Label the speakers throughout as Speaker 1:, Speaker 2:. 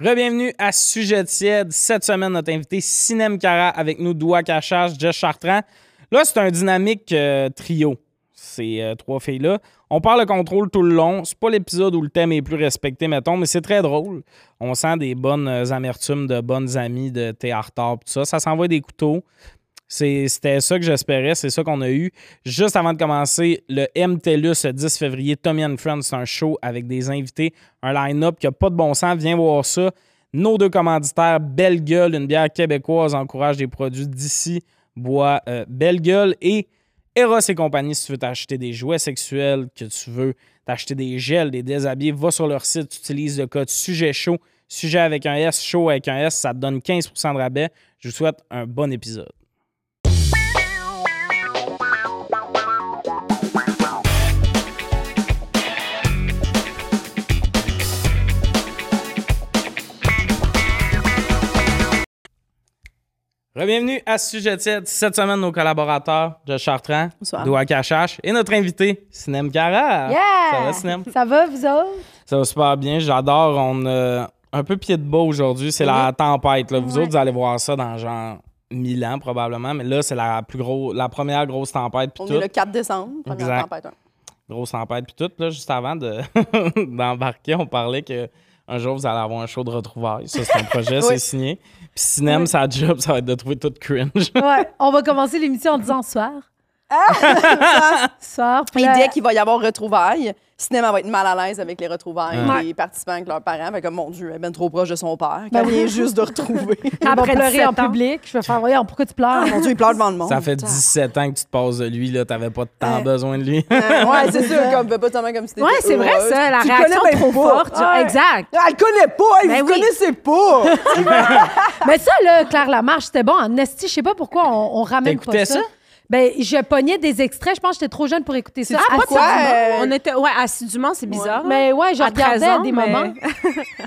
Speaker 1: Rebienvenue à Sujet tiède. Cette semaine, notre invité Sinem Cara avec nous, Douak Achage, Jess Chartrand. Là, c'est un dynamique euh, trio, ces euh, trois filles-là. On parle de contrôle tout le long. C'est pas l'épisode où le thème est plus respecté, mettons, mais c'est très drôle. On sent des bonnes euh, amertumes de bonnes amies de thé à retard, pis tout ça. Ça s'envoie des couteaux. C'est- C'était ça que j'espérais, c'est ça qu'on a eu. Juste avant de commencer, le MTLUS le 10 février, Tommy and Friends, c'est un show avec des invités, un line-up qui n'a pas de bon sens. Viens voir ça. Nos deux commanditaires, Belle Gueule, une bière québécoise, encourage des produits d'ici, bois euh, Belle Gueule et Eros et compagnie. Si tu veux t'acheter des jouets sexuels, que tu veux t'acheter des gels, des déshabillés, va sur leur site, tu utilises le code sujet chaud, sujet avec un S, chaud avec un S, ça te donne 15% de rabais. Je vous souhaite un bon épisode. Bienvenue à Sujet Tiède. Cette semaine, nos collaborateurs, Josh Chartrand,
Speaker 2: Bonsoir.
Speaker 1: Doua Cachache et notre invité, Sinem Cara.
Speaker 2: Yeah!
Speaker 1: Ah, Ça va, Sinem?
Speaker 2: Ça va, vous autres?
Speaker 1: Ça va super bien. J'adore. On a un peu pied de bas aujourd'hui. C'est la tempête. là. Vous
Speaker 2: Ouais.
Speaker 1: autres, vous allez voir ça dans genre 1000 ans probablement. Mais là, c'est la plus gros, la première grosse tempête puis
Speaker 2: On
Speaker 1: tout.
Speaker 2: est le 4 décembre, première
Speaker 1: Exact.
Speaker 2: tempête. hein.
Speaker 1: Grosse tempête puis tout. Là, juste avant de- d'embarquer, on parlait que un jour, vous allez avoir un show de retrouvailles. Ça, c'est un projet, c'est
Speaker 2: Oui.
Speaker 1: signé. Puis Cinem, sa job, ça va être de trouver tout cringe.
Speaker 3: Ouais, on va commencer l'émission en disant soir.
Speaker 4: Ah!
Speaker 3: soir. puis
Speaker 2: Et
Speaker 3: là-
Speaker 2: dès qu'il va y avoir retrouvailles, cinéma va être mal à l'aise avec les retrouvailles
Speaker 3: Ouais.
Speaker 2: des participants avec leurs parents. Fait que, mon Dieu, elle est bien trop proche de son père.
Speaker 3: Ben
Speaker 2: qu'elle
Speaker 3: oui.
Speaker 2: vient juste de retrouver.
Speaker 3: elle va
Speaker 4: après
Speaker 3: pleurer
Speaker 4: 17
Speaker 3: en
Speaker 4: ans. Ah!
Speaker 3: public. Je vais faire, voyons, pourquoi tu pleures?
Speaker 2: mon Dieu, il pleure devant le
Speaker 3: Oh,
Speaker 2: monde.
Speaker 1: Ça fait 17 ans que tu te passes de lui. là. T'avais pas tant
Speaker 2: Ouais.
Speaker 1: besoin de lui.
Speaker 3: Ah,
Speaker 2: Euh, ouais, c'est sûr, comme pas tellement comme si t'étais
Speaker 4: Ouais, c'est vrai
Speaker 2: heureuse.
Speaker 4: ça, la
Speaker 2: Tu
Speaker 4: réaction
Speaker 2: connais même
Speaker 4: trop
Speaker 2: pas.
Speaker 4: forte.
Speaker 2: Ouais.
Speaker 4: Exact.
Speaker 2: Elle connaît pas, elle
Speaker 4: Ben
Speaker 2: vous
Speaker 4: oui.
Speaker 2: connaissait pas.
Speaker 3: Mais ça, là, Claire Lamarche, c'était bon en esti. Je sais pas pourquoi on, on ramène pas
Speaker 1: T'écoutais
Speaker 3: ça.
Speaker 1: ça?
Speaker 3: Ben, je pognais des extraits. Je pense que j'étais trop jeune pour écouter ça.
Speaker 2: Sais-tu
Speaker 3: Ah,
Speaker 2: pourquoi?
Speaker 3: tu dis-
Speaker 2: Euh,
Speaker 4: On était ouais, assidûment, c'est bizarre. hein?
Speaker 3: Mais ouais, je
Speaker 4: À 13
Speaker 3: regardais à
Speaker 4: ans,
Speaker 3: des
Speaker 4: mais-
Speaker 3: moments.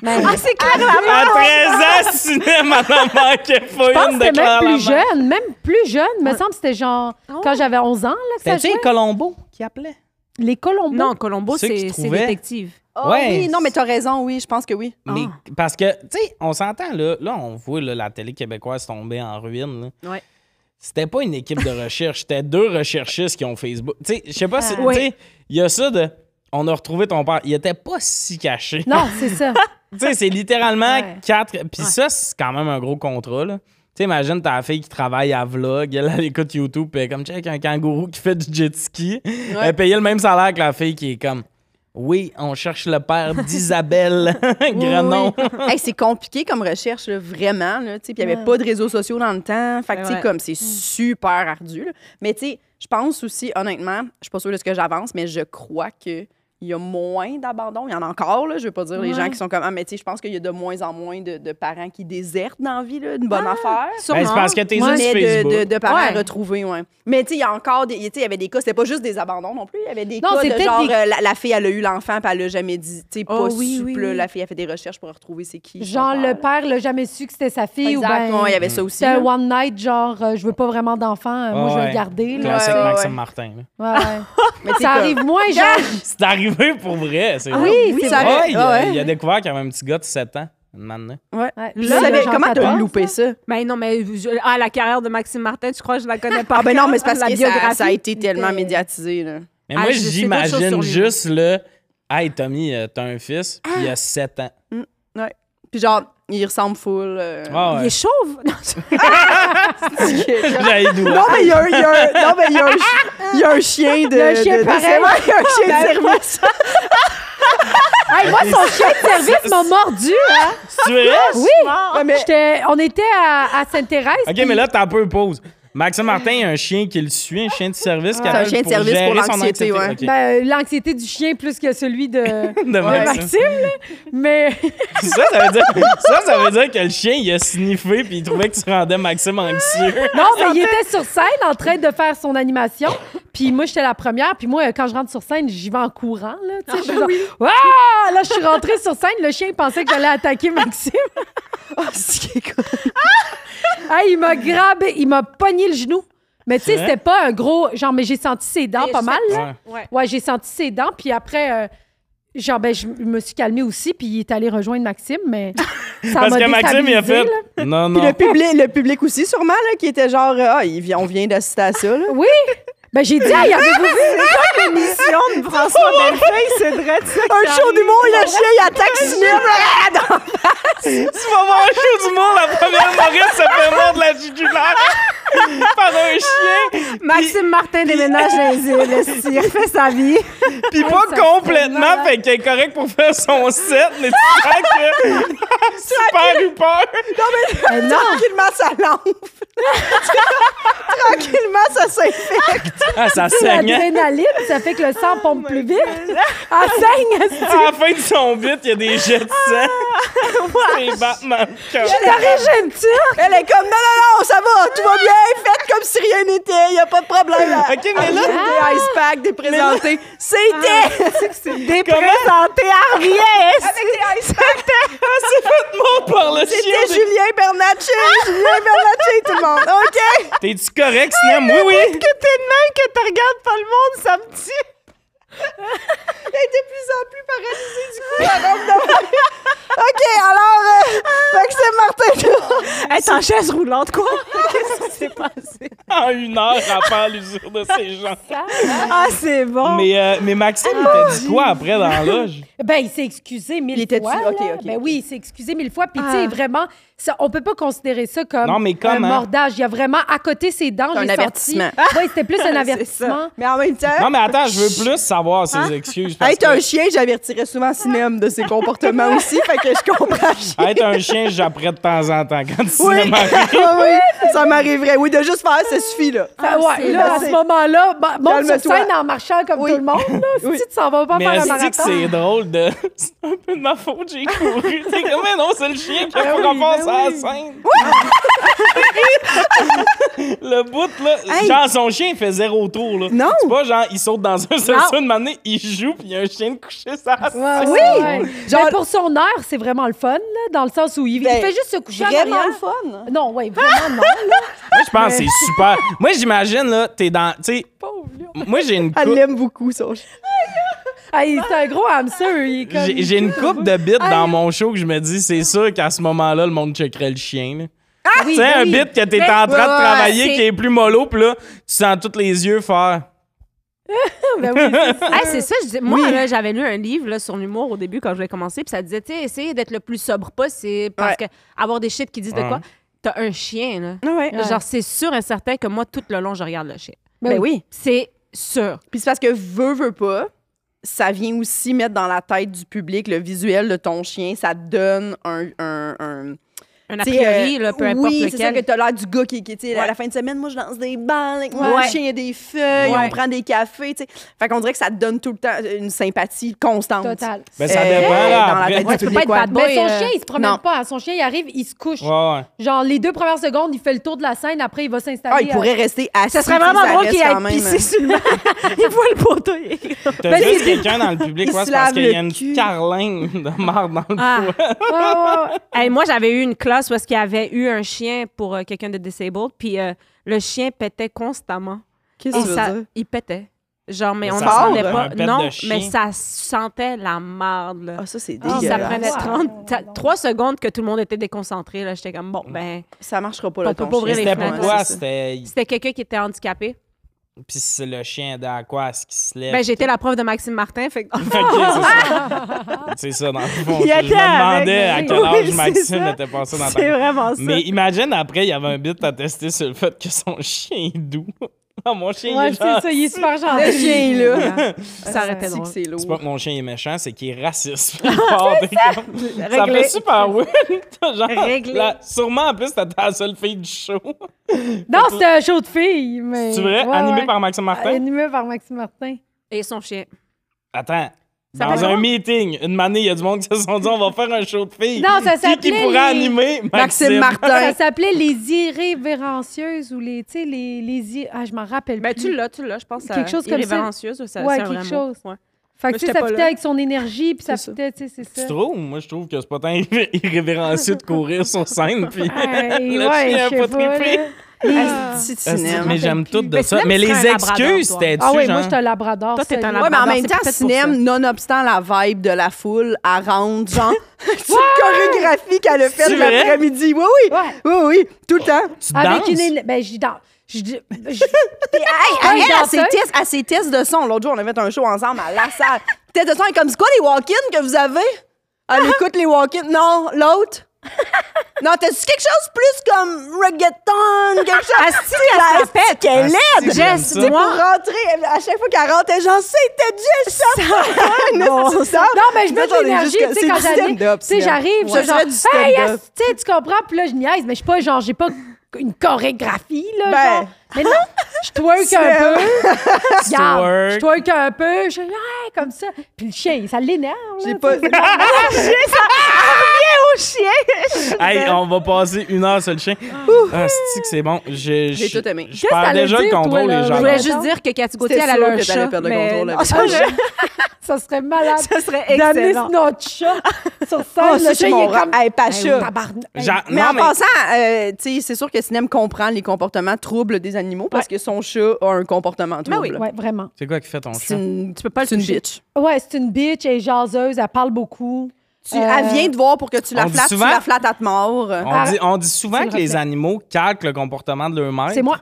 Speaker 3: Mais...
Speaker 4: Ah, c'est clair
Speaker 1: À 13 ans, Sinem, elle en manquait
Speaker 3: je
Speaker 1: pas
Speaker 3: pense
Speaker 1: une
Speaker 3: que
Speaker 1: de
Speaker 3: c'était même
Speaker 1: Claire
Speaker 3: plus
Speaker 1: Lamarche.
Speaker 3: jeune. Même plus jeune, me semble que c'était genre
Speaker 4: Ah ouais?
Speaker 3: quand j'avais 11 ans là, que ça
Speaker 1: C'était
Speaker 3: jouait.
Speaker 1: Ben, Colombo qui appelait.
Speaker 3: Les Colombos.
Speaker 4: Non, Colombo,
Speaker 1: Ceux qui
Speaker 4: c'est c'est
Speaker 1: trouvaient.
Speaker 4: détective.
Speaker 2: Ah
Speaker 1: Ouais.
Speaker 2: oui, non, mais t'as raison, oui, je pense que oui.
Speaker 3: Ah.
Speaker 1: Mais parce que, tu sais, on s'entend, là, là, on voit là, la télé québécoise tomber en ruine. là.
Speaker 4: Ouais.
Speaker 1: C'était pas une équipe de recherche, c'était deux recherchistes qui ont Facebook. Tu sais, je sais pas si.
Speaker 4: Ah.
Speaker 1: Tu sais, il y a ça de. On a retrouvé ton père. Il était pas si caché.
Speaker 3: Non, c'est ça.
Speaker 1: Tu sais, c'est littéralement
Speaker 3: Ouais.
Speaker 1: quatre. Puis ça, c'est quand même un gros contrat, là. Tu sais, imagine ta fille qui travaille à Vlog, elle, elle écoute YouTube, puis elle est comme check un kangourou qui fait du jet ski. Elle payait le même salaire que la fille qui est comme Oui, on cherche le père d'Isabelle Grenon.
Speaker 2: Hey, c'est compliqué comme recherche, là, vraiment. Là, tu sais, puis il n'y avait pas de réseaux sociaux dans le temps. Fait que, tu sais,
Speaker 4: Ouais.
Speaker 2: comme c'est super ardu. là. Mais tu sais, je pense aussi, honnêtement, je suis pas sûre de ce que j'avance, mais je crois que il y a moins d'abandon. Il y en a encore, là, je veux pas dire les
Speaker 3: Ouais.
Speaker 2: gens qui sont comme Ah, mais tu sais, je pense qu'il y a de moins en moins de, de parents qui désertent dans la vie, là, une bonne affaire.
Speaker 1: Ben, c'est parce que t'es
Speaker 2: Mais
Speaker 1: sur
Speaker 2: de,
Speaker 1: Facebook.
Speaker 2: de- de parents
Speaker 4: Ouais.
Speaker 2: retrouvés, ouais. Mais tu sais, il y a encore des. tu sais, Il y avait des cas, c'était pas juste des abandons non plus. Il y avait des
Speaker 3: Non,
Speaker 2: cas
Speaker 3: c'est
Speaker 2: de
Speaker 3: peut-être
Speaker 2: genre
Speaker 3: des-
Speaker 2: euh, la, la fille, elle a eu l'enfant, puis elle a jamais dit. Tu sais,
Speaker 4: Oh,
Speaker 2: pas
Speaker 4: oui,
Speaker 2: sup,
Speaker 4: oui,
Speaker 2: là,
Speaker 4: oui.
Speaker 2: la fille, a fait des recherches pour retrouver c'est qui. son
Speaker 3: Genre,
Speaker 2: père,
Speaker 3: le père l'a jamais su que c'était sa fille ou
Speaker 2: Exact,
Speaker 3: ben.
Speaker 2: ouais, il y avait ça aussi.
Speaker 3: C'est un
Speaker 2: là.
Speaker 3: one night, genre, euh, je veux pas vraiment d'enfant, euh, moi je vais
Speaker 1: Ouais.
Speaker 3: le garder. Là.
Speaker 1: Classique
Speaker 2: Ouais, ouais,
Speaker 1: Maxime
Speaker 2: ouais.
Speaker 1: Martin. là.
Speaker 3: Ouais, ouais.
Speaker 2: Mais t'sais,
Speaker 3: ça
Speaker 2: comme-
Speaker 3: arrive moins, genre.
Speaker 1: C'est arrivé pour vrai, c'est vrai.
Speaker 3: oui,
Speaker 2: Ah Oui,
Speaker 3: c'est
Speaker 2: ça
Speaker 3: vrai.
Speaker 2: arrive.
Speaker 1: Ah Ouais, il, a-
Speaker 2: ouais.
Speaker 1: il a découvert qu'il y avait un petit gars de 7 ans. Une manne,
Speaker 2: Ouais.
Speaker 3: Ouais.
Speaker 2: Puis
Speaker 3: Là,
Speaker 2: ça, mais
Speaker 3: genre,
Speaker 2: comment t'as
Speaker 3: t'attends,
Speaker 2: loupé ça?
Speaker 4: Ben non, mais je- ah, la carrière de Maxime Martin, tu crois que je la connais pas?
Speaker 2: Ah ben non, mais c'est
Speaker 4: par
Speaker 2: parce que
Speaker 4: cœur, la
Speaker 2: ça, ça a
Speaker 4: biographie.
Speaker 2: été tellement médiatisé. Là.
Speaker 1: Mais
Speaker 4: Ah,
Speaker 1: moi,
Speaker 4: je sais d'autres
Speaker 1: j'imagine
Speaker 4: choses sur lui.
Speaker 1: juste le Hey Tommy, euh, t'as un fils, puis il a 7 ans.
Speaker 2: Puis genre, il ressemble full. euh,
Speaker 1: Ah
Speaker 4: Il
Speaker 1: ouais.
Speaker 4: est chauve. Non, je-
Speaker 1: J'ai doué.
Speaker 2: Non, mais il y a un, il y a un- non, mais il y a un chi- il y a un chien de.
Speaker 3: Il y a un chien
Speaker 2: de- de-
Speaker 3: pareil.
Speaker 2: c'est vrai, il y a un chien de service.
Speaker 3: Hey, moi, son chien de service m'a mordu. hein.
Speaker 1: C'est vrai?
Speaker 3: Oui,
Speaker 2: Ouais, mais-
Speaker 3: J'étais- on était à, à Sainte-Thérèse.
Speaker 1: OK,
Speaker 3: puis-
Speaker 1: mais là, t'as un peu pause. Maxime Martin, il y a un chien qui le suit, un chien de service qui
Speaker 2: Ah. C'est un
Speaker 1: appelle
Speaker 2: chien de service
Speaker 1: gérer
Speaker 2: pour
Speaker 1: son
Speaker 2: l'anxiété, ouais.
Speaker 1: Ok.
Speaker 3: Ben, euh, l'anxiété du chien plus que celui de, de
Speaker 1: De Maxime.
Speaker 3: Maxime, là. Mais
Speaker 1: Ça, ça veut, dire, ça, ça veut dire que le chien, il a sniffé puis il trouvait que tu rendais Maxime anxieux.
Speaker 3: non, mais il était sur scène en train de faire son animation. Puis moi, j'étais la première. Puis moi, euh, quand je rentre sur scène, j'y vais en courant, là.
Speaker 1: Ah, ben
Speaker 3: Tu sais, je suis genre, Waouh! Là, je suis rentrée sur scène. Le chien pensait que j'allais attaquer Maxime. Ah, il m'a grabé, il m'a pogné le genou. Mais tu
Speaker 1: C'est
Speaker 3: sais,
Speaker 1: vrai?
Speaker 3: c'était pas un gros. Genre, mais j'ai senti ses dents
Speaker 4: Hey,
Speaker 3: pas
Speaker 4: je
Speaker 3: mal. là.
Speaker 1: Ouais.
Speaker 4: Ouais.
Speaker 3: Ouais, j'ai senti ses dents. Puis après, euh, genre, ben, je me suis calmée aussi. Puis il est allé rejoindre Maxime. Mais Ça
Speaker 1: Parce
Speaker 3: m'a
Speaker 1: que Maxime, il a
Speaker 3: déstabilisée,
Speaker 1: fait.
Speaker 3: là.
Speaker 1: Non,
Speaker 2: Puis
Speaker 1: non.
Speaker 2: le public, le public aussi, sûrement, là, qui était genre, euh, ah, il vient- on vient d'assister à ça, là.
Speaker 3: Oui! Ben, j'ai dit, ah, il y avait
Speaker 4: L'émission de François Bellefeuille, c'est vrai de ça.
Speaker 2: Un show d'humour, il a chié, il attaque cinéma.
Speaker 1: Tu vas voir un show d'humour, la première Maurice se fait mordre la jugulaire par un chien,
Speaker 4: Maxime Martin déménage dans les îles. est-ce qu'il refait sa vie.
Speaker 2: Ah,
Speaker 1: puis
Speaker 3: Hey,
Speaker 1: pas
Speaker 3: ça, c'est
Speaker 1: complètement,
Speaker 3: malade.
Speaker 1: fait qu'il est correct pour faire son set, mais tu sens que super eu peur.
Speaker 3: Eh non!
Speaker 2: Tranquillement, ça l'enfle. Tranquillement, ça s'infecte.
Speaker 1: Ah, ça saignait.
Speaker 3: L'adrénaline, ça fait que le sang
Speaker 1: Oh
Speaker 3: pompe plus vite. Elle saigne, est-ce que-
Speaker 1: À la fin de son bit, il y a des jets de sang.
Speaker 2: Ah!
Speaker 1: C'est Batman.
Speaker 4: Ah,
Speaker 3: T'origines ça?
Speaker 2: Elle est comme, non, non, non, ça va, tout va bien, faites comme si rien n'était, il n'y a pas de problème.
Speaker 1: Ok, mais
Speaker 4: Ah.
Speaker 1: là,
Speaker 2: Des ice packs, des présentés. C'était
Speaker 4: Déprésenté à rien. est-ce
Speaker 2: avec des ice packs.
Speaker 1: c'est fait mort par le
Speaker 2: Ah! C'était
Speaker 1: chien.
Speaker 2: Julien Bernatchez, Julien Bernatchez, tout le monde. OK?
Speaker 1: T'es-tu correct, Sinem?
Speaker 2: Ah,
Speaker 1: Oui, oui.
Speaker 4: que t'es de même que tu regardes pas le monde, ça me tue.
Speaker 2: Elle est de plus en plus paralysée du coup, la robe de OK, alors, euh, Maxime Martin Tour.
Speaker 4: Elle est en chaise roulante, quoi. Qu'est-ce qui s'est passé?
Speaker 1: En une heure, à faire l'usure de ses gens.
Speaker 4: Ah, c'est bon.
Speaker 1: Mais, euh, mais Maxime, il t'a dit quoi après dans la
Speaker 2: Ah,
Speaker 1: loge?
Speaker 3: Ben, il s'est excusé mille
Speaker 2: Il était
Speaker 3: fois.
Speaker 2: dessus. OK,
Speaker 3: là.
Speaker 2: OK,
Speaker 3: ben
Speaker 2: OK.
Speaker 3: oui, il s'est excusé mille fois. Puis, tu
Speaker 4: Ah.
Speaker 3: sais, vraiment, ça, on peut pas considérer ça comme
Speaker 1: Non, mais
Speaker 3: un
Speaker 1: comment?
Speaker 3: mordage. Il a vraiment à côté ses dents.
Speaker 2: C'est un
Speaker 3: j'ai senti-
Speaker 2: avertissement.
Speaker 3: Oui, c'était plus un avertissement.
Speaker 2: Mais en même temps,
Speaker 1: Non, mais attends, je veux plus savoir ses excuses. parce
Speaker 2: Hein? être un
Speaker 1: que-
Speaker 2: chien, j'avertirais souvent Sinem de ses comportements aussi, fait que je comprends.
Speaker 1: être un chien, j'apprête de temps en temps quand tu
Speaker 2: Oui,
Speaker 1: me maries.
Speaker 2: oui, oui, ça m'arriverait. Oui, de juste faire, ça suffit, là.
Speaker 3: Ah, ouais,
Speaker 2: c'est
Speaker 3: là, à
Speaker 2: assez.
Speaker 3: ce moment-là, bah, monte sur
Speaker 2: Calme-toi.
Speaker 3: scène en marchant comme
Speaker 2: Oui.
Speaker 3: tout le monde. Là,
Speaker 2: Oui.
Speaker 3: Si tu t'en vas pas
Speaker 1: Mais
Speaker 3: faire un
Speaker 1: elle dit que
Speaker 3: marathon.
Speaker 1: c'est drôle de. C'est un peu de ma faute, j'ai couru. C'est comme, mais non, c'est le chien qui a
Speaker 3: Ben
Speaker 1: fait
Speaker 3: oui,
Speaker 1: qu'on passe
Speaker 3: ben
Speaker 1: à la
Speaker 3: oui.
Speaker 1: scène. le bout, là.
Speaker 2: Hey.
Speaker 1: Genre, son chien, il fait zéro tour, là.
Speaker 2: Non.
Speaker 1: C'est pas genre, il saute dans un seul
Speaker 4: Non.
Speaker 1: saut, de manière, il joue, puis il y a un chien de couché sur la
Speaker 3: Ouais,
Speaker 1: scène.
Speaker 3: ouais,
Speaker 2: Oui!
Speaker 3: ouais.
Speaker 2: Genre-
Speaker 3: Mais pour son heure, c'est vraiment le fun, là, dans le sens où il, il
Speaker 2: Ben,
Speaker 3: fait juste se coucher en
Speaker 2: Vraiment
Speaker 3: arrière.
Speaker 2: le fun.
Speaker 3: Non, oui, vraiment non. là.
Speaker 1: Moi, je pense que c'est super. Moi, j'imagine, là, t'es dans. Tu sais, moi, j'ai une
Speaker 2: Elle
Speaker 1: coupe.
Speaker 2: l'aime beaucoup, son chien.
Speaker 3: Hey, c'est un gros hamster. Il est comme-
Speaker 1: J'ai j'ai une coupe de bits dans mon show que je me dis, c'est sûr qu'à ce moment-là, le monde checkerait le chien. là.
Speaker 3: Oui,
Speaker 1: Tu sais, un
Speaker 3: oui.
Speaker 1: bit que t'es
Speaker 4: Mais-
Speaker 1: en train de
Speaker 2: Ouais,
Speaker 1: travailler,
Speaker 4: c'est-
Speaker 1: qui est plus mollo, puis là, tu sens tous les yeux faire.
Speaker 3: Ben oui, c'est ça.
Speaker 4: Hey, c'est ça, je dis- moi, là, j'avais lu un livre là, sur l'humour au début quand je voulais commencer, puis ça disait, tu sais, essayez d'être le plus sobre possible parce que avoir des shit qui disent de
Speaker 1: Ouais.
Speaker 4: quoi. T'as un chien, là.
Speaker 2: Ah Ouais.
Speaker 3: Ouais.
Speaker 4: Genre, c'est sûr et certain que moi, tout le long, je regarde le chien.
Speaker 2: Ben oui.
Speaker 4: C'est sûr.
Speaker 2: Puis c'est parce que veut, veut pas, ça vient aussi mettre dans la tête du public le visuel de ton chien. Ça te donne un. un, un
Speaker 4: Un a
Speaker 2: tu sais,
Speaker 4: priori,
Speaker 2: euh,
Speaker 4: là, peu importe
Speaker 2: oui, c'est ça que
Speaker 4: lequel.
Speaker 2: t'as l'air du gars qui, qui tu sais, à la
Speaker 4: Ouais.
Speaker 2: fin de semaine, moi, je lance des balles avec mon
Speaker 4: Ouais.
Speaker 2: chien, il y a des feuilles,
Speaker 4: Ouais.
Speaker 2: on prend des cafés, tu sais. Fait qu'on dirait que ça te donne tout le temps une sympathie constante.
Speaker 3: Total.
Speaker 1: Ben, ça
Speaker 2: Euh,
Speaker 1: dépend, là,
Speaker 2: dans la
Speaker 1: après.
Speaker 2: tête
Speaker 1: Ouais, tu
Speaker 2: du
Speaker 4: peux pas
Speaker 2: public,
Speaker 4: être
Speaker 2: ouais.
Speaker 4: bad boy.
Speaker 3: Mais Ben, son
Speaker 4: euh,
Speaker 3: chien, il se promène
Speaker 2: non.
Speaker 3: pas. Son chien, il arrive, il se couche.
Speaker 1: Ouais, ouais.
Speaker 3: Genre, les deux premières secondes, il fait le tour de la scène. Après, il va s'installer.
Speaker 2: Ah, il pourrait rester assis.
Speaker 4: Ça serait
Speaker 2: tu sais,
Speaker 4: vraiment drôle
Speaker 2: reste
Speaker 4: qu'il
Speaker 2: quand
Speaker 4: aille
Speaker 2: même- hein. euh,
Speaker 4: pisser sur le Il voit le poteau. il est comme-
Speaker 1: T'as
Speaker 3: Ben,
Speaker 1: juste
Speaker 3: c'est-
Speaker 1: quelqu'un dans le public,
Speaker 2: Il
Speaker 1: ouais,
Speaker 2: se
Speaker 1: c'est parce
Speaker 2: lave
Speaker 1: qu'il y a
Speaker 2: le
Speaker 1: une
Speaker 2: cul.
Speaker 1: carlingue de marde dans le
Speaker 4: Ah.
Speaker 1: cou.
Speaker 3: euh, Ouais, ouais, ouais.
Speaker 4: Hey, moi, j'avais eu une classe où est-ce qu'il y avait eu un chien pour euh, quelqu'un de disabled, puis euh, le chien pétait constamment.
Speaker 2: Qu'est-ce
Speaker 4: Et
Speaker 2: que tu veux
Speaker 4: ça-
Speaker 2: dire?
Speaker 4: il pétait. Genre, mais,
Speaker 1: Mais
Speaker 4: on
Speaker 1: ça
Speaker 4: ne s'entendait
Speaker 2: sort,
Speaker 1: un
Speaker 4: pas.
Speaker 1: pet de
Speaker 4: Non,
Speaker 1: chien.
Speaker 4: mais ça sentait la marde. Là.
Speaker 2: Ah, ça, c'est
Speaker 3: Ah,
Speaker 4: Puis Oh, ça
Speaker 2: dégueulasse.
Speaker 4: prenait
Speaker 3: Wow.
Speaker 4: 30, ta- trois secondes que tout le monde était déconcentré. là. J'étais comme, bon,
Speaker 1: Mm.
Speaker 4: ben,
Speaker 2: Ça marchera pas,
Speaker 4: On
Speaker 2: là,
Speaker 4: peut
Speaker 2: ton
Speaker 4: pas ouvrir
Speaker 2: chien.
Speaker 4: les
Speaker 1: C'était
Speaker 4: fenêtres,
Speaker 1: pourquoi?
Speaker 2: Ouais, c'est ça.
Speaker 1: C'était.
Speaker 4: c'était quelqu'un qui était handicapé.
Speaker 1: Puis c'est le chien dans quoi? Est-ce qu'il se lève?
Speaker 4: Ben, j'étais la prof de Maxime Martin, fait que-
Speaker 1: Fait que c'est ça. C'est ça, dans le fond.
Speaker 4: Il
Speaker 1: Je me
Speaker 4: était avec-
Speaker 1: demandais à quel
Speaker 4: Oui,
Speaker 1: âge
Speaker 4: c'est
Speaker 1: Maxime
Speaker 4: ça.
Speaker 1: était passé dans ta
Speaker 4: c'est vraiment ça.
Speaker 1: Mais imagine après, il y avait un bit à tester sur le fait que son chien est doux. Ah, mon chien
Speaker 3: Ouais,
Speaker 1: il est
Speaker 3: c'est
Speaker 1: gentil.
Speaker 3: ça. Il est super gentil.
Speaker 2: Le chien, là.
Speaker 4: ça arrêtait
Speaker 2: C'est que
Speaker 4: drôle.
Speaker 2: c'est lourd.
Speaker 1: C'est pas que mon chien est méchant, c'est qu'il est raciste. Puis il part des comme- ça.
Speaker 4: Réglé.
Speaker 1: fait super weird. Genre,
Speaker 4: Réglé.
Speaker 1: la- sûrement en plus, t'étais la seule fille du show.
Speaker 3: Non, c'était un show de filles. Mais...
Speaker 1: C'est vrai?
Speaker 3: Ouais,
Speaker 1: animé
Speaker 3: ouais. Euh,
Speaker 1: par Maxime Martin?
Speaker 3: Animé par Maxime Martin.
Speaker 4: Et son chien.
Speaker 1: Attends.
Speaker 4: Ça
Speaker 1: dans
Speaker 4: s'appelle
Speaker 1: un
Speaker 4: comment?
Speaker 1: meeting, une manée, il y a du monde qui se sont dit on va faire un show de filles.
Speaker 3: Non, ça
Speaker 1: Qui qui
Speaker 3: s'appelait
Speaker 1: pourra
Speaker 3: les-
Speaker 1: animer
Speaker 2: Maxime Martin.
Speaker 3: Ça s'appelait Les Irrévérencieuses ou les. Tu sais, les. les ir- Ah, je m'en rappelle
Speaker 4: Ben,
Speaker 3: plus.
Speaker 4: tu l'as, tu l'as, je pense. euh,
Speaker 3: Quelque chose comme ça.
Speaker 4: irrévérencieuse, ça.
Speaker 3: Ouais,
Speaker 4: c'est un
Speaker 3: quelque
Speaker 4: vrai mot.
Speaker 3: chose.
Speaker 4: Ouais.
Speaker 3: Fait que
Speaker 4: Mais
Speaker 3: tu sais,
Speaker 4: j'étais
Speaker 3: ça
Speaker 4: pas
Speaker 3: fitait
Speaker 4: là.
Speaker 3: avec son énergie, puis ça
Speaker 2: C'est ça.
Speaker 3: fitait, tu sais, c'est
Speaker 1: Tu
Speaker 3: ça.
Speaker 1: trouves? Moi, je trouve que c'est pas tant irré- irrévérencieux de courir sur scène. Puis
Speaker 3: Hey,
Speaker 1: le
Speaker 3: Ah, ouais,
Speaker 1: chien a
Speaker 3: je
Speaker 1: pas
Speaker 3: sais pas,
Speaker 1: trippé.
Speaker 3: là.
Speaker 2: Ah, c'est du
Speaker 1: Ah,
Speaker 2: cinéma.
Speaker 1: c'est- Mais j'aime tout de
Speaker 4: Mais
Speaker 1: ça.
Speaker 4: Sinem
Speaker 1: Mais les
Speaker 4: serait un labrador,
Speaker 1: excuses,
Speaker 4: toi.
Speaker 1: c'était-tu,
Speaker 3: Ah oui,
Speaker 1: genre?
Speaker 3: moi, je suis un labrador.
Speaker 4: Toi, t'es
Speaker 3: sérieux.
Speaker 4: un
Speaker 2: Ouais, mais en
Speaker 4: Labrador,
Speaker 2: même
Speaker 4: c'est
Speaker 2: temps,
Speaker 4: peut-être pour
Speaker 2: cinéma, nonobstant la vibe de la foule, elle rentre genre. tu te chorégraphie qu'elle a faite
Speaker 1: C'est vrai?
Speaker 2: l'après-midi. Oui, oui.
Speaker 3: Ouais.
Speaker 2: Oui, oui, tout le temps.
Speaker 1: Tu
Speaker 3: Avec
Speaker 1: danses? Ah,
Speaker 3: une. éle- Ben, je danse. Je dis. je-
Speaker 2: Elle,
Speaker 3: une
Speaker 2: elle, à, ses
Speaker 3: danseuse?
Speaker 2: tests, à ses tests de son. L'autre jour, on a fait un show ensemble à la salle. Test de son, elle est comme c'est quoi les walk-ins que vous avez? Elle écoute les walk-ins. Non, l'autre? Non, t'as-tu quelque chose plus comme reggaeton, quelque chose? Asti, Ah, elle se pète. qu'elle est
Speaker 1: Asti,
Speaker 2: laide.
Speaker 1: j'aime
Speaker 2: Tu
Speaker 1: ça.
Speaker 2: sais, pour rentrer, elle- à chaque fois qu'elle rentre, elle genre, c'était Dieu, ça! Non,
Speaker 3: Non, mais je mets de l'énergie, tu sais, quand j'arrive. Tu sais, j'arrive, je
Speaker 2: je
Speaker 3: suis genre,
Speaker 2: fais du stand-up.
Speaker 3: hey, yes, tu sais, tu comprends, puis là, je niaise, mais je suis pas genre, j'ai pas une chorégraphie, là.
Speaker 2: Ben.
Speaker 3: genre. Mais non, je twerk un peu. Regarde,
Speaker 1: Twerk.
Speaker 3: je twerk un peu, je ouais, comme ça. Puis le chien, ça l'énerve. là,
Speaker 2: J'ai
Speaker 3: tu
Speaker 2: pas.
Speaker 3: sais.
Speaker 2: Reviens au chien!
Speaker 1: Hey, on va passer une heure sur le chien. Ah, c'est que c'est bon. J'ai
Speaker 2: J'ai
Speaker 1: je-
Speaker 2: tout aimé.
Speaker 1: Je
Speaker 3: Qu'est-ce que
Speaker 1: perds
Speaker 3: t'allais
Speaker 1: déjà le
Speaker 3: dire, toi,
Speaker 1: contrôle,
Speaker 3: là?
Speaker 1: les
Speaker 3: Je
Speaker 4: Je
Speaker 1: gens.
Speaker 4: voulais
Speaker 3: Pardon?
Speaker 4: juste dire que Cathy Gauthier,
Speaker 2: C'était
Speaker 4: elle a
Speaker 2: sûr
Speaker 4: un
Speaker 2: que t'allais
Speaker 4: chat.
Speaker 2: perdre le
Speaker 4: mais
Speaker 2: contrôle
Speaker 4: non,
Speaker 2: avec
Speaker 4: ça,
Speaker 2: ton
Speaker 4: je-
Speaker 2: chat.
Speaker 3: Ça serait malade
Speaker 4: Ça serait
Speaker 3: d'amener
Speaker 4: excellent.
Speaker 3: notre chat sur scène.
Speaker 2: Oh, ça,
Speaker 3: le chien,
Speaker 2: c'est
Speaker 3: il est
Speaker 2: mon
Speaker 3: comme...
Speaker 2: rap. Hey, Pacha.
Speaker 3: Tabarnak.
Speaker 1: Genre-
Speaker 2: Mais
Speaker 1: non,
Speaker 2: en passant, euh, tu sais, c'est sûr que Sinem comprend les comportements troubles des animaux parce que son chat a un comportement trouble.
Speaker 4: oui.
Speaker 3: Ben Ouais, vraiment.
Speaker 1: C'est quoi qui fait ton
Speaker 2: C'est
Speaker 1: chien?
Speaker 2: une,
Speaker 4: Tu peux pas le
Speaker 2: c'est une
Speaker 4: toucher.
Speaker 2: bitch.
Speaker 3: Ouais, c'est une bitch, elle est jaseuse, elle parle beaucoup.
Speaker 2: Tu, Elle vient te voir pour que tu
Speaker 1: on
Speaker 2: la
Speaker 1: dit
Speaker 2: flattes,
Speaker 1: souvent-
Speaker 2: tu la flattes à te mort.
Speaker 1: On dit, on dit souvent
Speaker 3: C'est le
Speaker 1: que les
Speaker 3: reflet.
Speaker 1: animaux calquent le comportement de leur maître.
Speaker 3: C'est moi.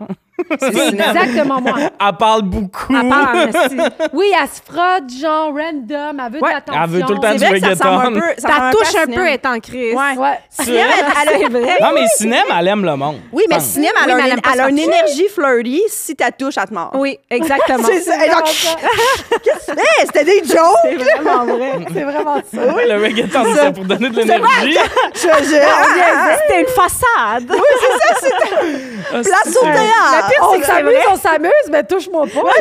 Speaker 2: C'est
Speaker 3: C'est
Speaker 2: Sinem.
Speaker 3: exactement moi.
Speaker 1: Elle parle beaucoup.
Speaker 4: Elle parle en esti.
Speaker 3: Oui, elle se frotte, genre random, elle veut
Speaker 4: Ouais,
Speaker 3: de l'attention.
Speaker 1: elle veut tout le temps
Speaker 2: C'est
Speaker 1: du
Speaker 2: vrai que ça
Speaker 1: reggaeton.
Speaker 2: ressemble un peu. ça
Speaker 4: Ta
Speaker 2: ressemble
Speaker 4: touche
Speaker 2: peu à
Speaker 4: un
Speaker 2: Sinem.
Speaker 4: peu est en crise.
Speaker 2: Ouais.
Speaker 3: Ouais.
Speaker 2: Sinem, elle, elle a-
Speaker 1: Non, mais Sinem, elle aime le monde.
Speaker 2: Oui, mais
Speaker 1: Pense.
Speaker 2: Sinem, elle,
Speaker 4: Oui,
Speaker 2: a
Speaker 4: mais
Speaker 2: un-
Speaker 4: elle aime pas
Speaker 2: elle a
Speaker 4: se
Speaker 2: une
Speaker 4: faire
Speaker 2: énergie flirty si ta touche à te mort.
Speaker 4: Oui, exactement.
Speaker 2: C'est ça. Elle est genre,
Speaker 3: C'est vraiment
Speaker 2: Hey, c'était des jokes!
Speaker 4: vraiment vrai.
Speaker 3: C'est vraiment ça.
Speaker 1: Ouais, le reggaeton, c'est pour donner de l'énergie.
Speaker 2: Je, je,
Speaker 4: Oh, C'était une façade.
Speaker 1: Ah,
Speaker 2: place au
Speaker 1: c'est-
Speaker 2: théâtre!
Speaker 3: on s'amuse, on s'amuse, mais touche-moi pas.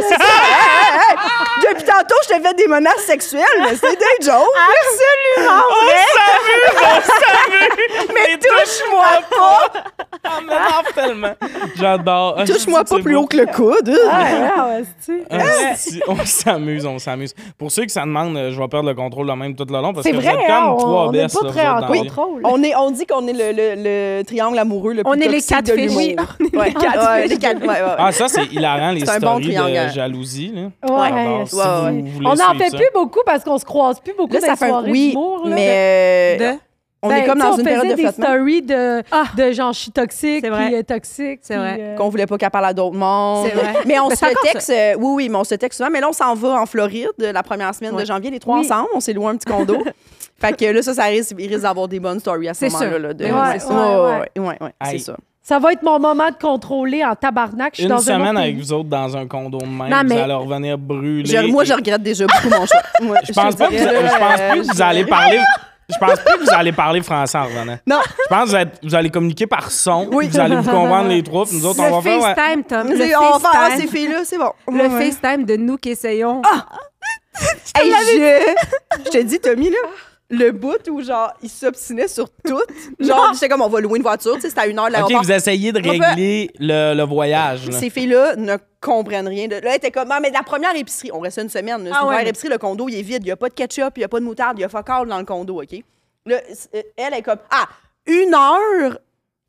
Speaker 2: Depuis tantôt, je te fais des menaces sexuelles, mais c'est des jokes! Absolument!
Speaker 1: Mais touche-moi pas! Elle m'énerve tellement. J'adore. Ah,
Speaker 2: Touche-moi
Speaker 1: c'est
Speaker 2: pas plus
Speaker 1: beau.
Speaker 2: haut que le coude!
Speaker 3: Ah, ouais, c'est-tu?
Speaker 1: Ah, si, on s'amuse, on s'amuse. Pour ceux qui s'en demandent, euh, je vais perdre le contrôle le même tout le long parce
Speaker 3: C'est
Speaker 1: que
Speaker 3: vrai,
Speaker 1: vous êtes
Speaker 3: hein,
Speaker 1: comme
Speaker 3: on
Speaker 1: trois
Speaker 3: on n'est
Speaker 1: bestes,
Speaker 3: pas
Speaker 1: là,
Speaker 3: très
Speaker 1: vous
Speaker 3: en
Speaker 1: êtes dans le-
Speaker 3: contrôle.
Speaker 2: On, est, on dit qu'on est le, le- le triangle amoureux le plus
Speaker 4: On est les
Speaker 2: toxique
Speaker 4: quatre
Speaker 2: de
Speaker 4: fiches.
Speaker 2: l'humour.
Speaker 4: Oui,
Speaker 2: Ouais, les quatre
Speaker 4: quatre
Speaker 2: ouais,
Speaker 4: fiches.
Speaker 2: les quatre, ouais, ouais, ouais.
Speaker 1: Ah, ça, c'est hilarant, les
Speaker 2: C'est un
Speaker 1: stories
Speaker 2: bon
Speaker 1: de
Speaker 2: triangle.
Speaker 1: jalousie. Là.
Speaker 3: Ouais,
Speaker 1: J'adore. Si
Speaker 2: ouais, ouais.
Speaker 1: vous voulez
Speaker 3: On n'en
Speaker 1: suivre
Speaker 3: fait
Speaker 1: ça.
Speaker 3: plus beaucoup parce qu'on se croise plus beaucoup
Speaker 2: Là,
Speaker 3: dans
Speaker 2: ça
Speaker 3: les
Speaker 2: fait un
Speaker 3: soirées
Speaker 2: oui,
Speaker 3: d'humour. là.
Speaker 2: mais euh,
Speaker 4: De-
Speaker 2: on
Speaker 3: Ben,
Speaker 2: est comme
Speaker 3: tu sais,
Speaker 2: dans
Speaker 3: on
Speaker 2: une
Speaker 3: faisait
Speaker 2: période de
Speaker 3: des
Speaker 2: flottement
Speaker 3: stories de,
Speaker 4: Ah.
Speaker 3: de genre je suis toxique,
Speaker 4: C'est vrai.
Speaker 3: puis euh, toxique.
Speaker 4: C'est
Speaker 3: puis,
Speaker 4: vrai.
Speaker 3: euh,
Speaker 2: qu'on voulait pas qu'elle parle à d'autres mondes.
Speaker 4: C'est vrai.
Speaker 2: Mais on
Speaker 4: Mais
Speaker 2: se
Speaker 4: c'est encore
Speaker 2: texte, euh, oui, oui, mais on se texte souvent. Mais là, on s'en va en Floride euh, la première semaine de
Speaker 4: Ouais.
Speaker 2: janvier, les trois
Speaker 3: Oui.
Speaker 2: ensemble. On s'est loué un petit condo. fait que là, ça, ça risque, il risque d'avoir des bonnes stories à ce
Speaker 4: C'est sûr.
Speaker 2: moment-là. là, de-
Speaker 4: Ouais,
Speaker 2: Ouais,
Speaker 3: c'est
Speaker 2: ouais,
Speaker 3: ça.
Speaker 2: ouais, ouais, ouais, c'est
Speaker 1: Aïe.
Speaker 2: ça.
Speaker 3: Ça va être mon moment de contrôler en tabarnak. Je suis
Speaker 1: Une
Speaker 3: dans un
Speaker 1: semaine
Speaker 3: autre
Speaker 1: avec
Speaker 3: pays.
Speaker 1: vous autres dans un condo de même,
Speaker 4: Non,
Speaker 1: vous
Speaker 4: mais-
Speaker 1: allez revenir brûler.
Speaker 2: Je- moi, je regrette déjà beaucoup mon choix. Moi,
Speaker 1: Je pense
Speaker 2: te
Speaker 1: pas que vous,
Speaker 2: dirais, là,
Speaker 1: je pense
Speaker 2: euh,
Speaker 1: plus que vous allez parler. Je pense plus que vous allez parler français en revenant.
Speaker 2: Non.
Speaker 1: Je pense que vous, êtes- vous allez communiquer par son.
Speaker 2: Oui.
Speaker 1: Vous allez vous comprendre les trois. Puis nous autres, on va
Speaker 4: Le
Speaker 1: faire. ouais.
Speaker 4: FaceTime, Tom. Le
Speaker 2: C'est- on va faire, ah, ces
Speaker 4: FaceTime.
Speaker 2: filles-là, c'est bon.
Speaker 4: Le
Speaker 2: Ouais.
Speaker 4: FaceTime de nous qui essayons.
Speaker 2: Hey, je... je te dis, Tommy, là, le bout où, genre, il s'obstinait sur tout. Genre, j'étais comme, on va louer une voiture, tu sais, c'était à une heure de
Speaker 1: OK,
Speaker 2: l'aéroport.
Speaker 1: vous essayez de
Speaker 2: On peut-
Speaker 1: régler le, le voyage. là.
Speaker 2: Ces filles-là ne comprennent rien. De... Là, elles étaient comme, ah, mais la première épicerie, on restait une semaine. La
Speaker 4: Ah ouais.
Speaker 2: première épicerie, le condo, il est vide. Il n'y a pas de ketchup, il n'y a pas de moutarde, il y a fuck all dans le condo, OK? Là, c'est- euh, elle est comme, ah, une heure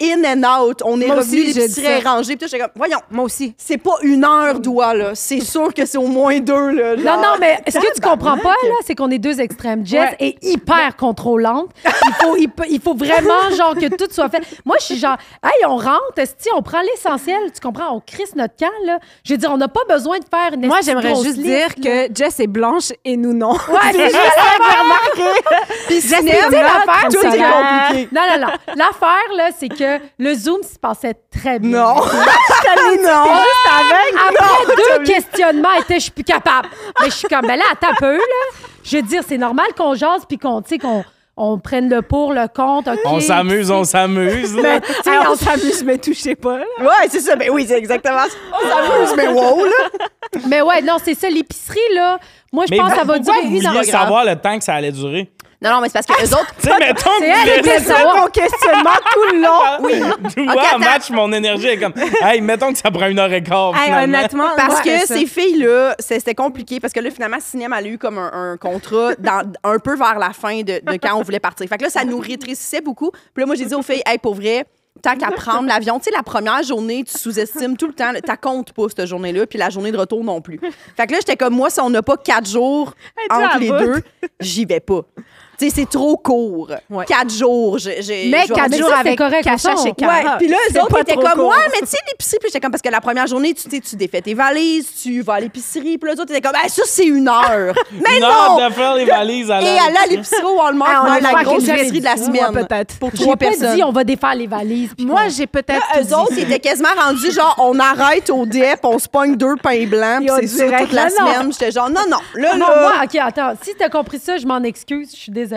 Speaker 2: in and out. On est
Speaker 4: Moi
Speaker 2: revenu,
Speaker 4: aussi, j'ai
Speaker 2: l'épicerie
Speaker 4: dit ça.
Speaker 2: est rangée. Puis là, j'étais comme, voyons,
Speaker 4: Moi aussi.
Speaker 2: c'est pas une heure doigt, là. C'est sûr que c'est au moins deux, là. genre.
Speaker 3: Non, non, mais ce que tu comprends pas, là, c'est qu'on est deux extrêmes. Jess
Speaker 4: Ouais.
Speaker 3: est hyper contrôlante. Il faut, il, peut- il faut vraiment, genre, que tout soit fait. Moi, je suis genre, hey, on rentre, esti, on prend l'essentiel, tu comprends, on crisse notre camp, là. Je veux dire, on n'a pas besoin de faire une
Speaker 4: Moi,
Speaker 3: esti
Speaker 4: j'aimerais
Speaker 3: grosse
Speaker 4: juste
Speaker 3: liste,
Speaker 4: dire
Speaker 3: là.
Speaker 4: que Jess est blanche et nous non.
Speaker 3: Ouais, c'est juste
Speaker 2: Puis
Speaker 4: J'essaie
Speaker 2: Sinem,
Speaker 4: de la
Speaker 3: l'affaire,
Speaker 2: tout
Speaker 3: c'est
Speaker 2: est
Speaker 3: que-
Speaker 2: compliqué.
Speaker 3: Non, non, non. L'affaire, là, c'est que le Zoom se passait très bien.
Speaker 2: Non. non.
Speaker 3: Après deux questionnements, elle était, je suis plus capable. Mais je suis comme, ben là, attends un peu, là. Je veux dire, c'est normal qu'on jase puis qu'on, tu sais, qu'on on prenne le pour, le contre. OK.
Speaker 1: On s'amuse, on s'amuse. là.
Speaker 4: Mais, tu sais, on s'amuse, mais touchez pas. là.
Speaker 2: Ouais, c'est ça. Ben oui, c'est exactement ça. On s'amuse, mais wow, là.
Speaker 3: Mais ouais, non, c'est ça, l'épicerie, là. Moi, je pense que ça va durer
Speaker 1: pourquoi vous
Speaker 3: une heure.
Speaker 1: vouliez savoir le temps que ça allait durer?
Speaker 2: Non, non, mais c'est parce que eux autres.
Speaker 1: Tu sais, mettons que
Speaker 3: C'est elle qui
Speaker 1: vous
Speaker 3: fait
Speaker 1: laissez-
Speaker 3: savoir.
Speaker 4: questionnement tout le long.
Speaker 1: Oui.
Speaker 2: Ok, attends.
Speaker 1: match, mon énergie est comme. Hey, mettons que ça prend une heure et quart.
Speaker 4: Hey,
Speaker 1: finalement.
Speaker 4: honnêtement,
Speaker 2: Parce
Speaker 4: moi, euh,
Speaker 2: que
Speaker 4: ça-
Speaker 2: ces filles-là, c'est- c'était compliqué parce que là, finalement, Sinem, elle a eu comme un, un contrat dans- un peu vers la fin de, de quand on voulait partir. Fait que là, ça nous rétrécissait beaucoup. Puis là, moi, j'ai dit aux filles, hey, pour vrai, tant qu'à prendre l'avion, tu sais, la première journée, tu sous-estimes tout le temps, là, t'as compte pas cette journée-là, puis la journée de retour non plus. Fait que là, j'étais comme moi, si on n'a pas quatre jours
Speaker 4: Hey, tu
Speaker 2: entre
Speaker 4: la
Speaker 2: les
Speaker 4: voûte.
Speaker 2: deux, j'y vais pas. Tu sais, c'est trop court.
Speaker 4: Ouais.
Speaker 2: Quatre jours. je- je-
Speaker 4: Mais
Speaker 2: je vais
Speaker 4: quatre
Speaker 2: en-
Speaker 3: Mais
Speaker 4: jours
Speaker 3: ça, c'est
Speaker 4: avec
Speaker 3: correct,
Speaker 4: Cacha
Speaker 3: mettons.
Speaker 4: chez
Speaker 2: Ouais,
Speaker 4: Cara.
Speaker 2: puis là,
Speaker 4: C'est
Speaker 2: eux autres
Speaker 4: pas
Speaker 2: étaient
Speaker 4: trop
Speaker 2: comme,
Speaker 4: court.
Speaker 2: ouais, mais tu sais, l'épicerie, puis j'étais comme, parce que la première journée, tu, tu sais, tu défais tes valises, tu vas à l'épicerie, puis les autres étaient comme, ah, ça, c'est une heure. mais
Speaker 1: Une
Speaker 2: non!
Speaker 1: heure de faire les valises à
Speaker 2: Et
Speaker 1: la-
Speaker 2: elle a l'épicerie au Walmart,
Speaker 4: Ah, on
Speaker 2: faire
Speaker 4: a
Speaker 2: la
Speaker 4: pas
Speaker 2: grosse
Speaker 4: qu'une
Speaker 2: épicerie de la
Speaker 4: journée,
Speaker 2: semaine.
Speaker 4: moi, peut-être.
Speaker 2: Pour
Speaker 3: J'ai
Speaker 2: trois
Speaker 3: pas
Speaker 2: personnes.
Speaker 3: dit on va défaire les valises. puis
Speaker 4: Moi,
Speaker 3: qu'on-
Speaker 4: j'ai peut-être.
Speaker 2: Là, eux autres, ils étaient quasiment rendus genre, on arrête au DEP, on se pogne deux pains blancs, puis
Speaker 4: Ils ont
Speaker 2: c'est sûr
Speaker 4: direct,
Speaker 2: toute la
Speaker 4: non, non.
Speaker 2: semaine. J'étais genre, non, non, là,
Speaker 3: Ah non,
Speaker 2: là.
Speaker 3: moi, OK, attends. Si t'as compris ça, je m'en excuse. Je suis désolée.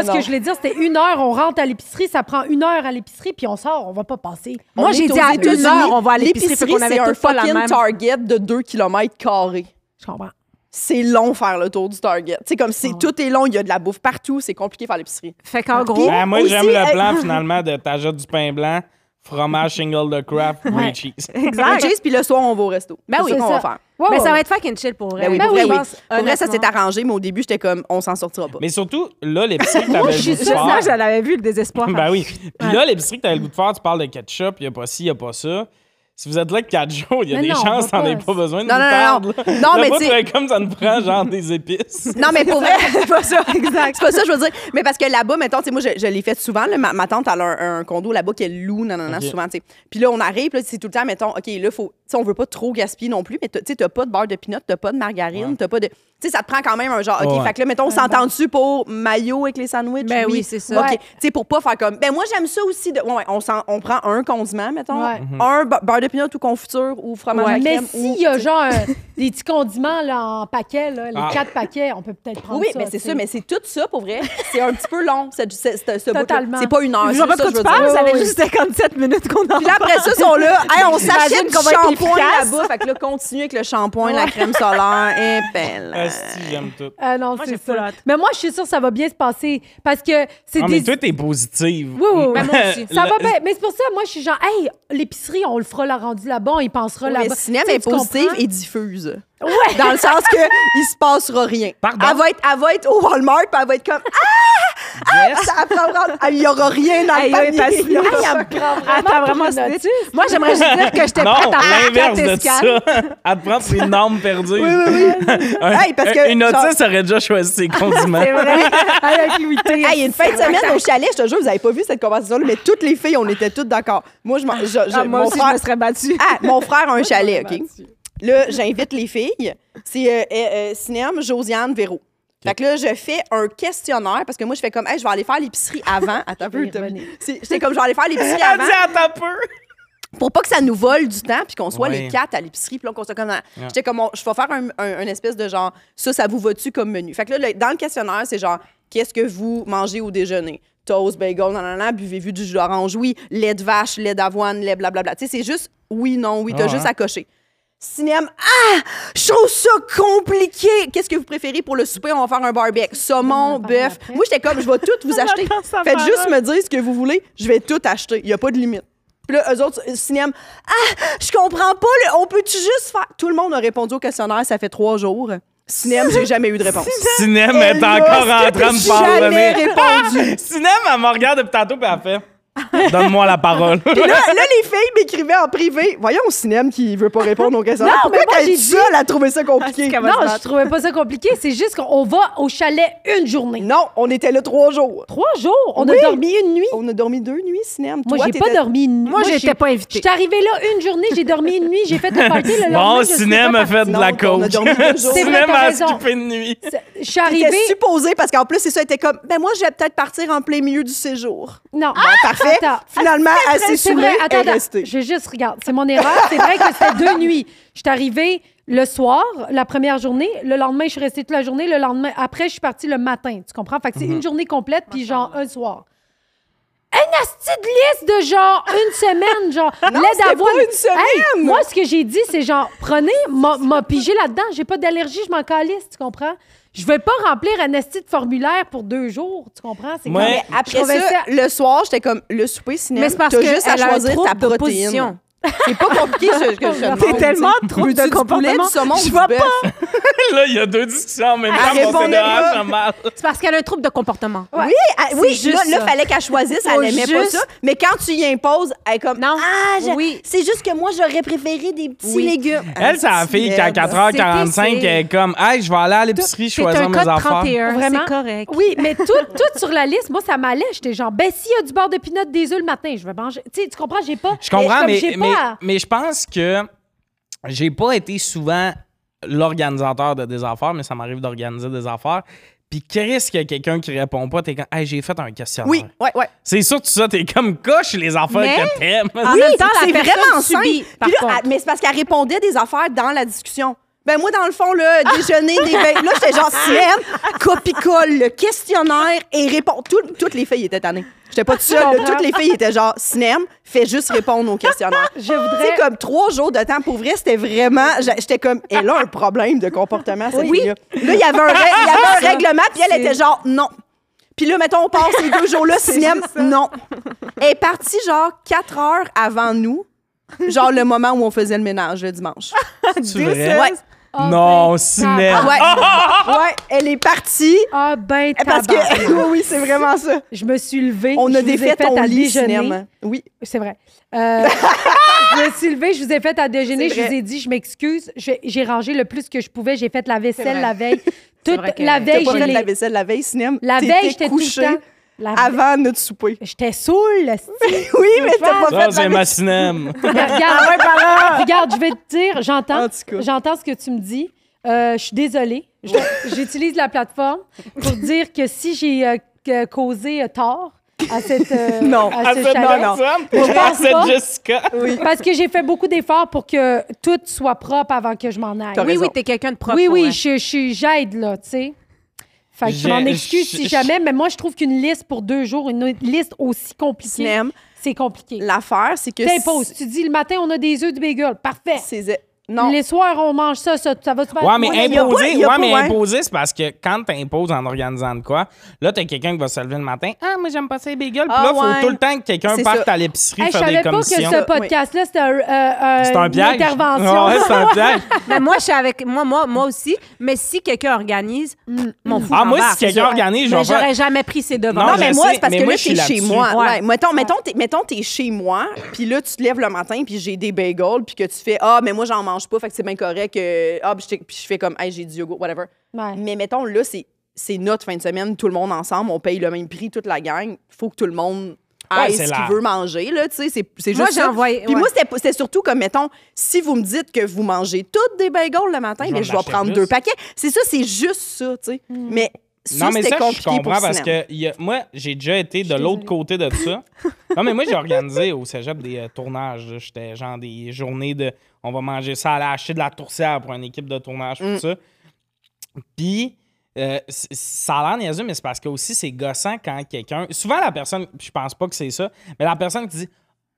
Speaker 2: Non,
Speaker 3: ce que
Speaker 2: non.
Speaker 3: je voulais dire, c'était une heure, on rentre à l'épicerie, ça prend une heure à l'épicerie, puis on sort, on va pas passer.
Speaker 4: Moi,
Speaker 2: on
Speaker 4: j'ai
Speaker 2: est
Speaker 4: dit
Speaker 2: aux
Speaker 4: à
Speaker 2: États-Unis,
Speaker 4: une heure, on va à l'épicerie, fait
Speaker 2: L'épicerie,
Speaker 4: qu'on avait
Speaker 2: c'est un
Speaker 4: tout pas la
Speaker 2: fucking
Speaker 4: même.
Speaker 2: Target de 2 km carrés.
Speaker 3: Je comprends.
Speaker 2: C'est long faire le tour du Target. C'est comme si
Speaker 4: Ah.
Speaker 3: Ouais.
Speaker 2: tout est long, il y a de la bouffe partout, c'est compliqué faire l'épicerie.
Speaker 4: Fait qu'en
Speaker 2: Puis-
Speaker 4: gros,
Speaker 1: Ah, moi,
Speaker 2: aussi,
Speaker 1: j'aime
Speaker 2: euh,
Speaker 1: le plan, finalement, de t'ajoutes du pain blanc, fromage single de craft, green
Speaker 3: Ouais.
Speaker 1: cheese.
Speaker 2: Un
Speaker 4: exact.
Speaker 2: cheese, puis le soir, on va au resto.
Speaker 4: Ben oui,
Speaker 2: c'est ce qu'on
Speaker 3: ça.
Speaker 2: va faire.
Speaker 3: Wow.
Speaker 4: Mais ça va être fucking chill pour vrai.
Speaker 2: oh. Ben oui,
Speaker 3: Ben
Speaker 2: pour vrai,
Speaker 3: oui.
Speaker 2: oui.
Speaker 4: Je pense,
Speaker 2: Pour vrai, ça
Speaker 4: honnêtement.
Speaker 2: s'est arrangé, mais au début, j'étais comme, on s'en sortira pas.
Speaker 1: Mais surtout, là, l'épicerie
Speaker 2: Oh,
Speaker 1: que t'avais
Speaker 3: je suis
Speaker 1: le goût de
Speaker 3: sûre,
Speaker 1: faire-
Speaker 4: Moi, je l'avais vu, le désespoir.
Speaker 1: Ben oui. Puis là, l'épicerie que t'avais le goût de faire, tu parles de ketchup, il a pas ci, il a pas ça. Si vous êtes là que 4 jours, il y a
Speaker 3: Mais
Speaker 1: des
Speaker 3: non, on
Speaker 1: chances
Speaker 3: va
Speaker 1: t'en aies
Speaker 3: pas.
Speaker 1: pas besoin de
Speaker 2: Non, non,
Speaker 1: moutarde,
Speaker 2: non,
Speaker 1: là.
Speaker 2: non. Non,
Speaker 1: Là,
Speaker 2: mais
Speaker 1: moi,
Speaker 2: tu
Speaker 1: tu
Speaker 2: sais-
Speaker 1: fais comme ça nous prend genre des épices.
Speaker 2: Non, mais pour vrai, c'est pas ça, exact. C'est pas ça, je veux dire. Mais parce que là-bas, mettons, tu sais, moi, je, je l'ai fait souvent. là, ma, ma tante, elle a un, un condo là-bas qu'elle loue, non, non, non,
Speaker 1: Ok.
Speaker 2: souvent, tu sais. Puis là, on arrive, puis là, c'est tout le temps, mettons, OK, là, faut, tu sais, on veut pas trop gaspiller non plus, mais t'as- tu sais, t'as pas de beurre de pinot, t'as pas de margarine,
Speaker 1: Ouais.
Speaker 2: t'as pas de. Tu sais, ça te prend quand même un genre, OK,
Speaker 1: Ouais.
Speaker 2: fait que là, mettons, on s'entend-tu pour mayo avec les sandwichs?
Speaker 4: Ben oui, c'est ça.
Speaker 2: OK.
Speaker 4: Ouais.
Speaker 2: Tu sais, pour pas faire comme. Ben moi, j'aime ça aussi. De... Ouais, ouais, on, s'en- on prend un condiment, mettons,
Speaker 3: Ouais.
Speaker 1: Mhm.
Speaker 2: un be- beurre de pinot ou confiture ou fromage à
Speaker 3: mais
Speaker 2: crème ou-
Speaker 3: s'il y a genre un- des petits condiments là, en paquet, là, les
Speaker 1: Ah.
Speaker 3: quatre paquets, on peut peut-être prendre
Speaker 2: Oui,
Speaker 3: ça.
Speaker 2: mais c'est
Speaker 3: tu sais.
Speaker 2: ça, mais c'est tout ça pour vrai. C'est un petit peu long, cette- ce, ce, ce bout-là.
Speaker 3: Totalement.
Speaker 2: C'est pas une heure.
Speaker 4: Je
Speaker 2: c'est
Speaker 4: vois pas de
Speaker 2: ça
Speaker 4: quoi
Speaker 2: que je
Speaker 4: tu
Speaker 2: veux dire.
Speaker 4: parles, Ah, ça
Speaker 3: Oui, oui.
Speaker 4: avait juste 57 minutes qu'on en
Speaker 2: Puis là, après ça, ils sont là. Hey, on s'achète
Speaker 4: J'imagine
Speaker 2: du
Speaker 4: qu'on va être
Speaker 2: shampoing
Speaker 4: efficace.
Speaker 2: là-bas. Fait que là, continue avec le shampoing, la crème solaire. Et belle.
Speaker 1: Ah, si, j'aime tout.
Speaker 3: Ah non,
Speaker 4: Moi,
Speaker 3: c'est
Speaker 4: j'ai
Speaker 3: ça.
Speaker 4: full hâte.
Speaker 3: Mais moi, je suis sûre que ça va bien se passer parce que c'est
Speaker 1: Ah,
Speaker 3: des...
Speaker 1: mais toi, t'es positive.
Speaker 3: Oui, oui, oui.
Speaker 4: Ben, moi aussi.
Speaker 3: Ça
Speaker 1: Le-
Speaker 3: va bien. Mais c'est pour ça, moi, je suis genre, hey, l'épicerie, on le fera la rendu là-bas, on y pensera
Speaker 2: Le
Speaker 3: là-bas.
Speaker 2: cinéma
Speaker 3: Tu sais,
Speaker 2: est
Speaker 3: tu
Speaker 2: positive
Speaker 3: comprends?
Speaker 2: et diffuse. Dans le sens que il se passera rien.
Speaker 1: Pardon?
Speaker 2: Elle va être, elle va être au Walmart, puis elle va être comme
Speaker 1: Yes.
Speaker 2: ah, ça prendra- Ah, il y aura rien dans
Speaker 4: Hey,
Speaker 2: le
Speaker 4: là, elle est
Speaker 2: panier.
Speaker 4: fascinée.
Speaker 2: Ah, il y a-
Speaker 4: Attends, vraiment,
Speaker 3: pris une
Speaker 4: c'est- Moi, j'aimerais juste dire que j'étais
Speaker 1: Non,
Speaker 4: prête à
Speaker 1: l'inverse
Speaker 4: arrêter
Speaker 1: de
Speaker 4: tes scans.
Speaker 1: ça. À te prendre ses normes perdues.
Speaker 2: Oui, oui, oui.
Speaker 1: Un-
Speaker 2: Hey, parce que,
Speaker 1: une autiste
Speaker 2: genre-
Speaker 1: aurait déjà choisi ses condiments.
Speaker 4: C'est vrai. Avec Louis T.
Speaker 2: Hey, une fin de semaine au chalet, je te jure, vous avez pas vu cette conversation-là, mais toutes les filles, on était toutes d'accord. Moi, je, m'en- je, je-
Speaker 4: Ah, Moi
Speaker 2: mon
Speaker 4: aussi,
Speaker 2: frère-
Speaker 4: je me serais battue.
Speaker 2: Ah, mon frère a un chalet, OK? Là, j'invite les filles. C'est euh, euh, euh, Sinem, Josiane, Véro. Fait que là, je fais un questionnaire parce que moi, je fais comme, hey, je vais aller faire l'épicerie avant. Attends un peu,
Speaker 3: y
Speaker 2: t'as-
Speaker 3: revenir.
Speaker 2: C'est- J'étais comme, je vais aller faire l'épicerie
Speaker 4: Ah,
Speaker 1: Elle
Speaker 2: avant
Speaker 1: dit à peu.
Speaker 2: pour pas que ça nous vole du temps puis qu'on soit
Speaker 1: Ouais.
Speaker 2: les quatre à l'épicerie puis là, qu'on soit comme dans- j'étais comme on- je vais faire un, un- un espèce de genre ça ça vous va-tu comme menu fait que là le- dans le questionnaire c'est genre qu'est-ce que vous mangez au déjeuner toast bagel nanana buvez-vous du jus d'orange oui lait de vache lait d'avoine lait blablabla tu sais c'est juste oui non oui t'as
Speaker 1: Ah,
Speaker 2: juste
Speaker 1: ouais.
Speaker 2: à cocher Cinéma, ah, je trouve ça compliqué. Qu'est-ce que vous préférez pour le souper? On va faire un barbecue. Saumon,
Speaker 3: On en parle
Speaker 2: bœuf.
Speaker 3: après.
Speaker 2: Moi, j'étais comme, je vais tout vous acheter.
Speaker 4: attend sa
Speaker 2: Faites juste
Speaker 4: parole.
Speaker 2: me dire ce que vous voulez, je vais tout acheter. Il n'y a pas de limite. Puis là, eux autres, euh, cinéma, ah, je comprends pas, le- on peut-tu juste faire. Tout le monde a répondu au questionnaire, ça fait trois jours. Cinéma, j'ai jamais eu de réponse.
Speaker 1: Sinem est
Speaker 2: Emma,
Speaker 1: encore en
Speaker 2: est-ce que
Speaker 1: train de
Speaker 2: t'as jamais
Speaker 1: parler. Sinem, elle me regarde depuis tantôt et elle fait Donne-moi la parole.
Speaker 2: Puis là, là, les filles m'écrivaient en privé. Voyons, cinéma qui veut pas répondre aux questionnaires.
Speaker 3: Non,
Speaker 2: Pourquoi
Speaker 3: mais moi,
Speaker 2: t'as
Speaker 3: j'ai
Speaker 2: dit
Speaker 3: dit-
Speaker 2: seule à trouver ça compliqué?
Speaker 4: Ah, c'est
Speaker 3: Non,
Speaker 4: se
Speaker 3: je trouvais pas ça compliqué. C'est juste qu'on va au chalet une journée.
Speaker 2: Non, on était là trois jours.
Speaker 3: Trois jours. On
Speaker 2: Oui.
Speaker 3: a dormi une nuit.
Speaker 2: On a dormi deux nuits, cinéma.
Speaker 3: Moi,
Speaker 2: Toi,
Speaker 3: j'ai pas
Speaker 2: t'étais-
Speaker 3: dormi une nuit.
Speaker 4: Moi, j'étais
Speaker 3: j'ai-
Speaker 4: pas invitée.
Speaker 3: J'étais arrivée là une journée, j'ai dormi une nuit, j'ai fait le party le lendemain.
Speaker 1: Bon,
Speaker 3: je suis
Speaker 1: Sinem
Speaker 3: pas
Speaker 1: a fait de
Speaker 2: Non,
Speaker 1: la
Speaker 2: on a
Speaker 1: coke.
Speaker 2: dormi deux jours.
Speaker 3: C'est vrai,
Speaker 1: Sinem
Speaker 3: t'as
Speaker 1: a
Speaker 3: raison.
Speaker 1: skippé une nuit.
Speaker 3: partie. Je suis
Speaker 2: J'étais
Speaker 3: arrivée.
Speaker 2: supposée, parce qu'en plus, c'est ça, elle était comme, ben moi, je vais peut-être partir en plein milieu du séjour.
Speaker 3: Non.
Speaker 2: Bon, Ah, parfait.
Speaker 3: Ah, Attends.
Speaker 2: Finalement, elle s'est
Speaker 3: C'est
Speaker 2: saoulée
Speaker 3: vrai,
Speaker 2: et
Speaker 3: attends,
Speaker 2: est
Speaker 3: attends.
Speaker 2: restée.
Speaker 3: Je juste regarde. C'est mon erreur. C'est vrai que c'était deux nuits. Je suis arrivée le soir, la première journée. Le lendemain, je suis restée toute la journée. Le lendemain, après, je suis partie le matin. Tu comprends? Fait que
Speaker 2: Mhm.
Speaker 3: c'est une journée complète, puis genre un soir. Une astuce de liste de genre une semaine, genre lait
Speaker 2: c'était
Speaker 3: d'avoine.
Speaker 2: pas une semaine!
Speaker 3: Hey, moi, ce que j'ai dit, c'est genre, prenez, m'a m'a pigé là-dedans. J'ai pas d'allergie, je m'en calisse, tu comprends? Je vais pas remplir un asti de formulaire pour deux jours, tu comprends? C'est
Speaker 1: Ouais.
Speaker 3: comme- je
Speaker 2: Après ça,
Speaker 3: trouvais ça-
Speaker 2: le soir, j'étais comme le souper cinéma.
Speaker 4: Mais c'est parce
Speaker 2: t'as
Speaker 4: que
Speaker 2: juste à
Speaker 4: elle a un
Speaker 2: choisir
Speaker 4: trouble
Speaker 2: ta
Speaker 4: de
Speaker 2: protéine.
Speaker 4: position.
Speaker 2: C'est pas compliqué ce que je te demande,
Speaker 4: T'es tellement
Speaker 2: tu sais.
Speaker 4: trop
Speaker 2: Veux-tu
Speaker 4: de
Speaker 2: du poulet,
Speaker 4: comportement.
Speaker 2: du saumon,
Speaker 4: Je
Speaker 2: du
Speaker 4: vois
Speaker 2: bœuf?
Speaker 4: pas.
Speaker 1: Là, il y a deux discussions en même temps.
Speaker 2: Elle
Speaker 1: Mon
Speaker 2: répondait
Speaker 1: CDAH
Speaker 2: pas.
Speaker 1: a mal.
Speaker 4: C'est parce qu'elle a un trouble de comportement.
Speaker 3: Ouais.
Speaker 2: Oui, elle- oui
Speaker 4: C'est juste
Speaker 2: là,
Speaker 4: ça.
Speaker 2: là, fallait qu'elle choisisse,
Speaker 4: Faut
Speaker 2: elle aimait pas
Speaker 4: juste-
Speaker 2: ça. Mais quand tu y imposes, elle est comme
Speaker 4: Non.
Speaker 2: Ah, je-
Speaker 4: Oui.
Speaker 2: c'est juste que moi, j'aurais préféré des petits
Speaker 4: Oui.
Speaker 2: légumes.
Speaker 1: Elle, c'est la fille qui, à
Speaker 4: C'est
Speaker 1: 4h45,
Speaker 4: qui, c'est-
Speaker 1: elle est comme Hey, je vais aller à l'épicerie
Speaker 4: C'est
Speaker 1: choisir
Speaker 4: un
Speaker 1: mes
Speaker 4: code
Speaker 1: affaires.
Speaker 4: 31,
Speaker 3: Vraiment.
Speaker 4: c'est correct.
Speaker 3: Oui, mais tout, tout sur la liste, moi, ça m'allait. J'étais genre, ben, s'il y a du beurre de pinot, des œufs le matin, je vais manger. Tu sais, tu comprends, j'ai pas.
Speaker 1: Je comprends,
Speaker 3: comme
Speaker 1: mais,
Speaker 3: j'ai
Speaker 1: mais,
Speaker 3: pas-
Speaker 1: mais je pense que j'ai pas été souvent l'organisateur de des affaires, mais ça m'arrive d'organiser des affaires. Puis qu'est-ce qu'il y a quelqu'un qui répond pas, t'es comme Hey, j'ai fait un questionnaire.
Speaker 2: Oui, ouais, ouais.
Speaker 1: C'est sûr que ça, t'es comme coche les affaires
Speaker 4: Mais-
Speaker 1: que t'aimes.
Speaker 4: En
Speaker 2: oui,
Speaker 4: même temps, la
Speaker 2: c'est
Speaker 4: personne
Speaker 2: vraiment
Speaker 4: subit,
Speaker 2: simple.
Speaker 4: par
Speaker 2: Puis là,
Speaker 4: contre.
Speaker 2: elle- mais c'est parce qu'elle répondait des affaires dans la discussion. Ben moi, dans le fond, là, déjeuner, des Là, j'étais genre, Sylène, copie-colle, le questionnaire et répond. Tout- toutes les filles étaient tannées. J'étais pas toute seule. là. toutes les filles étaient genre, Sinem, fais juste répondre au questionnaire.
Speaker 3: Je voudrais-
Speaker 2: Tu sais, comme trois jours de temps pour vrai, c'était vraiment... j'a- J'étais comme, elle a un problème de comportement, cette
Speaker 4: Oui.
Speaker 2: fille-là. Là, il y avait un, rè- il y avait
Speaker 4: Ça,
Speaker 2: un règlement, puis elle
Speaker 4: c'est-
Speaker 2: était genre, non. Puis là, mettons, on part ces deux jours-là, cinéma, non. Elle est partie genre quatre heures avant nous, genre le moment où on faisait le ménage le dimanche.
Speaker 1: tu vrai?
Speaker 2: Ouais,
Speaker 3: Ah,
Speaker 1: Non,
Speaker 3: ben,
Speaker 1: ciné.
Speaker 3: tabarnak.
Speaker 2: Ah ouais. ouais, elle est partie
Speaker 3: Ah, ben,
Speaker 2: Eh, parce que...
Speaker 3: tabarnak.
Speaker 2: oui, oui, c'est vraiment ça.
Speaker 3: Je me suis levée.
Speaker 2: On
Speaker 3: je
Speaker 2: a
Speaker 3: vous ai
Speaker 2: défait
Speaker 3: fait
Speaker 2: ton
Speaker 3: à
Speaker 2: lit,
Speaker 3: déjeuner.
Speaker 2: cinéma. Oui.
Speaker 3: C'est vrai. Euh, je me suis levée, je vous ai fait à déjeuner,
Speaker 2: C'est
Speaker 3: je vous
Speaker 2: vrai.
Speaker 3: ai dit, je m'excuse, j'ai j'ai rangé le plus que je pouvais, j'ai fait la
Speaker 4: C'est
Speaker 3: vaisselle
Speaker 4: vrai.
Speaker 3: la veille.
Speaker 4: C'est
Speaker 3: Toute
Speaker 4: vrai que
Speaker 3: la
Speaker 4: t'as
Speaker 2: T'as
Speaker 3: veille,
Speaker 2: pas
Speaker 3: j'ai
Speaker 2: fait de
Speaker 3: les-
Speaker 2: la vaisselle la veille, cinéma.
Speaker 3: la veille, j'étais tout
Speaker 2: couché
Speaker 3: le temps. La
Speaker 2: avant notre souper.
Speaker 3: J'étais saoule, le style.
Speaker 2: Oui, mais t'as pas
Speaker 1: Ça,
Speaker 2: fait
Speaker 1: c'est
Speaker 2: de la
Speaker 1: ma cinéma.
Speaker 3: Mais
Speaker 2: Ah,
Speaker 3: regarde, regarde, je vais te dire, j'entends,
Speaker 2: En tout cas.
Speaker 3: j'entends ce que tu me dis. Euh, je suis désolée. Je- J'utilise la plateforme pour dire que si j'ai euh, que- causé euh, tort à cette euh,
Speaker 2: Non,
Speaker 3: à ce
Speaker 1: Elle fait
Speaker 3: chalet,
Speaker 1: dans ça,
Speaker 3: Je
Speaker 1: je
Speaker 3: pense
Speaker 1: pense
Speaker 3: pas.
Speaker 1: à Jessica.
Speaker 3: parce que j'ai fait beaucoup d'efforts pour que tout soit propre avant que je m'en aille.
Speaker 2: T'as
Speaker 4: Oui,
Speaker 2: raison.
Speaker 4: oui, t'es quelqu'un de propre.
Speaker 3: Oui, oui,
Speaker 4: ouais.
Speaker 3: je, je- j'aide, là, tu sais. Fait que je
Speaker 1: J'ai-
Speaker 3: m'en excuse si
Speaker 1: je-
Speaker 3: jamais, mais moi, je trouve qu'une liste pour deux jours, une autre liste aussi compliquée,
Speaker 2: cinéma.
Speaker 3: c'est compliqué.
Speaker 2: L'affaire, c'est que...
Speaker 3: T'imposes. Tu dis, le matin, on a des œufs du bagel. Parfait.
Speaker 2: C'est... Non.
Speaker 3: Les soirs, on mange ça, ça, ça va se faire.
Speaker 1: Ouais, mais
Speaker 2: y a pas-
Speaker 1: imposer,
Speaker 2: il y a
Speaker 1: ouais,
Speaker 2: pas,
Speaker 1: mais
Speaker 2: ouais.
Speaker 1: imposer, c'est parce que quand t'imposes en organisant de quoi, là, t'as quelqu'un qui va se lever le matin. Ah, moi, j'aime pas ces bagels. Puis
Speaker 2: Ah,
Speaker 1: là,
Speaker 2: ouais.
Speaker 1: faut tout le temps que quelqu'un
Speaker 2: C'est
Speaker 1: parte
Speaker 2: ça.
Speaker 1: à l'épicerie
Speaker 3: Hey, je
Speaker 1: faire
Speaker 3: savais
Speaker 1: des
Speaker 3: pas que
Speaker 1: commissions.
Speaker 3: ce podcast-là, c'était un, euh, euh,
Speaker 1: C'est un
Speaker 3: une
Speaker 1: piège.
Speaker 3: intervention.
Speaker 1: Ouais, c'est un piège.
Speaker 4: Mais moi, je suis avec moi, moi, moi aussi. Mais si quelqu'un organise, mon fou.
Speaker 1: Ah, moi,
Speaker 4: j'embarque.
Speaker 1: si quelqu'un organise, je
Speaker 4: Mais
Speaker 1: vais faire-
Speaker 4: j'aurais jamais pris Ah, ses devants.
Speaker 1: Non,
Speaker 2: Non,
Speaker 1: je
Speaker 2: mais moi,
Speaker 1: sais,
Speaker 2: c'est parce
Speaker 1: mais
Speaker 2: que
Speaker 1: moi,
Speaker 2: là,
Speaker 1: je
Speaker 2: t'es
Speaker 1: suis
Speaker 2: chez
Speaker 1: là-dessus.
Speaker 2: moi.
Speaker 4: Ouais.
Speaker 2: Ouais. Mettons, mettons, t'es, mettons, t'es chez moi, puis là, tu te lèves le matin, puis j'ai des bagels, puis que tu fais Ah, mais moi, j'en mange pas, fait que c'est bien correct. que ah, puis je, t'ai- puis je fais comme Hey, j'ai du yogourt, whatever.
Speaker 3: Ouais.
Speaker 2: Mais mettons, là, c'est, c'est notre fin de semaine, tout le monde ensemble, on paye le même prix, toute la gang. Faut que tout le monde
Speaker 1: Ouais,
Speaker 2: aille
Speaker 1: c'est
Speaker 2: ce
Speaker 1: la-
Speaker 2: qu'il veut manger, là, tu sais. C'est, c'est juste.
Speaker 4: Moi,
Speaker 2: ça.
Speaker 4: j'ai envoyé-
Speaker 2: Puis
Speaker 4: ouais.
Speaker 2: moi, c'était, pas- c'était surtout comme, mettons, si vous me dites que vous mangez toutes des bagels le matin,
Speaker 1: Je
Speaker 2: mais
Speaker 1: vais
Speaker 2: je
Speaker 1: en
Speaker 2: vais
Speaker 1: acheter
Speaker 2: prendre
Speaker 1: plus.
Speaker 2: deux paquets. C'est ça, c'est juste ça, tu sais. Mais. Ça,
Speaker 1: Mm. Non, mais
Speaker 2: c'était
Speaker 1: ça, je
Speaker 2: compliqué pour
Speaker 1: comprends parce
Speaker 2: Sinem.
Speaker 1: que il y a- moi, j'ai déjà été de
Speaker 3: suis
Speaker 1: l'autre côté de ça. non, mais moi, j'ai organisé au cégep des euh, tournages. là. J'étais genre des journées de on va manger ça, aller acheter de la tourcière pour une équipe de tournage,
Speaker 2: Mm.
Speaker 1: tout ça. Puis, euh, c- ça a l'air niaiseux, mais c'est parce que aussi, c'est gossant quand quelqu'un. Souvent, la personne, je pense pas que c'est ça, mais la personne qui dit.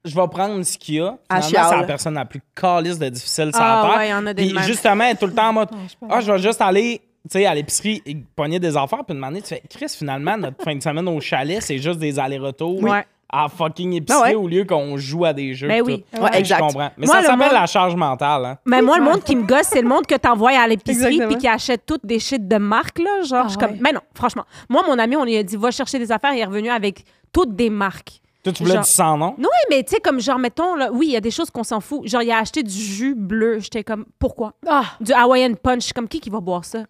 Speaker 1: Je vais prendre ce qu'il y a.
Speaker 2: Elle
Speaker 1: Finalement, c'est la
Speaker 2: chiale.
Speaker 1: personne la plus caliste de difficile sur
Speaker 4: Ah,
Speaker 1: la terre.
Speaker 4: ouais, il y en a des
Speaker 1: Puis
Speaker 4: de même.
Speaker 1: justement, elle est tout le temps en mode
Speaker 3: je peux
Speaker 1: Ah, je vais juste aller tu sais, à l'épicerie et pogner des affaires. Puis demander Tu fais Chris, finalement, notre fin de semaine au chalet, c'est juste des allers-retours
Speaker 4: Oui. Ouais.
Speaker 1: à fucking épicerie
Speaker 2: Ah ouais.
Speaker 1: au lieu qu'on joue à des jeux.
Speaker 4: Ben
Speaker 1: pis
Speaker 4: oui.
Speaker 1: tout.
Speaker 2: Ouais,
Speaker 1: Fait que
Speaker 2: exact.
Speaker 1: Je comprends. Mais
Speaker 4: Moi,
Speaker 1: ça
Speaker 4: le
Speaker 1: s'appelle
Speaker 4: monde-
Speaker 1: la charge mentale. Hein.
Speaker 4: Mais moi, le monde qui me gosse, c'est le monde que t'envoies à l'épicerie
Speaker 2: Exactement.
Speaker 4: puis qui achète toutes des shit de marque, là. Genre,
Speaker 3: Ah
Speaker 4: je suis comme.
Speaker 3: ouais.
Speaker 4: Mais non, franchement. Moi, mon ami, on lui a dit, va chercher des affaires. Il est revenu avec toutes des marques.
Speaker 1: Toi, tu voulais
Speaker 4: Genre-
Speaker 1: du sans nom.
Speaker 4: Non, mais tu sais, comme genre, mettons, là, oui, il y a des choses qu'on s'en fout. Genre, il a acheté du jus bleu. J'étais comme, pourquoi?
Speaker 3: Ah,
Speaker 4: Du Hawaiian Punch. Comme qui qui va boire ça?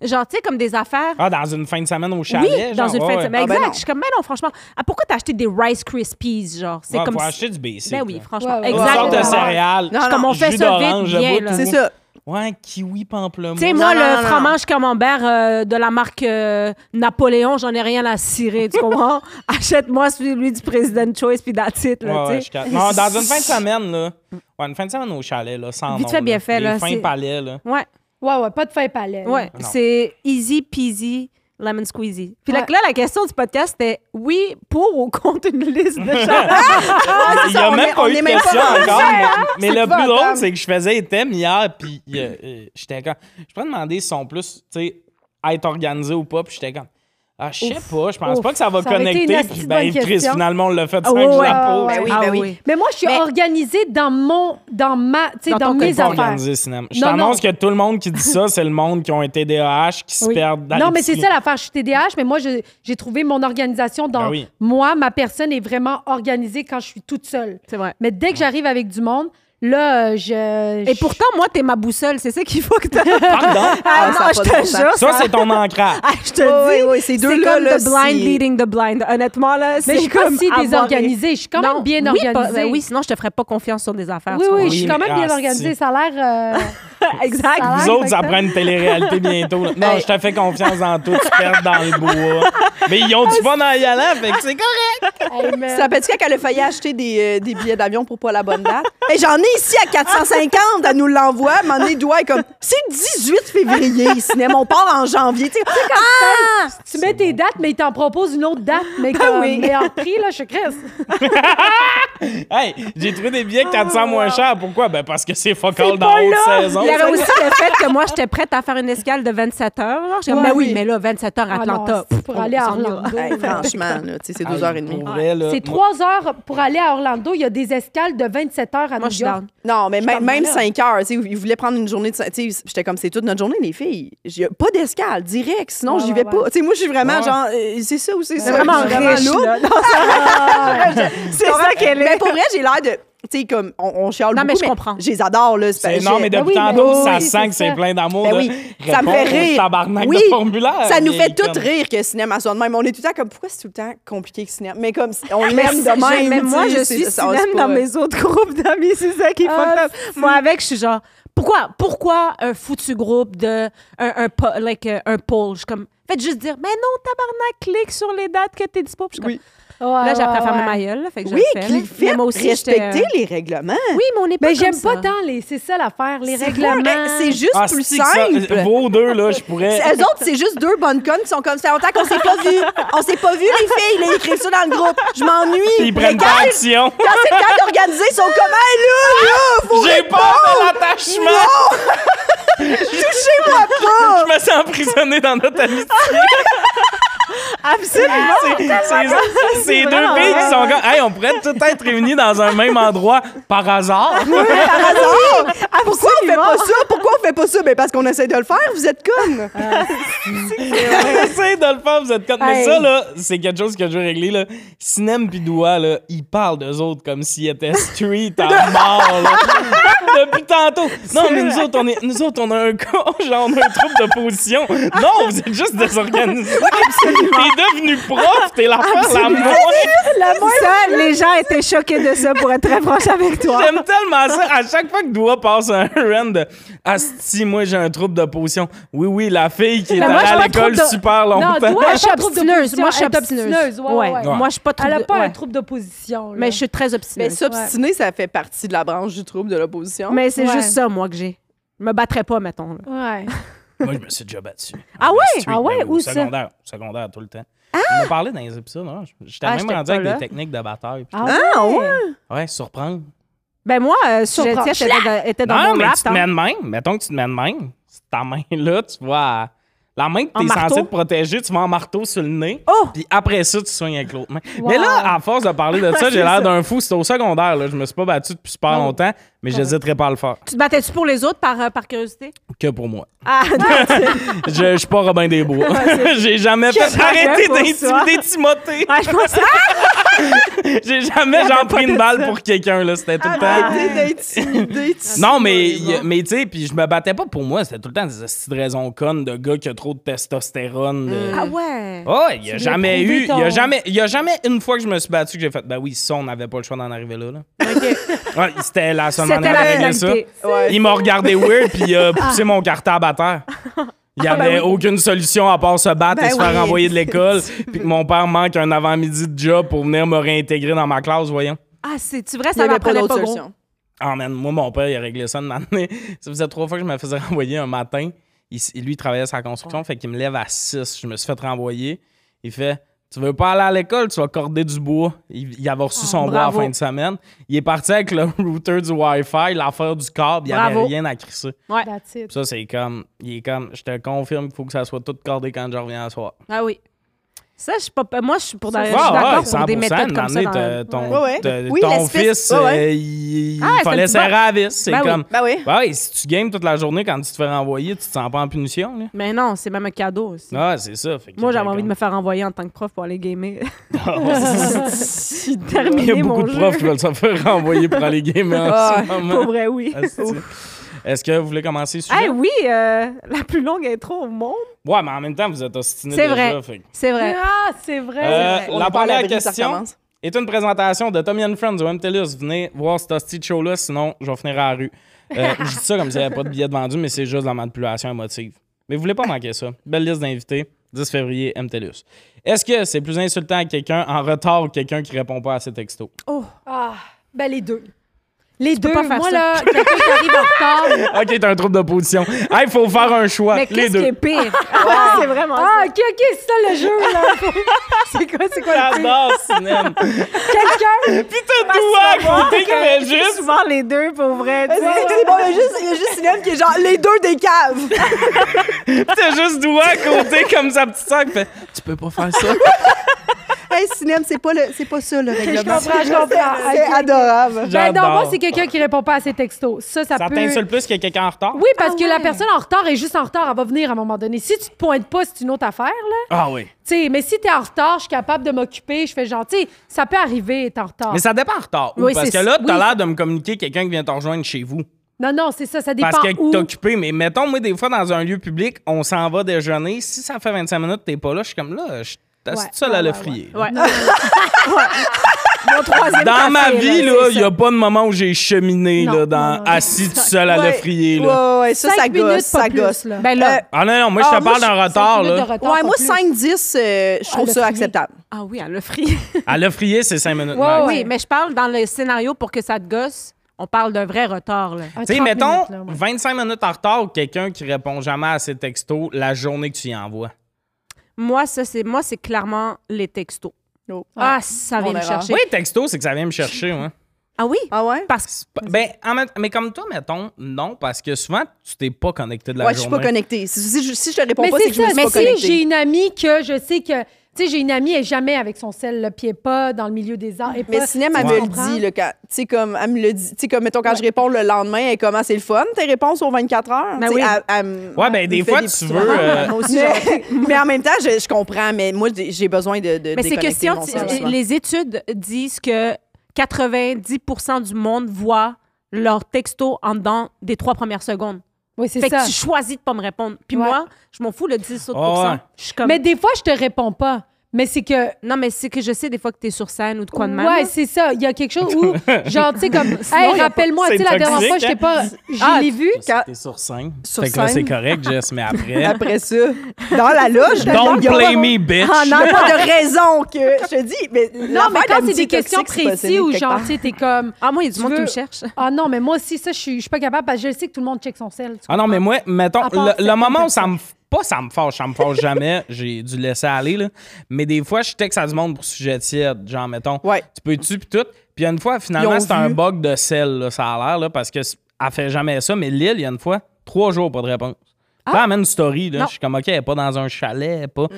Speaker 4: Genre, tu sais, comme des affaires.
Speaker 1: Ah, dans une fin de semaine au chalet.
Speaker 4: oui,
Speaker 1: genre,
Speaker 4: dans une fin
Speaker 1: ouais,
Speaker 4: de
Speaker 1: ouais.
Speaker 4: semaine.
Speaker 2: Ah ben
Speaker 4: exact.
Speaker 2: non.
Speaker 4: je suis comme, mais non, franchement. Ah, pourquoi t'as acheté des Rice Krispies, genre? C'est
Speaker 1: Ouais,
Speaker 4: comme.
Speaker 1: faut
Speaker 4: si-
Speaker 1: acheter du BC.
Speaker 4: Ben oui, franchement.
Speaker 3: Ouais, ouais.
Speaker 1: Une sorte de
Speaker 3: Exactement.
Speaker 1: céréales.
Speaker 2: Non, non,
Speaker 4: Comme on fait
Speaker 1: jus
Speaker 4: ça vite,
Speaker 1: d'orange,
Speaker 4: bien,
Speaker 1: j'avoue,
Speaker 4: là.
Speaker 1: tout
Speaker 2: C'est
Speaker 1: le
Speaker 2: ça.
Speaker 1: Ouais, kiwi, pamplemousse.
Speaker 4: Tu sais, moi,
Speaker 2: Non,
Speaker 4: le
Speaker 2: non, non, non.
Speaker 4: fromage camembert euh, de la marque euh, Napoléon, j'en ai rien à cirer, tu comprends? Achète-moi celui du President Choice puis that's it,
Speaker 1: Ouais,
Speaker 4: là,
Speaker 1: ouais, je
Speaker 4: tu sais.
Speaker 1: capte. Non, dans une fin de semaine, là. Ouais, une fin de semaine au chalet, là, sans
Speaker 4: Vite
Speaker 1: nom,
Speaker 4: fait, bien fait,
Speaker 1: Les
Speaker 4: là,
Speaker 1: fins
Speaker 4: c'est-
Speaker 1: palais, là.
Speaker 4: Ouais,
Speaker 3: ouais, ouais, pas de fin palais. là.
Speaker 4: ouais.
Speaker 1: Non.
Speaker 4: C'est easy peasy. Lemon Squeezy. Puis
Speaker 3: Ouais.
Speaker 4: là, là, la question du podcast, c'était oui, pour ou contre une liste de choses.
Speaker 1: Il n'y a
Speaker 2: Ah, on
Speaker 1: même
Speaker 2: est-
Speaker 1: pas
Speaker 2: on
Speaker 1: eu
Speaker 2: est
Speaker 1: de
Speaker 2: même pas
Speaker 1: question
Speaker 2: rendu,
Speaker 1: encore. mais-
Speaker 3: hein.
Speaker 1: Mais, le plus
Speaker 2: épouvantable.
Speaker 1: drôle, c'est que je faisais les thèmes hier, puis euh, euh, j'étais comme. Je pourrais demander s'ils sont plus, tu sais, à être organisés ou pas, puis j'étais comme. Ah, je sais
Speaker 3: Ouf.
Speaker 1: pas. Je pense
Speaker 3: Ouf.
Speaker 1: pas que ça va
Speaker 3: Ça aurait été une
Speaker 1: connecter.
Speaker 3: esti
Speaker 1: Puis,
Speaker 3: de
Speaker 1: ben,
Speaker 3: bonne
Speaker 1: Chris,
Speaker 3: question.
Speaker 1: finalement, on l'a fait
Speaker 3: Ah
Speaker 1: cinq jours
Speaker 3: ouais,
Speaker 1: après.
Speaker 3: ouais,
Speaker 2: Ben oui,
Speaker 4: Ah
Speaker 2: ben
Speaker 4: oui.
Speaker 2: oui.
Speaker 3: Mais moi, je suis
Speaker 2: Mais-
Speaker 3: organisée dans mon, dans ma, tu sais,
Speaker 4: Dans
Speaker 3: dans,
Speaker 4: ton
Speaker 3: mes
Speaker 4: cocon,
Speaker 1: Pas
Speaker 3: affaires.
Speaker 1: organisé, cinéma. Je
Speaker 3: Non,
Speaker 1: t'annonce
Speaker 3: non.
Speaker 1: que tout le monde qui dit ça, c'est le monde qui ont été DAH, qui se
Speaker 3: Oui.
Speaker 1: perdent dans
Speaker 3: non,
Speaker 1: les
Speaker 3: mais c'est
Speaker 1: petits
Speaker 3: ça l'affaire. Je suis TDAH, mais moi, je- j'ai trouvé mon organisation dans
Speaker 1: Ben oui.
Speaker 3: moi. Ma personne est vraiment organisée quand je suis toute seule.
Speaker 4: C'est vrai.
Speaker 3: Mais dès que j'arrive avec du monde, là, euh, je.
Speaker 4: Et
Speaker 3: je-
Speaker 4: pourtant, moi, t'es ma boussole. C'est ça qu'il faut que t'as.
Speaker 1: Pardon?
Speaker 4: Ah,
Speaker 2: ça a
Speaker 4: non,
Speaker 2: pas
Speaker 4: je
Speaker 2: de
Speaker 4: te
Speaker 2: bon sens.
Speaker 4: jure.
Speaker 1: Ça, c'est ton ancrage.
Speaker 4: Ah, je te
Speaker 2: Oui,
Speaker 4: dis.
Speaker 2: oui, ces
Speaker 4: c'est
Speaker 2: deux-là,
Speaker 4: comme
Speaker 2: là,
Speaker 4: the blind
Speaker 2: c'est-
Speaker 4: leading the blind. Honnêtement, là, c'est
Speaker 3: Mais je suis pas
Speaker 4: comme
Speaker 3: si
Speaker 4: avoir-
Speaker 3: désorganisée. Je suis quand même
Speaker 4: Non,
Speaker 3: bien
Speaker 4: oui, pas-
Speaker 3: organisée.
Speaker 4: ben oui, sinon, je te ferais pas confiance sur des affaires.
Speaker 3: oui,
Speaker 4: tu
Speaker 3: oui,
Speaker 4: vois.
Speaker 3: je suis
Speaker 1: Oui,
Speaker 3: quand
Speaker 1: mais
Speaker 3: même bien
Speaker 1: asti.
Speaker 3: organisée. Ça a l'air. euh,
Speaker 4: exact.
Speaker 3: Ça a l'air-
Speaker 1: Vous autres, ça
Speaker 3: exactement.
Speaker 1: prend une télé-réalité bientôt. là. Non,
Speaker 2: Ben-
Speaker 1: je te fais confiance dans tout, tu perds dans le bois. Mais ils ont
Speaker 3: Ah,
Speaker 1: du fun en y allant, fait que c'est correct.
Speaker 3: hey, mais-
Speaker 2: Tu te rappelles-tu quand elle a failli acheter des, euh, des billets d'avion pour pas la bonne date? Et j'en ai ici à 450, elle nous l'envoie. M'en est doigt est comme c'est le 18 février, cinéma, on part en janvier. Tu sais,
Speaker 3: tu mets tes dates, mais ils t'en proposent une autre date,
Speaker 4: Ah
Speaker 3: mais comme
Speaker 2: oui.
Speaker 3: meilleur prix, là, je suis Chris.
Speaker 1: Hey, j'ai trouvé des billets
Speaker 2: Ah.
Speaker 1: 400 moins chers. Pourquoi? Ben parce que c'est fuck all
Speaker 4: C'est
Speaker 1: dans
Speaker 4: pas
Speaker 1: haute
Speaker 4: là.
Speaker 1: saison.
Speaker 4: Il y avait aussi le fait que moi, j'étais prête à faire une escale de 27 heures. Genre, J'étais comme,
Speaker 2: Ouais,
Speaker 4: ben oui,
Speaker 2: oui.
Speaker 4: mais là, 27 heures à
Speaker 3: Ah non,
Speaker 4: Atlanta.
Speaker 3: c'est pour
Speaker 4: on
Speaker 3: aller à
Speaker 4: s'en ira.
Speaker 3: Orlando.
Speaker 2: Hey, franchement, là, tu
Speaker 1: Ah,
Speaker 2: sais, c'est 2h30.
Speaker 3: C'est trois heures pour aller à Orlando. Il y a des escales de 27 heures à
Speaker 4: Moi,
Speaker 3: New
Speaker 4: je suis
Speaker 3: York.
Speaker 4: down.
Speaker 2: Non, mais même,
Speaker 3: comme
Speaker 2: même
Speaker 3: malade.
Speaker 2: 5 heures. tu sais, Ils voulaient prendre une journée de. cin- tu sais, J'étais comme, c'est toute notre journée, les filles. J'ai pas d'escale, direct, sinon
Speaker 3: Ouais,
Speaker 2: j'y
Speaker 3: ouais,
Speaker 2: vais
Speaker 3: ouais.
Speaker 2: pas. Tu sais, moi, je suis vraiment
Speaker 1: Ouais.
Speaker 2: genre, euh, c'est ça ou c'est ça.
Speaker 4: vraiment
Speaker 2: Je suis vraiment
Speaker 4: riche,
Speaker 2: lourde.
Speaker 4: là.
Speaker 2: C'est ça qu'elle est. Mais pour vrai, j'ai l'air de. Tu sais, comme, on, on chiale
Speaker 4: Non, mais
Speaker 2: beaucoup,
Speaker 4: je comprends.
Speaker 2: Je les adore, là.
Speaker 1: C'est
Speaker 2: pas-
Speaker 1: énorme,
Speaker 2: j'ai-
Speaker 1: mais depuis
Speaker 3: Ben oui, mais-
Speaker 1: tantôt,
Speaker 3: oui,
Speaker 1: ça
Speaker 3: oui,
Speaker 1: sent
Speaker 3: c'est
Speaker 1: que c'est
Speaker 3: ça.
Speaker 1: plein d'amour.
Speaker 2: Ben
Speaker 1: de
Speaker 2: oui, ça me fait
Speaker 1: réponse au
Speaker 2: rire.
Speaker 1: Tabarnak
Speaker 2: Oui,
Speaker 1: de formulaire.
Speaker 2: Ça nous
Speaker 1: mais
Speaker 2: fait tout
Speaker 1: comme-
Speaker 2: rire que cinéma soit de même. On est tout le temps comme, pourquoi c'est tout le temps compliqué que cinéma? Mais comme, on l'aime de
Speaker 4: Mais
Speaker 2: même.
Speaker 4: j'ai- mais
Speaker 2: tu
Speaker 4: moi,
Speaker 2: sais,
Speaker 4: je
Speaker 2: c'est-
Speaker 4: suis
Speaker 2: ça passe
Speaker 4: silène
Speaker 2: pas.
Speaker 4: dans mes autres groupes d'amis. C'est ça qui est
Speaker 3: Ah,
Speaker 4: fucked up. Moi, avec, je suis genre, pourquoi, pourquoi un foutu groupe de. un, un, po- like, euh, un poll? Je suis comme, faites juste dire, mais non, tabarnak, clique sur les dates que t'es dispo. Puis je suis
Speaker 2: Oui.
Speaker 4: comme, là, j'ai appris à faire
Speaker 3: ma
Speaker 4: ma mailleule. Fait que je
Speaker 2: Oui,
Speaker 4: le fais,
Speaker 2: qu'il
Speaker 4: là. Mais
Speaker 2: fait
Speaker 4: moi aussi, j'étais, euh,
Speaker 2: respecter les règlements.
Speaker 4: Oui, mais on est pas
Speaker 3: Mais
Speaker 4: comme
Speaker 3: j'aime pas
Speaker 4: ça.
Speaker 3: tant les. C'est ça l'affaire, les
Speaker 2: C'est
Speaker 3: règlements.
Speaker 2: pas- C'est juste
Speaker 1: Ah,
Speaker 2: plus
Speaker 1: c'est que ça-
Speaker 2: simple.
Speaker 1: Vos deux, là, je pourrais.
Speaker 2: Elles autres, c'est juste deux bonnes connes qui sont comme ça. longtemps qu'on s'est pas vus. On s'est pas vus, les filles. là, Ils écrivent ça dans le groupe. Je m'ennuie.
Speaker 1: Ils prennent
Speaker 2: Mais
Speaker 1: pas
Speaker 2: quand,
Speaker 1: action.
Speaker 2: quand c'est le temps d'organiser, ils sont comme, hey, là, là, faut
Speaker 1: J'ai
Speaker 2: répondre.
Speaker 1: pas de l'attachement.
Speaker 2: Touchez-moi pas.
Speaker 1: Je me sens emprisonné dans notre amitié.
Speaker 2: Ah,
Speaker 4: Absolument.
Speaker 1: C'est- c'est- Ces deux
Speaker 4: vraiment
Speaker 1: filles qui
Speaker 4: vrai.
Speaker 1: sont comme, hey, on pourrait tout être réunis dans un même endroit par hasard.
Speaker 2: Par hasard. Pourquoi on fait pas Ah, ça? Pourquoi on fait pas ça? Ben, parce qu'on essaie de le faire. Vous êtes connes.
Speaker 1: Essayez de le faire, vous êtes contre. Mais
Speaker 3: Hey.
Speaker 1: ça, là, c'est quelque chose que je veux régler, là. Sinem pis Doua, là, ils parlent d'eux autres comme s'ils étaient street en mort, là. Depuis tantôt. Non, mais nous autres, on est, nous autres, on a un corps, genre, on a un trouble de position. Non, vous êtes juste désorganisés. T'es devenu prof, t'es la fin la moins.
Speaker 4: Ça, les gens étaient choqués de ça, pour être très franche avec toi.
Speaker 1: J'aime tellement ça. À chaque fois que Doua passe un run de Asti, moi, j'ai un trouble de position. Oui, oui, la fille qui est
Speaker 4: Mais moi,
Speaker 1: allée à
Speaker 4: je suis pas
Speaker 1: l'école
Speaker 4: trouble de-
Speaker 1: super longtemps.
Speaker 3: Non, toi,
Speaker 4: Moi, je suis
Speaker 3: pas trouble de
Speaker 4: obstineuse.
Speaker 3: position,
Speaker 4: Moi, je suis
Speaker 3: elle est
Speaker 4: obstineuse.
Speaker 3: Ouais, ouais, ouais.
Speaker 4: Moi, je suis pas trop.
Speaker 3: Elle a pas
Speaker 4: ouais.
Speaker 3: un trouble d'opposition.
Speaker 4: Mais je suis très obstinée.
Speaker 2: Mais s'obstiner, ça fait partie de la branche du trouble de l'opposition.
Speaker 4: Mais c'est
Speaker 3: Ouais.
Speaker 4: juste ça, moi, que j'ai. Je me battrais pas, mettons. là.
Speaker 3: Ouais.
Speaker 1: Moi, je me suis déjà battu.
Speaker 4: Ah
Speaker 1: Dans
Speaker 4: ouais?
Speaker 1: le street,
Speaker 3: Ah ouais?
Speaker 1: ben oui,
Speaker 3: Où
Speaker 1: au
Speaker 3: ça?
Speaker 1: secondaire, au secondaire tout le temps. On a parlé dans les épisodes, hein? J'étais
Speaker 4: Ah,
Speaker 1: même
Speaker 4: j'étais
Speaker 1: rendu
Speaker 4: pas
Speaker 1: avec
Speaker 4: là.
Speaker 1: des techniques de bataille. puis-
Speaker 3: Ah,
Speaker 2: Ah,
Speaker 3: ouais.
Speaker 1: Ouais, surprendre.
Speaker 4: Ben moi, euh, sujet
Speaker 3: Surprends.
Speaker 4: tiède était dans- était dans
Speaker 1: Non,
Speaker 4: mon
Speaker 1: mais
Speaker 4: rap. hein?
Speaker 1: tu te mets de même. Mettons que tu te mets de même. C'est Ta main là, tu vois. La main que
Speaker 4: En
Speaker 1: t'es
Speaker 4: marteau?
Speaker 1: censé te protéger, tu vas en marteau sur le nez.
Speaker 4: Oh!
Speaker 1: Puis après ça, tu soignes avec l'autre main.
Speaker 3: Wow.
Speaker 1: Mais là, à force de parler de ça,
Speaker 4: C'est
Speaker 1: j'ai l'air
Speaker 4: ça.
Speaker 1: d'un fou. C'était au secondaire, là. Je me suis pas battu depuis super longtemps, mais j'hésiterais pas à le faire.
Speaker 4: Tu te battais-tu pour les autres par, euh, par curiosité?
Speaker 1: Que pour moi.
Speaker 4: Ah,
Speaker 1: Je je suis pas Robin des Bois. J'ai jamais fait.
Speaker 4: chacun
Speaker 1: Arrêtez
Speaker 4: pour soi.
Speaker 1: d'intimider Timothée.
Speaker 4: je pense
Speaker 1: J'ai jamais genre pris une balle pour quelqu'un là, c'était tout le temps.
Speaker 2: Arrêtez d'intimider. tu-
Speaker 1: Non, mais, y- mais tu sais, puis je me battais pas pour moi, c'était tout le temps des hosties de raisons connes de gars qui a trop de testostérone. de-
Speaker 4: Ah ouais.
Speaker 1: Oh, il y a
Speaker 3: Tu
Speaker 1: jamais
Speaker 3: voulais prouver
Speaker 1: eu, il y a
Speaker 3: ton-
Speaker 1: jamais, il y a jamais une fois que je me suis battu que j'ai fait, ben oui, ça, on n'avait pas le choix d'en arriver là. là. Ouais, c'était la seule
Speaker 4: C'était
Speaker 1: manière
Speaker 4: la
Speaker 1: de régler ça.
Speaker 4: finalité.
Speaker 2: Ouais.
Speaker 1: Il m'a regardé weird, puis il a poussé mon cartable à terre. Il n'y avait aucune solution à part se battre
Speaker 2: Ben
Speaker 1: et se faire
Speaker 2: oui.
Speaker 1: renvoyer de l'école, puis que mon père manque un avant-midi de job pour venir me réintégrer dans ma classe, voyons.
Speaker 4: Ah, c'est-tu vrai?
Speaker 2: Il y
Speaker 4: Ça
Speaker 2: avait pas
Speaker 4: m'apprenait
Speaker 2: d'autre
Speaker 4: pas gros.
Speaker 2: solution.
Speaker 1: Ah, man, moi, mon père, il a réglé ça de m'amener. Ça faisait trois fois que je me faisais renvoyer un matin. Il s- lui, il travaillait sur la construction, fait qu'il me lève à 6. Je me suis fait renvoyer. Il fait Tu veux pas aller à l'école, tu vas corder du bois. Il, il avait reçu son bois à la
Speaker 4: bravo.
Speaker 1: fin de semaine. Il est parti avec le router du Wi-Fi, l'affaire du câble, il n'y avait
Speaker 4: Bravo.
Speaker 1: rien à crisser.
Speaker 4: Ouais.
Speaker 3: That's it.
Speaker 1: Ça, c'est comme, il est comme, je te confirme qu'il faut que ça soit tout cordé quand je reviens à soir.
Speaker 4: Ah oui. Ça, je suis pas. Moi, je suis pour
Speaker 1: Ouais,
Speaker 4: d'ailleurs, Euh, je suis
Speaker 1: ouais,
Speaker 4: d'accord pour
Speaker 1: 100%,
Speaker 4: des méthodes comme ça.
Speaker 1: d'emmener
Speaker 4: dans-
Speaker 1: te- ton,
Speaker 2: Ouais, ouais.
Speaker 1: te-
Speaker 2: Oui,
Speaker 1: ton
Speaker 2: l'espèce-
Speaker 1: fils,
Speaker 2: ouais, ouais.
Speaker 1: euh, il, il
Speaker 4: Ah, c'est
Speaker 1: fallait
Speaker 4: une
Speaker 1: serrer
Speaker 4: bonne-
Speaker 1: à la vis. C'est
Speaker 4: Ben oui.
Speaker 1: comme.
Speaker 2: Ben oui.
Speaker 1: Ben oui, si tu games toute la journée quand tu te fais renvoyer, tu te sens pas en punition. Là.
Speaker 4: Mais non, c'est même un cadeau aussi.
Speaker 1: Ah, c'est ça. Fait que
Speaker 4: Moi,
Speaker 1: t'es
Speaker 4: j'avais envie de
Speaker 1: comme-
Speaker 4: me faire envoyer en tant que prof pour aller gamer.
Speaker 1: Il y a
Speaker 4: Terminer
Speaker 1: beaucoup
Speaker 4: mon
Speaker 1: de
Speaker 4: jeu.
Speaker 1: profs qui veulent se faire renvoyer pour aller gamer en
Speaker 2: Ah,
Speaker 1: ce moment.
Speaker 4: Pour vrai, oui.
Speaker 1: Asti. Est-ce que vous voulez commencer sur
Speaker 4: Ah oui, euh, la plus longue intro au monde.
Speaker 1: Ouais, mais en même temps, vous êtes ostinés
Speaker 4: C'est
Speaker 1: déjà.
Speaker 4: vrai.
Speaker 1: fait que-
Speaker 4: C'est vrai.
Speaker 3: Ah, c'est vrai.
Speaker 1: Euh,
Speaker 3: c'est vrai.
Speaker 2: On
Speaker 1: la
Speaker 2: est pas à
Speaker 1: première
Speaker 2: l'abri, ça
Speaker 1: question
Speaker 2: recommence.
Speaker 1: est une présentation de Tommy and Friends au MTLUS. Venez voir cet hostie de show-là, sinon je vais finir à la rue. Euh, je dis ça comme s'il n'y avait pas de billets de vendus, mais c'est juste de la manipulation émotive. Mais vous voulez pas manquer ça. Belle liste d'invités. 10 février, MTLUS. Est-ce que c'est plus insultant à quelqu'un en retard ou quelqu'un qui répond pas à ses textos?
Speaker 4: Oh,
Speaker 3: Ah, ben les deux. Les deux.
Speaker 4: peux pas faire
Speaker 3: Moi,
Speaker 4: ça.
Speaker 3: là, quelqu'un qui arrive en retard.
Speaker 1: OK, t'as un trouble de position. Il faut faire un choix.
Speaker 4: mais
Speaker 1: les
Speaker 4: qu'est-ce qui
Speaker 1: deux.
Speaker 4: est pire? Ah, c'est vraiment
Speaker 3: Ah,
Speaker 4: ça.
Speaker 3: OK, OK, c'est ça le jeu, là. c'est quoi, c'est quoi le pire?
Speaker 1: J'adore Sinem.
Speaker 3: Quelqu'un... Ben,
Speaker 1: Puis t'as tout à côté qui fait
Speaker 4: C'est
Speaker 1: juste...
Speaker 4: souvent les deux, pour vrai. tu
Speaker 2: C'est
Speaker 4: sais.
Speaker 2: c'est bon, il y a juste- il y a juste Sylviane qui est genre les deux des caves.
Speaker 1: T'as juste doigt à côté comme sa petite sœur qui fait « Tu peux pas faire ça. »
Speaker 2: Hey, Sinem, c'est pas, le- c'est pas ça le
Speaker 3: Je
Speaker 2: règlement.
Speaker 3: comprends, je comprends.
Speaker 2: C'est adorable.
Speaker 3: Ben non, moi,
Speaker 1: J'adore.
Speaker 3: c'est quelqu'un qui répond pas à ses textos. Ça, ça,
Speaker 1: Ça
Speaker 3: peut...
Speaker 1: t'insulte plus que quelqu'un en retard?
Speaker 3: Oui, parce
Speaker 4: Ah
Speaker 3: que la
Speaker 4: ouais.
Speaker 3: personne en retard est juste en retard. Elle va venir à un moment donné. Si tu te pointes pas, c'est une autre affaire, là.
Speaker 1: Ah oui.
Speaker 3: Tu sais, mais si t'es en retard, je suis capable de m'occuper. Je fais genre, tu sais, ça peut arriver, t'es en retard.
Speaker 1: Mais ça dépend en retard. ou
Speaker 4: Oui,
Speaker 1: parce que
Speaker 4: c'est-
Speaker 1: là, t'as
Speaker 4: oui.
Speaker 1: l'air de me communiquer quelqu'un qui vient te rejoindre chez vous.
Speaker 3: Non, non, c'est ça, ça dépend
Speaker 1: Parce que
Speaker 3: où.
Speaker 1: t'es occupé. Mais mettons, moi, des fois, dans un lieu public, on s'en va déjeuner. Si ça fait 25 minutes que t'es pas là, je suis comme là, je suis
Speaker 3: Ouais,
Speaker 1: seul
Speaker 3: ouais,
Speaker 1: à le
Speaker 3: ouais,
Speaker 1: frier.
Speaker 4: Ouais. Mon troisième
Speaker 1: Dans ma
Speaker 4: café,
Speaker 1: vie,
Speaker 4: là,
Speaker 1: là,
Speaker 4: c'est
Speaker 1: il n'y a pas de moment où j'ai cheminé
Speaker 3: Non,
Speaker 1: là,
Speaker 3: non,
Speaker 1: dans
Speaker 3: non.
Speaker 1: assis tout seul à le
Speaker 2: Ouais.
Speaker 1: frier.
Speaker 2: Ouais,
Speaker 1: Là.
Speaker 2: ouais, ouais, ça,
Speaker 3: Cinq
Speaker 2: ça
Speaker 3: minutes,
Speaker 2: gosse,
Speaker 3: pas
Speaker 2: ça
Speaker 3: plus,
Speaker 2: gosse.
Speaker 3: là.
Speaker 4: ça. Ben là.
Speaker 2: Euh,
Speaker 1: Ah non, non, moi, je
Speaker 2: Ah,
Speaker 1: te
Speaker 2: moi,
Speaker 1: parle d'un
Speaker 3: Cinq
Speaker 1: retard.
Speaker 3: minutes de
Speaker 1: Là.
Speaker 3: retard,
Speaker 2: Ouais,
Speaker 3: pas
Speaker 2: moi,
Speaker 3: plus.
Speaker 2: 5-10, euh, je trouve
Speaker 3: le
Speaker 2: ça
Speaker 3: frier.
Speaker 2: acceptable.
Speaker 4: Ah oui, elle le frit.
Speaker 1: À le frier, c'est 5 minutes.
Speaker 3: Ouais,
Speaker 1: max.
Speaker 3: ouais.
Speaker 4: Oui, mais je parle dans le scénario pour que ça te gosse. On parle d'un vrai retard, là.
Speaker 3: Un
Speaker 1: Tu sais,
Speaker 3: 30
Speaker 1: mettons,
Speaker 3: minutes, là, ouais.
Speaker 1: 25 minutes en retard ou quelqu'un qui répond jamais à ses textos la journée que tu y envoies.
Speaker 4: Moi, ça, c'est moi, c'est clairement les textos.
Speaker 2: Oh.
Speaker 4: Ah, ça
Speaker 2: Mon
Speaker 4: vient me
Speaker 2: erreur.
Speaker 4: chercher.
Speaker 1: Oui, texto, c'est que ça vient me chercher. moi.
Speaker 4: Ah oui?
Speaker 2: Ah ouais?
Speaker 4: Parce
Speaker 1: P- Ben, en même- mais comme toi, mettons, non, parce que souvent, tu t'es pas connecté de la
Speaker 2: ouais, je suis
Speaker 1: journée.
Speaker 2: pas connectée. Si, si je- si je te réponds
Speaker 3: Mais
Speaker 2: pas, c'est
Speaker 3: c'est
Speaker 2: que je me
Speaker 3: ça,
Speaker 2: suis
Speaker 3: mais
Speaker 2: pas
Speaker 3: si
Speaker 2: connectée.
Speaker 3: j'ai une amie que je sais que. Tu sais, j'ai une amie, elle est jamais avec son sel, le pied pas dans le milieu des arts. Et
Speaker 2: Mais
Speaker 3: pas-
Speaker 2: Sinem,
Speaker 3: tu
Speaker 2: elle me le
Speaker 3: comprends?
Speaker 2: dit, là, quand, tu sais, comme, elle me le dit, tu sais, comme, mettons, quand je réponds le lendemain, elle est comme, Ah, c'est le fun, tes réponses aux 24 heures.
Speaker 4: Ben
Speaker 2: Tu sais,
Speaker 4: oui.
Speaker 2: elle- elle me-
Speaker 1: Ouais, ben,
Speaker 2: elle
Speaker 1: des
Speaker 2: me fait
Speaker 1: fois, tu
Speaker 2: petits trucs.
Speaker 1: veux. euh,
Speaker 4: moi aussi, j'aurais-
Speaker 2: Mais, mais en même temps, je, je comprends, mais moi, j'ai j'ai besoin de. de
Speaker 4: Mais c'est que
Speaker 2: déconnecter
Speaker 4: si
Speaker 2: de
Speaker 4: on-
Speaker 2: mon
Speaker 4: si-
Speaker 2: cerveau, souvent.
Speaker 4: les études disent que 90 du monde voit leur texto en dedans des trois premières secondes.
Speaker 3: Oui, c'est
Speaker 4: Fait
Speaker 3: ça.
Speaker 4: que tu choisis de pas me répondre. Puis
Speaker 3: Ouais.
Speaker 4: moi, je m'en fous le 10 autres
Speaker 1: Ah ouais.
Speaker 4: pourcent. Je suis comme...
Speaker 3: Mais des fois, je te réponds pas. Mais c'est que.
Speaker 4: Non, mais c'est que je sais des fois que t'es sur scène ou de quoi de même.
Speaker 3: Ouais, c'est ça. Il y a quelque chose où, genre, tu sais, comme.
Speaker 4: y a
Speaker 3: hey,
Speaker 4: pas-
Speaker 3: rappelle-moi,
Speaker 1: c'est
Speaker 3: tu sais, la dernière
Speaker 1: toxique,
Speaker 3: fois, je t'ai
Speaker 1: hein?
Speaker 3: pas. Je
Speaker 4: Ah,
Speaker 3: l'ai vu.
Speaker 1: Je sais
Speaker 2: quand-
Speaker 1: que T'es sur scène.
Speaker 2: Sur
Speaker 1: fait que là, c'est
Speaker 2: scène.
Speaker 1: correct, Jess, mais après.
Speaker 2: Après ça, dans la loge,
Speaker 1: Don't
Speaker 2: il y a
Speaker 1: play
Speaker 2: pas-
Speaker 1: me, bitch.
Speaker 2: Ah non, pas de raison que je te dis. Mais
Speaker 3: Non, mais quand c'est des questions précises ou genre, tu sais, t'es comme.
Speaker 4: Ah, moi, il y a du
Speaker 3: Tu
Speaker 4: monde qui
Speaker 3: veux-
Speaker 4: me cherche.
Speaker 3: Ah non, mais moi aussi, ça, je suis je suis pas capable parce que je sais que tout le monde check son sel. tu
Speaker 1: Ah non, mais moi, mettons,
Speaker 3: À part
Speaker 1: le, le
Speaker 3: certaines
Speaker 1: moment où ça me. Pas ça me fâche, ça me fâche jamais, j'ai dû laisser aller, là. Mais des fois, je texte à du monde pour sujet tiède, genre, mettons,
Speaker 2: Ouais.
Speaker 1: tu peux-tu, puis tout. Puis une fois,
Speaker 2: Ils
Speaker 1: finalement,
Speaker 2: ont
Speaker 1: c'était un
Speaker 2: vu.
Speaker 1: bug de sel, là, ça a l'air, là, parce que c- elle fait jamais ça. Mais Lille, il y a une fois, trois jours, pas de réponse. Pas même une story, là.
Speaker 4: Non.
Speaker 1: Je suis comme, OK, elle est pas dans un chalet, elle est pas.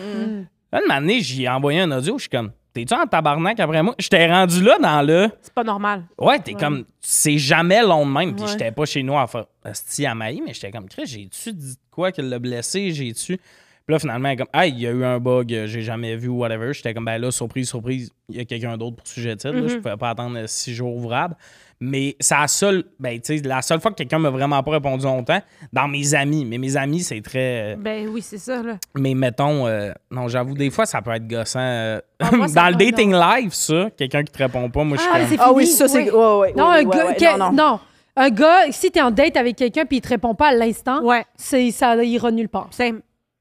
Speaker 1: Là, Une année, j'ai envoyé un audio, je suis comme, t'es-tu en tabarnak après moi? Je t'ai rendu là dans le.
Speaker 4: C'est pas normal.
Speaker 1: Ouais, t'es comme, c'est jamais long de même. Puis
Speaker 4: Ouais.
Speaker 1: j'étais pas chez nous à faire Asti à Maï, mais j'étais comme, Chris, j'ai-tu dit de quoi qu'elle l'a blessé? J'ai-tu. Puis là, finalement, elle est comme, hey, il y a eu un bug, euh, j'ai jamais vu ou whatever. J'étais comme, ben là, surprise, surprise, il y a quelqu'un d'autre pour sujet de titre. là. Je pouvais pas attendre euh, six jours ouvrables. Mais c'est la seule, ben, tu sais, la seule fois que quelqu'un m'a vraiment pas répondu longtemps, dans mes amis. Mais mes amis, c'est très. euh,
Speaker 4: Ben oui, c'est ça, là.
Speaker 1: Mais mettons, euh, non, j'avoue, des fois, ça peut être gossant. euh,
Speaker 4: Ah, moi, ça
Speaker 1: dans le
Speaker 4: va, non.
Speaker 1: dating live, ça, quelqu'un qui te répond pas, moi, je suis
Speaker 3: Ah,
Speaker 1: comme-
Speaker 3: c'est
Speaker 2: Ah oui,
Speaker 3: fini,
Speaker 2: ça, c'est.
Speaker 3: oui.
Speaker 2: Ouais, ouais, ouais,
Speaker 3: Non, un
Speaker 2: ouais,
Speaker 3: gars,
Speaker 2: ouais,
Speaker 3: que-
Speaker 2: non,
Speaker 3: non,
Speaker 2: non.
Speaker 3: Un gars, si t'es en date avec quelqu'un puis il te répond pas à l'instant,
Speaker 4: Ouais.
Speaker 3: c'est ça ira nulle part.
Speaker 4: C'est...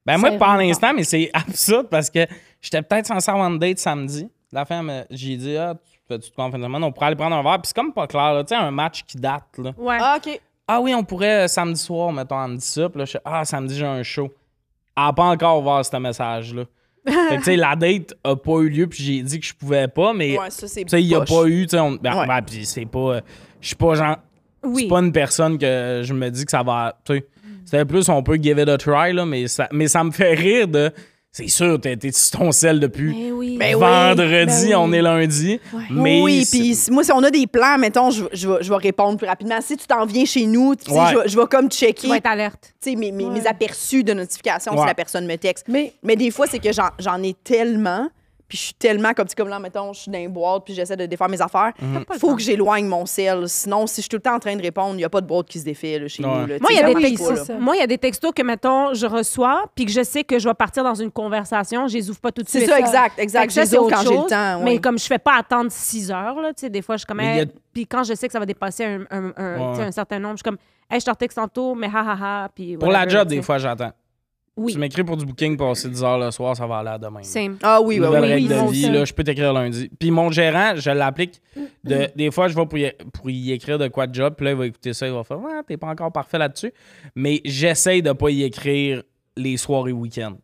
Speaker 1: Ben moi,
Speaker 3: Ça
Speaker 1: pas à
Speaker 3: ira
Speaker 1: l'instant, mais c'est absurde parce que j'étais peut-être censé avoir une date samedi. La femme, euh, j'ai dit, ah, tu fais-tu de quoi en fin de semaine? On pourrait aller prendre un verre. Puis c'est comme pas clair, là. Tu sais, un match qui date, là.
Speaker 4: Ouais.
Speaker 2: Ah, OK.
Speaker 1: Ah oui, on pourrait euh, samedi soir, mettons, elle me dit ça. Puis là, je suis, ah, samedi, j'ai un show. Elle n'a pas encore ouvert ce message-là. fait que, tu sais, la date a pas eu lieu, puis j'ai dit que je pouvais pas, mais.
Speaker 2: Ouais, ça, c'est.
Speaker 1: Tu sais, il n'y a
Speaker 2: poche.
Speaker 1: pas eu, tu sais, on- ben,
Speaker 2: Ouais.
Speaker 1: ben, puis c'est pas, euh, je suis pas genre,
Speaker 4: oui.
Speaker 1: c'est pas une personne que je me dis que ça va. Tu sais, c'était plus on peut give it a try, là, mais ça, mais ça me fait rire de. C'est sûr, t'es t'es sur ton sel depuis
Speaker 4: Mais Eh oui.
Speaker 1: Eh
Speaker 2: Mais oui,
Speaker 1: Ben vendredi,
Speaker 4: ben oui.
Speaker 1: on est lundi. Mais
Speaker 2: oui,
Speaker 1: c'est-
Speaker 2: puis si- moi, si on a des plans, mettons, je, je, vais- je vais répondre plus rapidement. Si tu t'en viens chez nous, tu sais,
Speaker 1: Ouais.
Speaker 2: je, vais- je vais comme
Speaker 4: Tu
Speaker 2: checker
Speaker 4: vas être alerte.
Speaker 2: tu sais, mes, mes,
Speaker 3: Ouais.
Speaker 2: mes aperçus de notification
Speaker 1: Ouais.
Speaker 2: si la personne me texte.
Speaker 3: Mais
Speaker 2: Mais des fois, c'est que j'en- j'en ai tellement, puis je suis tellement comme, tu sais, comme là, mettons, je suis dans une boîte, puis j'essaie de défaire mes affaires.
Speaker 1: Mhm.
Speaker 4: T'as pas le
Speaker 2: Faut
Speaker 4: temps.
Speaker 2: que j'éloigne mon sel. Sinon, si je suis tout le temps en train de répondre, il n'y a pas de boîte qui se défile là, chez
Speaker 1: Ouais.
Speaker 2: nous. là. Tu
Speaker 4: Moi,
Speaker 2: sais,
Speaker 4: il y a
Speaker 2: ça
Speaker 4: des
Speaker 3: oui,
Speaker 2: marche
Speaker 3: c'est
Speaker 2: pas, là.
Speaker 4: textos. Moi, il y a des textos que, mettons, je reçois, puis que je sais que je vais partir dans une conversation. Je les ouvre pas tout de suite.
Speaker 2: C'est ça, exact,
Speaker 4: Fait
Speaker 2: exact.
Speaker 4: que
Speaker 2: Je
Speaker 4: ça,
Speaker 2: les
Speaker 4: c'est
Speaker 2: ouvre
Speaker 4: autre
Speaker 2: quand j'ai
Speaker 4: chose.
Speaker 2: le temps. ouais.
Speaker 4: Mais comme je fais pas attendre 6 heures, là, tu sais, des fois, je suis comme.
Speaker 1: Mais il y a-
Speaker 4: hey, Puis quand je sais que ça va dépasser un, un- un-
Speaker 1: Ouais.
Speaker 4: tu sais, un certain nombre, je suis comme, hey, je te texte tantôt, mais ha ha ha. Puis
Speaker 1: Pour la
Speaker 4: whatever,
Speaker 1: job,
Speaker 4: tu sais.
Speaker 1: des fois, j'attends.
Speaker 4: Oui.
Speaker 1: Tu m'écris pour du booking passer 10 heures le soir, ça va aller à demain.
Speaker 4: Same.
Speaker 2: Ah oui, oui,
Speaker 1: Nouvelle
Speaker 2: oui.
Speaker 1: règle
Speaker 3: oui,
Speaker 1: de
Speaker 3: oui,
Speaker 1: vie,
Speaker 3: ça.
Speaker 1: là, je peux t'écrire lundi. Puis mon gérant, je l'applique. De,
Speaker 4: Mm-hmm.
Speaker 1: des fois, je vais pour y, pour y écrire de quoi de job, puis là, il va écouter ça, il va faire Ouais, t'es pas encore parfait là-dessus. Mais j'essaye de pas y écrire les soirs et week-ends.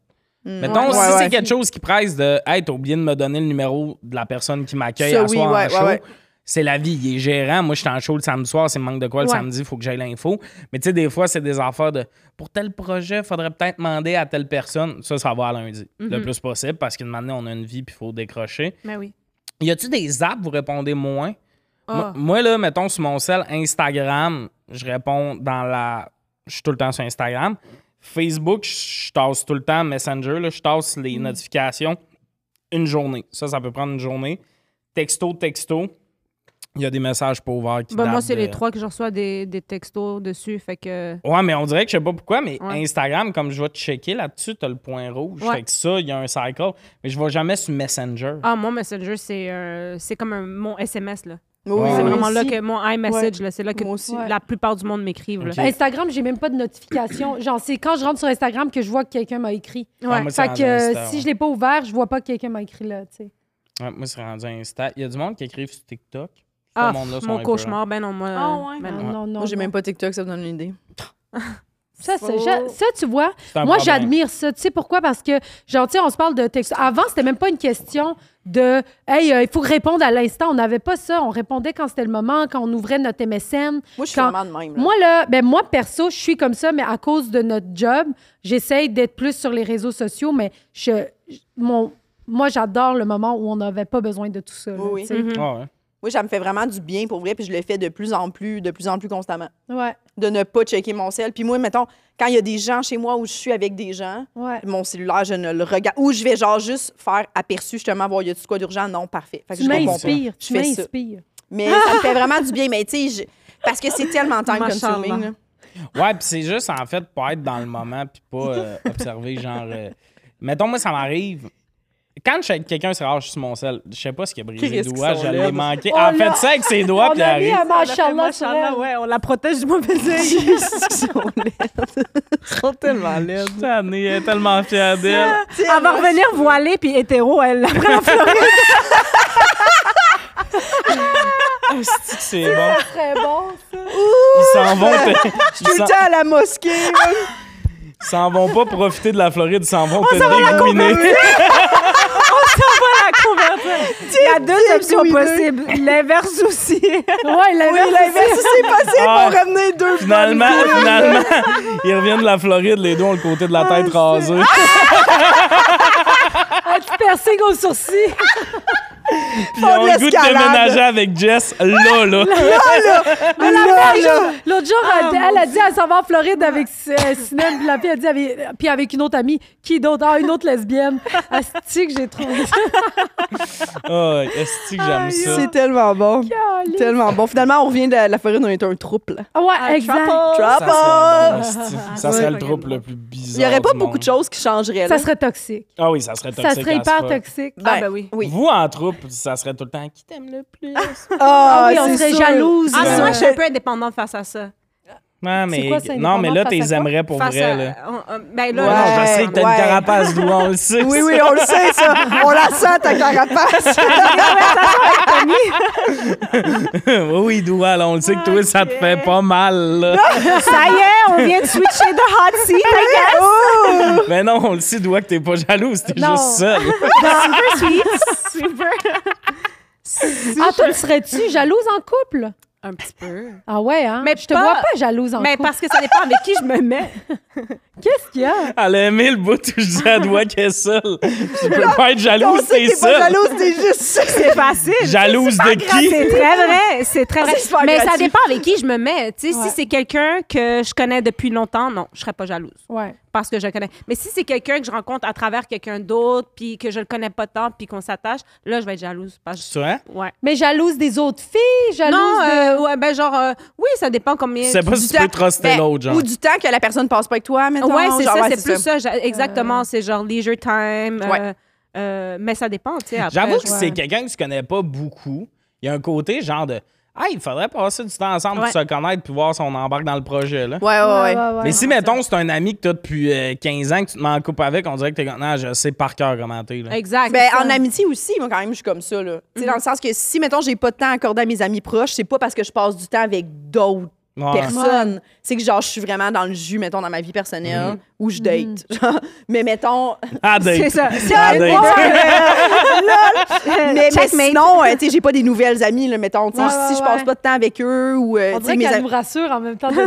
Speaker 1: Mettons,
Speaker 2: Mm. Ouais,
Speaker 1: si
Speaker 2: ouais,
Speaker 1: c'est
Speaker 2: ouais.
Speaker 1: quelque chose qui presse de Hey, t'as oublié de me donner le numéro de la personne qui m'accueille
Speaker 2: Ça,
Speaker 1: à
Speaker 2: oui,
Speaker 1: soir en
Speaker 2: ouais, ouais,
Speaker 1: show.
Speaker 2: ouais.
Speaker 1: C'est la vie, il est gérant. Moi, je suis en show le samedi soir, c'est me manque de quoi le
Speaker 4: Ouais.
Speaker 1: samedi, il faut que j'aille l'info. Mais tu sais, des fois, c'est des affaires de pour tel projet, faudrait peut-être demander à telle personne. Ça, ça va à lundi,
Speaker 2: Mhm.
Speaker 1: le plus possible, parce qu'une année, on a une vie, puis il faut décrocher.
Speaker 4: Mais Ben oui.
Speaker 1: Y a-tu des apps, vous répondez moins? Moi,
Speaker 4: Ah.
Speaker 1: moi, là, mettons, sur mon sel Instagram, je réponds dans la. Je suis tout le temps sur Instagram. Facebook, je tasse tout le temps Messenger, là, je tasse les
Speaker 4: Mm.
Speaker 1: notifications une journée. Ça, ça peut prendre une journée. Texto, texto. Il y a des messages pas ouverts qui
Speaker 4: Ben, moi,
Speaker 1: datent
Speaker 4: c'est
Speaker 1: de-
Speaker 4: les trois que je reçois des, des textos dessus. Fait que.
Speaker 1: Ouais, mais on dirait que je sais pas pourquoi, mais
Speaker 4: Ouais.
Speaker 1: Instagram, comme je vais te checker là-dessus, t'as le point rouge.
Speaker 4: Ouais.
Speaker 1: Fait que ça, il y a un cycle. Mais je vais jamais sur Messenger.
Speaker 4: Ah, mon Messenger, c'est un- c'est comme un- mon SMS, là.
Speaker 2: Oui,
Speaker 1: Ouais.
Speaker 4: C'est
Speaker 2: oui,
Speaker 4: vraiment là
Speaker 3: aussi.
Speaker 4: que mon iMessage, là, c'est là que
Speaker 2: Moi aussi.
Speaker 4: la plupart du monde m'écrivent. là.
Speaker 1: Ok.
Speaker 3: Instagram, j'ai même pas de notification. Genre, c'est quand je rentre sur Instagram que je vois que quelqu'un m'a écrit.
Speaker 1: Ah,
Speaker 4: Ouais.
Speaker 1: moi, c'est
Speaker 3: Fait
Speaker 1: rendu
Speaker 3: que euh,
Speaker 1: Insta,
Speaker 3: si
Speaker 1: ouais.
Speaker 3: je l'ai pas ouvert, je vois pas que quelqu'un m'a écrit là, tu sais.
Speaker 1: Ouais, moi, c'est rendu Insta. Il y a du monde qui écrivent sur TikTok.
Speaker 4: Ah,
Speaker 1: Ce monde-là sont un
Speaker 4: mon
Speaker 1: peu
Speaker 4: cauchemar, ben non, moi.
Speaker 3: Ah
Speaker 4: euh, ben non.
Speaker 3: Non, non, non.
Speaker 2: Moi, j'ai même pas TikTok, ça me donne une idée.
Speaker 3: Ça, c'est-
Speaker 2: Oh.
Speaker 3: j'a- ça, tu vois,
Speaker 1: C'est un
Speaker 3: moi,
Speaker 1: problème.
Speaker 3: j'admire ça. Tu sais pourquoi? Parce que, genre, tu sais, on se parle de texte. Avant, c'était même pas une question de « Hey, euh, il faut répondre à l'instant ». On n'avait pas ça. On répondait quand c'était le moment, quand on ouvrait notre MSN.
Speaker 2: Moi, je suis
Speaker 3: Quand-
Speaker 2: vraiment de même. là.
Speaker 3: Moi, là, ben moi, perso, je suis comme ça, mais à cause de notre job, j'essaye d'être plus sur les réseaux sociaux, mais je, je- mon, moi, j'adore le moment où on n'avait pas besoin de tout ça. là,
Speaker 2: Oui, oui.
Speaker 3: tu sais.
Speaker 4: Mhm.
Speaker 1: Ah ouais.
Speaker 2: Moi, ça me fait vraiment du bien pour vrai, puis je le fais de plus en plus, de plus en plus constamment.
Speaker 3: Ouais,
Speaker 2: De ne pas checker mon sel. Puis moi, mettons, quand il y a des gens chez moi où je suis avec des gens,
Speaker 3: ouais.
Speaker 2: mon cellulaire, je ne le regarde. Ou je vais genre juste faire aperçu, justement, voir, y a-tu de quoi d'urgent? Non, parfait. Fait que
Speaker 3: Tu
Speaker 2: je comprends pas.
Speaker 3: m'inspires,
Speaker 2: Je
Speaker 3: tu
Speaker 2: fais ça.
Speaker 3: m'inspires.
Speaker 2: Mais ça me fait vraiment du bien. Mais tu sais, je- parce que c'est tellement time consuming.
Speaker 4: Machallah.
Speaker 2: là.
Speaker 1: Ouais, puis c'est juste, en fait, pas être dans le moment, puis pas euh, observer, genre. euh, Mettons, moi, ça m'arrive. Quand je suis avec quelqu'un, c'est rare, je suis sur mon sel. Je sais pas ce qui a brisé
Speaker 2: Chris,
Speaker 1: les
Speaker 2: qu'ils
Speaker 1: doigts,
Speaker 2: sont
Speaker 1: je l'ai
Speaker 2: laides.
Speaker 1: manqué.
Speaker 3: Oh
Speaker 1: en
Speaker 3: là!
Speaker 1: fait, ça avec ses doigts,
Speaker 3: On
Speaker 1: puis
Speaker 3: a mis
Speaker 1: arrive.
Speaker 3: un
Speaker 4: Ah, Machallah,
Speaker 3: machallah sur elle.
Speaker 4: ouais, on la protège du mauvais œil.
Speaker 2: Ils sont tellement laides.
Speaker 1: Cette année, elle est tellement fière d'elle.
Speaker 4: Elle va revenir voilée puis hétéro, elle après en Floride.
Speaker 1: Asti que C'est bon.
Speaker 3: Très bon.
Speaker 1: Ils s'en vont. te-
Speaker 2: Tout
Speaker 1: Ils
Speaker 2: le
Speaker 1: s'en-
Speaker 2: temps à la mosquée. là.
Speaker 1: ils s'en vont pas profiter de la Floride, ils s'en vont te dégouliner.
Speaker 4: la convertir. Il y a deux options
Speaker 2: oui,
Speaker 4: possibles. L'inverse aussi.
Speaker 3: Ouais, la
Speaker 2: Oui, l'inverse, c'est passé
Speaker 1: Ah.
Speaker 2: pour ramener deux
Speaker 1: Finalement,
Speaker 2: bonnes fois.
Speaker 1: finalement, ils reviennent de la Floride, les deux ont le côté de la
Speaker 3: Ah,
Speaker 1: tête rasée.
Speaker 3: Un petit piercing au sourcil.
Speaker 1: Puis ils ont le goût de
Speaker 2: l'escalade.
Speaker 1: déménager avec Jess, là, là.
Speaker 2: Là, là.
Speaker 3: L'autre jour, elle, elle a dit elle s'en va en Floride avec euh, Sinem, puis la fille a dit avec, puis avec une autre amie. Qui d'autre? Ah, une autre lesbienne. Asti que j'ai trouvé ça.
Speaker 1: Oh, est-ce que j'aime ça?
Speaker 2: C'est tellement bon.
Speaker 3: calé.
Speaker 2: Tellement bon. Finalement, on revient de la forêt, on est un troupe. là.
Speaker 3: Ah Ouais, exact.
Speaker 1: Ça
Speaker 2: Trouble!
Speaker 1: serait,
Speaker 3: Ah,
Speaker 1: bon, hostie. ça
Speaker 4: Ouais.
Speaker 1: serait le trouble le plus bizarre.
Speaker 2: Il n'y aurait pas
Speaker 1: du
Speaker 2: beaucoup
Speaker 1: monde.
Speaker 2: de choses qui changeraient.
Speaker 3: Ça
Speaker 2: Là.
Speaker 3: serait toxique.
Speaker 1: Ah oui, ça serait toxique.
Speaker 3: Ça serait
Speaker 1: à
Speaker 3: hyper
Speaker 1: ce point.
Speaker 3: toxique.
Speaker 2: Ben,
Speaker 4: Ah, ben oui.
Speaker 2: oui.
Speaker 1: Vous, en troupe, ça serait tout le temps qui t'aime le plus.
Speaker 3: Ah, oui,
Speaker 2: c'est
Speaker 3: on serait
Speaker 2: sûr.
Speaker 3: jalouse.
Speaker 4: Ah,
Speaker 1: Ouais.
Speaker 4: souvent,
Speaker 3: euh,
Speaker 4: je suis un peu indépendante face à ça.
Speaker 1: Non, Ah, mais,
Speaker 3: quoi, c'est
Speaker 1: non, mais
Speaker 3: indépendant
Speaker 1: là,
Speaker 3: face à
Speaker 1: t'es
Speaker 3: quoi?
Speaker 1: aimerais pour
Speaker 4: face
Speaker 1: vrai.
Speaker 4: à.
Speaker 1: Là.
Speaker 4: on- on- ben
Speaker 1: Ouais,
Speaker 4: là,
Speaker 2: Ouais,
Speaker 1: non, je sais que t'as
Speaker 2: ouais.
Speaker 1: une carapace, d'où on le sait.
Speaker 2: Oui,
Speaker 1: ça.
Speaker 2: oui, on le sait, ça. On la sent, ta carapace.
Speaker 1: oui, oui, Doua, là, on le sait que toi, ça te fait pas mal. là.
Speaker 4: ça y est, on vient de switcher de hot seat. I guess.
Speaker 1: mais non, on le sait, Doua, que t'es pas jalouse, t'es
Speaker 3: Non.
Speaker 1: juste seule.
Speaker 3: ben
Speaker 4: Super sweet. Super.
Speaker 3: Ah, toi, tu serais-tu jalouse en couple?
Speaker 4: Un petit peu.
Speaker 3: Ah ouais, hein?
Speaker 4: Mais
Speaker 3: je te
Speaker 4: pas-
Speaker 3: vois pas jalouse en
Speaker 4: Mais
Speaker 3: couple.
Speaker 4: parce que ça dépend avec qui je me mets.
Speaker 3: Qu'est-ce qu'il y a?
Speaker 1: Elle a aimé le bout où je disais à Doua qu'elle est seule. Tu peux pas être
Speaker 2: Oh, On
Speaker 1: jalouse,
Speaker 2: sait
Speaker 1: t'es
Speaker 2: que t'es pas
Speaker 1: seule.
Speaker 2: jalouse, t'es juste ça.
Speaker 4: C'est facile.
Speaker 1: Jalouse de qui?
Speaker 4: Ah, C'est très vrai, c'est très vrai.
Speaker 2: Ah, C'est super
Speaker 4: Mais ça
Speaker 2: gratuit.
Speaker 4: dépend avec qui je me mets. Tu sais,
Speaker 3: Ouais.
Speaker 4: Si c'est quelqu'un que je connais depuis longtemps, non, je serais pas jalouse
Speaker 3: Ouais.
Speaker 4: parce que je le connais. Mais si c'est quelqu'un que je rencontre à travers quelqu'un d'autre, puis que je le connais pas tant, puis qu'on s'attache, là, je vais être jalouse. Parce que,
Speaker 1: Tu vois?
Speaker 4: ouais.
Speaker 3: Mais jalouse des autres filles, jalouse
Speaker 4: Non,
Speaker 3: de...
Speaker 4: euh, ouais, ben genre, euh, oui, ça dépend combien.
Speaker 1: Tu sais pas si tu peux truster
Speaker 2: Ben,
Speaker 1: l'autre, genre.
Speaker 2: Ou du temps que la personne passe pas avec toi, maintenant.
Speaker 4: Ouais, c'est
Speaker 2: genre,
Speaker 4: ça,
Speaker 2: ouais, Euh.
Speaker 4: c'est plus ça. j'a- Exactement, c'est genre leisure time. euh,
Speaker 2: Ouais.
Speaker 4: euh, mais ça dépend, tu sais. après,
Speaker 1: J'avoue que
Speaker 4: je-
Speaker 1: c'est quelqu'un que tu connais pas beaucoup. Il y a un côté genre de Ah, il faudrait passer du temps ensemble
Speaker 4: Ouais.
Speaker 1: pour se connaître puis voir si on embarque dans le projet. Là.
Speaker 2: Ouais, ouais, ouais.
Speaker 1: Mais si, mettons, c'est un ami que t'as depuis euh, 15 ans que tu te mets en couple avec, on dirait que t'es comme Non, je sais par cœur comment t'es. là.
Speaker 4: Exact.
Speaker 2: Ben,
Speaker 4: c'est ça.
Speaker 2: en amitié aussi, moi, quand même, je suis comme ça, là. Tu sais, dans le sens que si, mettons, j'ai pas de temps accordé à mes amis proches, c'est pas parce que je passe du temps avec d'autres
Speaker 1: Ouais.
Speaker 2: personnes. C'est que, genre, je suis vraiment dans le jus, mettons, dans ma vie personnelle, où je date.
Speaker 3: Mm.
Speaker 2: Genre, Mais mettons...
Speaker 1: Ah, date.
Speaker 4: C'est ça. C'est
Speaker 1: Ah, date.
Speaker 2: mais, mais
Speaker 4: Checkmate.
Speaker 2: sinon, euh, tu sais, j'ai pas des nouvelles amies, là, mettons. Tu sais,
Speaker 3: Ouais,
Speaker 2: si
Speaker 3: ouais,
Speaker 2: je passe
Speaker 3: ouais.
Speaker 2: pas de temps avec eux ou... euh,
Speaker 3: On
Speaker 2: tu sais,
Speaker 3: dirait
Speaker 2: mes
Speaker 3: qu'elle
Speaker 2: amis-
Speaker 3: nous rassure en même temps.
Speaker 2: Non,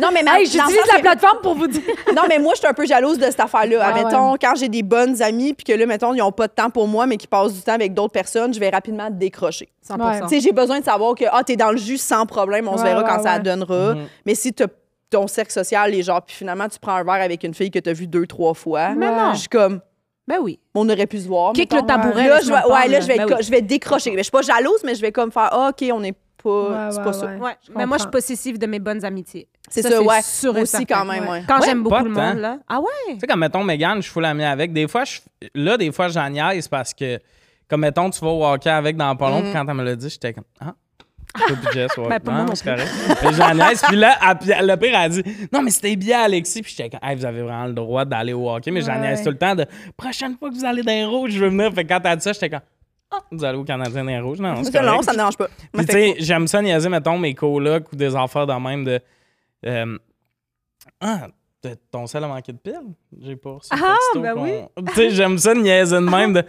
Speaker 2: non, mais ma-
Speaker 3: Hey,
Speaker 2: dans le
Speaker 3: j'utilise
Speaker 2: sens
Speaker 3: la
Speaker 2: que-
Speaker 3: plateforme pour vous dire.
Speaker 2: Non, mais moi, je suis un peu jalouse de cette affaire-là.
Speaker 3: Ah,
Speaker 2: mettons, quand j'ai des bonnes amies, puis que là, mettons, ils n'ont pas de temps pour moi, mais qu'ils passent du temps avec d'autres personnes, je vais rapidement décrocher.
Speaker 4: 100%.
Speaker 2: Tu sais, j'ai besoin de savoir que, ah, t'es dans le jus sans problème, on se
Speaker 3: Ouais,
Speaker 2: verra
Speaker 3: ouais,
Speaker 2: quand ça
Speaker 3: ouais.
Speaker 2: donnera.
Speaker 1: Mhm.
Speaker 2: Mais si t'as- ton cercle social est genre, puis finalement, tu prends un verre avec une fille que t'as vue deux, trois fois,
Speaker 4: Mais non.
Speaker 2: je suis comme,
Speaker 4: Ben oui.
Speaker 2: on aurait pu se voir.
Speaker 4: Kick
Speaker 2: mettons.
Speaker 4: le tabouret.
Speaker 2: Là, je
Speaker 4: laisse-moi
Speaker 2: vais,
Speaker 4: me
Speaker 2: ouais,
Speaker 4: pendre,
Speaker 2: là, je vais,
Speaker 4: ben
Speaker 2: co-
Speaker 4: oui.
Speaker 2: je vais décrocher. Mais je suis pas jalouse, mais je vais comme faire, ah, OK, on n'est pas.
Speaker 3: Ouais,
Speaker 2: c'est
Speaker 3: ouais,
Speaker 2: pas ça.
Speaker 3: ouais.
Speaker 4: Ouais,
Speaker 3: Je
Speaker 4: mais moi, je suis
Speaker 3: comprends.
Speaker 4: possessive de mes bonnes amitiés.
Speaker 2: C'est ça, ouais.
Speaker 4: sûr et
Speaker 2: Aussi,
Speaker 4: certain.
Speaker 2: quand même, ouais.
Speaker 4: Quand
Speaker 1: Ouais, hein.
Speaker 4: j'aime
Speaker 1: pas
Speaker 4: beaucoup le
Speaker 1: tant.
Speaker 4: monde, là. Ah ouais?
Speaker 1: Tu sais, comme mettons, Megan, je suis full ami avec. Des fois, je... là, des fois, j'en niaise parce que, comme mettons, tu vas au hockey avec dans pas long, puis quand elle me l'a dit, j'étais comme, ah. Pas de budget, soit.
Speaker 4: Ben, pour
Speaker 1: non,
Speaker 4: moi non
Speaker 1: c'est correct. Mais j'en niaise. Puis là, elle- le pire, elle a dit Non, mais c'était bien, Alexis. Puis j'étais comme Hey, Vous avez vraiment le droit d'aller au hockey. Mais j'en
Speaker 3: Ouais,
Speaker 1: niaise
Speaker 3: ouais.
Speaker 1: tout le temps de Prochaine fois que vous allez dans les rouges, je veux venir. Fait que quand t'as dit ça, j'étais comme Ah, vous allez au Canadien dans les rouges. Non, c'est
Speaker 2: C'est
Speaker 1: correct.
Speaker 2: long, ça ne dérange pas.
Speaker 1: Puis, tu sais, j'aime ça niaiser, mettons, mes colocs ou des affaires de même de. euh, ah, t- ton sel a manqué de pile? J'ai pas reçu le
Speaker 4: Ah,
Speaker 1: texto
Speaker 4: ben
Speaker 1: qu'on-
Speaker 4: oui.
Speaker 1: Tu sais, j'aime ça niaiser de même de.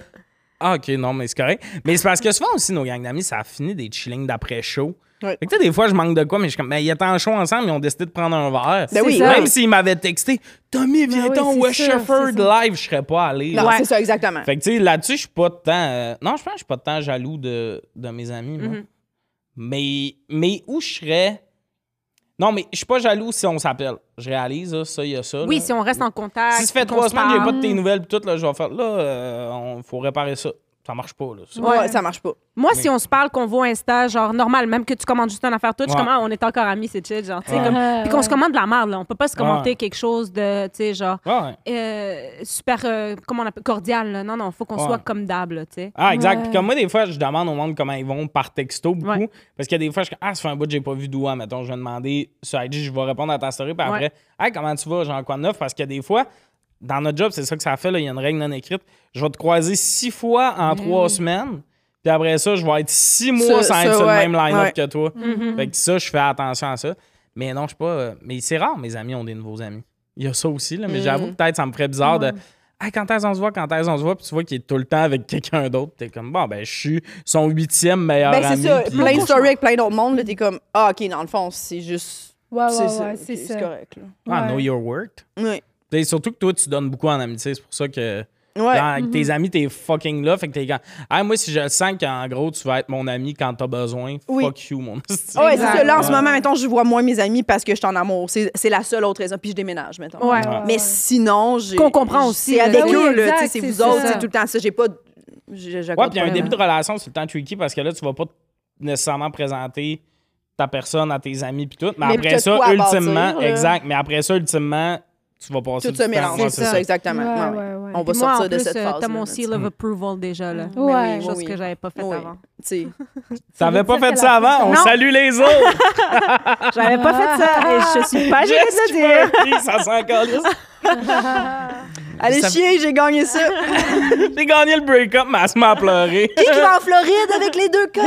Speaker 1: Ah, ok, non, mais c'est correct. Mais c'est parce que souvent aussi, nos gangs d'amis, ça a fini des chillings d'après-show.
Speaker 2: Ouais.
Speaker 1: Fait que, tu sais, des fois, je manque de quoi, mais je suis comme, ben, ils étaient en show ensemble, ils ont décidé de prendre un verre.
Speaker 2: Ben oui,
Speaker 1: C'est
Speaker 2: ouais.
Speaker 1: Même s'ils m'avaient texté, Tommy, viens-t'en
Speaker 3: oui,
Speaker 1: au
Speaker 3: c'est sûr,
Speaker 1: Westshefford
Speaker 3: c'est ça.
Speaker 1: live, je serais pas allé.
Speaker 2: Non,
Speaker 1: là.
Speaker 2: c'est ça, exactement.
Speaker 1: Fait que, tu sais, là-dessus, je suis pas tant. euh, non, je pense que je suis pas tant jaloux de, de mes amis, moi.
Speaker 4: Mhm.
Speaker 1: mais, mais où je serais. Non, mais je suis pas jaloux si on s'appelle. Je réalise, là, ça, il y a ça.
Speaker 4: Oui,
Speaker 1: là.
Speaker 4: si on reste en contact.
Speaker 1: Si ça fait
Speaker 4: qu'on
Speaker 1: trois
Speaker 4: se
Speaker 1: semaines, j'ai pas
Speaker 4: parle.
Speaker 1: de tes nouvelles, pis tout, là, je vais faire. Là, il faut réparer ça. Ça marche pas, là. ça.
Speaker 2: Ouais,
Speaker 4: Ouais.
Speaker 2: ça marche pas.
Speaker 4: Moi, si on se parle, qu'on voit Insta, genre normal, même que tu commandes juste une affaire, toi, tu
Speaker 1: Ouais.
Speaker 4: commences, on est encore amis, c'est chill, genre, tu sais,
Speaker 1: Ouais.
Speaker 4: comme-
Speaker 3: Ouais,
Speaker 4: Puis qu'on
Speaker 3: ouais.
Speaker 4: se commande de la merde, là. On peut pas se commenter
Speaker 1: Ouais.
Speaker 4: quelque chose de, tu sais, genre,
Speaker 1: Ouais.
Speaker 4: euh, super, euh, comment on appelle, cordial, là. Non, non, faut qu'on
Speaker 1: Ouais.
Speaker 4: soit comme d'hab, là, tu sais.
Speaker 1: Ah, exact. Puis
Speaker 3: Ouais.
Speaker 1: comme moi, des fois, je demande au monde comment ils vont par texto beaucoup.
Speaker 4: Ouais.
Speaker 1: Parce que des fois, je suis comme, ah, ça fait un bout que j'ai pas vu Doua, mettons. Je vais demander sur IG, je vais répondre à ta story. Puis après,
Speaker 4: Ouais.
Speaker 1: hey, comment tu vas, Jean, quoi de neuf? Parce que des fois, dans notre job, c'est ça que ça fait, là, il y a une règle non écrite. Je vais te croiser six fois en trois semaines. Puis après ça, je vais être six mois sans
Speaker 2: ça,
Speaker 1: être sur
Speaker 2: ouais,
Speaker 1: le même line-up
Speaker 2: ouais.
Speaker 1: que toi.
Speaker 2: Mm.
Speaker 1: Fait que ça, je fais attention à ça. Mais non, je sais pas. euh, Mais c'est rare, mes amis ont des nouveaux amis. Il y a ça aussi,
Speaker 2: Mm.
Speaker 1: là. Mais j'avoue, que peut-être, ça me ferait bizarre de. Hey, quand est-ce qu'on se voit, quand est-ce qu'on se voit, puis tu vois qu'il est tout le temps avec quelqu'un d'autre, t'es comme, bon, ben, je suis son huitième meilleur
Speaker 2: Ben,
Speaker 1: ami.
Speaker 2: c'est ça.
Speaker 1: puis-
Speaker 2: Plein de stories avec plein d'autres mondes, là, t'es comme, ah, OK, dans le fond, c'est juste.
Speaker 3: Ouais, Ah, ouais,
Speaker 2: c'est ça.
Speaker 3: ouais,
Speaker 2: OK,
Speaker 3: c'est
Speaker 2: c'est
Speaker 3: ça.
Speaker 2: correct, là.
Speaker 1: Ah,
Speaker 3: Ouais.
Speaker 1: know your worth.
Speaker 2: Oui.
Speaker 1: T'sais, surtout que toi, tu donnes beaucoup en amitié, c'est pour ça que.
Speaker 2: Ouais. Mm-hmm.
Speaker 1: Genre, avec tes amis, t'es fucking là. Fait que t'es comme, ah, moi, si je sens qu'en gros, tu vas être mon ami quand t'as besoin,
Speaker 2: Oui.
Speaker 1: fuck you, mon esti.
Speaker 2: Ah ouais, c'est
Speaker 4: Exact.
Speaker 2: ça. Là, en ce
Speaker 1: Ouais.
Speaker 2: moment, mettons, je vois moins mes amis parce que je suis en amour. C'est c'est la seule autre raison. Puis je déménage, mettons.
Speaker 4: Ouais.
Speaker 1: Ouais.
Speaker 2: Mais sinon, j'ai.
Speaker 4: Qu'on comprend aussi,
Speaker 2: C'est
Speaker 4: là.
Speaker 2: avec
Speaker 4: Ben oui,
Speaker 2: eux, là. tu
Speaker 3: exact,
Speaker 2: sais, c'est
Speaker 3: c'est
Speaker 2: vous
Speaker 3: ça.
Speaker 2: autres. C'est tout le temps ça. J'ai pas. de- Je, je
Speaker 1: Ouais,
Speaker 2: compte
Speaker 1: puis un
Speaker 2: pas.
Speaker 1: début de relation, c'est le temps tricky parce que là, tu vas pas nécessairement présenter ta personne à tes amis puis tout. Mais,
Speaker 2: Mais
Speaker 1: après
Speaker 2: t'as de
Speaker 1: ça,
Speaker 2: quoi à
Speaker 1: ultimement,
Speaker 2: bâtir, là.
Speaker 1: exact. Mais après ça, ultimement, tu vas passer
Speaker 2: Tout
Speaker 1: du
Speaker 2: se
Speaker 1: temps.
Speaker 2: mélange.
Speaker 1: Ouais,
Speaker 2: C'est ça, exactement.
Speaker 3: Ouais,
Speaker 2: Ouais, ouais.
Speaker 3: ouais, ouais.
Speaker 2: On va
Speaker 4: Puis moi, en
Speaker 2: sortir de
Speaker 4: plus,
Speaker 2: cette
Speaker 4: euh,
Speaker 2: phase.
Speaker 4: T'as mon seal of approval déjà, là.
Speaker 3: Ouais.
Speaker 2: Ouais,
Speaker 3: oui,
Speaker 4: Chose que j'avais pas faite avant.
Speaker 2: Tu sais.
Speaker 1: T'avais pas
Speaker 3: veut dire
Speaker 1: fait
Speaker 3: que
Speaker 1: ça
Speaker 3: la
Speaker 1: avant. On
Speaker 4: Non.
Speaker 1: salue les autres.
Speaker 4: J'avais pas fait ça et je suis
Speaker 2: Ah,
Speaker 4: pas gênée de le dire.
Speaker 1: Jessica, qui, ça sent encore
Speaker 2: Allez,
Speaker 1: Ça-
Speaker 2: chier, j'ai gagné ça.
Speaker 1: J'ai gagné le break-up, mais elle se met à pleurer.
Speaker 2: Qui qui va en Floride avec les deux cas?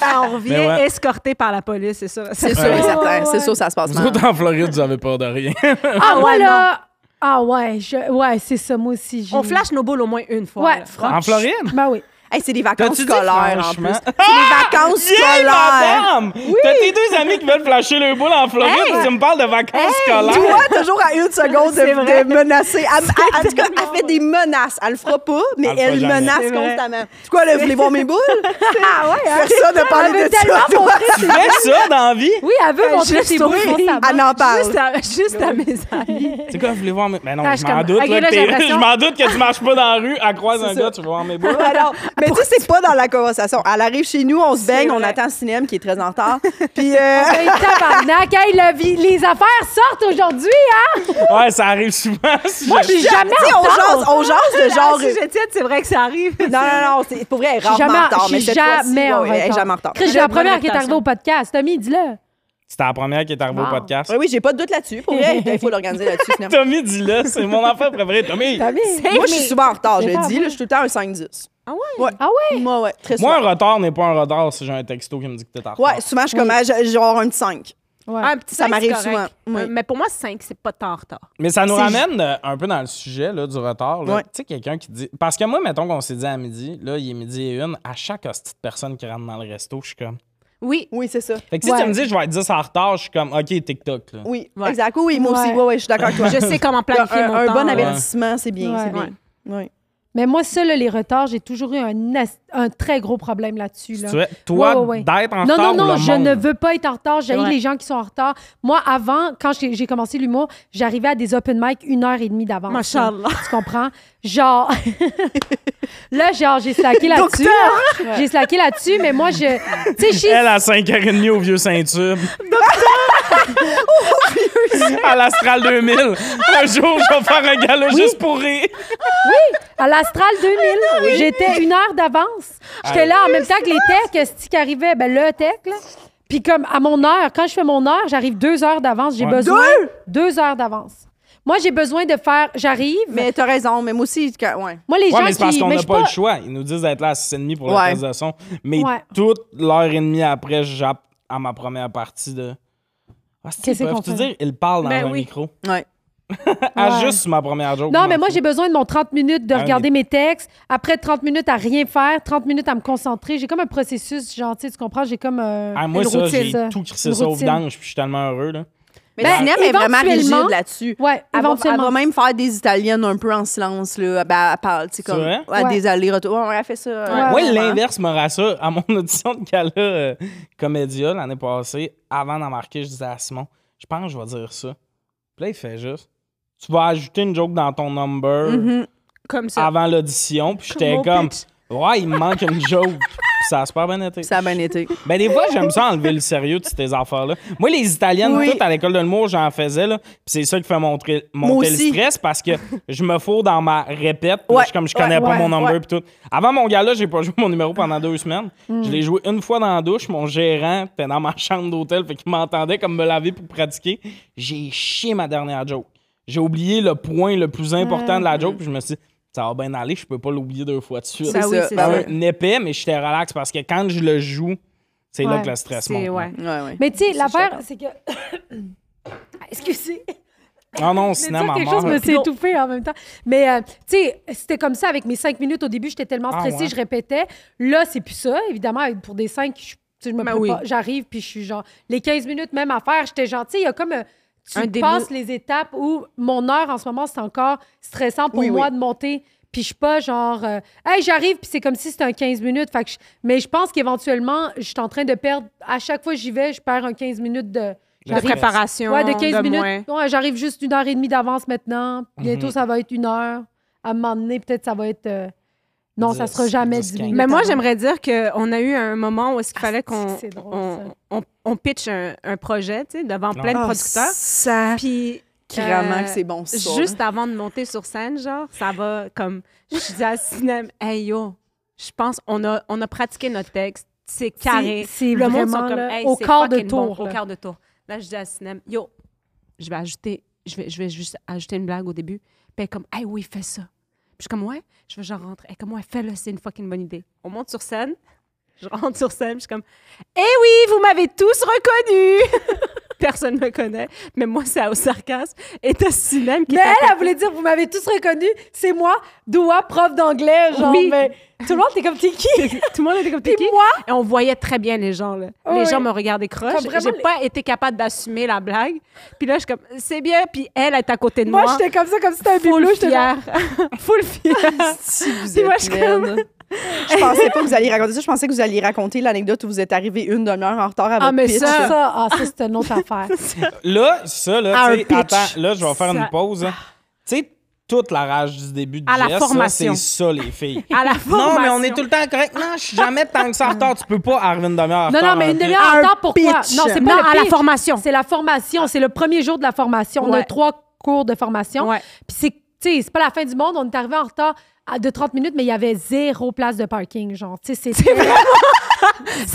Speaker 4: Ah, on revient
Speaker 1: Mais ouais.
Speaker 4: escorté par la police, c'est ça.
Speaker 2: C'est sûr,
Speaker 1: Ouais.
Speaker 2: et certain.
Speaker 3: Ouais,
Speaker 2: C'est
Speaker 3: ouais.
Speaker 2: sûr, ça se passe
Speaker 1: Vous
Speaker 2: mal.
Speaker 1: autres, en Floride, vous avez peur de rien.
Speaker 3: Ah, moi,
Speaker 4: ouais,
Speaker 3: là... Ah ouais, je... ouais c'est ça, moi aussi. j'ai-
Speaker 4: On flash nos boules au moins une fois.
Speaker 3: Ouais,
Speaker 4: là.
Speaker 3: franchement.
Speaker 1: en Floride?
Speaker 3: Ben oui.
Speaker 2: Hey, c'est des vacances
Speaker 1: T'as-tu dit
Speaker 2: scolaires en
Speaker 1: franchement?
Speaker 2: plus. C'est des vacances
Speaker 1: Yeah,
Speaker 2: scolaires.
Speaker 1: madame! T'as tes deux amis qui veulent flasher le boule en Floride,
Speaker 4: Hey!
Speaker 1: tu me parles de vacances scolaires.
Speaker 2: Toi, toujours à une seconde
Speaker 4: C'est
Speaker 2: de,
Speaker 4: vrai.
Speaker 2: de menacer. Elle- elle- en tout cas, elle fait des menaces. Elle le fera pas, mais
Speaker 1: Elle le fera
Speaker 2: elle,
Speaker 1: jamais.
Speaker 2: menace
Speaker 4: C'est vrai.
Speaker 2: constamment. C'est quoi, là, vous voulez voir mes boules? Ah ouais, Personne n'a
Speaker 3: Elle
Speaker 2: parlé
Speaker 3: veut
Speaker 2: de ça.
Speaker 3: tellement
Speaker 2: toi.
Speaker 3: montrer
Speaker 1: Tu fais ça dans la vie?
Speaker 3: Oui, elle veut montrer
Speaker 4: juste
Speaker 3: ses beaux
Speaker 4: oui.
Speaker 2: Elle
Speaker 3: constamment.
Speaker 2: en parle.
Speaker 4: Juste à, juste à mes amis.
Speaker 1: C'est quoi, vous voulez voir mes. Ben non,
Speaker 4: Ah, je
Speaker 1: je m'en
Speaker 4: comme-
Speaker 1: doute.
Speaker 4: Ok,
Speaker 1: là,
Speaker 4: là,
Speaker 1: que
Speaker 4: j'ai
Speaker 1: t'es- je
Speaker 4: l'impression-
Speaker 1: m'en doute que tu marches pas dans la rue, à croiser un
Speaker 2: C'est ça.
Speaker 1: gars, tu veux voir mes boules.
Speaker 2: Alors, Ben mais tu sais, c'est pas dans la conversation. À l'arrive chez nous, on se baigne, on
Speaker 4: vrai.
Speaker 2: attend le cinéma qui est très en retard. Puis, euh,
Speaker 3: Hey, Ben, tabarnak, hey, la vie- les affaires sortent aujourd'hui, hein?
Speaker 1: Ouais, ça arrive souvent. si
Speaker 3: Moi,
Speaker 1: je-
Speaker 3: je suis jamais
Speaker 2: tu sais,
Speaker 3: en
Speaker 2: on
Speaker 3: retard.
Speaker 2: jase, on jase de genre. euh,
Speaker 4: si je tiens, c'est vrai que ça arrive.
Speaker 2: Non, non, non, c'est pour vrai, elle est
Speaker 3: Je suis
Speaker 2: rarement
Speaker 3: jamais,
Speaker 2: en retard.
Speaker 3: je
Speaker 2: Mais
Speaker 3: suis
Speaker 2: cette fois-ci,
Speaker 3: jamais
Speaker 2: ouais,
Speaker 3: en
Speaker 2: ouais, elle est
Speaker 3: retard.
Speaker 2: jamais en retard.
Speaker 3: Chris, je suis la
Speaker 4: Bonne
Speaker 3: première qui est arrivée
Speaker 4: réputation.
Speaker 3: au podcast. Tommy, dis-le.
Speaker 1: C'était la première qui est arrivée
Speaker 3: Wow.
Speaker 1: au podcast.
Speaker 2: Oui, oui, j'ai pas de doute là-dessus. Pour vrai, il faut l'organiser là-dessus, finalement.
Speaker 1: Tommy, dis-le, c'est mon enfant préféré. Tommy!
Speaker 2: Moi, je suis souvent en retard, je
Speaker 3: Mais
Speaker 2: le
Speaker 3: pas
Speaker 2: dis.
Speaker 3: vrai.
Speaker 2: là, Je suis tout le temps un 5-10.
Speaker 4: Ah ouais?
Speaker 3: Ah ouais?
Speaker 2: Moi, ouais, très
Speaker 1: Moi,
Speaker 2: souvent.
Speaker 1: un retard n'est pas un retard si j'ai un texto qui me dit que t'es en retard.
Speaker 2: Ouais, souvent, je suis comme, ah, je- je vais avoir un petit 5.
Speaker 3: Ouais.
Speaker 4: Un petit
Speaker 2: Ça
Speaker 4: cinq,
Speaker 2: m'arrive
Speaker 4: c'est correct.
Speaker 2: souvent. Oui.
Speaker 4: Euh, Mais pour moi, 5, c'est pas tant en retard.
Speaker 1: Mais ça nous
Speaker 2: C'est
Speaker 1: ramène euh, un peu dans le sujet là, du retard. là.
Speaker 2: Ouais.
Speaker 1: Tu sais, quelqu'un qui dit. Parce que moi, mettons qu'on s'est dit à midi, là, il est midi et une, à chaque petite personne qui rentre dans le resto, je suis comme.
Speaker 4: Oui.
Speaker 2: Oui, c'est ça.
Speaker 1: Fait que si
Speaker 3: Ouais.
Speaker 1: tu me dis, je vais être 10 en retard, je suis comme, OK, TikTok. Là.
Speaker 2: Oui,
Speaker 4: Ouais.
Speaker 2: exact. Oui, oui, moi aussi.
Speaker 3: Ouais.
Speaker 2: Ouais, ouais, je suis d'accord avec toi.
Speaker 4: Je sais comment planifier
Speaker 2: un,
Speaker 4: mon
Speaker 2: un
Speaker 4: temps. euh,
Speaker 2: bon
Speaker 4: là.
Speaker 2: avertissement, c'est bien,
Speaker 3: Ouais.
Speaker 2: c'est bien. euh, Ouais.
Speaker 3: Mais moi, ça, là, les retards, j'ai toujours eu un, as- un très gros problème là-dessus.
Speaker 1: Si
Speaker 3: Là.
Speaker 1: tu veux, toi,
Speaker 3: Ouais, ouais, ouais.
Speaker 1: d'être en
Speaker 3: Non,
Speaker 1: retard,
Speaker 3: non,
Speaker 1: ou
Speaker 3: non,
Speaker 1: le
Speaker 3: je
Speaker 1: monde?
Speaker 3: ne veux pas être en retard. J'ai
Speaker 4: Ouais.
Speaker 3: les gens qui sont en retard. Moi, avant, quand j'ai j'ai commencé l'humour, j'arrivais à des open mic une heure et demie d'avance.
Speaker 4: Machallah.
Speaker 3: Tu comprends? Genre. là, genre, j'ai slacké là-dessus. J'ai slacké là-dessus, mais moi, je. Tu sais, je suis-
Speaker 1: Elle à 5h30 au vieux Saint-Tube. à l'Astral 2000. Un jour, je vais faire un gala juste pour rire.
Speaker 3: À l'Astral 2000, j'étais une heure d'avance. J'étais là en même temps que les techs, ce qui arrivait, ben le tech, là. Puis comme à mon heure, quand je fais mon heure, j'arrive deux heures d'avance. J'ai
Speaker 1: Ouais.
Speaker 3: besoin... Deux heures d'avance. Moi, j'ai besoin de faire... J'arrive...
Speaker 2: Mais t'as raison, mais moi aussi, quand- ouais.
Speaker 3: Moi,
Speaker 1: Ouais, mais
Speaker 3: les gens
Speaker 1: c'est parce
Speaker 3: qui...
Speaker 1: qu'on
Speaker 3: mais
Speaker 1: n'a
Speaker 3: je
Speaker 1: pas,
Speaker 3: suis
Speaker 1: le choix. Ils nous disent d'être là à 6h30 pour
Speaker 2: Ouais.
Speaker 1: la prise de son. Mais
Speaker 3: Ouais.
Speaker 1: toute l'heure et demie après, je jappe à ma première partie de. Ah, c'est
Speaker 3: Qu'est-ce qu'on
Speaker 1: peuvent-tu
Speaker 3: fait?
Speaker 1: dire? Il parle dans
Speaker 4: Ben
Speaker 1: un
Speaker 4: oui.
Speaker 1: micro.
Speaker 2: Ouais.
Speaker 1: Ah,
Speaker 3: Ouais.
Speaker 1: juste sur ma première joke.
Speaker 3: Non,
Speaker 1: je
Speaker 3: mais
Speaker 1: m'en
Speaker 3: moi,
Speaker 1: fous.
Speaker 3: j'ai besoin de mon 30 minutes de
Speaker 1: Ah,
Speaker 3: regarder mes textes. Après 30 minutes à rien faire, 30 minutes à me concentrer. J'ai comme un processus, genre, tu sais, tu comprends? J'ai comme euh,
Speaker 1: Ah, moi,
Speaker 3: une
Speaker 1: ça,
Speaker 3: routine.
Speaker 1: j'ai tout crissé
Speaker 3: Une
Speaker 1: ça au
Speaker 3: routine.
Speaker 1: vidange, puis je suis tellement heureux. Là.
Speaker 2: Mais
Speaker 3: Ben,
Speaker 2: le cinéma est vraiment
Speaker 3: éventuellement-
Speaker 2: rigide là-dessus.
Speaker 3: Ouais,
Speaker 2: Elle va, elle
Speaker 3: éventuellement.
Speaker 2: va même faire des italiennes un peu en silence, là. Ben, elle parle, tu sais, comme.
Speaker 1: vrai?
Speaker 2: à
Speaker 3: Ouais.
Speaker 2: Des allers-retours. Ouais, ouais, elle fait ça. euh,
Speaker 1: Moi,
Speaker 2: vraiment.
Speaker 1: l'inverse me rassure. À mon audition de gala euh, Comédia l'année passée, avant d'en marquer, je disais à Simon, je pense que je vais dire ça. Puis là, il fait juste. Tu vas ajouter une joke dans ton number
Speaker 2: Mhm.
Speaker 4: Comme ça.
Speaker 1: avant l'audition. Puis j'étais
Speaker 4: Mon
Speaker 1: comme,
Speaker 4: pitch.
Speaker 1: ouais, il me manque une joke. Puis ça a super bien été.
Speaker 2: Ça a bien été.
Speaker 1: Ben, des fois, j'aime ça enlever le sérieux de ces affaires-là. Moi, les Italiennes,
Speaker 2: Oui.
Speaker 1: toutes à l'école de l'humour, j'en faisais, là. Puis c'est ça qui fait montrer,
Speaker 2: Moi
Speaker 1: monter le
Speaker 2: aussi.
Speaker 1: stress parce que je me fous dans ma répète. puis là,
Speaker 2: Ouais,
Speaker 1: je suis comme je
Speaker 2: ouais,
Speaker 1: connais pas
Speaker 2: ouais,
Speaker 1: mon number
Speaker 2: ouais.
Speaker 1: puis tout. Avant mon gars-là, j'ai pas joué mon numéro pendant deux semaines. Je l'ai joué une fois dans la douche. Mon gérant était dans ma chambre d'hôtel, fait qu'il m'entendait comme me laver pour pratiquer. J'ai chié ma dernière joke. J'ai oublié le point le plus important de la joke, puis je me suis dit, ça va bien aller, je peux pas l'oublier deux fois de suite.
Speaker 2: C'est
Speaker 4: Ben oui,
Speaker 2: Mm. ça.
Speaker 4: c'est
Speaker 3: Ah
Speaker 2: Ben
Speaker 4: ça.
Speaker 2: ouais.
Speaker 1: un épais, mais j'étais relax parce que quand je le joue, c'est là
Speaker 3: Ouais,
Speaker 1: que le stress monte.
Speaker 4: C'est, ouais.
Speaker 2: Ouais, ouais.
Speaker 3: Mais tu sais, l'affaire, c'est que. Excusez.
Speaker 1: Non, Ah non,
Speaker 3: Je
Speaker 1: sinon,
Speaker 3: voulais dire
Speaker 1: ma
Speaker 3: quelque chose,
Speaker 1: mort.
Speaker 3: je me suis étouffée en même temps. Mais euh, tu sais, c'était comme ça avec mes cinq minutes. Au début, j'étais tellement
Speaker 1: Ah,
Speaker 3: stressée,
Speaker 1: ouais.
Speaker 3: je répétais. Là, c'est plus ça. Évidemment, avec- pour des cinq, je, tu sais, je me
Speaker 4: Ben
Speaker 3: prépare-
Speaker 4: oui.
Speaker 3: j'arrive, puis je suis genre. Les 15 minutes, même à faire, j'étais gentille. Il y a comme. euh, tu
Speaker 4: Un début.
Speaker 3: passes les étapes où mon heure en ce moment, c'est encore stressant pour
Speaker 2: Oui,
Speaker 3: moi
Speaker 2: oui.
Speaker 3: de monter. Puis je suis pas genre, euh, hey, j'arrive, puis c'est comme si c'était un 15 minutes. Fait que je- mais je pense qu'éventuellement, je suis en train de perdre. À chaque fois que j'y vais, je perds un 15 minutes de.
Speaker 1: De
Speaker 4: De
Speaker 3: j'arrive-
Speaker 4: préparation.
Speaker 3: Ouais, de 15
Speaker 4: moins.
Speaker 3: minutes. Ouais, J'arrive juste une heure et demie d'avance maintenant. Bientôt,
Speaker 1: Mhm.
Speaker 3: ça va être une heure. À un moment donné, peut-être ça va être. euh, Non, ça
Speaker 1: Dix,
Speaker 3: sera jamais
Speaker 1: dix,
Speaker 3: 10
Speaker 1: quinze.
Speaker 3: minutes.
Speaker 4: Mais moi,
Speaker 3: avant.
Speaker 4: j'aimerais dire qu'on a eu un moment où est-ce qu'il fallait qu'on
Speaker 3: c'est drôle,
Speaker 4: on, on, on pitch un, un projet tu sais, devant
Speaker 1: Non.
Speaker 4: plein de
Speaker 2: Oh,
Speaker 4: producteurs.
Speaker 2: Ça.
Speaker 4: Puis,
Speaker 2: Vraiment
Speaker 4: euh,
Speaker 2: que c'est bon, ça.
Speaker 4: Juste avant de monter sur scène, genre, ça va comme. Je dis à Sinem, hey yo, je pense on a, on a pratiqué notre texte. C'est carré.
Speaker 3: c'est
Speaker 4: Le monde
Speaker 3: vraiment,
Speaker 4: sont comme,
Speaker 3: là,
Speaker 4: Hey,
Speaker 3: au
Speaker 4: c'est
Speaker 3: quart de
Speaker 4: fucking bon,
Speaker 3: tour,
Speaker 4: au
Speaker 3: là.
Speaker 4: quart de tour. Là, je dis à Sinem, yo, je vais ajouter, je vais, je vais juste ajouter une blague au début. Puis elle est comme, hey oui, fais ça. Puis je suis comme, ouais, je veux genre rentrer. Elle est comme, ouais, fais-le, c'est une fucking bonne idée. On monte sur scène. Je rentre sur scène, je suis comme, eh oui, vous m'avez tous reconnu. personne me connaît, mais moi, c'est au sarcasme. Et t'as Sinem qui
Speaker 3: Mais
Speaker 4: était
Speaker 3: elle, elle voulait dire, vous m'avez tous reconnu, c'est moi, Doua, prof d'anglais, genre,
Speaker 4: Oui.
Speaker 3: mais tout le monde, t'es comme, t'es qui?
Speaker 4: Tout le monde était comme
Speaker 3: Puis
Speaker 4: t'es qui?
Speaker 3: moi?
Speaker 4: Et on voyait très bien les gens. Là.
Speaker 3: Oh
Speaker 4: les
Speaker 3: oui.
Speaker 4: gens me regardaient croche.
Speaker 3: Comme vraiment
Speaker 4: J'ai
Speaker 3: les-
Speaker 4: pas été capable d'assumer la blague. Puis là, je suis comme, c'est bien. Puis elle elle est à côté de moi.
Speaker 3: Moi, j'étais comme ça, comme si c'était un
Speaker 4: full
Speaker 3: bibelot, j'étais genre,
Speaker 4: fière. full fière.
Speaker 2: Si vous
Speaker 4: Puis moi,
Speaker 2: êtes
Speaker 4: je suis comme-
Speaker 2: laide. Je pensais pas que vous alliez raconter ça. Je pensais que vous alliez raconter l'anecdote où vous êtes arrivé une demi-heure en retard à votre
Speaker 4: Ah, mais
Speaker 2: pitch.
Speaker 4: ça,
Speaker 3: ça, ah, ça, c'est une autre affaire.
Speaker 1: Là, ça, là,
Speaker 2: À
Speaker 1: tu sais,
Speaker 2: un pitch.
Speaker 1: attends, là, je vais faire une
Speaker 4: Ça-
Speaker 1: pause. hein. Tu sais, toute la rage du début de
Speaker 4: À la
Speaker 1: Jess, ça,
Speaker 4: formation.
Speaker 1: c'est ça, les filles.
Speaker 4: à la
Speaker 1: Non,
Speaker 4: formation.
Speaker 1: mais on est tout le temps correct. Non, je suis jamais tant que ça en retard. Tu peux pas arriver une demi-heure en
Speaker 3: Non,
Speaker 1: retard.
Speaker 3: non,
Speaker 1: à
Speaker 3: mais
Speaker 1: un
Speaker 3: une
Speaker 1: pitch.
Speaker 3: demi-heure en
Speaker 2: Un
Speaker 3: retard, pourquoi?
Speaker 2: pitch.
Speaker 3: Non, c'est
Speaker 4: Non,
Speaker 3: pas le
Speaker 4: à la
Speaker 3: pitch.
Speaker 4: formation.
Speaker 3: C'est la formation, c'est le premier jour de la formation. On a
Speaker 4: Ouais.
Speaker 3: trois cours de formation.
Speaker 4: Ouais.
Speaker 3: Puis c'est, tu sais, c'est pas la fin du monde. On est arrivé en retard à- de 30 minutes, mais il y avait zéro place de parking, genre. Tu sais, c'est
Speaker 4: C'est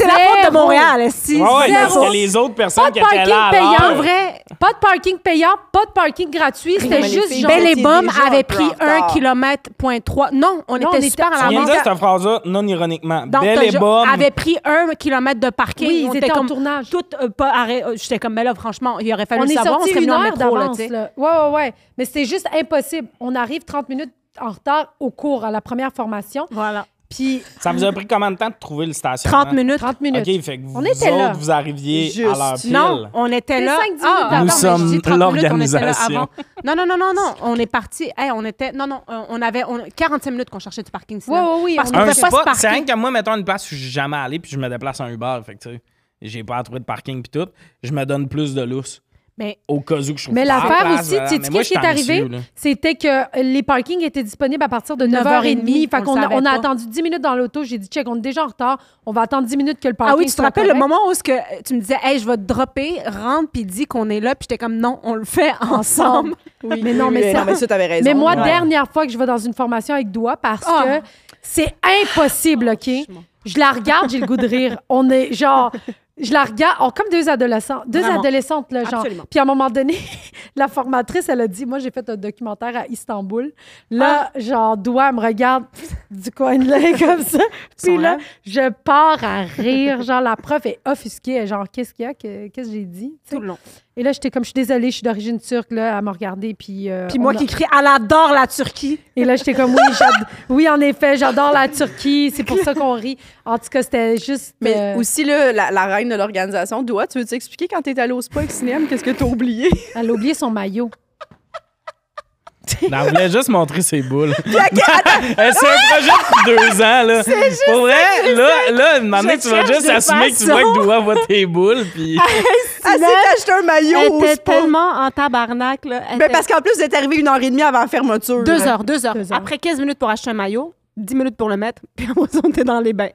Speaker 4: la faute de
Speaker 3: Zéro.
Speaker 4: Montréal, est-ce
Speaker 1: Ah ouais, parce
Speaker 3: hein, zéro.
Speaker 1: que les autres
Speaker 3: pas
Speaker 1: personnes qui
Speaker 3: de
Speaker 1: étaient
Speaker 3: parking
Speaker 1: là. à
Speaker 3: payant,
Speaker 1: l'heure-
Speaker 3: en vrai. Pas de parking payant, pas de parking gratuit. C'était
Speaker 2: mais les
Speaker 3: juste
Speaker 2: filles,
Speaker 3: genre.
Speaker 4: Ben, les
Speaker 2: étiez
Speaker 4: bombes
Speaker 2: déjà un
Speaker 4: avaient
Speaker 2: peu
Speaker 4: pris
Speaker 2: en retard.
Speaker 4: 1 km. point trois. Non, on
Speaker 3: Non, on
Speaker 4: était
Speaker 3: était-
Speaker 4: super à
Speaker 1: Tu viens de
Speaker 4: l'avance.
Speaker 1: dire cette phrase-là non ironiquement.
Speaker 4: Donc,
Speaker 1: Belle
Speaker 4: t'as
Speaker 1: et
Speaker 4: jo-
Speaker 1: bonne.
Speaker 4: avait pris un kilomètre de parking.
Speaker 3: Oui, ils
Speaker 4: On
Speaker 3: étaient
Speaker 4: était
Speaker 3: en
Speaker 4: comme
Speaker 3: tournage.
Speaker 4: Tout, euh, pas arrêt- euh, J'étais comme, mais là, franchement, il aurait fallu
Speaker 3: on
Speaker 4: le
Speaker 3: est
Speaker 4: savoir. On
Speaker 3: sorti
Speaker 4: serait
Speaker 3: une
Speaker 4: venu en
Speaker 3: heure
Speaker 4: métro, là, tu
Speaker 3: d'avance.
Speaker 4: sais.
Speaker 3: là. Ouais, ouais, ouais. Mais c'était juste impossible. On arrive 30 minutes en retard au cours, à la première formation.
Speaker 4: Voilà.
Speaker 3: Puis
Speaker 1: Ça vous a pris combien de temps de trouver le stationnement?
Speaker 4: 30 minutes.
Speaker 3: 30 minutes.
Speaker 1: OK, fait que vous
Speaker 3: On était là.
Speaker 1: autres, vous arriviez
Speaker 2: Juste.
Speaker 1: à l'heure pile.
Speaker 4: Non, on était
Speaker 3: Les
Speaker 4: là. Ah,
Speaker 3: cinq, dix minutes
Speaker 1: Nous
Speaker 4: mais je
Speaker 1: sommes
Speaker 4: dis 30 minutes, on était là
Speaker 1: l'organisation.
Speaker 4: avant. Non, non, non, non, non. On est parti. Hey, on était. Non, non. euh, On avait on- 45 minutes qu'on cherchait du parking. sinon.
Speaker 3: Ouais, ouais, oui,
Speaker 4: Parce
Speaker 3: on
Speaker 4: qu'on
Speaker 1: Un
Speaker 4: ne
Speaker 3: était-
Speaker 4: pouvait pas
Speaker 1: spot,
Speaker 4: se
Speaker 1: c'est rien
Speaker 4: parquer.
Speaker 1: que moi, mettons une place où je suis jamais allé, puis je me déplace en Uber, fait que tu sais, j'ai pas à trouver de parking puis tout, je me donne plus de lousse
Speaker 4: Mais
Speaker 1: au cas où que je trouve
Speaker 3: Mais
Speaker 1: pas
Speaker 3: l'affaire
Speaker 1: place,
Speaker 3: aussi,
Speaker 1: voilà.
Speaker 3: tu sais
Speaker 1: Mais
Speaker 3: qu'est-ce
Speaker 1: moi,
Speaker 3: qui est
Speaker 1: je suis
Speaker 3: arrivé?
Speaker 1: ambitieux, là.
Speaker 3: C'était que euh, les parkings étaient disponibles à partir de 9h30.
Speaker 4: 9h30,
Speaker 3: fait
Speaker 4: on
Speaker 3: qu'on
Speaker 4: le
Speaker 3: a,
Speaker 4: savait
Speaker 3: on a
Speaker 4: pas.
Speaker 3: attendu 10 minutes dans l'auto. J'ai dit, check, on est déjà en retard. On va attendre 10 minutes que le parking
Speaker 4: Ah oui, tu te
Speaker 3: soit
Speaker 4: rappelles le
Speaker 3: correct.
Speaker 4: moment où ce que euh, tu me disais, hey, je vais te dropper, rentre, puis dis qu'on est là, puis j'étais comme, non, on le fait ensemble.
Speaker 2: Oui,
Speaker 3: Mais non,
Speaker 2: oui,
Speaker 3: mais ça-
Speaker 2: non, mais ça, t'avais raison.
Speaker 3: Mais moi,
Speaker 1: Ouais.
Speaker 3: dernière fois que je vais dans une formation avec Doua, parce
Speaker 4: Ah.
Speaker 3: que c'est impossible, OK? Je la regarde, j'ai le goût de rire. On est genre... Je la regarde on- comme deux adolescents, deux
Speaker 4: Vraiment.
Speaker 3: adolescentes là, genre.
Speaker 4: Absolument.
Speaker 3: Puis à un moment donné, la formatrice, elle a dit, moi j'ai fait un documentaire à Istanbul. Là,
Speaker 4: Ah.
Speaker 3: genre, doigt me regarde du coin de l'œil comme ça. Puis
Speaker 4: sont
Speaker 3: là,
Speaker 4: là.
Speaker 3: je pars à rire, genre la prof est offusquée, elle est genre qu'est-ce qu'il y a, Que- qu'est-ce que j'ai dit. tu sais.
Speaker 4: Tout le long.
Speaker 3: Et là, j'étais comme, je suis désolée, je suis d'origine turque là, à me regarder. Puis euh,
Speaker 4: Puis
Speaker 3: on
Speaker 4: moi
Speaker 3: a-
Speaker 4: qui crie, elle adore la Turquie.
Speaker 3: et là, j'étais comme, oui, j'ad- oui, en effet, j'adore la Turquie, c'est pour ça qu'on rit. En tout cas, c'était juste.
Speaker 2: Mais
Speaker 3: euh,
Speaker 2: aussi, là, la, la reine de l'organisation, Doua, tu veux t'expliquer quand t'es allée au spa avec Cinem, qu'est-ce que t'as oublié?
Speaker 3: Elle a oublié son maillot.
Speaker 1: Non, elle voulait juste montrer ses boules. Euh, c'est un projet depuis deux ans, là. Pour vrai, là, là, une année,
Speaker 4: Je
Speaker 1: tu vas
Speaker 4: cherche
Speaker 1: juste
Speaker 4: des
Speaker 1: assumer que tu vois
Speaker 4: façons.
Speaker 1: que Doua voit tes boules, puis...
Speaker 2: Elle s'est acheté un maillot au spa.
Speaker 4: en tabarnak. Là. Elle
Speaker 2: Mais
Speaker 4: était-
Speaker 2: parce qu'en plus, vous êtes arrivé une heure et demie avant la fermeture.
Speaker 4: deux, heures, deux heures,
Speaker 3: Deux heures.
Speaker 4: Après 15 minutes pour acheter un maillot, 10 minutes pour le mettre, puis on était dans les bains.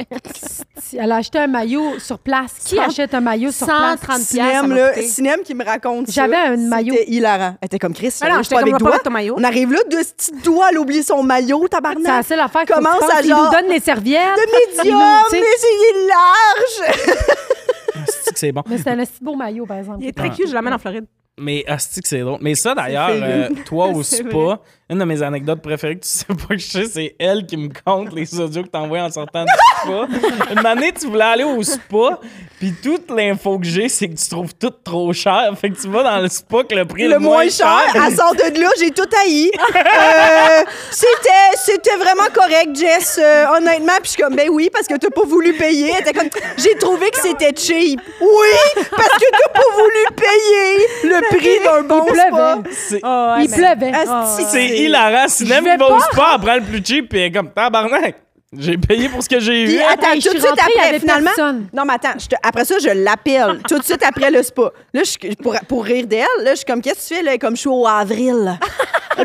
Speaker 3: Elle a acheté un maillot sur place. Qui
Speaker 4: Cent-
Speaker 3: achète un maillot sur place?
Speaker 4: 130 piastres. ça
Speaker 2: Cinem,
Speaker 4: m'a
Speaker 2: là,
Speaker 4: coûté.
Speaker 2: Cinem qui me raconte ça,
Speaker 3: J'avais un maillot.
Speaker 2: C'était hilarant. Elle était comme Chris,
Speaker 4: Ah non,
Speaker 2: je suis
Speaker 4: j'étais
Speaker 2: pas
Speaker 4: comme,
Speaker 2: avec
Speaker 4: on va pas
Speaker 2: Doua.
Speaker 4: mettre ton maillot.
Speaker 2: On arrive là, de ce petit doigt, elle a oublié son maillot,
Speaker 3: C'est la
Speaker 2: tabarnak.
Speaker 3: seule affaire qu'on
Speaker 2: Commence
Speaker 3: pense.
Speaker 2: à
Speaker 3: Ils nous
Speaker 2: genre-
Speaker 3: donnent les serviettes.
Speaker 2: Le
Speaker 3: Ils
Speaker 2: médium,
Speaker 3: nous- tu
Speaker 2: les
Speaker 3: sais,
Speaker 2: yeux larges.
Speaker 1: Asti que c'est bon.
Speaker 3: Mais c'est un assez beau maillot, par exemple.
Speaker 4: Il est très cute, je l'amène en Floride.
Speaker 1: Mais asti que c'est drôle. Mais ça, d'ailleurs,
Speaker 2: C'est
Speaker 1: euh, toi au
Speaker 4: C'est
Speaker 1: spa, une de mes anecdotes préférées que tu sais pas que je sais, c'est elle qui me compte les audios que t'envoies en sortant du spa. Une année, tu voulais aller au spa, puis toute l'info que j'ai, c'est que tu trouves tout trop cher. Fait que tu vas dans le spa que le prix est
Speaker 2: Le moins cher, Ah, elle sort de là, j'ai tout haï. Euh, c'était, c'était vraiment correct, Jess, euh, honnêtement. Puis je suis comme, ben oui, parce que t'as pas voulu payer. Elle était comme, j'ai trouvé que c'était cheap. Oui, parce que t'as pas voulu payer le prix d'un bon
Speaker 3: Il
Speaker 2: spa.
Speaker 3: pleuvait. Ah,
Speaker 1: C'est-
Speaker 3: Il pleuvait.
Speaker 2: Asti,
Speaker 1: C'est hilarant. Sinem qui
Speaker 3: vais
Speaker 1: va au
Speaker 3: pas.
Speaker 1: spa, elle prend le plus cheap, puis elle est comme tabarnak. J'ai payé pour ce que j'ai eu.
Speaker 2: Puis ah, attends,
Speaker 3: Hey, je
Speaker 2: tout de
Speaker 3: suis
Speaker 2: suite
Speaker 3: rentrée, il y
Speaker 2: après,
Speaker 3: avait
Speaker 2: finalement.
Speaker 3: personne.
Speaker 2: Non, mais attends, je te- après ça, je l'appelle. tout de suite après le spa. Là, je, suis- pour, pour rire d'elle, là, je suis comme, qu'est-ce que tu fais, là? Comme, je suis au avril.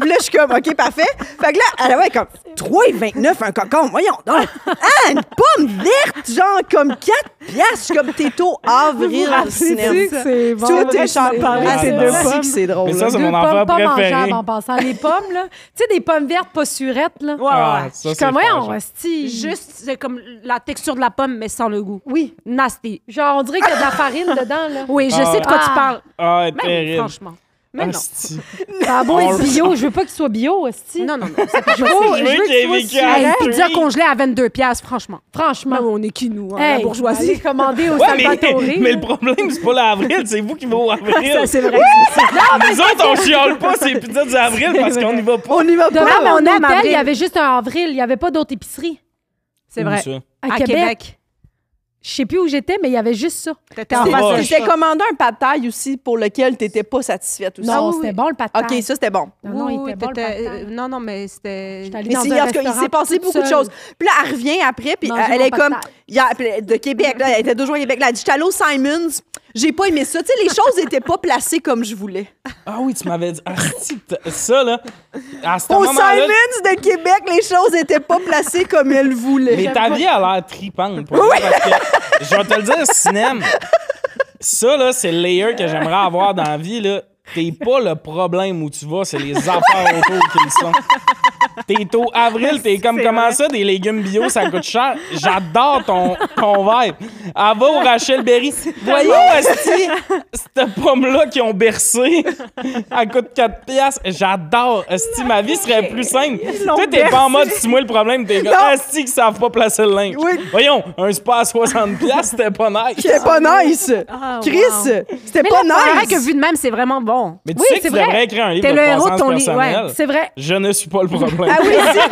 Speaker 2: Puis là, je suis comme, OK, parfait. Fait que là, elle ouais, comme, 3,29 un cocon, voyons donc. Ah, une pomme verte, genre, comme 4 piastres. Je suis comme, t'es au
Speaker 3: Vous
Speaker 2: avril,
Speaker 3: vous rappelez-tu
Speaker 2: cinéma.
Speaker 3: que c'est bon?
Speaker 2: Tout est cher.
Speaker 1: parler
Speaker 2: Ah, C'est
Speaker 1: de
Speaker 2: deux
Speaker 1: ça.
Speaker 2: fois que c'est drôle.
Speaker 1: Mais ça,
Speaker 2: là.
Speaker 1: c'est
Speaker 3: Deux
Speaker 1: mon
Speaker 3: pommes
Speaker 1: enfant
Speaker 3: pas
Speaker 1: préféré.
Speaker 3: mangeables en passant. Les pommes, là. Tu sais, des pommes vertes pas surettes, là.
Speaker 1: Ah,
Speaker 4: ouais.
Speaker 1: ça,
Speaker 3: je suis
Speaker 1: c'est
Speaker 3: comme,
Speaker 1: fort,
Speaker 3: voyons,
Speaker 1: genre.
Speaker 4: Mm.
Speaker 3: esti.
Speaker 4: Juste, c'est comme la texture de la pomme, mais sans le goût.
Speaker 3: Oui.
Speaker 4: Nasty.
Speaker 3: Genre, on dirait qu'il y a de la farine dedans, là.
Speaker 4: Oui, je
Speaker 1: Ah.
Speaker 4: sais de quoi
Speaker 3: Ah.
Speaker 4: tu parles.
Speaker 1: Ah,
Speaker 4: Mais
Speaker 1: terrible.
Speaker 4: franchement. Mais non.
Speaker 1: Hostie.
Speaker 3: Ça a beau
Speaker 1: On
Speaker 3: être
Speaker 1: le
Speaker 3: bio, je veux pas qu'il soit bio, hostie.
Speaker 4: Non, non, non. C'est pas
Speaker 3: Je veux-
Speaker 1: C'est
Speaker 3: je
Speaker 1: lui
Speaker 3: veux
Speaker 1: qui a
Speaker 3: qu'il soit
Speaker 1: vécu
Speaker 3: sûr.
Speaker 1: à
Speaker 4: Hey,
Speaker 1: Hey,
Speaker 4: pizza
Speaker 1: oui.
Speaker 4: congelée à 22 piastres, franchement.
Speaker 3: Franchement.
Speaker 4: on est qui, nous, hein,
Speaker 3: Hey, allez commander au
Speaker 1: Ouais,
Speaker 3: Salvatore.
Speaker 1: mais, mais le problème, c'est pas l'avril, c'est vous qui va au avril.
Speaker 4: Ah,
Speaker 1: Ah,
Speaker 4: Ça, c'est vrai.
Speaker 1: Nous autres, on chiale pas ces pizzas du avril parce qu'on y va pas.
Speaker 2: On y va
Speaker 3: Devant
Speaker 2: pas.
Speaker 4: mais on
Speaker 3: mon
Speaker 4: aime
Speaker 3: hôtel,
Speaker 4: avril.
Speaker 3: il y avait juste un avril. Il n'y avait pas d'autres épiceries.
Speaker 4: C'est vrai.
Speaker 1: Où ça?
Speaker 3: À, Québec. Je sais plus où j'étais, mais il y avait juste ça.
Speaker 4: T'étais en face de
Speaker 1: moche.
Speaker 2: J'ai commandé un pad taille aussi pour lequel t'étais pas satisfaite aussi.
Speaker 3: Non,
Speaker 2: Ah oui,
Speaker 3: c'était
Speaker 2: oui.
Speaker 3: bon, le patin.
Speaker 2: OK, ça, c'était bon.
Speaker 3: Non, non, il
Speaker 4: Oui,
Speaker 3: était bon, le
Speaker 4: t'étais-
Speaker 3: pad thai.
Speaker 4: euh, Non, non, mais c'était.
Speaker 3: J'étais allée
Speaker 2: Mais
Speaker 3: dans
Speaker 2: c'est-
Speaker 3: un
Speaker 2: en tout cas, il
Speaker 3: restaurant
Speaker 2: s'est passé
Speaker 3: toute
Speaker 2: beaucoup de
Speaker 3: seule.
Speaker 2: choses. Puis là, elle revient après, puis
Speaker 3: Manger
Speaker 2: elle
Speaker 3: mon
Speaker 2: est
Speaker 3: pad
Speaker 2: comme.
Speaker 3: thai.
Speaker 2: il y a- puis elle- de Québec, là, elle était toujours au Québec. Là, elle dit J'étais allée au Simons, j'ai pas aimé ça. Tu sais, les choses n'étaient pas placées comme je voulais.
Speaker 1: Ah oui, tu m'avais dit. Ah, si, t'as- ça, là. À ce
Speaker 2: Au
Speaker 1: moment-là.
Speaker 2: Simons de Québec, les choses n'étaient pas placées comme elle voulait.
Speaker 1: Mais ta vie a l'air tripante. Pour vrai, parce que, je vais te le dire, cinéma. Ça, là, c'est le layer que j'aimerais avoir dans la vie, là. T'es pas le problème où tu vas, c'est les affaires autour qui le sont. T'es au avril, t'es comme comment ça, des légumes bio, ça coûte cher. J'adore ton, ton vibe. Elle va au Rachel Berry. Voyons, Asti, cette pomme-là qui ont bercé, elle coûte 4 piastres. J'adore. Asti, ma vie serait plus simple. Toi, t'es pas en mode, c'est moi le problème, t'es comme Asti qui savent pas placer le linge.
Speaker 2: Oui.
Speaker 1: Voyons, un spa à 60 piastres, c'était pas nice.
Speaker 2: C'était pas nice.
Speaker 4: Ah,
Speaker 2: Chris,
Speaker 4: wow.
Speaker 2: c'était
Speaker 4: Mais
Speaker 2: pas
Speaker 4: là, c'est vrai
Speaker 2: nice.
Speaker 4: que vu de même, c'est vraiment bon.
Speaker 1: Mais tu
Speaker 3: Oui,
Speaker 1: sais que
Speaker 3: c'est
Speaker 1: tu
Speaker 3: vrai.
Speaker 1: devrais écrire un livre
Speaker 4: T'es
Speaker 1: de
Speaker 4: le héros de
Speaker 1: croissance
Speaker 4: ton livre,
Speaker 1: personnelle.
Speaker 4: ouais.
Speaker 3: C'est vrai.
Speaker 1: Je ne suis pas le problème.
Speaker 2: Ah oui, si, ouais,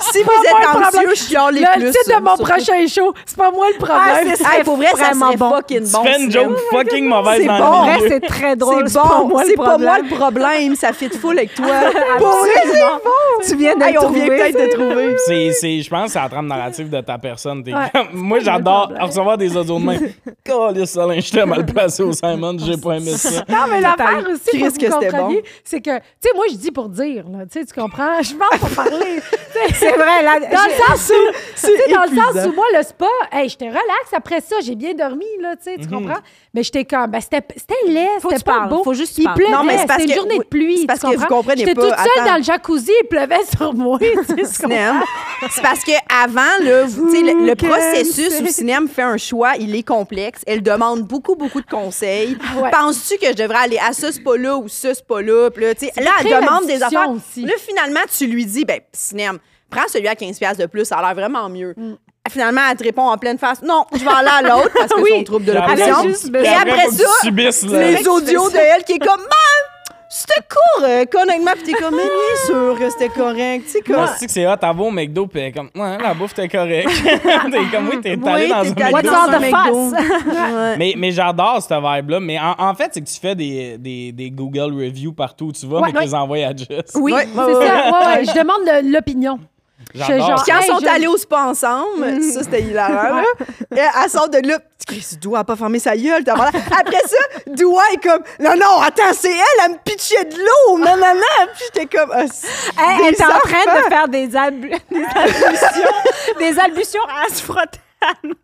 Speaker 2: si vous
Speaker 3: pas un
Speaker 2: êtes
Speaker 3: problème.
Speaker 2: anxieux, chialez
Speaker 3: Le
Speaker 2: plus.
Speaker 3: titre de mon
Speaker 2: surtout.
Speaker 3: prochain show, c'est pas moi le
Speaker 2: Ah,
Speaker 3: problème.
Speaker 2: c'est ça. Hey, pour vrai, ça
Speaker 4: Vraiment
Speaker 2: serait
Speaker 4: bon.
Speaker 2: fucking bon.
Speaker 1: tu fais une
Speaker 2: Slim.
Speaker 1: joke fucking mauvaise
Speaker 2: C'est
Speaker 1: dans
Speaker 2: bon.
Speaker 4: En
Speaker 1: le
Speaker 4: vrai,
Speaker 1: milieu.
Speaker 4: c'est très drôle.
Speaker 2: C'est bon, c'est pas moi
Speaker 4: problème.
Speaker 2: le problème, ça fit full avec toi. Pour vrai, c'est bon.
Speaker 4: Tu viens de
Speaker 2: Hey,
Speaker 4: le
Speaker 2: on vient
Speaker 4: trouver.
Speaker 2: peut-être de trouver.
Speaker 1: C'est, c'est, je pense que c'est la trame narrative de ta personne. T'es
Speaker 3: Ouais,
Speaker 1: comme- Moi,
Speaker 3: pas le
Speaker 1: j'adore
Speaker 3: problème.
Speaker 1: recevoir des audios de même. Calisse, Solin, j'étais mal placé au Simon, j'ai pas aimé ça.
Speaker 3: Non, mais l'affaire aussi,
Speaker 2: Chris,
Speaker 3: pour que
Speaker 2: que c'était
Speaker 3: compreniez, c'est que, tu sais, moi, je dis pour dire, là, tu sais, tu comprends? Je mens pour parler. Tu sais,
Speaker 4: C'est vrai, là.
Speaker 3: dans le sens où,
Speaker 2: C'est
Speaker 3: tu sais, dans le sens
Speaker 2: épuisant.
Speaker 3: où, moi, le spa, hey, j'étais relax après ça, j'ai bien dormi, là, tu sais, tu comprends? Mais j'étais comme, ben, c'était c'était laid,
Speaker 4: Faut que
Speaker 3: c'était
Speaker 4: tu
Speaker 3: pas
Speaker 4: parles,
Speaker 3: beau.
Speaker 4: faut juste que tu
Speaker 3: Il
Speaker 4: parles.
Speaker 3: pleuvait,
Speaker 2: Non, mais c'est parce
Speaker 3: c'était une
Speaker 2: que-
Speaker 3: journée de
Speaker 2: oui,
Speaker 3: pluie,
Speaker 2: c'est parce
Speaker 3: tu
Speaker 2: que vous
Speaker 3: comprends?
Speaker 2: comprenez
Speaker 3: J'étais
Speaker 2: pas,
Speaker 3: toute seule
Speaker 2: attends.
Speaker 3: dans le jacuzzi, il pleuvait sur moi, tu sais, tu comprends?
Speaker 2: cinéma. C'est parce que avant là, vous- tu sais, le, le
Speaker 3: Mmh,
Speaker 2: processus
Speaker 3: qu'est-ce
Speaker 2: où cinéma fait un choix, il est complexe. Elle demande beaucoup, beaucoup de conseils.
Speaker 3: Ah ouais.
Speaker 2: Penses-tu que je devrais aller à ce spa-là ou ce spa-là? Puis Là, tu sais, là elle
Speaker 3: créer la
Speaker 2: demande des
Speaker 3: discussion
Speaker 2: affaires.
Speaker 3: aussi.
Speaker 2: Là, finalement, tu lui dis, ben, cinéma, prends celui à 15$ piastres de plus, ça a l'air vraiment mieux.
Speaker 3: Mm.
Speaker 2: Finalement, elle te répond en pleine face, non, je vais aller à l'autre parce que
Speaker 3: Oui.
Speaker 2: c'est son trouble de
Speaker 1: Elle a
Speaker 2: l'opposition.
Speaker 3: juste
Speaker 2: Et
Speaker 3: besoin-
Speaker 2: après
Speaker 1: faut que tu
Speaker 2: ça,
Speaker 1: subisses, là.
Speaker 2: les audios de elle qui est comme Man, c'était correct honnêtement euh, puis t'es comme Mais bien sûr que c'était correct tu sais
Speaker 1: Tu
Speaker 2: comme
Speaker 1: sais que Ah, c'est hot, t'as beau au McDo, pis elle est comme, ouais, la bouffe, t'es correct. t'es comme, oui, t'es allé dans un
Speaker 4: allé
Speaker 1: McDo.
Speaker 4: dans un McDo.
Speaker 2: face
Speaker 1: Mais, mais j'adore cette vibe-là. Mais en, en fait, c'est que tu fais des, des, des Google Reviews partout où tu vas,
Speaker 3: Ouais,
Speaker 1: mais tu
Speaker 3: ouais.
Speaker 1: les envoies à Jess.
Speaker 4: Oui,
Speaker 2: Ouais,
Speaker 3: C'est ça, ouais, ouais, je demande le- l'opinion.
Speaker 1: J'adore.
Speaker 3: Je- genre-
Speaker 2: quand
Speaker 3: Ah, Hey,
Speaker 2: ils sont
Speaker 3: je-
Speaker 2: allés au spa ensemble, ça c'était hilarant. là. Et elle sort de là, Chris, Doua a pas fermé sa gueule. t'as pas l'air. Après ça, Doua est comme, non, non, attends, c'est elle, elle me pitchait de l'eau, non, non, non. Puis j'étais comme, Ah, c'est-
Speaker 4: Elle, elle
Speaker 2: Des
Speaker 4: est en train
Speaker 2: enfants.
Speaker 4: de faire des, albu- des allusions, des allusions
Speaker 2: Ah,
Speaker 4: à se frotter. à nous.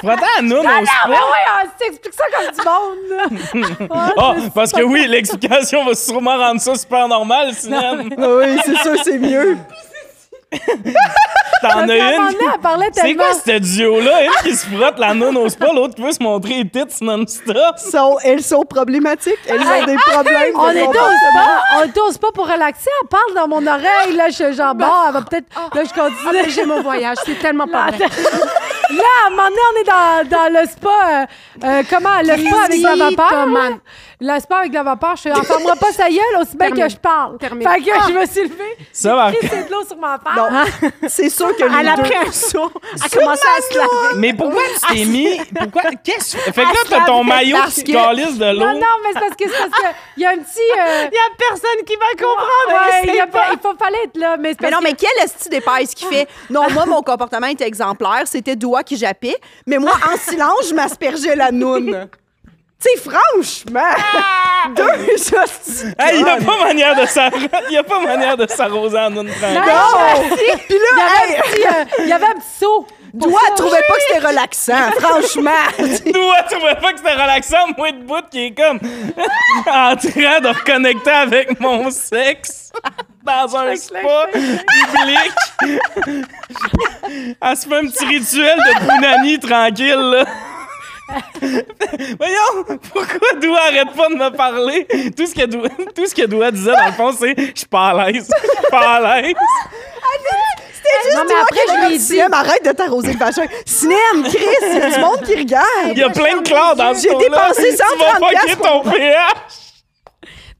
Speaker 1: Prends-toi à nous, on se
Speaker 3: Ah, ben ouais, on s'explique ça comme du monde, là.
Speaker 1: Ah, parce que oui, l'explication va sûrement rendre ça super normal, sinon
Speaker 2: Ah oui, c'est sûr, c'est mieux.
Speaker 1: t'en as
Speaker 3: Parce qu'à un moment donné,
Speaker 1: une.
Speaker 3: elle parlait
Speaker 1: C'est
Speaker 3: tellement.
Speaker 1: quoi ce duo-là? Une qui se frotte la non au spa, l'autre qui veut se montrer les tits non-stop.
Speaker 2: Sont, elles sont problématiques, elles ont des problèmes.
Speaker 3: On
Speaker 2: de
Speaker 3: est au
Speaker 2: comportement.
Speaker 3: spa, on est au spa pour relaxer. Elle parle dans mon oreille, là, je suis genre,
Speaker 2: Ben,
Speaker 3: bon, elle va peut-être. Là, je
Speaker 2: ah,
Speaker 3: continue.
Speaker 4: J'ai mon voyage, c'est tellement pas vrai.
Speaker 3: Ah, ben, Là, à un moment donné, on est dans, dans le spa. euh, euh, comment? Le spa avec la vapeur.
Speaker 4: Christoman.
Speaker 3: là. Le spa avec la vapeur. Je fais, enfin, moi pas sa gueule aussi bien
Speaker 4: Termine.
Speaker 3: que je parle.
Speaker 4: Termine. Ah!
Speaker 3: Fait que je me suis levée.
Speaker 1: Ça va.
Speaker 3: J'ai pris de l'eau sur ma face.
Speaker 2: Non, c'est sûr que les
Speaker 4: Elle a
Speaker 2: deux-
Speaker 4: pris un saut, a commencé à se
Speaker 3: hein?
Speaker 4: laver.
Speaker 1: Mais pourquoi tu
Speaker 3: Ah,
Speaker 1: t'es mis. Pourquoi. Qu'est-ce que. Fait que là,
Speaker 4: se
Speaker 1: t'as ton
Speaker 4: lavait
Speaker 1: maillot
Speaker 4: parce
Speaker 1: qui
Speaker 4: que-
Speaker 1: calisse de
Speaker 3: Non,
Speaker 1: l'eau.
Speaker 3: non, mais c'est parce que c'est parce que il y a un petit. euh,
Speaker 4: Il y a personne qui va comprendre.
Speaker 3: ouais,
Speaker 4: elle
Speaker 3: il y a
Speaker 4: sait
Speaker 3: pas-
Speaker 4: pas.
Speaker 3: il faut fallait être là, mais c'est
Speaker 2: Mais
Speaker 3: parce
Speaker 2: non, mais quel esti d'épaisse qui fait Non, moi, mon comportement était exemplaire. C'était Doua qui jappait. Mais moi, en silence, je m'aspergeais la noune. Tu sais, franchement, deux hosties.
Speaker 1: Hey,
Speaker 2: Ah,
Speaker 1: Ah, il a pas manière de s'arroser. Il a pas manière de s'arroser en une
Speaker 3: que-
Speaker 1: tranche.
Speaker 3: Non!
Speaker 2: Puis là, hey,
Speaker 3: Puis, euh, Il y avait un petit saut. Pour
Speaker 2: Doua
Speaker 3: ça,
Speaker 2: trouvait pas que c'était relaxant, franchement.
Speaker 1: Toi, tu trouvais pas que c'était relaxant, moi de bout qui est comme. en train de reconnecter avec mon sexe. Dans un spa public. Elle se fait un petit rituel de Brunani tranquille, là. Voyons, pourquoi Doua arrête pas de me parler? Tout ce que Doua, tout ce que Doua disait, dans le fond, c'est « je suis pas à l'aise, je suis pas à l'aise
Speaker 3: Non, mais après, je lui ai dit.
Speaker 2: Sinem, arrête de t'arroser le vagin. Sinem, Chris, il y a du monde qui » regarde.
Speaker 1: Il y a plein de clans dans ce
Speaker 2: J'ai
Speaker 1: show-là.
Speaker 2: dépensé
Speaker 1: Tu vas
Speaker 2: 130
Speaker 1: fucker ton pH!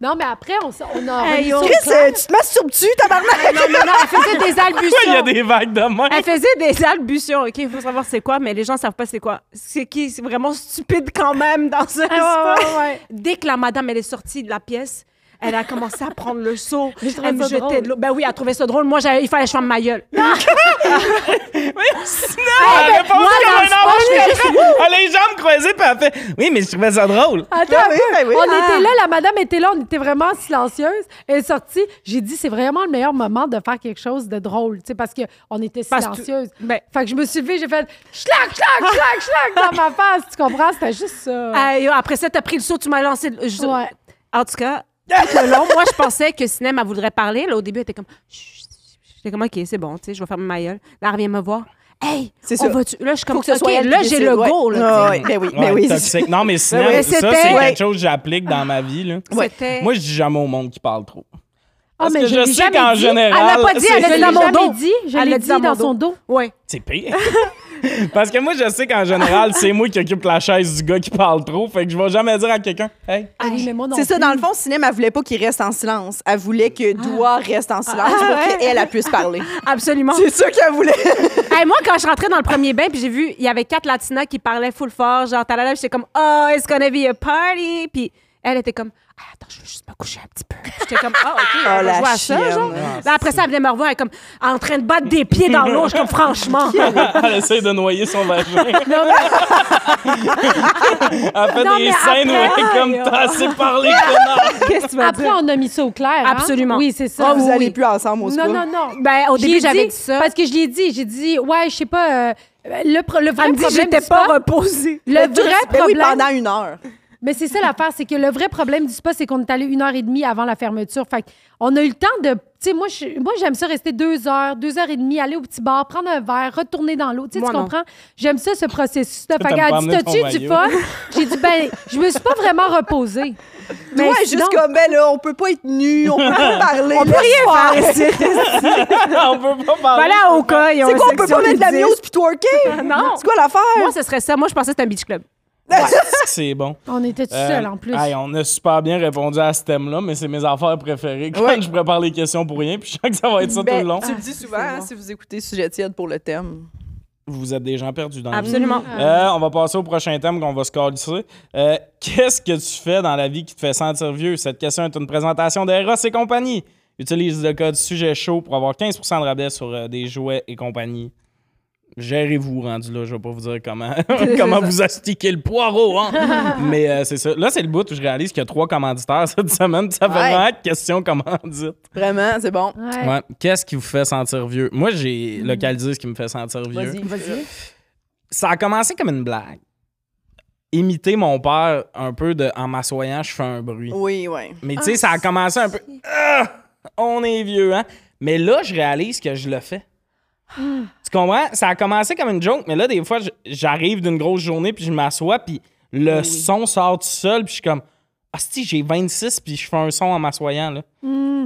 Speaker 3: Non, mais après, on, s- on a. remis
Speaker 4: Hey,
Speaker 3: ça au
Speaker 2: Chris,
Speaker 3: clair.
Speaker 2: euh, tu te masturbes-tu, tabarnak?
Speaker 4: Non, mais non, elle faisait des
Speaker 1: Pourquoi il y a
Speaker 4: albutions.
Speaker 1: des vagues de main?
Speaker 4: Elle faisait des albutions, OK? Il faut savoir c'est quoi, mais les gens savent pas c'est quoi. C'est qui? C'est vraiment stupide quand même dans ce
Speaker 3: Ah,
Speaker 4: spot.
Speaker 3: ouais, ouais, ouais.
Speaker 4: Dès que la madame, elle est sortie de la pièce, elle a commencé à prendre le seau.
Speaker 3: Mais je trouvais
Speaker 4: Elle me
Speaker 3: ça drôle.
Speaker 4: jetait de l'eau. Ben oui, elle trouvait ça drôle. Moi, j'avais- il fallait que je ferme ma gueule.
Speaker 1: Voyons, Sinon, elle répond
Speaker 4: moi,
Speaker 1: comme
Speaker 4: dans
Speaker 1: un
Speaker 4: le
Speaker 1: enfant, je suis après. Elle a les jambes croisées, puis elle fait « Oui, mais je trouvais ça drôle.
Speaker 3: Attends,
Speaker 2: Ben oui, ben oui.
Speaker 3: on
Speaker 2: Ah.
Speaker 3: était là, la madame était là, on était vraiment silencieuse. Elle est sortie, j'ai dit c'est vraiment le meilleur moment de faire quelque chose de drôle, tu sais, parce que on était
Speaker 4: Parce que-
Speaker 3: silencieuse.
Speaker 4: ben-
Speaker 3: Fait que je me suis levée, j'ai fait schlac, schlac, schlac, schlac dans ma face, tu comprends C'était juste ça.
Speaker 4: Ah, yo, après ça, t'as pris le seau, tu m'as lancé. le- je-
Speaker 3: Ouais.
Speaker 4: En tout cas, tout le long, moi, je pensais que Sinem, elle voudrait parler. Là, au début, elle était comme. Chut, chut, chut. J'étais comme, OK, c'est bon, tu sais, je vais fermer ma gueule. Là, elle revient me voir. Hey,
Speaker 2: C'est
Speaker 4: on
Speaker 2: ça.
Speaker 4: va tu... Là, je suis comme,
Speaker 2: Faut que ce
Speaker 4: OK,
Speaker 2: soit elle
Speaker 4: là,
Speaker 2: qui
Speaker 4: j'ai
Speaker 2: décide,
Speaker 4: le
Speaker 2: ouais.
Speaker 4: go. Là,
Speaker 2: Ah, ouais, ben oui, ben
Speaker 1: Ouais,
Speaker 2: oui, c'est
Speaker 1: toxique. Non, mais sinon, ça,
Speaker 4: oui,
Speaker 1: c'est
Speaker 4: c'était-
Speaker 2: Ouais.
Speaker 1: quelque chose que j'applique dans ma vie. Là.
Speaker 4: tu sais. C'était-
Speaker 1: Moi, je dis jamais au monde qui parle trop. Parce
Speaker 3: mais
Speaker 1: que
Speaker 3: je
Speaker 1: je
Speaker 3: l'ai
Speaker 1: sais
Speaker 3: jamais
Speaker 1: qu'en
Speaker 3: dit.
Speaker 1: général,
Speaker 4: Elle l'a pas dit, elle
Speaker 1: c'est-
Speaker 4: a
Speaker 3: je
Speaker 4: dit
Speaker 3: l'ai
Speaker 4: dans mon
Speaker 3: jamais
Speaker 4: dos.
Speaker 3: dit, je
Speaker 4: Elle
Speaker 3: l'ai
Speaker 4: l'a
Speaker 3: dit dans
Speaker 4: mon
Speaker 3: son dos.
Speaker 4: Ouais.
Speaker 1: C'est pire. Parce que moi, je sais qu'en général, c'est moi qui occupe la chaise du gars qui parle trop. Fait que je vais jamais dire à quelqu'un Hey,
Speaker 3: Ah oui, mais moi non.
Speaker 2: C'est ça,
Speaker 3: plus.
Speaker 2: dans le fond, Sinem, elle voulait pas qu'il reste en silence. Elle voulait que Doua reste en silence pour qu'elle elle puisse parler.
Speaker 4: Ah. Absolument.
Speaker 2: C'est sûr qu'elle voulait. Ah,
Speaker 4: Hey, moi, quand je rentrais dans le premier bain, puis j'ai vu, il y avait quatre Latinas qui parlaient full fort, genre, t'as la lèvre, j'étais comme, oh, it's gonna be a party. Puis elle était comme, ah, attends, je veux juste me coucher un petit peu. Puis J'étais comme, oh, OK, on
Speaker 2: la
Speaker 4: va jouer à ça,
Speaker 2: chienne.
Speaker 4: genre.
Speaker 1: Ah,
Speaker 4: Là, après ça, elle venait me revoir, elle est comme, en train de battre des pieds dans l'eau. Je suis comme, franchement.
Speaker 1: elle essaie de noyer son vagin.
Speaker 3: Non, mais-
Speaker 1: Elle fait
Speaker 3: Non,
Speaker 1: des
Speaker 3: mais
Speaker 1: scènes où elle est
Speaker 4: après-
Speaker 1: comme t'as assez parlé, connard.
Speaker 4: Qu'est-ce que tu vas
Speaker 3: après
Speaker 4: dire?
Speaker 3: on a mis ça au clair. hein?
Speaker 4: Absolument.
Speaker 3: Oui, c'est ça.
Speaker 2: Ah, vous
Speaker 3: Oui.
Speaker 2: allez plus ensemble au
Speaker 3: Non,
Speaker 2: secours.
Speaker 3: non, non.
Speaker 4: Ben, au
Speaker 3: J'ai
Speaker 4: début, j'avais dit ça.
Speaker 3: Parce que je l'ai dit, j'ai dit ouais, je sais pas euh, le, pro- le vrai
Speaker 4: Elle me dit,
Speaker 3: problème
Speaker 4: j'étais
Speaker 3: du
Speaker 4: pas
Speaker 3: sport-
Speaker 4: reposée.
Speaker 3: le
Speaker 2: Tout-
Speaker 3: vrai
Speaker 2: Ben oui,
Speaker 3: problème
Speaker 2: pendant une heure.
Speaker 3: Mais c'est ça l'affaire, c'est que le vrai problème du spa, c'est qu'on est allé une heure et demie avant la fermeture. Fait on a eu le temps de. Tu sais, moi, je- moi, j'aime ça rester deux heures, deux heures et demie, aller au petit bar, prendre un verre, retourner dans l'eau. Tu sais,
Speaker 4: Moi,
Speaker 3: tu
Speaker 4: non.
Speaker 3: comprends? J'aime ça, ce processus. Fait
Speaker 1: t'aimes
Speaker 3: qu'elle
Speaker 1: pas
Speaker 3: a dit,
Speaker 1: amener ton
Speaker 3: t'as-tu du
Speaker 1: maillot?
Speaker 3: fun? J'ai dit, ben, je me suis pas vraiment reposée.
Speaker 2: Ouais, juste comme, ben là, on peut pas être nu, on peut pas parler. on peut rien faire.
Speaker 1: on peut pas parler.
Speaker 4: Voilà, au cas,
Speaker 2: C'est quoi, on peut pas mettre de la muse puis twerker?
Speaker 4: Non.
Speaker 2: C'est quoi l'affaire?
Speaker 4: Moi, ce serait ça. Moi, je pensais que c'était un beach club.
Speaker 1: C'est bon.
Speaker 3: On était tout
Speaker 1: Euh,
Speaker 3: seul en plus.
Speaker 1: hey, on a super bien répondu à ce thème-là, mais c'est mes affaires préférées. Quand
Speaker 2: Ouais.
Speaker 1: je prépare les questions pour rien, puis je sens que ça va être ça tout
Speaker 2: Ben,
Speaker 1: le long.
Speaker 2: Tu le dis souvent hein, si vous écoutez Sujet tiède pour le thème.
Speaker 1: Vous êtes des gens perdus dans la vie.
Speaker 4: Absolument.
Speaker 2: Ah.
Speaker 1: Euh, on va passer au prochain thème qu'on va se calisser. Euh, Qu'est-ce que tu fais dans la vie qui te fait sentir vieux? Cette question est une présentation de Ross et compagnie. Utilise le code sujet chaud pour avoir 15% de rabais sur euh, des jouets et compagnie. Gérez-vous rendu là, je vais pas vous dire comment comment vous astiquez le poireau, hein? Mais euh, c'est ça. Là, c'est le bout où je réalise qu'il y a trois commanditaires cette semaine. Ça fait
Speaker 2: Ouais.
Speaker 1: vraiment question commandite.
Speaker 2: Vraiment, c'est bon.
Speaker 3: Ouais.
Speaker 1: Ouais. Qu'est-ce qui vous fait sentir vieux? Moi, j'ai localisé ce qui me fait sentir vieux
Speaker 2: Mm. Vas-y.
Speaker 1: ça a commencé comme une blague. Imiter mon père un peu de en m'assoyant, je fais un bruit.
Speaker 2: Oui, oui.
Speaker 1: Mais tu sais, ça a commencé un peu. Ah! on est vieux, hein? Mais là, je réalise que je le fais.
Speaker 4: Ah.
Speaker 1: Tu comprends? Ça a commencé comme une joke, mais là, des fois, je- j'arrive d'une grosse journée, puis je m'assois, puis le son sort tout seul, puis je suis comme. Ah, si, j'ai 26, puis je fais un son en m'assoyant, là.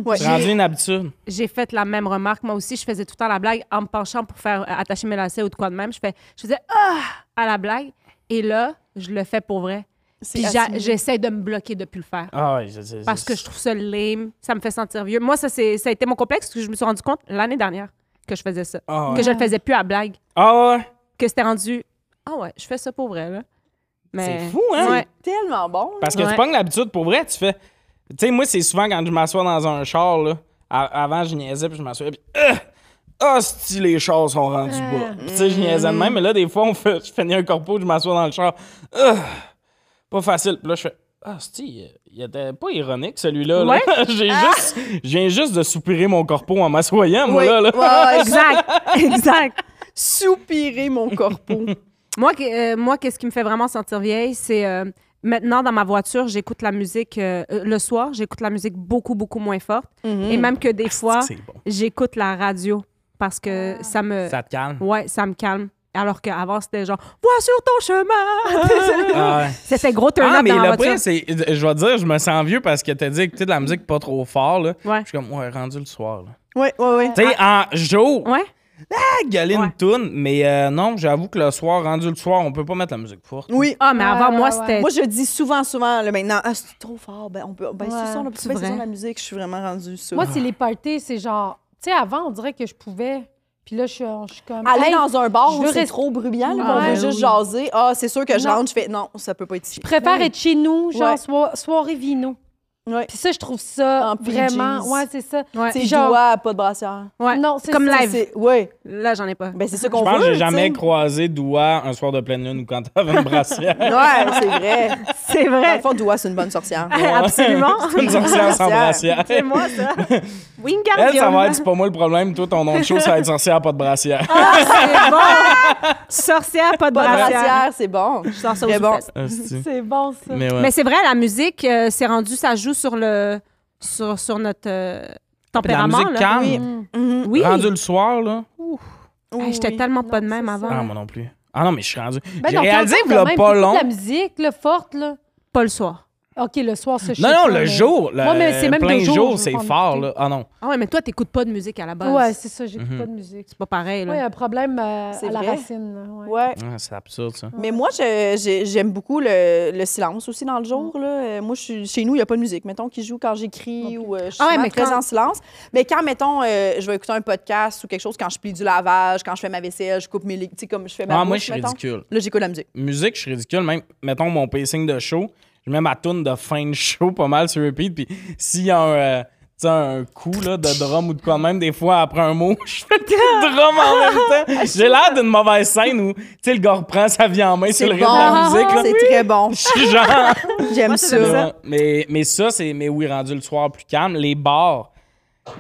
Speaker 2: Ouais.
Speaker 1: C'est rendu une habitude.
Speaker 4: j'ai fait la même remarque. Moi aussi, je faisais tout le temps la blague en me penchant pour faire euh, attacher mes lacets ou de quoi de même. Je, fais, je faisais ah à la blague. Et là, je le fais pour vrai.
Speaker 2: C'est
Speaker 4: Puis j'a-
Speaker 2: assimilé.
Speaker 4: j'essaie de me bloquer de plus le faire.
Speaker 1: Ah, ouais, je- je-
Speaker 4: Parce que je trouve ça lame. Ça me fait sentir vieux. Moi, ça, c'est, ça a été mon complexe parce que je me suis rendu compte l'année dernière que je faisais ça.
Speaker 1: Ah, ouais.
Speaker 4: Que je le faisais plus à blague.
Speaker 1: Ah, ouais.
Speaker 4: Que c'était rendu ah ouais, je fais ça pour vrai. Là. Mais...
Speaker 1: C'est fou, hein?
Speaker 4: Ouais.
Speaker 2: Tellement bon.
Speaker 1: Parce que tu
Speaker 4: Ouais.
Speaker 1: pognes l'habitude, pour vrai, tu fais. Tu sais, moi, c'est souvent quand je m'assois dans un char, là. A- avant, je niaisais, puis je m'assois, puis. Euh, ah, si les chars sont rendus
Speaker 4: Ah.
Speaker 1: bas. Puis, tu sais, je niaisais de même, mais là, des fois, on fait, je finis un corpo, je m'assois dans le char. Euh, pas facile. Puis là, je fais. Ah, si, il était pas ironique, celui-là. là. J'ai
Speaker 4: Ah.
Speaker 1: juste. Je viens juste de soupirer mon corpo en m'assoyant, moi,
Speaker 2: Oui.
Speaker 1: là. là.
Speaker 2: Ouais, ouais,
Speaker 4: Exact. exact.
Speaker 2: Soupirer mon corpo.
Speaker 4: Moi, que- euh, moi qu'est-ce qui me fait vraiment sentir vieille, c'est euh, maintenant dans ma voiture, j'écoute la musique euh, euh, le soir, j'écoute la musique beaucoup, beaucoup moins forte. Et même que des fois,
Speaker 1: C'est bon.
Speaker 4: j'écoute la radio parce que ça me.
Speaker 1: Ça te calme.
Speaker 4: Ouais, ça me calme. Alors qu'avant, c'était genre, vois sur ton chemin.
Speaker 1: Ah, ouais.
Speaker 4: c'était gros turn-up
Speaker 1: Ah, mais
Speaker 4: dans la
Speaker 1: le
Speaker 4: voiture.
Speaker 1: pire, c'est. Je vais te dire, je me sens vieux parce que t'as dit écouter de la musique pas trop fort, là.
Speaker 4: Ouais.
Speaker 1: Je suis comme, ouais, rendu le soir, là.
Speaker 2: Oui, oui, oui.
Speaker 1: Tu sais, en jour,
Speaker 4: Ouais.
Speaker 1: ah, gueuler
Speaker 4: Ouais.
Speaker 1: une toune, mais euh, non, j'avoue que le soir, rendu le soir, on peut pas mettre la musique forte.
Speaker 2: Oui.
Speaker 4: Ah, mais
Speaker 3: Ouais,
Speaker 4: avant,
Speaker 3: ouais,
Speaker 4: moi,
Speaker 3: ouais.
Speaker 4: c'était.
Speaker 2: Moi, je dis souvent, souvent, là, maintenant, ah, c'est trop fort, ben, on peut, ben,
Speaker 3: Ouais.
Speaker 2: c'est ça, on peut
Speaker 4: C'est
Speaker 2: baisser le son de
Speaker 4: vrai.
Speaker 2: la musique, je suis vraiment rendue sur.
Speaker 3: Moi, c'est les parties, c'est genre. Tu sais, avant, on dirait que je pouvais. Puis là, je suis je suis comme.
Speaker 2: Aller
Speaker 3: hey,
Speaker 2: dans un bar
Speaker 3: je
Speaker 2: où
Speaker 3: veux
Speaker 2: c'est
Speaker 3: rester-
Speaker 2: trop bruyant, là,
Speaker 3: Ouais.
Speaker 2: on veut
Speaker 3: Ouais,
Speaker 2: juste
Speaker 4: oui.
Speaker 2: jaser. Ah, c'est sûr que je
Speaker 3: Non.
Speaker 2: rentre, je fais non, ça peut pas être ici.
Speaker 3: Je préfère
Speaker 2: Ouais.
Speaker 3: être chez nous, genre
Speaker 2: Ouais.
Speaker 3: soi- soirée vino.
Speaker 2: Ouais.
Speaker 3: Puis ça, je trouve ça
Speaker 2: En PJs.
Speaker 3: vraiment. Ouais, c'est ça.
Speaker 4: Ouais.
Speaker 2: C'est
Speaker 3: genre-
Speaker 2: doigt, pas de brassière.
Speaker 4: Ouais.
Speaker 3: Non, c'est
Speaker 4: Comme
Speaker 3: ça,
Speaker 4: live.
Speaker 2: Oui,
Speaker 4: Là, j'en ai pas.
Speaker 2: ben, c'est ça
Speaker 1: Je
Speaker 2: qu'on veut.
Speaker 1: pense que j'ai
Speaker 2: tu
Speaker 1: jamais
Speaker 2: sais.
Speaker 1: croisé Doua un soir de pleine lune ou quand t'avais une brassière.
Speaker 2: Ouais, c'est vrai.
Speaker 4: C'est
Speaker 2: Dans le
Speaker 4: vrai.
Speaker 2: fond, Doua, c'est une bonne sorcière.
Speaker 4: Absolument.
Speaker 1: une sorcière sans brassière.
Speaker 4: C'est moi, ça. Wingardium.
Speaker 1: Elle, ça va être, c'est pas moi le problème. Toi, ton nom de show, ça va être sorcière, pas de brassière.
Speaker 4: Ah, C'est bon. Sorcière, pas de
Speaker 2: Pas de
Speaker 4: brassière.
Speaker 2: brassière, c'est bon.
Speaker 4: Je sors ça
Speaker 2: Très
Speaker 4: aux
Speaker 2: bon.
Speaker 4: soufflettes.
Speaker 1: Hostie.
Speaker 3: C'est bon, ça.
Speaker 1: Ah, mais ouais.
Speaker 4: Mais c'est vrai, la musique, euh, c'est rendu, ça joue sur le, sur, sur notre euh,
Speaker 1: Puis la
Speaker 4: tempérament.
Speaker 1: musique
Speaker 4: là.
Speaker 1: calme.
Speaker 3: Mm. Ben,
Speaker 2: Mhm.
Speaker 4: Oui.
Speaker 1: Rendu le soir, là.
Speaker 4: Hey,
Speaker 2: Oui,
Speaker 4: J'étais
Speaker 2: oui.
Speaker 4: tellement pas de
Speaker 3: Non,
Speaker 4: même
Speaker 3: c'est ça.
Speaker 4: avant.
Speaker 1: Ah, moi non plus. Ah non, mais je suis rendu.
Speaker 3: Ben
Speaker 1: j'ai
Speaker 3: non,
Speaker 1: réalisé,
Speaker 3: quand
Speaker 1: il y a
Speaker 3: même,
Speaker 1: pas
Speaker 3: t'écoutes
Speaker 1: long.
Speaker 3: La musique, le forte, là.
Speaker 4: Pas le soir.
Speaker 3: OK, le soir, ça, je
Speaker 1: Non,
Speaker 3: sais
Speaker 1: non,
Speaker 3: pas,
Speaker 1: le
Speaker 3: mais-
Speaker 1: jour, le
Speaker 3: Ouais, mais c'est même
Speaker 1: plein
Speaker 3: deux jours,
Speaker 1: jour,
Speaker 3: je
Speaker 1: c'est
Speaker 3: vais pas en
Speaker 1: fort,
Speaker 3: écouter.
Speaker 1: là. Ah non.
Speaker 4: Ah ouais, mais toi, t'écoutes pas de musique à la base.
Speaker 3: Ouais, c'est ça, j'écoute
Speaker 1: Mhm.
Speaker 3: pas de musique.
Speaker 4: C'est pas pareil, là.
Speaker 3: Moi, il y a un problème euh,
Speaker 2: C'est
Speaker 3: à la
Speaker 2: vrai.
Speaker 3: racine. là, ouais.
Speaker 2: Ouais.
Speaker 1: Ah, c'est absurde, ça.
Speaker 2: Mais moi, je- je- j'aime beaucoup le, le silence aussi dans le jour. Là. Euh, Moi, je suis- chez nous, il n'y a pas de musique. Mettons qu'ils jouent quand j'écris ou euh, je suis
Speaker 4: Ah ouais,
Speaker 2: souvent
Speaker 4: mais
Speaker 2: très
Speaker 4: quand-
Speaker 2: en silence. Mais quand, mettons, euh, je vais écouter un podcast ou quelque chose, quand je plie du lavage, quand je fais ma vaisselle, je coupe mes... li- Tu sais, comme je fais ma
Speaker 1: Ah, moi, je
Speaker 2: bouche,
Speaker 1: suis
Speaker 2: mettons.
Speaker 1: ridicule.
Speaker 2: Là, j'écoute la musique.
Speaker 1: Musique, je suis ridicule. Même, mettons, mon pacing de show, je mets ma tune de fin de show pas mal sur repeat. Puis s'il y a un, euh, tu sais, un coup là, de drum ou de quoi de même, des fois, après un mot, je fais le drum en
Speaker 2: Ah,
Speaker 1: même temps. J'ai l'air d'une mauvaise scène où, tu sais, le gars reprend sa vie en main sur le rythme de la musique. Là.
Speaker 2: Ah, C'est très bon.
Speaker 1: Je suis genre...
Speaker 2: J'aime ça.
Speaker 1: Ouais. Mais, mais ça, c'est. Mais oui, rendu le soir plus calme. Les bars.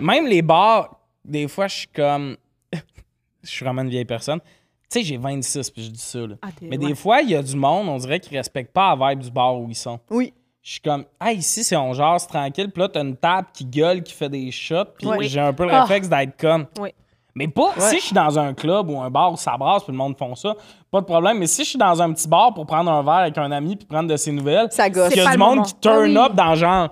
Speaker 1: Même les bars, des fois, je suis comme. je suis vraiment une vieille personne. Tu sais, j'ai 26 puis je dis ça. là.
Speaker 4: Ah, t'es-
Speaker 1: mais
Speaker 4: ouais.
Speaker 1: des fois, il y a du monde, on dirait qu'ils respectent pas la vibe du bar où ils sont.
Speaker 2: Oui.
Speaker 1: Je suis comme, ah, ici, c'est on jase tranquille. Puis là, t'as une table qui gueule, qui fait des shots. Puis
Speaker 2: Oui.
Speaker 1: j'ai un peu le
Speaker 3: Ah.
Speaker 1: réflexe d'être comme.
Speaker 4: Oui.
Speaker 1: Mais pas si je suis dans un club ou un bar où ça brasse, puis le monde font ça, pas de problème. Mais si je suis dans un petit bar pour prendre un verre avec un ami puis prendre de ses nouvelles,
Speaker 2: Ça gosse.
Speaker 1: il y
Speaker 4: C'est
Speaker 1: a
Speaker 4: pas
Speaker 1: du
Speaker 4: le
Speaker 1: monde
Speaker 4: moment.
Speaker 1: qui turn
Speaker 3: Ah oui.
Speaker 1: up dans genre.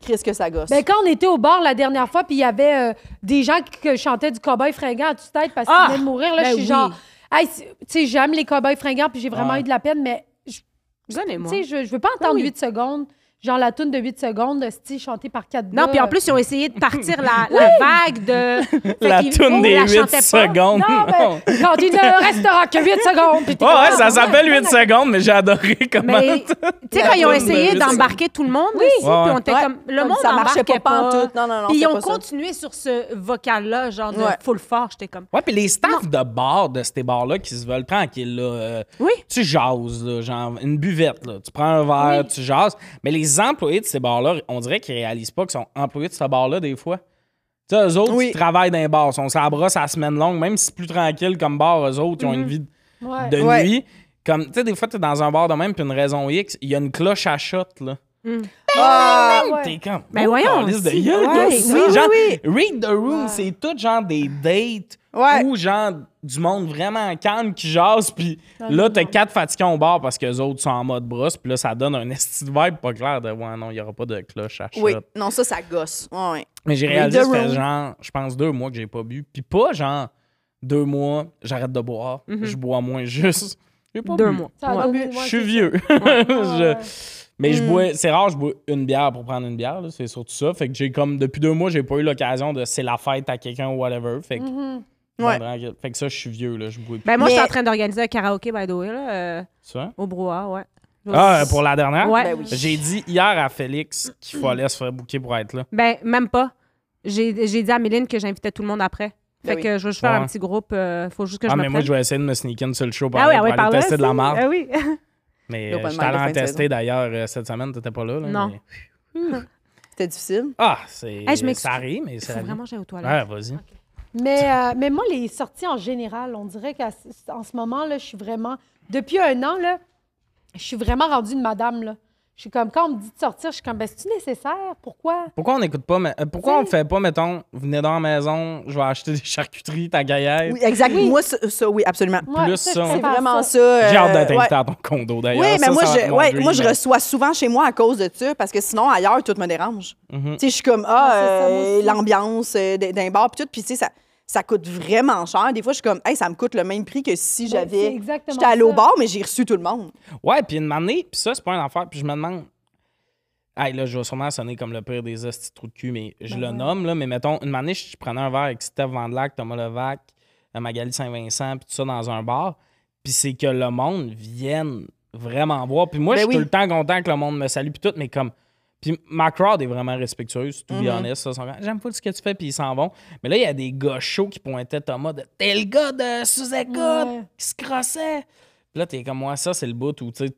Speaker 2: Chris, que ça gosse.
Speaker 3: Ben, quand on était au bar la dernière fois, puis il y avait euh, des gens qui que chantaient du cowboy fringant à toute tête parce qu'ils
Speaker 4: Ah!
Speaker 3: venaient de mourir, là,
Speaker 4: Ben
Speaker 3: je suis
Speaker 4: oui.
Speaker 3: genre, hey, c'est- tu sais, j'aime les cowboys fringants, puis j'ai vraiment
Speaker 1: Ouais.
Speaker 3: eu de la peine, mais je-
Speaker 4: Vous en avez,
Speaker 3: tu
Speaker 4: moi. Ah
Speaker 3: sais, je, je veux pas entendre
Speaker 4: oui.
Speaker 3: 8 secondes, genre la toune de 8 secondes, style chantée par quatre
Speaker 4: Non,
Speaker 3: gars.
Speaker 4: puis en plus, ils ont essayé de partir la, la vague de. Fait
Speaker 1: La
Speaker 4: qu'ils-
Speaker 1: toune
Speaker 4: ils
Speaker 1: des
Speaker 4: la
Speaker 1: 8
Speaker 4: chantaient pas.
Speaker 1: secondes.
Speaker 3: Non, ben, quand il ne restera que 8 secondes. puis t'es
Speaker 1: Ouais,
Speaker 3: comme,
Speaker 1: ouais,
Speaker 3: ah,
Speaker 1: ça s'appelle
Speaker 3: ouais,
Speaker 1: 8 secondes, mais j'ai adoré comment.
Speaker 4: Mais tu sais, quand ils ont essayé d'embarquer tout le monde, oui. puis
Speaker 1: Ouais, ouais.
Speaker 4: on était
Speaker 2: Ouais.
Speaker 4: comme. Le monde
Speaker 2: ça marchait
Speaker 4: embarquait
Speaker 2: pas, en tout. Non, non, non.
Speaker 4: Puis
Speaker 2: c'est
Speaker 4: ils ont
Speaker 2: pas ça.
Speaker 4: continué sur ce vocal-là, genre de
Speaker 2: Ouais.
Speaker 4: full fort. J'étais comme.
Speaker 1: Ouais, puis les staffs de bars de ces bars-là qui se veulent tranquilles, là. euh,
Speaker 4: Oui.
Speaker 1: Tu jases, là, genre une buvette, là. Tu prends un verre, tu jases. Mais les employés de ces bars-là, on dirait qu'ils réalisent pas qu'ils sont employés de ce bar-là des fois. Tu sais, eux autres,
Speaker 2: Oui.
Speaker 1: ils travaillent dans les bars, ils sont sur la brosse à la semaine longue, même si c'est plus tranquille comme bar, eux autres, ils ont une vie
Speaker 3: Ouais.
Speaker 1: de
Speaker 2: Mhm. Ouais.
Speaker 1: nuit. Comme, tu sais, des fois, t'es dans un bar de même, puis une raison X, il y a une cloche à shot, là.
Speaker 2: Ah!
Speaker 3: Ouais.
Speaker 1: T'es comme.
Speaker 4: Ben
Speaker 1: oh,
Speaker 4: voyons,
Speaker 1: calice de
Speaker 4: si-
Speaker 1: gueule,
Speaker 4: ouais,
Speaker 1: gars,
Speaker 4: oui,
Speaker 1: ça,
Speaker 2: oui,
Speaker 1: genre,
Speaker 2: oui.
Speaker 1: Read the Room, c'est tout genre des dates
Speaker 2: Ouais.
Speaker 1: ou genre du monde vraiment calme qui jase, puis là, t'as quatre fatigants au bar parce que les autres sont en mode brosse, puis là, ça donne un esti de vibe pas clair de ouais, non, il y aura pas de cloche à shot.
Speaker 2: Oui. Non, ça, ça gosse. Ouais, ouais.
Speaker 1: Mais j'ai
Speaker 2: Read
Speaker 1: réalisé,
Speaker 2: the
Speaker 1: ça fait
Speaker 2: room.
Speaker 1: genre, je pense, deux mois que j'ai pas bu, puis pas genre deux mois, j'arrête de boire, je bois moins juste. J'ai pas
Speaker 4: Deux
Speaker 1: bu.
Speaker 4: mois.
Speaker 3: Ça a
Speaker 4: Ouais.
Speaker 3: donné- ouais,
Speaker 1: Je suis
Speaker 3: c'est-
Speaker 1: vieux.
Speaker 3: ouais.
Speaker 1: Je- Mais
Speaker 4: Hmm.
Speaker 1: je bois, c'est rare, je bois une bière pour prendre une bière, là, c'est surtout ça. Fait que j'ai comme depuis deux mois, j'ai pas eu l'occasion de c'est la fête à quelqu'un ou whatever. Fait que, bon,
Speaker 2: Ouais.
Speaker 1: tranquille. fait que ça, je suis vieux, là, je bois plus
Speaker 4: Ben, moi, je suis
Speaker 2: Mais-
Speaker 4: en train d'organiser un karaoké, by the way, là, euh,
Speaker 1: ça.
Speaker 4: au brouhaha, ouais.
Speaker 1: Ah, pour la dernière?
Speaker 4: Ouais.
Speaker 2: Ben oui.
Speaker 1: J'ai dit hier à Félix qu'il fallait se faire bouquer pour être là.
Speaker 4: Ben, même pas. J'ai j'ai dit à Méline que j'invitais tout le monde après.
Speaker 2: Ben
Speaker 4: Fait
Speaker 2: oui.
Speaker 4: que je vais juste faire
Speaker 1: Ouais.
Speaker 4: un petit groupe. euh, faut juste que
Speaker 1: ah,
Speaker 4: je
Speaker 1: mais
Speaker 4: me
Speaker 1: moi,
Speaker 4: prenne.
Speaker 1: je vais essayer de me sneaker une seule show par
Speaker 4: Ah oui,
Speaker 1: là
Speaker 4: ah
Speaker 1: pour
Speaker 4: oui,
Speaker 1: aller
Speaker 4: par là.
Speaker 1: tester de la
Speaker 4: aussi.
Speaker 1: marde.
Speaker 4: Ah oui.
Speaker 1: Mais
Speaker 2: L'open
Speaker 1: euh, je
Speaker 2: mic
Speaker 1: suis
Speaker 2: de fin
Speaker 1: allé en
Speaker 2: de
Speaker 1: tester
Speaker 2: saison.
Speaker 1: d'ailleurs euh, cette semaine, t'étais pas là. là
Speaker 4: Non.
Speaker 1: mais-
Speaker 2: C'était difficile.
Speaker 1: Ah, c'est.
Speaker 4: Hey, je m'excuse.
Speaker 1: ça arrive, mais c'est.
Speaker 4: Faut vraiment que j'aille aux toilettes.
Speaker 1: Ouais, vas-y.
Speaker 3: Mais, euh, mais moi, les sorties en général, on dirait qu'en ce moment, là, je suis vraiment. Depuis un an, là, je suis vraiment rendue une madame. Là. Je suis comme, quand on me dit de sortir, je suis comme, ben, c'est-tu nécessaire? Pourquoi?
Speaker 1: Pourquoi on n'écoute pas, mais, euh, pourquoi on fait pas, mettons, venez dans la maison, je vais acheter des charcuteries, ta gaillette.
Speaker 2: Oui, exact. Moi, ça, ça, oui, absolument.
Speaker 3: Ouais,
Speaker 1: Plus ça,
Speaker 3: ça, je
Speaker 1: on-
Speaker 2: C'est
Speaker 3: peux faire
Speaker 2: vraiment
Speaker 3: ça.
Speaker 2: ça. euh,
Speaker 1: J'ai hâte d'être
Speaker 2: ouais.
Speaker 1: invité à ton condo, d'ailleurs.
Speaker 2: Oui, mais
Speaker 1: Ça,
Speaker 2: moi,
Speaker 1: ça va être
Speaker 2: je,
Speaker 1: mon
Speaker 2: ouais,
Speaker 1: dream.
Speaker 2: moi, je reçois souvent chez moi à cause de ça, parce que sinon, ailleurs, tout me dérange.
Speaker 1: Mhm.
Speaker 2: Tu sais, je suis comme, ah,
Speaker 3: Ouais, c'est ça, moi
Speaker 2: euh,
Speaker 3: aussi.
Speaker 2: l'ambiance euh, d- d'un bar, puis tout. Puis, tu sais, ça, ça coûte vraiment cher. Des fois, je suis comme, hey, ça me coûte le même prix que si
Speaker 3: Ben, c'est
Speaker 2: j'avais.
Speaker 3: exactement
Speaker 2: J'étais allée au
Speaker 3: ça.
Speaker 2: bar, mais j'ai reçu tout le monde.
Speaker 1: Ouais, puis une manée, puis ça, c'est pas une affaire. Puis je me demande. Hey, là, je vais sûrement sonner comme le pire des hosties de trous de cul, mais
Speaker 2: Ben
Speaker 1: je le nomme, là. Mais mettons, une manée, je prenais un verre avec Steph Vandelac, Thomas Levac, euh, Magali Saint-Vincent, puis tout ça dans un bar. Puis c'est que le monde vienne vraiment voir. Puis moi,
Speaker 2: Ben
Speaker 1: je suis
Speaker 2: oui.
Speaker 1: tout le temps content que le monde me salue, puis tout, mais comme. Puis ma crowd est vraiment respectueuse,
Speaker 2: Mhm.
Speaker 1: tout be honest. ça, ils sont comme, J'aime pas ce que tu fais, puis ils s'en vont. Mais là, il y a des gars chauds qui pointaient Thomas de T'es le gars de Suzeka
Speaker 3: Ouais.
Speaker 1: qui se crossait. Puis là, t'es comme moi, ça, c'est le bout où, tu sais,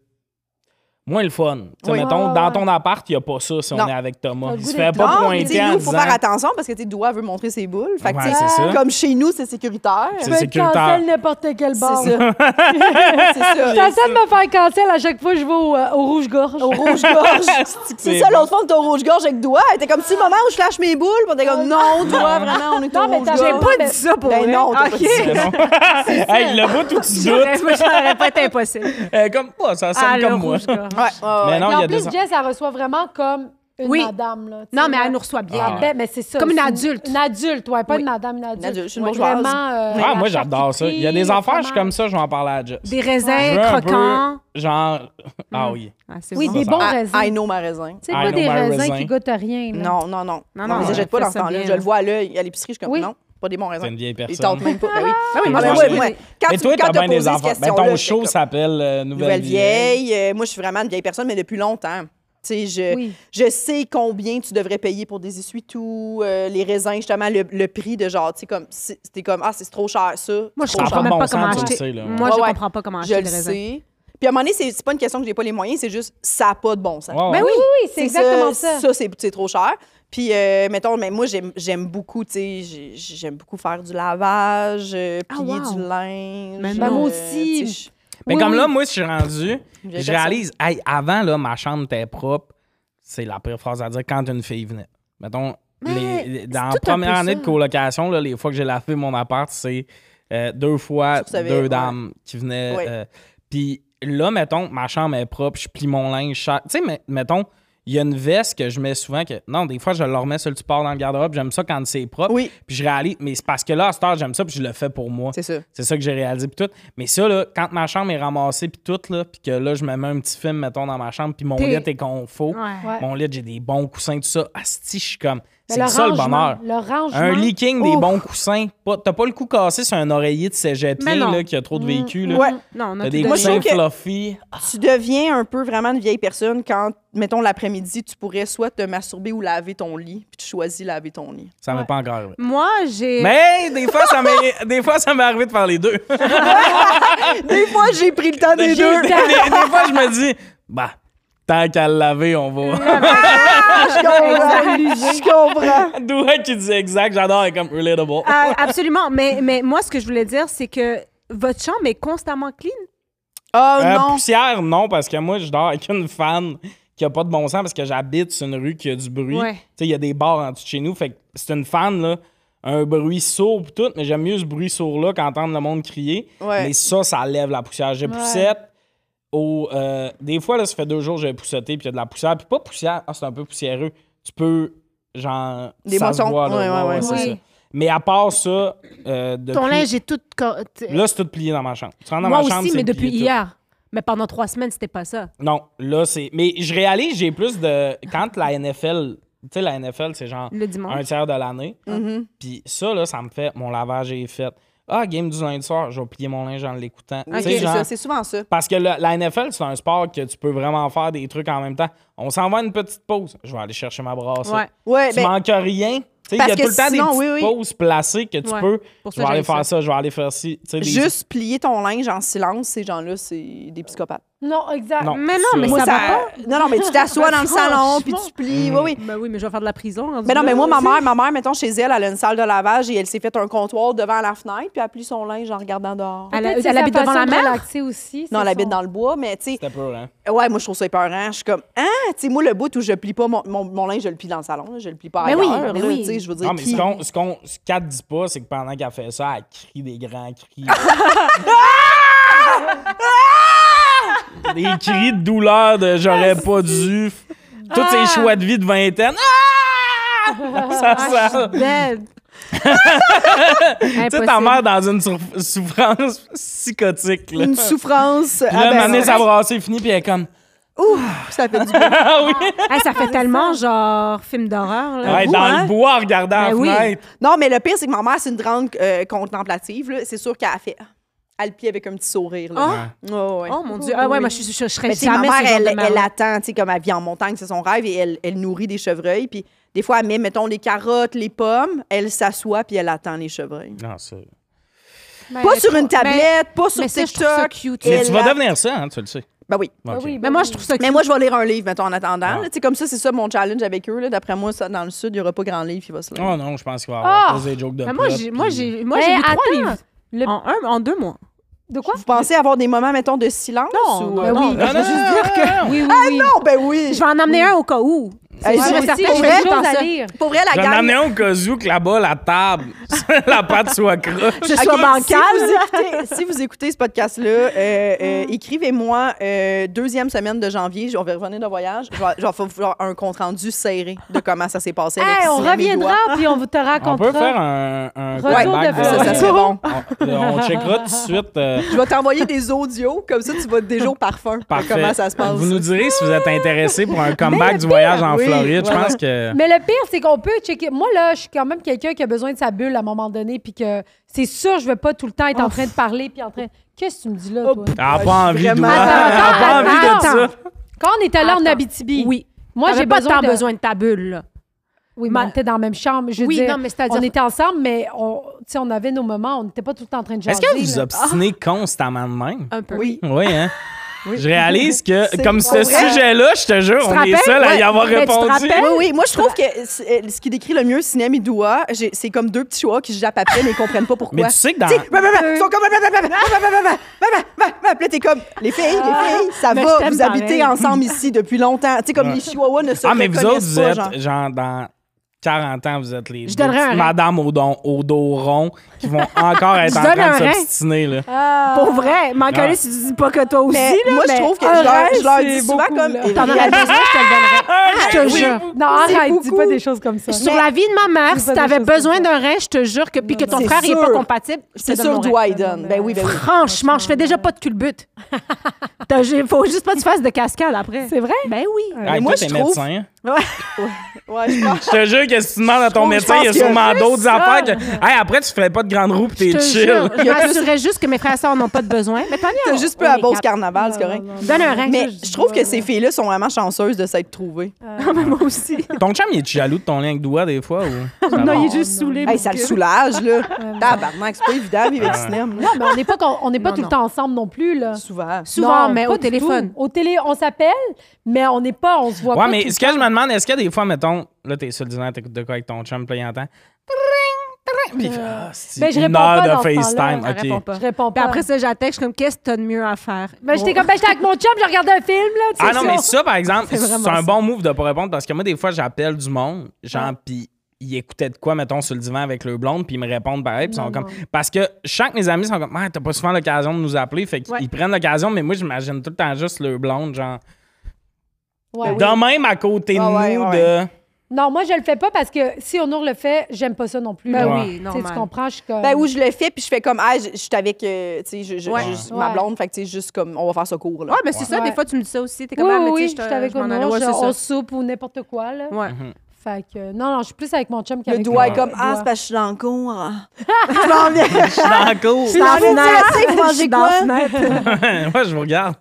Speaker 1: moins le fun. Tu sais,
Speaker 2: Oui.
Speaker 1: mettons,
Speaker 3: Ouais, ouais,
Speaker 1: dans
Speaker 3: ouais.
Speaker 1: ton appart, il n'y a pas ça si on
Speaker 2: Non.
Speaker 1: est avec Thomas.
Speaker 3: T'as le
Speaker 1: Il
Speaker 3: goût
Speaker 1: se fait
Speaker 3: d'être
Speaker 1: pas
Speaker 3: dehors,
Speaker 2: Ah, mais
Speaker 1: pointer
Speaker 2: tu sais,
Speaker 1: en
Speaker 2: nous, faut
Speaker 1: disant.
Speaker 2: faire attention parce que, tu sais, Doua veut montrer ses boules. Fait que,
Speaker 1: Ouais,
Speaker 2: tu sais,
Speaker 1: c'est ça.
Speaker 2: comme chez nous, c'est sécuritaire.
Speaker 1: C'est
Speaker 3: Je peux
Speaker 1: sécuritaire.
Speaker 3: être cancel n'importe quel
Speaker 2: C'est
Speaker 3: bar.
Speaker 2: ça. c'est
Speaker 3: Je suis
Speaker 2: ça.
Speaker 3: en train de me faire cancel à chaque fois que je vais au, euh, au rouge-gorge.
Speaker 2: Au rouge-gorge.
Speaker 1: c'est
Speaker 2: C'est ça,
Speaker 1: bon.
Speaker 2: l'autre fois, on était au rouge-gorge avec Doua. Elle était comme, si, maman, où je lâche mes boules. Puis on était comme, non, Doua, vraiment, on est
Speaker 3: Non,
Speaker 2: au
Speaker 3: mais t'as-
Speaker 2: rouge-gorge.
Speaker 3: J'ai pas
Speaker 4: dit ça pour
Speaker 2: Ben
Speaker 4: vrai.
Speaker 2: non, t'as pas
Speaker 4: Ok.
Speaker 2: dit ça.
Speaker 1: Mais non. hey, le bout où tu doutes,
Speaker 4: Moi, ça aurait pas été impossible.
Speaker 1: euh, comme oh, ça sonne
Speaker 4: Ah, le
Speaker 1: comme moi.
Speaker 4: rouge-gorge.
Speaker 2: Ouais, ouais, ouais.
Speaker 1: Mais non,
Speaker 3: Mais
Speaker 1: il y
Speaker 3: en
Speaker 1: a
Speaker 3: plus,
Speaker 1: des.
Speaker 3: Jess, elle reçoit vraiment comme une
Speaker 4: Oui.
Speaker 3: madame. Là, tu
Speaker 4: Non,
Speaker 3: sais,
Speaker 4: mais
Speaker 3: là.
Speaker 4: elle nous reçoit bien.
Speaker 1: Ah.
Speaker 3: Ben, mais c'est ça.
Speaker 4: Comme une
Speaker 3: c'est
Speaker 4: adulte.
Speaker 3: Une adulte, ouais, pas
Speaker 4: Oui.
Speaker 3: une madame, une adulte.
Speaker 2: Une adulte, je suis une
Speaker 3: Ouais,
Speaker 2: bourgeoise.
Speaker 3: Vraiment, euh,
Speaker 1: Ah,
Speaker 3: la
Speaker 1: moi, j'adore ça. Il y a des
Speaker 3: charcuterie,
Speaker 1: affaires, je suis
Speaker 3: vraiment.
Speaker 1: comme ça, je vais en parler à Jess.
Speaker 4: Des
Speaker 1: Je
Speaker 4: raisins
Speaker 1: veux un peu,
Speaker 4: croquants.
Speaker 1: Genre. Ah oui.
Speaker 4: Ah, c'est
Speaker 3: Oui,
Speaker 4: bon.
Speaker 3: des
Speaker 1: ça.
Speaker 3: bons
Speaker 2: Ah,
Speaker 3: raisins.
Speaker 2: I know ma raisin.
Speaker 3: C'est
Speaker 1: I
Speaker 3: pas
Speaker 1: know
Speaker 3: des
Speaker 1: my
Speaker 3: raisins
Speaker 1: raisin.
Speaker 3: qui goûtent à rien. là.
Speaker 2: Non, non, non.
Speaker 4: Non,
Speaker 2: Non,
Speaker 4: non,
Speaker 2: non, je les jette pas
Speaker 4: fais
Speaker 2: dans ce
Speaker 4: ça
Speaker 2: temps-là.
Speaker 4: bien.
Speaker 2: Je le vois à l'œil, à l'épicerie, je suis comme,
Speaker 3: Oui.
Speaker 2: non, pas des bons raisins.
Speaker 1: C'est une vieille
Speaker 2: Ils
Speaker 1: personne.
Speaker 2: tentent même pas. Ben oui.
Speaker 1: Ah oui,
Speaker 2: Ah,
Speaker 1: moi,
Speaker 2: ben
Speaker 1: je
Speaker 2: ouais,
Speaker 1: mange
Speaker 2: ouais. Quand
Speaker 1: Mais
Speaker 2: tu-
Speaker 1: toi,
Speaker 2: quand
Speaker 1: t'as
Speaker 2: t'as
Speaker 1: bien
Speaker 2: posé
Speaker 1: des
Speaker 2: cette
Speaker 1: affaires. Ben,
Speaker 2: question-là,
Speaker 1: ton
Speaker 2: j'étais
Speaker 1: show
Speaker 2: comme-
Speaker 1: s'appelle euh,
Speaker 2: Nouvelle vieille. euh, moi, je suis vraiment une vieille personne, mais depuis longtemps. Tu sais, je,
Speaker 3: Oui.
Speaker 2: je sais combien tu devrais payer pour des essuie-tout, euh, les raisins, justement, le, le prix de genre, tu sais, comme, c'est- c'était comme, ah, c'est trop cher, ça.
Speaker 4: Moi, je
Speaker 1: Ça a
Speaker 4: comprends
Speaker 1: pas de
Speaker 4: même
Speaker 1: bon
Speaker 4: pas
Speaker 1: sens,
Speaker 4: comment
Speaker 1: tu le
Speaker 4: acheter.
Speaker 1: sais, là.
Speaker 4: Moi, je
Speaker 2: Ouais, ouais.
Speaker 4: comprends pas comment
Speaker 2: Je
Speaker 4: acheter
Speaker 2: le
Speaker 4: des raisins.
Speaker 2: sais. Puis à un moment donné, c'est c'est pas une question que j'ai pas les moyens, c'est juste, ça n'a pas de bon sens.
Speaker 1: Ouais, ouais.
Speaker 3: Ben oui, oui, c'est
Speaker 2: ça,
Speaker 3: exactement ça.
Speaker 2: Ça, c'est c'est trop cher. Puis, euh, mettons, mais moi, j'aime- j'aime beaucoup, tu sais, j'ai- j'aime beaucoup faire du lavage, euh,
Speaker 4: Ah,
Speaker 2: plier
Speaker 4: wow.
Speaker 2: du linge.
Speaker 4: Ben,
Speaker 3: ben, moi
Speaker 2: euh,
Speaker 3: aussi.
Speaker 2: tu sais,
Speaker 1: Mais
Speaker 3: Oui,
Speaker 1: Ben, comme
Speaker 3: oui.
Speaker 1: là, moi, je suis rendu,
Speaker 2: J'ai
Speaker 1: je
Speaker 2: fait ça.
Speaker 1: réalise, hey, avant, là, ma chambre était propre. C'est la pire phrase à dire quand une fille venait. Mettons,
Speaker 4: Mais
Speaker 1: les- les-
Speaker 4: c'est
Speaker 1: dans
Speaker 4: tout
Speaker 1: la
Speaker 4: un peu
Speaker 1: première année
Speaker 4: ça.
Speaker 1: de colocation, là, les fois que j'ai lavé mon appart, c'est euh, deux fois
Speaker 2: Tu recevais,
Speaker 1: deux
Speaker 2: ouais.
Speaker 1: dames qui venaient.
Speaker 2: Ouais.
Speaker 1: euh, Puis là, mettons, ma chambre est propre, je plie mon linge. chaque- Tu sais, mais- mettons, il y a une veste que je mets souvent que. Non, des fois, je la remets sur le support dans le garde-robe. J'aime ça quand c'est propre.
Speaker 2: Oui.
Speaker 1: Puis je réalise, mais c'est parce que là, à cette heure, j'aime ça, puis je le fais pour moi.
Speaker 2: C'est ça.
Speaker 1: C'est ça que j'ai réalisé puis tout. Mais ça là, quand ma chambre est ramassée puis tout là, puis que là je me mets un petit film mettons dans ma chambre puis mon
Speaker 4: T'es-
Speaker 1: lit est confo.
Speaker 4: Ouais.
Speaker 3: Ouais. Ben,
Speaker 1: Mon lit, j'ai des bons coussins tout ça. Asti, je suis comme
Speaker 3: Mais
Speaker 1: c'est ça le bonheur.
Speaker 3: rangement, Le rangement.
Speaker 1: Un leaking des
Speaker 3: Ouf.
Speaker 1: bons coussins. Pas- T'as pas le coup cassé sur un oreiller de
Speaker 4: Mais
Speaker 1: cégepier
Speaker 4: non.
Speaker 1: là qui a trop de vécu là.
Speaker 2: Ouais.
Speaker 4: Non, on
Speaker 1: T'as
Speaker 4: a tout
Speaker 1: des
Speaker 4: donné.
Speaker 2: Moi, je
Speaker 1: coussins
Speaker 2: trouve que-
Speaker 1: fluffy.
Speaker 2: Tu deviens un peu vraiment une vieille personne quand, mettons, l'après-midi, tu pourrais soit te masturber ou laver ton lit, puis tu choisis laver ton lit.
Speaker 1: Ça m'est
Speaker 3: Ouais.
Speaker 1: pas encore arrivé.
Speaker 4: Moi, j'ai.
Speaker 1: Mais des fois ça m'est des fois ça m'est arrivé de faire les deux.
Speaker 2: Des fois, j'ai pris le temps des
Speaker 1: des,
Speaker 2: deux.
Speaker 1: des- des fois je me dis bah tant qu'à le laver on va.
Speaker 4: Euh,
Speaker 2: Je comprends. Je comprends.
Speaker 1: Doua qui dit exact, j'adore elle est comme relatable.
Speaker 4: Ah, absolument. Mais, mais moi, ce que je voulais dire, c'est que votre chambre est constamment clean.
Speaker 2: Oh
Speaker 1: Euh,
Speaker 2: non.
Speaker 1: Poussière, non, parce que moi, je dors avec une fan qui a pas de bon sens parce que j'habite sur une rue qui a du bruit.
Speaker 4: Ouais.
Speaker 1: Tu sais, il y a des bars en dessous de chez nous. Fait que c'est une fan, là. Un bruit sourd pis tout, mais j'aime mieux ce bruit sourd-là qu'entendre le monde crier.
Speaker 2: Ouais.
Speaker 1: Mais ça, ça lève la poussière. J'ai poussette. Au, euh, des fois, là, ça fait deux jours que j'ai pousseté, puis il y a de la poussière. Puis pas poussière, ah, c'est un peu poussiéreux. Tu peux, genre,
Speaker 2: Des
Speaker 1: ça se
Speaker 2: moissons.
Speaker 1: voit, là.
Speaker 2: Ouais, ouais, ouais.
Speaker 1: c'est
Speaker 4: Oui.
Speaker 1: ça. Mais à part ça, euh, depuis-
Speaker 4: Ton linge est tout. co- t-
Speaker 1: là, c'est tout plié dans ma chambre. Tu rentres dans
Speaker 4: moi
Speaker 1: ma chambre,
Speaker 4: aussi,
Speaker 1: c'est
Speaker 4: mais
Speaker 1: plié
Speaker 4: depuis
Speaker 1: tout.
Speaker 4: hier. Mais pendant trois semaines, c'était pas ça.
Speaker 1: Non, là, c'est. Mais je réalise, j'ai plus de. Quand la NFL. Tu sais, la NFL, c'est genre
Speaker 4: Le
Speaker 1: un
Speaker 4: dimanche.
Speaker 1: tiers de l'année.
Speaker 2: Mm-hmm.
Speaker 1: Puis ça, là, ça me fait. Mon lavage est fait. Ah, game du lundi soir, je vais plier mon linge en l'écoutant.
Speaker 2: Oui,
Speaker 1: Tu sais,
Speaker 2: c'est
Speaker 1: genre-
Speaker 2: ça, c'est souvent ça.
Speaker 1: Parce que le- la NFL, c'est un sport que tu peux vraiment faire des trucs en même temps. On s'en va à une petite pause. Je vais aller chercher ma brasse.
Speaker 4: Ouais.
Speaker 2: Ouais,
Speaker 1: Tu
Speaker 2: ben,
Speaker 1: manques rien. Tu sais, il y
Speaker 2: parce
Speaker 1: a
Speaker 2: que
Speaker 1: tout le temps
Speaker 2: sinon,
Speaker 1: des petites
Speaker 2: oui, oui.
Speaker 1: pauses placées que tu
Speaker 4: Ouais.
Speaker 1: peux.
Speaker 4: Pour
Speaker 1: je
Speaker 4: ça,
Speaker 1: vais aller
Speaker 4: j'aime
Speaker 1: faire
Speaker 4: ça.
Speaker 1: ça, je vais aller faire ci. Tu sais, des-
Speaker 2: juste plier ton linge en silence, ces gens-là, c'est des psychopathes.
Speaker 3: Non, exact.
Speaker 1: Non.
Speaker 4: Mais non, mais
Speaker 1: Moi,
Speaker 4: ça,
Speaker 2: Moi,
Speaker 4: va pas.
Speaker 2: ça- Non, non, mais tu t'assois dans le salon, puis tu
Speaker 3: Franchement.
Speaker 2: plies.
Speaker 1: Mm.
Speaker 2: Oui, oui.
Speaker 4: Ben oui, mais je vais faire de la prison. rendu
Speaker 2: Mais non,
Speaker 4: là,
Speaker 2: mais moi, ma
Speaker 4: aussi.
Speaker 2: mère, ma mère, mettons, chez elle, elle a une salle de lavage et elle s'est fait un comptoir devant la fenêtre, puis elle plie son linge en regardant dehors.
Speaker 4: Elle, a-
Speaker 3: Peut-être
Speaker 4: elle
Speaker 3: c'est sa
Speaker 4: habite devant
Speaker 3: façon
Speaker 4: la
Speaker 3: de
Speaker 4: mer.
Speaker 3: relaxer aussi.
Speaker 2: Non,
Speaker 3: c'est
Speaker 2: elle habite
Speaker 3: son-
Speaker 2: dans le bois, mais tu sais,
Speaker 1: C'était peur, hein?
Speaker 2: Ouais, moi, je trouve ça épeurant. Je suis comme, ah, tu sais, moi, le bout où je plie pas mon, mon, mon linge, je le plie dans le salon. là. Je le plie pas
Speaker 4: Mais
Speaker 2: ailleurs.
Speaker 4: oui,
Speaker 2: là,
Speaker 4: mais oui.
Speaker 2: Tu sais, je veux dire,
Speaker 1: Non, mais
Speaker 2: qui-
Speaker 1: ce qu'on- ce qu'on- ce qu'elle dit pas, c'est que pendant qu'elle fait ça, elle crie des grands cris. des cris de douleur de j'aurais pas dû. Tous ses choix de vie de vingtaine. Ah! Ça, ça.
Speaker 4: Dead.
Speaker 1: Tu sais, ta mère dans une sur- souffrance psychotique. Là.
Speaker 2: une souffrance.
Speaker 1: Puis là,
Speaker 2: ah, ben,
Speaker 1: un moment donné,
Speaker 2: ça,
Speaker 1: sa brassée est finie, puis elle est comme.
Speaker 2: ça fait du
Speaker 1: Ah oui!
Speaker 4: Hey, ça fait tellement genre film d'horreur. là.
Speaker 1: Ouais,
Speaker 2: vous,
Speaker 1: dans
Speaker 2: hein?
Speaker 1: le bois, en regardant la
Speaker 4: Ben oui.
Speaker 1: fenêtre.
Speaker 2: Non, mais le pire, c'est que ma mère, c'est une grande euh, contemplative. là. C'est sûr qu'elle a fait. Elle plie avec un petit sourire. Là. Ouais, ouais.
Speaker 4: Oh mon dieu. Ah ouais, moi je, je, je serais
Speaker 2: Mais tu sais, ma
Speaker 4: jamais
Speaker 2: mère,
Speaker 4: ce genre
Speaker 2: elle,
Speaker 4: de mère.
Speaker 2: elle attend, tu sais, comme elle vit en montagne, c'est son rêve, et elle, elle nourrit des chevreuils. Puis des fois, elle met, mettons, les carottes, les pommes, elle s'assoit, puis elle attend les chevreuils.
Speaker 1: Non, ça.
Speaker 4: Ben,
Speaker 2: Pas
Speaker 4: mais
Speaker 2: sur
Speaker 4: trop-
Speaker 2: une tablette, pas sur
Speaker 4: mais ça, je trouve ça
Speaker 2: TikTok.
Speaker 4: cute.
Speaker 1: Mais
Speaker 2: Elle
Speaker 1: tu vas
Speaker 2: la-
Speaker 1: devenir ça, hein, tu le sais.
Speaker 2: Ben oui.
Speaker 3: Ben
Speaker 1: Ok.
Speaker 3: oui,
Speaker 4: Mais
Speaker 3: ben
Speaker 4: moi
Speaker 3: oui.
Speaker 4: je trouve ça cute.
Speaker 2: Mais moi, je vais lire un livre, mettons, en attendant.
Speaker 1: Ah.
Speaker 2: là. Tu sais, Comme ça, c'est ça mon challenge avec eux. là. D'après moi, ça, dans le sud, il n'y aura pas grand livre qui va se lire.
Speaker 1: Oh non, je pense qu'il va avoir
Speaker 3: Ah!
Speaker 1: posé des jokes de
Speaker 4: Ben, moi
Speaker 1: plot,
Speaker 4: j'ai moi
Speaker 1: puis-
Speaker 4: j'ai moi j'ai
Speaker 3: Hey,
Speaker 4: lu trois
Speaker 3: attends.
Speaker 4: livres
Speaker 3: Le-
Speaker 4: en un en deux mois.
Speaker 3: De quoi?
Speaker 2: Vous pensez avoir des moments, mettons, de silence?
Speaker 4: Non,
Speaker 2: ou,
Speaker 4: non,
Speaker 2: euh,
Speaker 4: non,
Speaker 3: oui.
Speaker 1: Non,
Speaker 4: non, je veux
Speaker 1: Ah non,
Speaker 4: juste
Speaker 1: non, non,
Speaker 4: dire que
Speaker 1: Ah, non.
Speaker 3: Oui, oui, oui.
Speaker 2: non, ben oui.
Speaker 4: je vais en emmener un au cas où.
Speaker 2: Hey,
Speaker 3: Ah,
Speaker 2: je-
Speaker 3: moi
Speaker 4: ça
Speaker 3: aussi,
Speaker 4: fait-
Speaker 3: j'ai
Speaker 4: je
Speaker 3: des
Speaker 4: vais
Speaker 3: choses
Speaker 4: penser.
Speaker 3: à lire.
Speaker 2: Pour vrai, la
Speaker 1: J'en
Speaker 2: gang...
Speaker 1: amenais un au cas où que là-bas, la table, la pâte soit croche.
Speaker 4: Je
Speaker 2: Ok,
Speaker 4: sois
Speaker 2: Si
Speaker 4: bancale.
Speaker 2: vous écoutez, si vous écoutez ce podcast-là, euh,
Speaker 3: Mm.
Speaker 2: euh, écrivez-moi euh, deuxième semaine de janvier. je- On va revenir de voyage. Je vais, je vais vous faire un compte rendu serré de comment ça s'est passé. avec
Speaker 3: Hey, on
Speaker 2: Sylvain Médoua.
Speaker 3: reviendra, puis on vous te
Speaker 1: On peut faire
Speaker 3: racontera.
Speaker 1: un, un
Speaker 3: Retour
Speaker 1: comeback
Speaker 3: de
Speaker 1: de-
Speaker 2: Ça, ça serait bon.
Speaker 1: on, on checkera tout de suite. euh,
Speaker 2: Je vais t'envoyer des audios, comme ça tu vas déjà au parfum. de
Speaker 1: parfait.
Speaker 2: Comment ça se passe.
Speaker 1: Vous nous direz si vous êtes intéressé pour un comeback du voyage en
Speaker 2: oui,
Speaker 1: Floride.
Speaker 2: ouais,
Speaker 1: Je pense que.
Speaker 3: Mais le pire, c'est qu'on peut checker. Moi, là, je suis quand même quelqu'un qui a besoin de sa bulle à un moment donné, puis que c'est sûr, je vais pas tout le temps être en train de parler, puis en train. Qu'est-ce que tu me dis là, toi?
Speaker 1: Ah,
Speaker 2: Ouais,
Speaker 1: pas envie,
Speaker 2: vraiment.
Speaker 1: Doua.
Speaker 3: Attends,
Speaker 1: Ah, pas
Speaker 3: attends,
Speaker 1: envie de ça.
Speaker 3: attends. Quand on était là en
Speaker 4: Attends.
Speaker 3: Abitibi,
Speaker 4: Oui.
Speaker 3: moi, j'ai
Speaker 4: pas tant
Speaker 3: besoin de...
Speaker 4: besoin de ta bulle. là.
Speaker 3: Oui, mais on
Speaker 4: Ma-
Speaker 3: était dans la même chambre. Je veux
Speaker 4: Oui,
Speaker 3: dire,
Speaker 4: non, mais c'est-à-dire-
Speaker 3: On était ensemble, mais on, tu sais, on avait nos moments. On n'était pas tout le temps en train de jaser.
Speaker 1: Est-ce que vous vous
Speaker 3: là.
Speaker 1: obstinez constamment de même?
Speaker 4: Un peu.
Speaker 2: Oui.
Speaker 1: Oui, hein? Je réalise que,
Speaker 2: C'est
Speaker 1: comme ce
Speaker 2: vrai.
Speaker 1: sujet-là, je te jure,
Speaker 4: te
Speaker 1: on est
Speaker 4: rappelles?
Speaker 1: seul à y
Speaker 4: Ouais.
Speaker 1: avoir
Speaker 4: Mais tu te
Speaker 1: répondu.
Speaker 4: rappelles?
Speaker 2: Oui, oui. Moi, je trouve que c'est- euh, ce qui décrit le mieux Sinem et Doua, j'ai- c'est comme deux petits chihuahuas qui se jappent après, mais ils comprennent pas pourquoi.
Speaker 1: Mais tu sais que dans.
Speaker 2: Tu sais, bah, bah, bah, ils sont comme. bah, bah, bah, bah, bah, bah, bah, bah, bah, bah, bah, bah. Puis là, t'es comme. Les filles, les filles, ça
Speaker 4: Ah. Mais je
Speaker 2: va,
Speaker 4: t'aime
Speaker 2: vous habitez
Speaker 4: pareil.
Speaker 2: ensemble ici depuis longtemps. Tu sais, comme les chihuahuas ne se
Speaker 1: Ah, mais vous autres,
Speaker 2: reconnaissent
Speaker 1: vous
Speaker 2: pas,
Speaker 1: êtes,
Speaker 2: genre.
Speaker 1: genre. dans 40 ans, vous êtes les
Speaker 4: Je
Speaker 1: deux
Speaker 4: donnerais un
Speaker 1: petites
Speaker 4: rein.
Speaker 1: madame au, don, au dos rond qui vont encore être
Speaker 4: Je
Speaker 1: en
Speaker 4: donne
Speaker 1: train de
Speaker 4: un rein.
Speaker 1: s'obstiner. là.
Speaker 4: Pour vrai, m'engueuler
Speaker 1: Ah.
Speaker 4: si tu dis pas que toi aussi.
Speaker 2: Mais
Speaker 4: là,
Speaker 2: moi, je
Speaker 4: mais
Speaker 2: trouve que
Speaker 4: un
Speaker 2: je leur-
Speaker 4: rêve,
Speaker 2: je leur
Speaker 4: c'est
Speaker 2: dis souvent
Speaker 4: beaucoup,
Speaker 2: comme.
Speaker 4: là.
Speaker 2: réalise-
Speaker 4: T'en aurais besoin, je te le donnerais. Je te jure.
Speaker 3: Non,
Speaker 2: C'est
Speaker 3: arrête, dis pas
Speaker 2: beaucoup.
Speaker 3: des choses comme ça.
Speaker 4: Sur la vie de ma mère,
Speaker 3: Dis
Speaker 4: si
Speaker 3: pas des
Speaker 4: t'avais
Speaker 3: choses
Speaker 4: besoin
Speaker 3: comme
Speaker 4: d'un rein, je te jure que puis que ton
Speaker 2: C'est
Speaker 4: frère il est pas
Speaker 2: sûr.
Speaker 4: compatible, je te
Speaker 2: C'est
Speaker 4: donne
Speaker 2: sûr,
Speaker 4: mon rein.
Speaker 2: Doua, ils donnent. Ben oui, ben oui.
Speaker 4: Franchement, je fais déjà pas de culbute. T'as- j'ai- Faut juste pas que tu fasses de cascade après.
Speaker 3: C'est vrai?
Speaker 4: Ben oui.
Speaker 1: Hey,
Speaker 2: moi,
Speaker 1: toi, t'es
Speaker 2: je trouve-
Speaker 1: médecin. hein?
Speaker 2: Ouais, je pense.
Speaker 1: Je te jure que si tu demandes à ton
Speaker 2: trouve- je
Speaker 1: médecin,
Speaker 2: pense
Speaker 1: il y a
Speaker 2: qu'il y a
Speaker 1: sûrement d'autres
Speaker 4: ça.
Speaker 1: affaires que. Hey, après, tu ferais pas de grande roue pis t'es
Speaker 4: Je te
Speaker 1: chill.
Speaker 4: jure, je
Speaker 2: Il y a plus-
Speaker 4: m'assurerais juste que mes frères et sœurs n'ont pas de besoin. Mais tant mieux.
Speaker 2: T'as
Speaker 4: on-
Speaker 2: juste
Speaker 4: on
Speaker 2: peu à
Speaker 4: est
Speaker 2: Beauce
Speaker 4: quatre.
Speaker 2: Carnaval, c'est correct.
Speaker 4: Donne un rein.
Speaker 2: Mais je trouve que ces filles-là sont vraiment chanceuses de s'être trouvées.
Speaker 4: euh, Moi aussi.
Speaker 1: Ton chum, il est jaloux de ton lien avec doigt des fois ou. Ça va?
Speaker 4: Non, il est juste saoulé.
Speaker 2: Hey, ça le soulage, là. Tabarnak, c'est pas évident, vivre avec
Speaker 1: Ouais.
Speaker 2: Sinem. là.
Speaker 3: Non, mais on n'est pas, con- on n'est pas
Speaker 4: Non,
Speaker 3: tout
Speaker 4: non.
Speaker 3: le temps ensemble non plus, là.
Speaker 2: Souvent.
Speaker 4: Souvent,
Speaker 3: Non,
Speaker 4: mais
Speaker 3: pas
Speaker 4: au
Speaker 3: du
Speaker 4: téléphone.
Speaker 3: tout. Au télé, on s'appelle, mais on n'est pas, on se voit pas.
Speaker 1: Ouais,
Speaker 3: tout
Speaker 1: mais
Speaker 3: le
Speaker 1: ce que je me demande, est-ce qu'il y a des fois, mettons, là, t'es sur le dîner, t'écoutes de quoi avec ton chum, puis là, il entend. Tring, tring, Puis il fait, ah, c'est
Speaker 3: Ben, je
Speaker 1: une
Speaker 3: réponds
Speaker 1: heure
Speaker 3: pas dans
Speaker 1: de
Speaker 3: ce temps-là,
Speaker 1: FaceTime.
Speaker 4: Elle répond
Speaker 1: OK.
Speaker 4: pas.
Speaker 3: Je réponds
Speaker 4: Puis
Speaker 3: pas.
Speaker 4: après ça, j'attends, je suis comme, qu'est-ce que t'as de mieux à faire?
Speaker 3: Ben, j'étais comme, ben, j'étais avec mon chum, j'ai regardé un film, là. tu sais,
Speaker 1: Ah non, mais ça, par exemple,
Speaker 4: C'est
Speaker 1: c'est un
Speaker 4: vraiment ça.
Speaker 1: bon move de pas répondre parce que moi, des fois, j'appelle du monde, genre, puis ils écoutaient de quoi, mettons, sur le divan avec le blonde, puis ils me répondent pareil, puis ils sont comme. Parce que chaque mes amis sont comme, ah, t'as pas souvent l'occasion de nous appeler, fait qu'ils
Speaker 4: Ouais.
Speaker 1: prennent l'occasion, mais moi, j'imagine tout le temps juste le blonde, genre.
Speaker 3: Ouais, Ah oui.
Speaker 1: de même à côté de
Speaker 2: Ah ouais,
Speaker 1: nous,
Speaker 2: ouais.
Speaker 1: de.
Speaker 3: Non, moi, je le fais pas parce que si Honour le fait, j'aime pas ça non plus.
Speaker 4: Ben
Speaker 3: là.
Speaker 1: Ouais.
Speaker 4: oui,
Speaker 3: Tu sais, tu
Speaker 4: normal.
Speaker 3: comprends, je suis comme...
Speaker 2: Ben, où je le fais, puis je fais comme, ah, je je suis avec, euh, tu sais, je- je-
Speaker 4: Ouais.
Speaker 2: je- ma
Speaker 3: Ouais.
Speaker 2: blonde, fait que, tu sais, juste comme, on va faire ce cours, là.
Speaker 4: Ouais, mais c'est ça,
Speaker 3: Ouais.
Speaker 4: des fois, tu me dis ça aussi. T'es
Speaker 3: oui,
Speaker 4: comme, ah,
Speaker 3: oui,
Speaker 4: mais tu
Speaker 3: oui,
Speaker 4: sais,
Speaker 3: je
Speaker 4: je
Speaker 3: suis avec
Speaker 4: je m'en
Speaker 3: Honour,
Speaker 4: allais, ouais,
Speaker 3: je-
Speaker 4: c'est
Speaker 3: on
Speaker 4: ça.
Speaker 3: soupe ou n'importe quoi, là.
Speaker 4: Ouais.
Speaker 3: Fait que, euh, non, non, je suis plus avec mon chum
Speaker 2: Le
Speaker 3: qu'avec
Speaker 1: doigt
Speaker 2: doigt
Speaker 3: lui.
Speaker 1: est
Speaker 2: est comme, ah,
Speaker 3: doigt.
Speaker 2: c'est parce que je suis dans le cours. hein. Je m'en viens.
Speaker 1: Je suis dans la cour.
Speaker 2: Je suis dans la fenêtre. Tu sais, vous
Speaker 4: Je
Speaker 2: mangez
Speaker 4: suis dans la
Speaker 2: quoi?
Speaker 4: fenêtre.
Speaker 1: ouais, je vous regarde.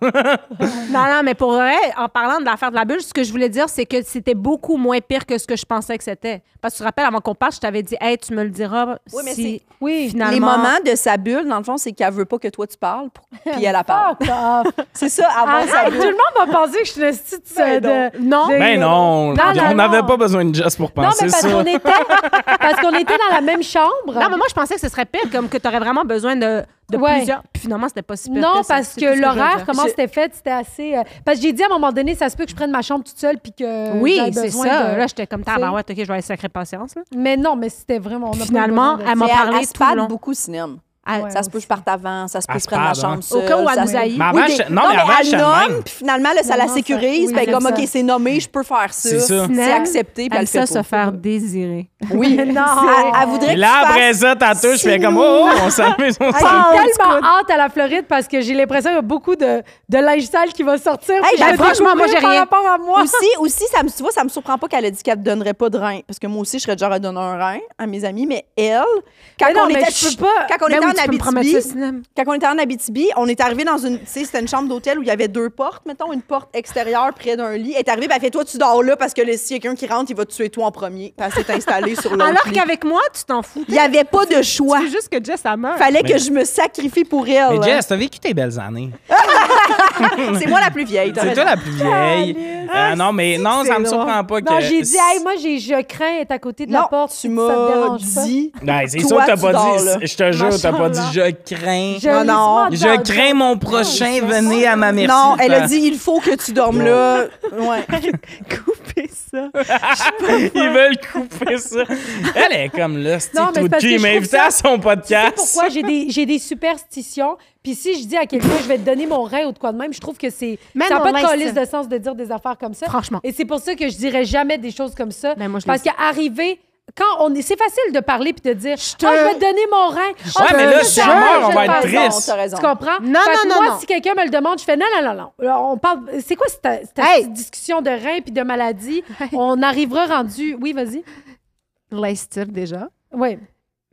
Speaker 4: non, non, mais pour vrai, en parlant de l'affaire de la bulle, ce que je voulais dire, c'est que c'était beaucoup moins pire que ce que je pensais que c'était. Parce que tu te rappelles, avant qu'on parte, je t'avais dit, hey, tu me le diras
Speaker 2: Oui, mais
Speaker 4: si
Speaker 3: Oui.
Speaker 4: finalement.
Speaker 2: Les moments de sa bulle, dans le fond, c'est qu'elle veut pas que toi tu parles, pour- puis elle a parle.
Speaker 3: Fuck off.
Speaker 2: C'est Ah, ça,
Speaker 4: Ah,
Speaker 2: avant sa
Speaker 3: Arrête, tout le
Speaker 2: bulle.
Speaker 3: monde va penser que je suis le style
Speaker 2: Ben
Speaker 3: de...
Speaker 4: Non.
Speaker 3: de-
Speaker 1: Ben non,
Speaker 3: Non, non,
Speaker 1: on n'avait
Speaker 3: non.
Speaker 1: pas besoin de Jess pour
Speaker 3: Non, mais
Speaker 1: penser
Speaker 3: parce
Speaker 1: ça.
Speaker 3: qu'on était, parce qu'on était dans la même chambre.
Speaker 4: Non, mais moi, je pensais que ce serait pire, comme que tu aurais vraiment besoin de, de
Speaker 3: Ouais.
Speaker 4: plusieurs. Puis finalement, c'était pas si pire.
Speaker 3: Non,
Speaker 4: ça.
Speaker 3: parce
Speaker 4: C'est tout ce
Speaker 3: que
Speaker 4: je voulais
Speaker 3: l'horaire,
Speaker 4: dire.
Speaker 3: comment c'était fait, c'était assez. euh, parce que j'ai dit à un moment donné, ça se peut que je prenne ma chambre toute seule puis que.
Speaker 4: Oui,
Speaker 3: j'aille
Speaker 4: c'est
Speaker 3: besoin
Speaker 4: ça.
Speaker 3: de-
Speaker 4: Là, j'étais comme,
Speaker 3: tu sais.
Speaker 4: ben ouais, OK, je vais aller sacrer patience. Là.
Speaker 3: Mais non, mais c'était vraiment. on a pas eu
Speaker 4: Finalement,
Speaker 3: besoin de
Speaker 4: elle
Speaker 3: ça.
Speaker 4: m'a
Speaker 2: Mais elle,
Speaker 4: parlé
Speaker 2: elle se
Speaker 4: tout le
Speaker 2: parle
Speaker 4: long.
Speaker 2: beaucoup au cinéma.
Speaker 4: Elle-
Speaker 3: Ouais,
Speaker 2: Ça se peut que je parte avant, ça se peut
Speaker 1: Elle
Speaker 2: que je
Speaker 1: se
Speaker 2: prenne ma
Speaker 1: parle, hein.
Speaker 2: chambre seule.
Speaker 4: Au cas où elle
Speaker 2: ça
Speaker 4: nous
Speaker 2: se-
Speaker 4: haït.
Speaker 1: Mais avant,
Speaker 2: Oui,
Speaker 1: je-
Speaker 2: des-
Speaker 1: non, mais avant,
Speaker 2: elle
Speaker 1: je
Speaker 2: nomme,
Speaker 1: même.
Speaker 2: puis finalement, là, ça la
Speaker 3: Finalement, ça-
Speaker 2: sécurise.
Speaker 3: oui,
Speaker 2: puis elle est
Speaker 3: j'aime
Speaker 2: comme, OK,
Speaker 3: ça.
Speaker 2: c'est nommé, je peux faire ça.
Speaker 1: C'est ça.
Speaker 2: C'est
Speaker 4: Finalement,
Speaker 2: accepté, puis
Speaker 4: Elle
Speaker 2: elle
Speaker 4: ça
Speaker 2: fait
Speaker 4: se
Speaker 2: pas.
Speaker 4: faire désirer.
Speaker 2: Oui.
Speaker 3: Non.
Speaker 2: Elle, elle voudrait
Speaker 1: Et
Speaker 2: que
Speaker 1: là,
Speaker 2: tu fasses-
Speaker 1: après ça, t'as touché, je fais comme, oh, oh, on s'amuse, on s'amuse.
Speaker 2: Ah,
Speaker 3: J'ai
Speaker 2: on se
Speaker 3: tellement hâte à la Floride parce que j'ai l'impression qu'il y a beaucoup de, de linge sale qui va sortir.
Speaker 2: Hey,
Speaker 3: puis je vais
Speaker 4: ben, franchement, moi, j'ai
Speaker 3: découvrir par rapport
Speaker 4: rien.
Speaker 3: à moi.
Speaker 2: Aussi, aussi ça me, tu vois, ça me surprend pas qu'elle ait dit qu'elle ne donnerait pas de rein. Parce que moi aussi, je serais genre à donner un rein à mes amis, mais elle, quand
Speaker 3: Mais non,
Speaker 2: on
Speaker 3: mais
Speaker 2: était,
Speaker 3: je peux pas.
Speaker 2: quand on
Speaker 4: Ben
Speaker 2: était
Speaker 4: oui,
Speaker 2: en
Speaker 4: tu peux me promettre
Speaker 2: Abitibi,
Speaker 4: ça, Sinem.
Speaker 2: quand on était en Abitibi, on est arrivé dans une, tu sais, c'était une chambre d'hôtel où il y avait deux portes, mettons, une porte extérieure près d'un lit. Elle est arrivée, ben, elle fait toi, tu dors là parce que là, s'il y a quelqu'un qui rentre, il va te tuer toi en premier. Puis elle s'est installée sur l'autre
Speaker 4: Alors
Speaker 2: lit.
Speaker 4: qu'avec moi, tu t'en fous.
Speaker 2: Il n'y avait pas de choix.
Speaker 4: C'est juste que Jess, elle meurt.
Speaker 2: Fallait
Speaker 1: Mais-
Speaker 2: que je me sacrifie pour elle.
Speaker 1: Mais Jess, t'as vécu tes belles années.
Speaker 2: C'est moi la plus vieille. t'as
Speaker 1: C'est
Speaker 2: raison.
Speaker 1: toi la plus vieille. Euh, non, mais non, ça me
Speaker 4: c'est
Speaker 1: surprend pas que.
Speaker 3: Non, j'ai dit, hey, moi, j'ai, je crains être à côté de la
Speaker 2: Non,
Speaker 3: porte. si
Speaker 2: tu
Speaker 3: ça me
Speaker 2: m'as
Speaker 3: dérange pas.
Speaker 2: dit.
Speaker 1: Ben, c'est
Speaker 2: Toi,
Speaker 1: sûr, t'as
Speaker 2: tu
Speaker 1: pas
Speaker 2: dors,
Speaker 1: dit.
Speaker 2: là.
Speaker 1: Je te jure, t'as pas dit,
Speaker 4: Machallah.
Speaker 1: je crains.
Speaker 3: Je
Speaker 2: Non,
Speaker 3: l'ai
Speaker 2: non.
Speaker 3: dit,
Speaker 1: Je crains mon prochain, venez à ma merci.
Speaker 2: non, elle a dit il faut que tu dormes là. Ouais.
Speaker 4: couper ça.
Speaker 1: Ils veulent couper ça. Elle est comme là, ce
Speaker 3: Non,
Speaker 1: trou
Speaker 3: mais c'est
Speaker 1: de
Speaker 3: parce que
Speaker 1: cul. Il
Speaker 3: je
Speaker 1: m'a
Speaker 3: trouve
Speaker 1: invité
Speaker 3: ça-
Speaker 1: à son
Speaker 3: Tu sais
Speaker 1: podcast.
Speaker 3: pourquoi j'ai des, j'ai des superstitions? Puis si je dis à quelqu'un, je vais te donner mon rein ou de quoi de même, je trouve que c'est.
Speaker 4: Mais
Speaker 3: ça n'a
Speaker 4: non,
Speaker 3: pas de
Speaker 4: laisse
Speaker 3: calice
Speaker 4: ça.
Speaker 3: de sens de dire des affaires comme ça.
Speaker 4: Franchement.
Speaker 3: Et c'est pour ça que je dirais jamais des choses comme ça.
Speaker 4: Ben, moi, je le
Speaker 3: parce
Speaker 4: dis.
Speaker 3: qu'arriver. Quand on est, c'est facile de parler puis de dire, je,
Speaker 4: te-
Speaker 3: je vais te donner mon rein. Ah,
Speaker 1: Ouais,
Speaker 3: je
Speaker 1: mais
Speaker 3: vais
Speaker 1: là,
Speaker 3: te
Speaker 1: si je
Speaker 3: faire
Speaker 1: meurs,
Speaker 3: un
Speaker 1: on
Speaker 3: jeu
Speaker 1: va
Speaker 3: de
Speaker 1: être
Speaker 3: raison.
Speaker 1: triste.
Speaker 2: T'as raison.
Speaker 3: Tu comprends?
Speaker 4: Non,
Speaker 3: Fait que
Speaker 4: non, non,
Speaker 3: Moi,
Speaker 4: non.
Speaker 3: si quelqu'un me le demande, je fais non, non, non, non. Là, On parle. C'est quoi cette, cette
Speaker 4: Hey!
Speaker 3: petite discussion de rein puis de maladie? On arrivera rendu. Oui, vas-y.
Speaker 4: Laisse-t-il déjà?
Speaker 3: Oui.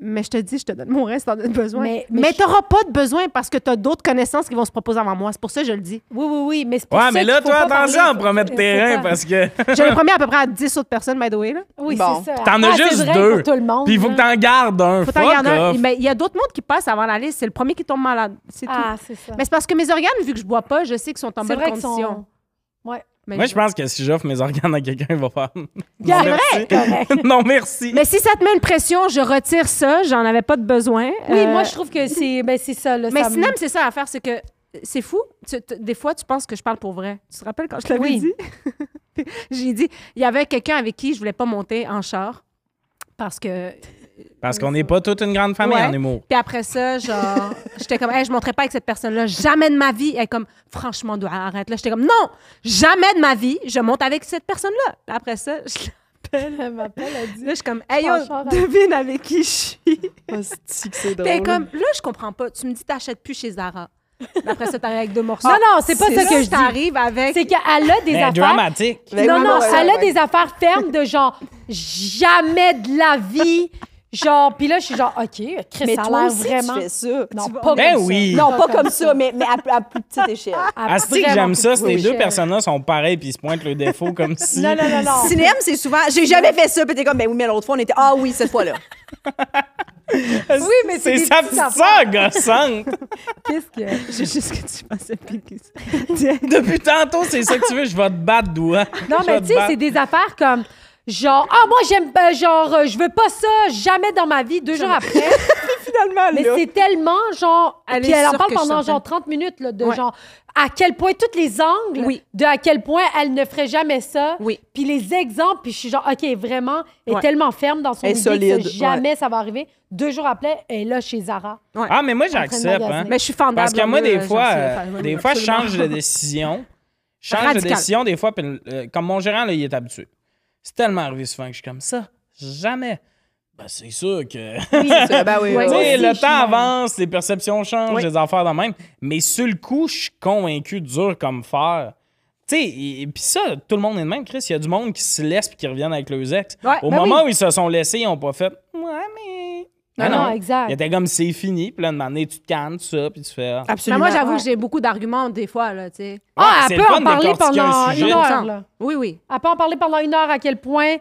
Speaker 4: Mais je te dis, je te donne mon reste, t'en as besoin.
Speaker 3: Mais-
Speaker 4: Mais,
Speaker 3: mais je-
Speaker 4: t'auras pas de besoin parce que t'as d'autres connaissances qui vont se proposer avant moi. C'est pour ça que je le dis.
Speaker 3: Oui, oui, oui, mais c'est pour
Speaker 1: Ouais,
Speaker 3: ça
Speaker 1: mais
Speaker 3: qu'il
Speaker 1: là,
Speaker 3: faut
Speaker 1: toi,
Speaker 3: pas
Speaker 1: attention
Speaker 3: parler.
Speaker 1: à promettre
Speaker 3: Faut
Speaker 1: terrain
Speaker 3: pas.
Speaker 1: parce que.
Speaker 4: J'ai le premier à peu près à 10 autres personnes, by the way. Là.
Speaker 3: Oui,
Speaker 2: Bon.
Speaker 3: c'est ça.
Speaker 1: T'en as
Speaker 3: Ah, c'est
Speaker 1: juste
Speaker 3: vrai
Speaker 1: deux.
Speaker 3: Pour tout le monde.
Speaker 1: Puis il faut que t'en gardes un.
Speaker 4: Faut
Speaker 1: Fuck
Speaker 4: t'en garder un.
Speaker 1: off.
Speaker 4: Mais il y a d'autres mondes qui passent avant la liste. C'est le premier qui tombe malade. C'est
Speaker 3: Ah,
Speaker 4: tout.
Speaker 3: c'est ça.
Speaker 4: Mais c'est parce que mes organes, vu que je bois pas, je sais qu'ils sont en
Speaker 3: c'est
Speaker 4: bonne
Speaker 3: vrai qu'ils
Speaker 4: condition.
Speaker 3: sont. Ouais.
Speaker 4: Mais
Speaker 1: Moi, je pense que si j'offre mes organes à quelqu'un, il va faire.
Speaker 3: C'est
Speaker 1: Non, merci. non, merci.
Speaker 4: Mais si ça te met une pression, je retire ça. J'en avais pas de besoin.
Speaker 3: Oui,
Speaker 4: Euh,
Speaker 3: moi, je trouve que c'est ben, c'est ça. Là,
Speaker 4: Mais
Speaker 3: ça me-
Speaker 4: Sinem, c'est ça l'affaire, c'est que c'est fou. Tu- tu- des fois, tu penses que je parle pour vrai. Tu te rappelles quand je l'avais
Speaker 3: Oui.
Speaker 4: dit? J'ai dit, il y avait quelqu'un avec qui je voulais pas monter en char parce que...
Speaker 1: Parce qu'on n'est pas toute une grande famille
Speaker 4: Ouais.
Speaker 1: en humour.
Speaker 4: Puis après ça, genre, j'étais comme, hey, je monterai pas avec cette personne-là, jamais de ma vie. Elle est comme, franchement, doit arrête là. J'étais comme, non, jamais de ma vie, je monte avec cette personne-là. Puis Après ça, je,
Speaker 3: Elle m'appelle, elle dit.
Speaker 4: là, je suis comme, hey, yo,
Speaker 3: En char, elle-
Speaker 4: devine avec qui je suis.
Speaker 2: Hostie que Ah, c'est
Speaker 4: Puis elle est
Speaker 2: drôle.
Speaker 4: comme, là, je comprends pas. Tu me dis, t'achètes plus chez Zara. Puis Après ça, t'arrives avec deux morceaux.
Speaker 3: Non, non, Ah, c'est pas
Speaker 2: Ah, c'est ça,
Speaker 3: ça que je dis.
Speaker 4: t'arrives avec.
Speaker 3: C'est qu'elle a des
Speaker 1: Mais
Speaker 3: affaires.
Speaker 1: dramatique.
Speaker 2: Ben
Speaker 3: non,
Speaker 2: oui,
Speaker 3: non,
Speaker 2: ouais,
Speaker 3: elle a
Speaker 2: ouais.
Speaker 3: des affaires fermes de genre jamais de la vie. Genre, puis là, je suis genre, OK, Chris,
Speaker 2: Mais
Speaker 3: ça a
Speaker 2: toi
Speaker 3: l'air
Speaker 2: aussi,
Speaker 3: vraiment.
Speaker 2: tu fais ça.
Speaker 3: Non,
Speaker 2: Tu-
Speaker 3: pas
Speaker 1: Ben
Speaker 3: comme ça.
Speaker 1: oui.
Speaker 2: Non, pas comme ça, mais, mais à, à plus petite échelle.
Speaker 3: Ah,
Speaker 1: Asti que
Speaker 3: vraiment
Speaker 1: j'aime ça,
Speaker 3: plus
Speaker 1: c'est les deux
Speaker 3: cher.
Speaker 1: personnes-là sont pareilles puis ils se pointent le défaut comme si.
Speaker 3: Non, non, non, non.
Speaker 2: Cinéma, c'est souvent. J'ai jamais fait ça. Puis t'es comme, ben oui, mais l'autre fois, on était. Ah oui, cette fois-là.
Speaker 1: Oui,
Speaker 3: mais c'est
Speaker 1: c'est
Speaker 3: des
Speaker 1: ça,
Speaker 3: petites
Speaker 1: ça, gossante.
Speaker 3: Qu'est-ce que.
Speaker 4: J'ai juste que tu pensais piquer ça.
Speaker 1: Depuis tantôt, c'est ça que tu veux, je vais te battre, doigt.
Speaker 3: Non,
Speaker 1: Je vais
Speaker 3: mais
Speaker 1: te
Speaker 3: tu sais,
Speaker 1: battre.
Speaker 3: c'est des affaires comme genre ah moi j'aime pas genre euh, je veux pas ça jamais dans ma vie deux jours après
Speaker 2: Finalement,
Speaker 3: mais
Speaker 2: là.
Speaker 3: c'est tellement genre
Speaker 4: Elle
Speaker 3: puis
Speaker 4: est
Speaker 3: elle en
Speaker 4: sûre
Speaker 3: parle
Speaker 4: que je
Speaker 3: pendant
Speaker 4: suis en
Speaker 3: genre 30 minutes là, de
Speaker 4: Ouais.
Speaker 3: genre à quel point tous les angles
Speaker 4: Oui.
Speaker 3: de à quel point elle ne ferait jamais ça
Speaker 4: Oui.
Speaker 3: puis les exemples puis je suis genre OK vraiment elle est
Speaker 4: Ouais.
Speaker 3: tellement ferme dans son
Speaker 2: Elle est
Speaker 3: idée que
Speaker 2: solide,
Speaker 3: ça, jamais ça va arriver deux jours après elle est là chez Zara
Speaker 1: Ah, mais moi,
Speaker 3: train de
Speaker 1: j'accepte.
Speaker 3: magasiner.
Speaker 1: Hein.
Speaker 4: Mais je suis fendable.
Speaker 1: Parce que
Speaker 4: là,
Speaker 1: moi,
Speaker 4: oui,
Speaker 1: des
Speaker 4: euh,
Speaker 1: fois,
Speaker 4: j'en sais,
Speaker 1: euh,
Speaker 4: enfin, oui,
Speaker 1: des fois, je
Speaker 4: absolument.
Speaker 1: change de décision. Je change de
Speaker 4: Radical.
Speaker 1: décision des fois, puis, euh, comme mon gérant, là, il est habitué. C'est tellement arrivé souvent que je suis comme ça. Jamais. Ben, c'est sûr que.
Speaker 2: Oui, c'est ça. Ben oui.
Speaker 3: Ouais.
Speaker 1: Tu
Speaker 2: oui, oui.
Speaker 1: sais,
Speaker 3: aussi, je
Speaker 1: le
Speaker 3: suis
Speaker 1: temps
Speaker 3: même.
Speaker 1: avance, les perceptions changent,
Speaker 4: Oui.
Speaker 1: les affaires de même. Mais sur le coup, je suis convaincu, dur comme fer. Tu Tu sais, et- et puis ça, tout le monde est de même, Chris. Il y a du monde qui se laisse puis qui reviennent avec leurs ex.
Speaker 4: Ouais,
Speaker 1: Au
Speaker 3: ben
Speaker 1: moment
Speaker 3: oui.
Speaker 1: où ils se sont laissés, ils n'ont pas fait Ouais, mais. Ah
Speaker 3: Non, non,
Speaker 1: Il
Speaker 3: exact.
Speaker 1: était comme c'est fini, puis là, de manier, tu te calmes, tout ça, puis tu fais. Ah,
Speaker 4: Mais
Speaker 2: Absolument.
Speaker 4: moi, j'avoue
Speaker 3: ouais.
Speaker 4: que j'ai beaucoup d'arguments des fois, là, tu sais.
Speaker 3: Ah,
Speaker 1: c'est
Speaker 3: elle
Speaker 1: le
Speaker 3: peut
Speaker 1: fun
Speaker 3: en
Speaker 1: de
Speaker 3: parler
Speaker 1: décortiquer un
Speaker 3: pendant
Speaker 1: sujet.
Speaker 3: une heure, là.
Speaker 4: Oui, oui.
Speaker 3: Elle peut en parler pendant une heure à quel point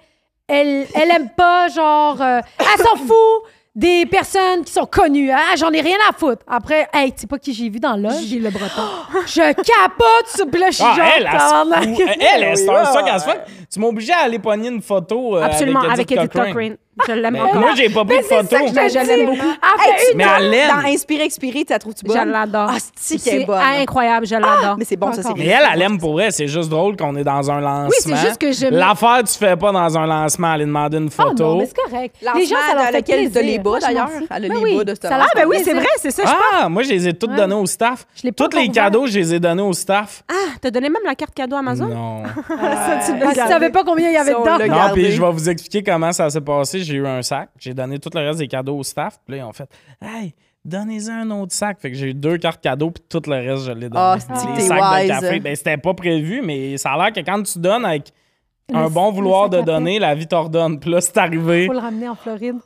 Speaker 3: elle, elle aime pas, genre, euh, elle s'en fout des personnes qui sont connues. Ah, j'en ai rien à foutre. Après, hey, tu sais pas qui j'ai vu dans l'âge?
Speaker 4: le breton.
Speaker 3: Je capote sur puis là, je suis
Speaker 1: Ah,
Speaker 3: genre,
Speaker 1: elle, elle,
Speaker 3: tabarnak.
Speaker 1: se fout. elle, elle, elle, c'est
Speaker 2: Oui,
Speaker 1: un sac
Speaker 2: ouais.
Speaker 1: à se faire. Tu m'obligeais à aller pogner une photo euh,
Speaker 4: Absolument, avec Edith
Speaker 1: Cochrane.
Speaker 4: Cochrane. Je l'aime
Speaker 1: Mais
Speaker 4: encore.
Speaker 1: Ben, moi, j'ai pas pris
Speaker 3: Mais
Speaker 1: de
Speaker 3: c'est
Speaker 1: photo.
Speaker 3: ça que je
Speaker 4: Mais
Speaker 3: te dis.
Speaker 4: je
Speaker 3: Ah,
Speaker 4: l'aime beaucoup.
Speaker 3: Elle fait
Speaker 2: Hey, tu
Speaker 3: une
Speaker 1: Mais
Speaker 2: vois,
Speaker 1: elle l'aime.
Speaker 2: Dans Inspiré, Expiré, tu la trouves-tu
Speaker 4: Je
Speaker 2: bonne?
Speaker 4: l'adore.
Speaker 2: Ah, c'est-tu qu'elle est bonne.
Speaker 4: incroyable, je l'adore.
Speaker 2: Mais c'est bon, ça, c'est
Speaker 3: Encore.
Speaker 1: Mais
Speaker 2: bien.
Speaker 1: elle, elle aime pour vrai. C'est juste drôle qu'on est dans un lancement.
Speaker 4: juste que je-
Speaker 1: L'affaire, tu fais pas dans un lancement. Aller demander une
Speaker 3: Ah non,
Speaker 1: photo.
Speaker 3: mais c'est correct.
Speaker 2: Lancement
Speaker 3: Les gens, ça leur
Speaker 2: dans
Speaker 3: fait
Speaker 2: lequel
Speaker 3: plaisir.
Speaker 2: de les bas,
Speaker 3: Moi, je m'en
Speaker 2: d'ailleurs.
Speaker 3: fous.
Speaker 2: Elle a
Speaker 3: Ben
Speaker 2: les
Speaker 3: oui,
Speaker 2: bas de ce
Speaker 3: ça leur
Speaker 2: lancement.
Speaker 3: fait
Speaker 4: Ah, ben oui, c'est
Speaker 3: plaisir.
Speaker 4: vrai, c'est ça. je pense.
Speaker 1: ah, moi, je les ai toutes
Speaker 3: Ouais.
Speaker 1: données au staff.
Speaker 3: Je l'ai pas
Speaker 1: Toutes les
Speaker 3: encore
Speaker 1: cadeaux, je les ai donnés au staff.
Speaker 4: Ah, t'as donné même la carte cadeau Amazon?
Speaker 1: Non.
Speaker 2: Ah, Ça, tu le
Speaker 3: Parce que tu
Speaker 2: gardais.
Speaker 3: savais pas combien il y avait
Speaker 2: Ça, on
Speaker 3: dedans.
Speaker 2: l'a
Speaker 3: Non.
Speaker 1: Non,
Speaker 2: Regardez.
Speaker 1: puis je vais vous expliquer comment ça s'est passé. J'ai eu un sac. J'ai donné tout le reste des cadeaux au staff. Puis là, ils ont fait Hey, donnez-en un autre sac. Fait que j'ai eu deux cartes cadeaux, puis tout le reste, je l'ai donné.
Speaker 2: Ah, c'est-tu que
Speaker 1: les
Speaker 2: t'es
Speaker 1: sacs de
Speaker 2: wise.
Speaker 3: hein?
Speaker 1: café. Ben, c'était pas prévu, mais ça a l'air que quand tu donnes avec un
Speaker 3: Le-
Speaker 1: bon
Speaker 3: le
Speaker 1: vouloir
Speaker 3: sac
Speaker 1: de
Speaker 3: à pain.
Speaker 1: donner, la vie t'ordonne. Puis là, c'est arrivé.
Speaker 3: Faut le ramener en Floride.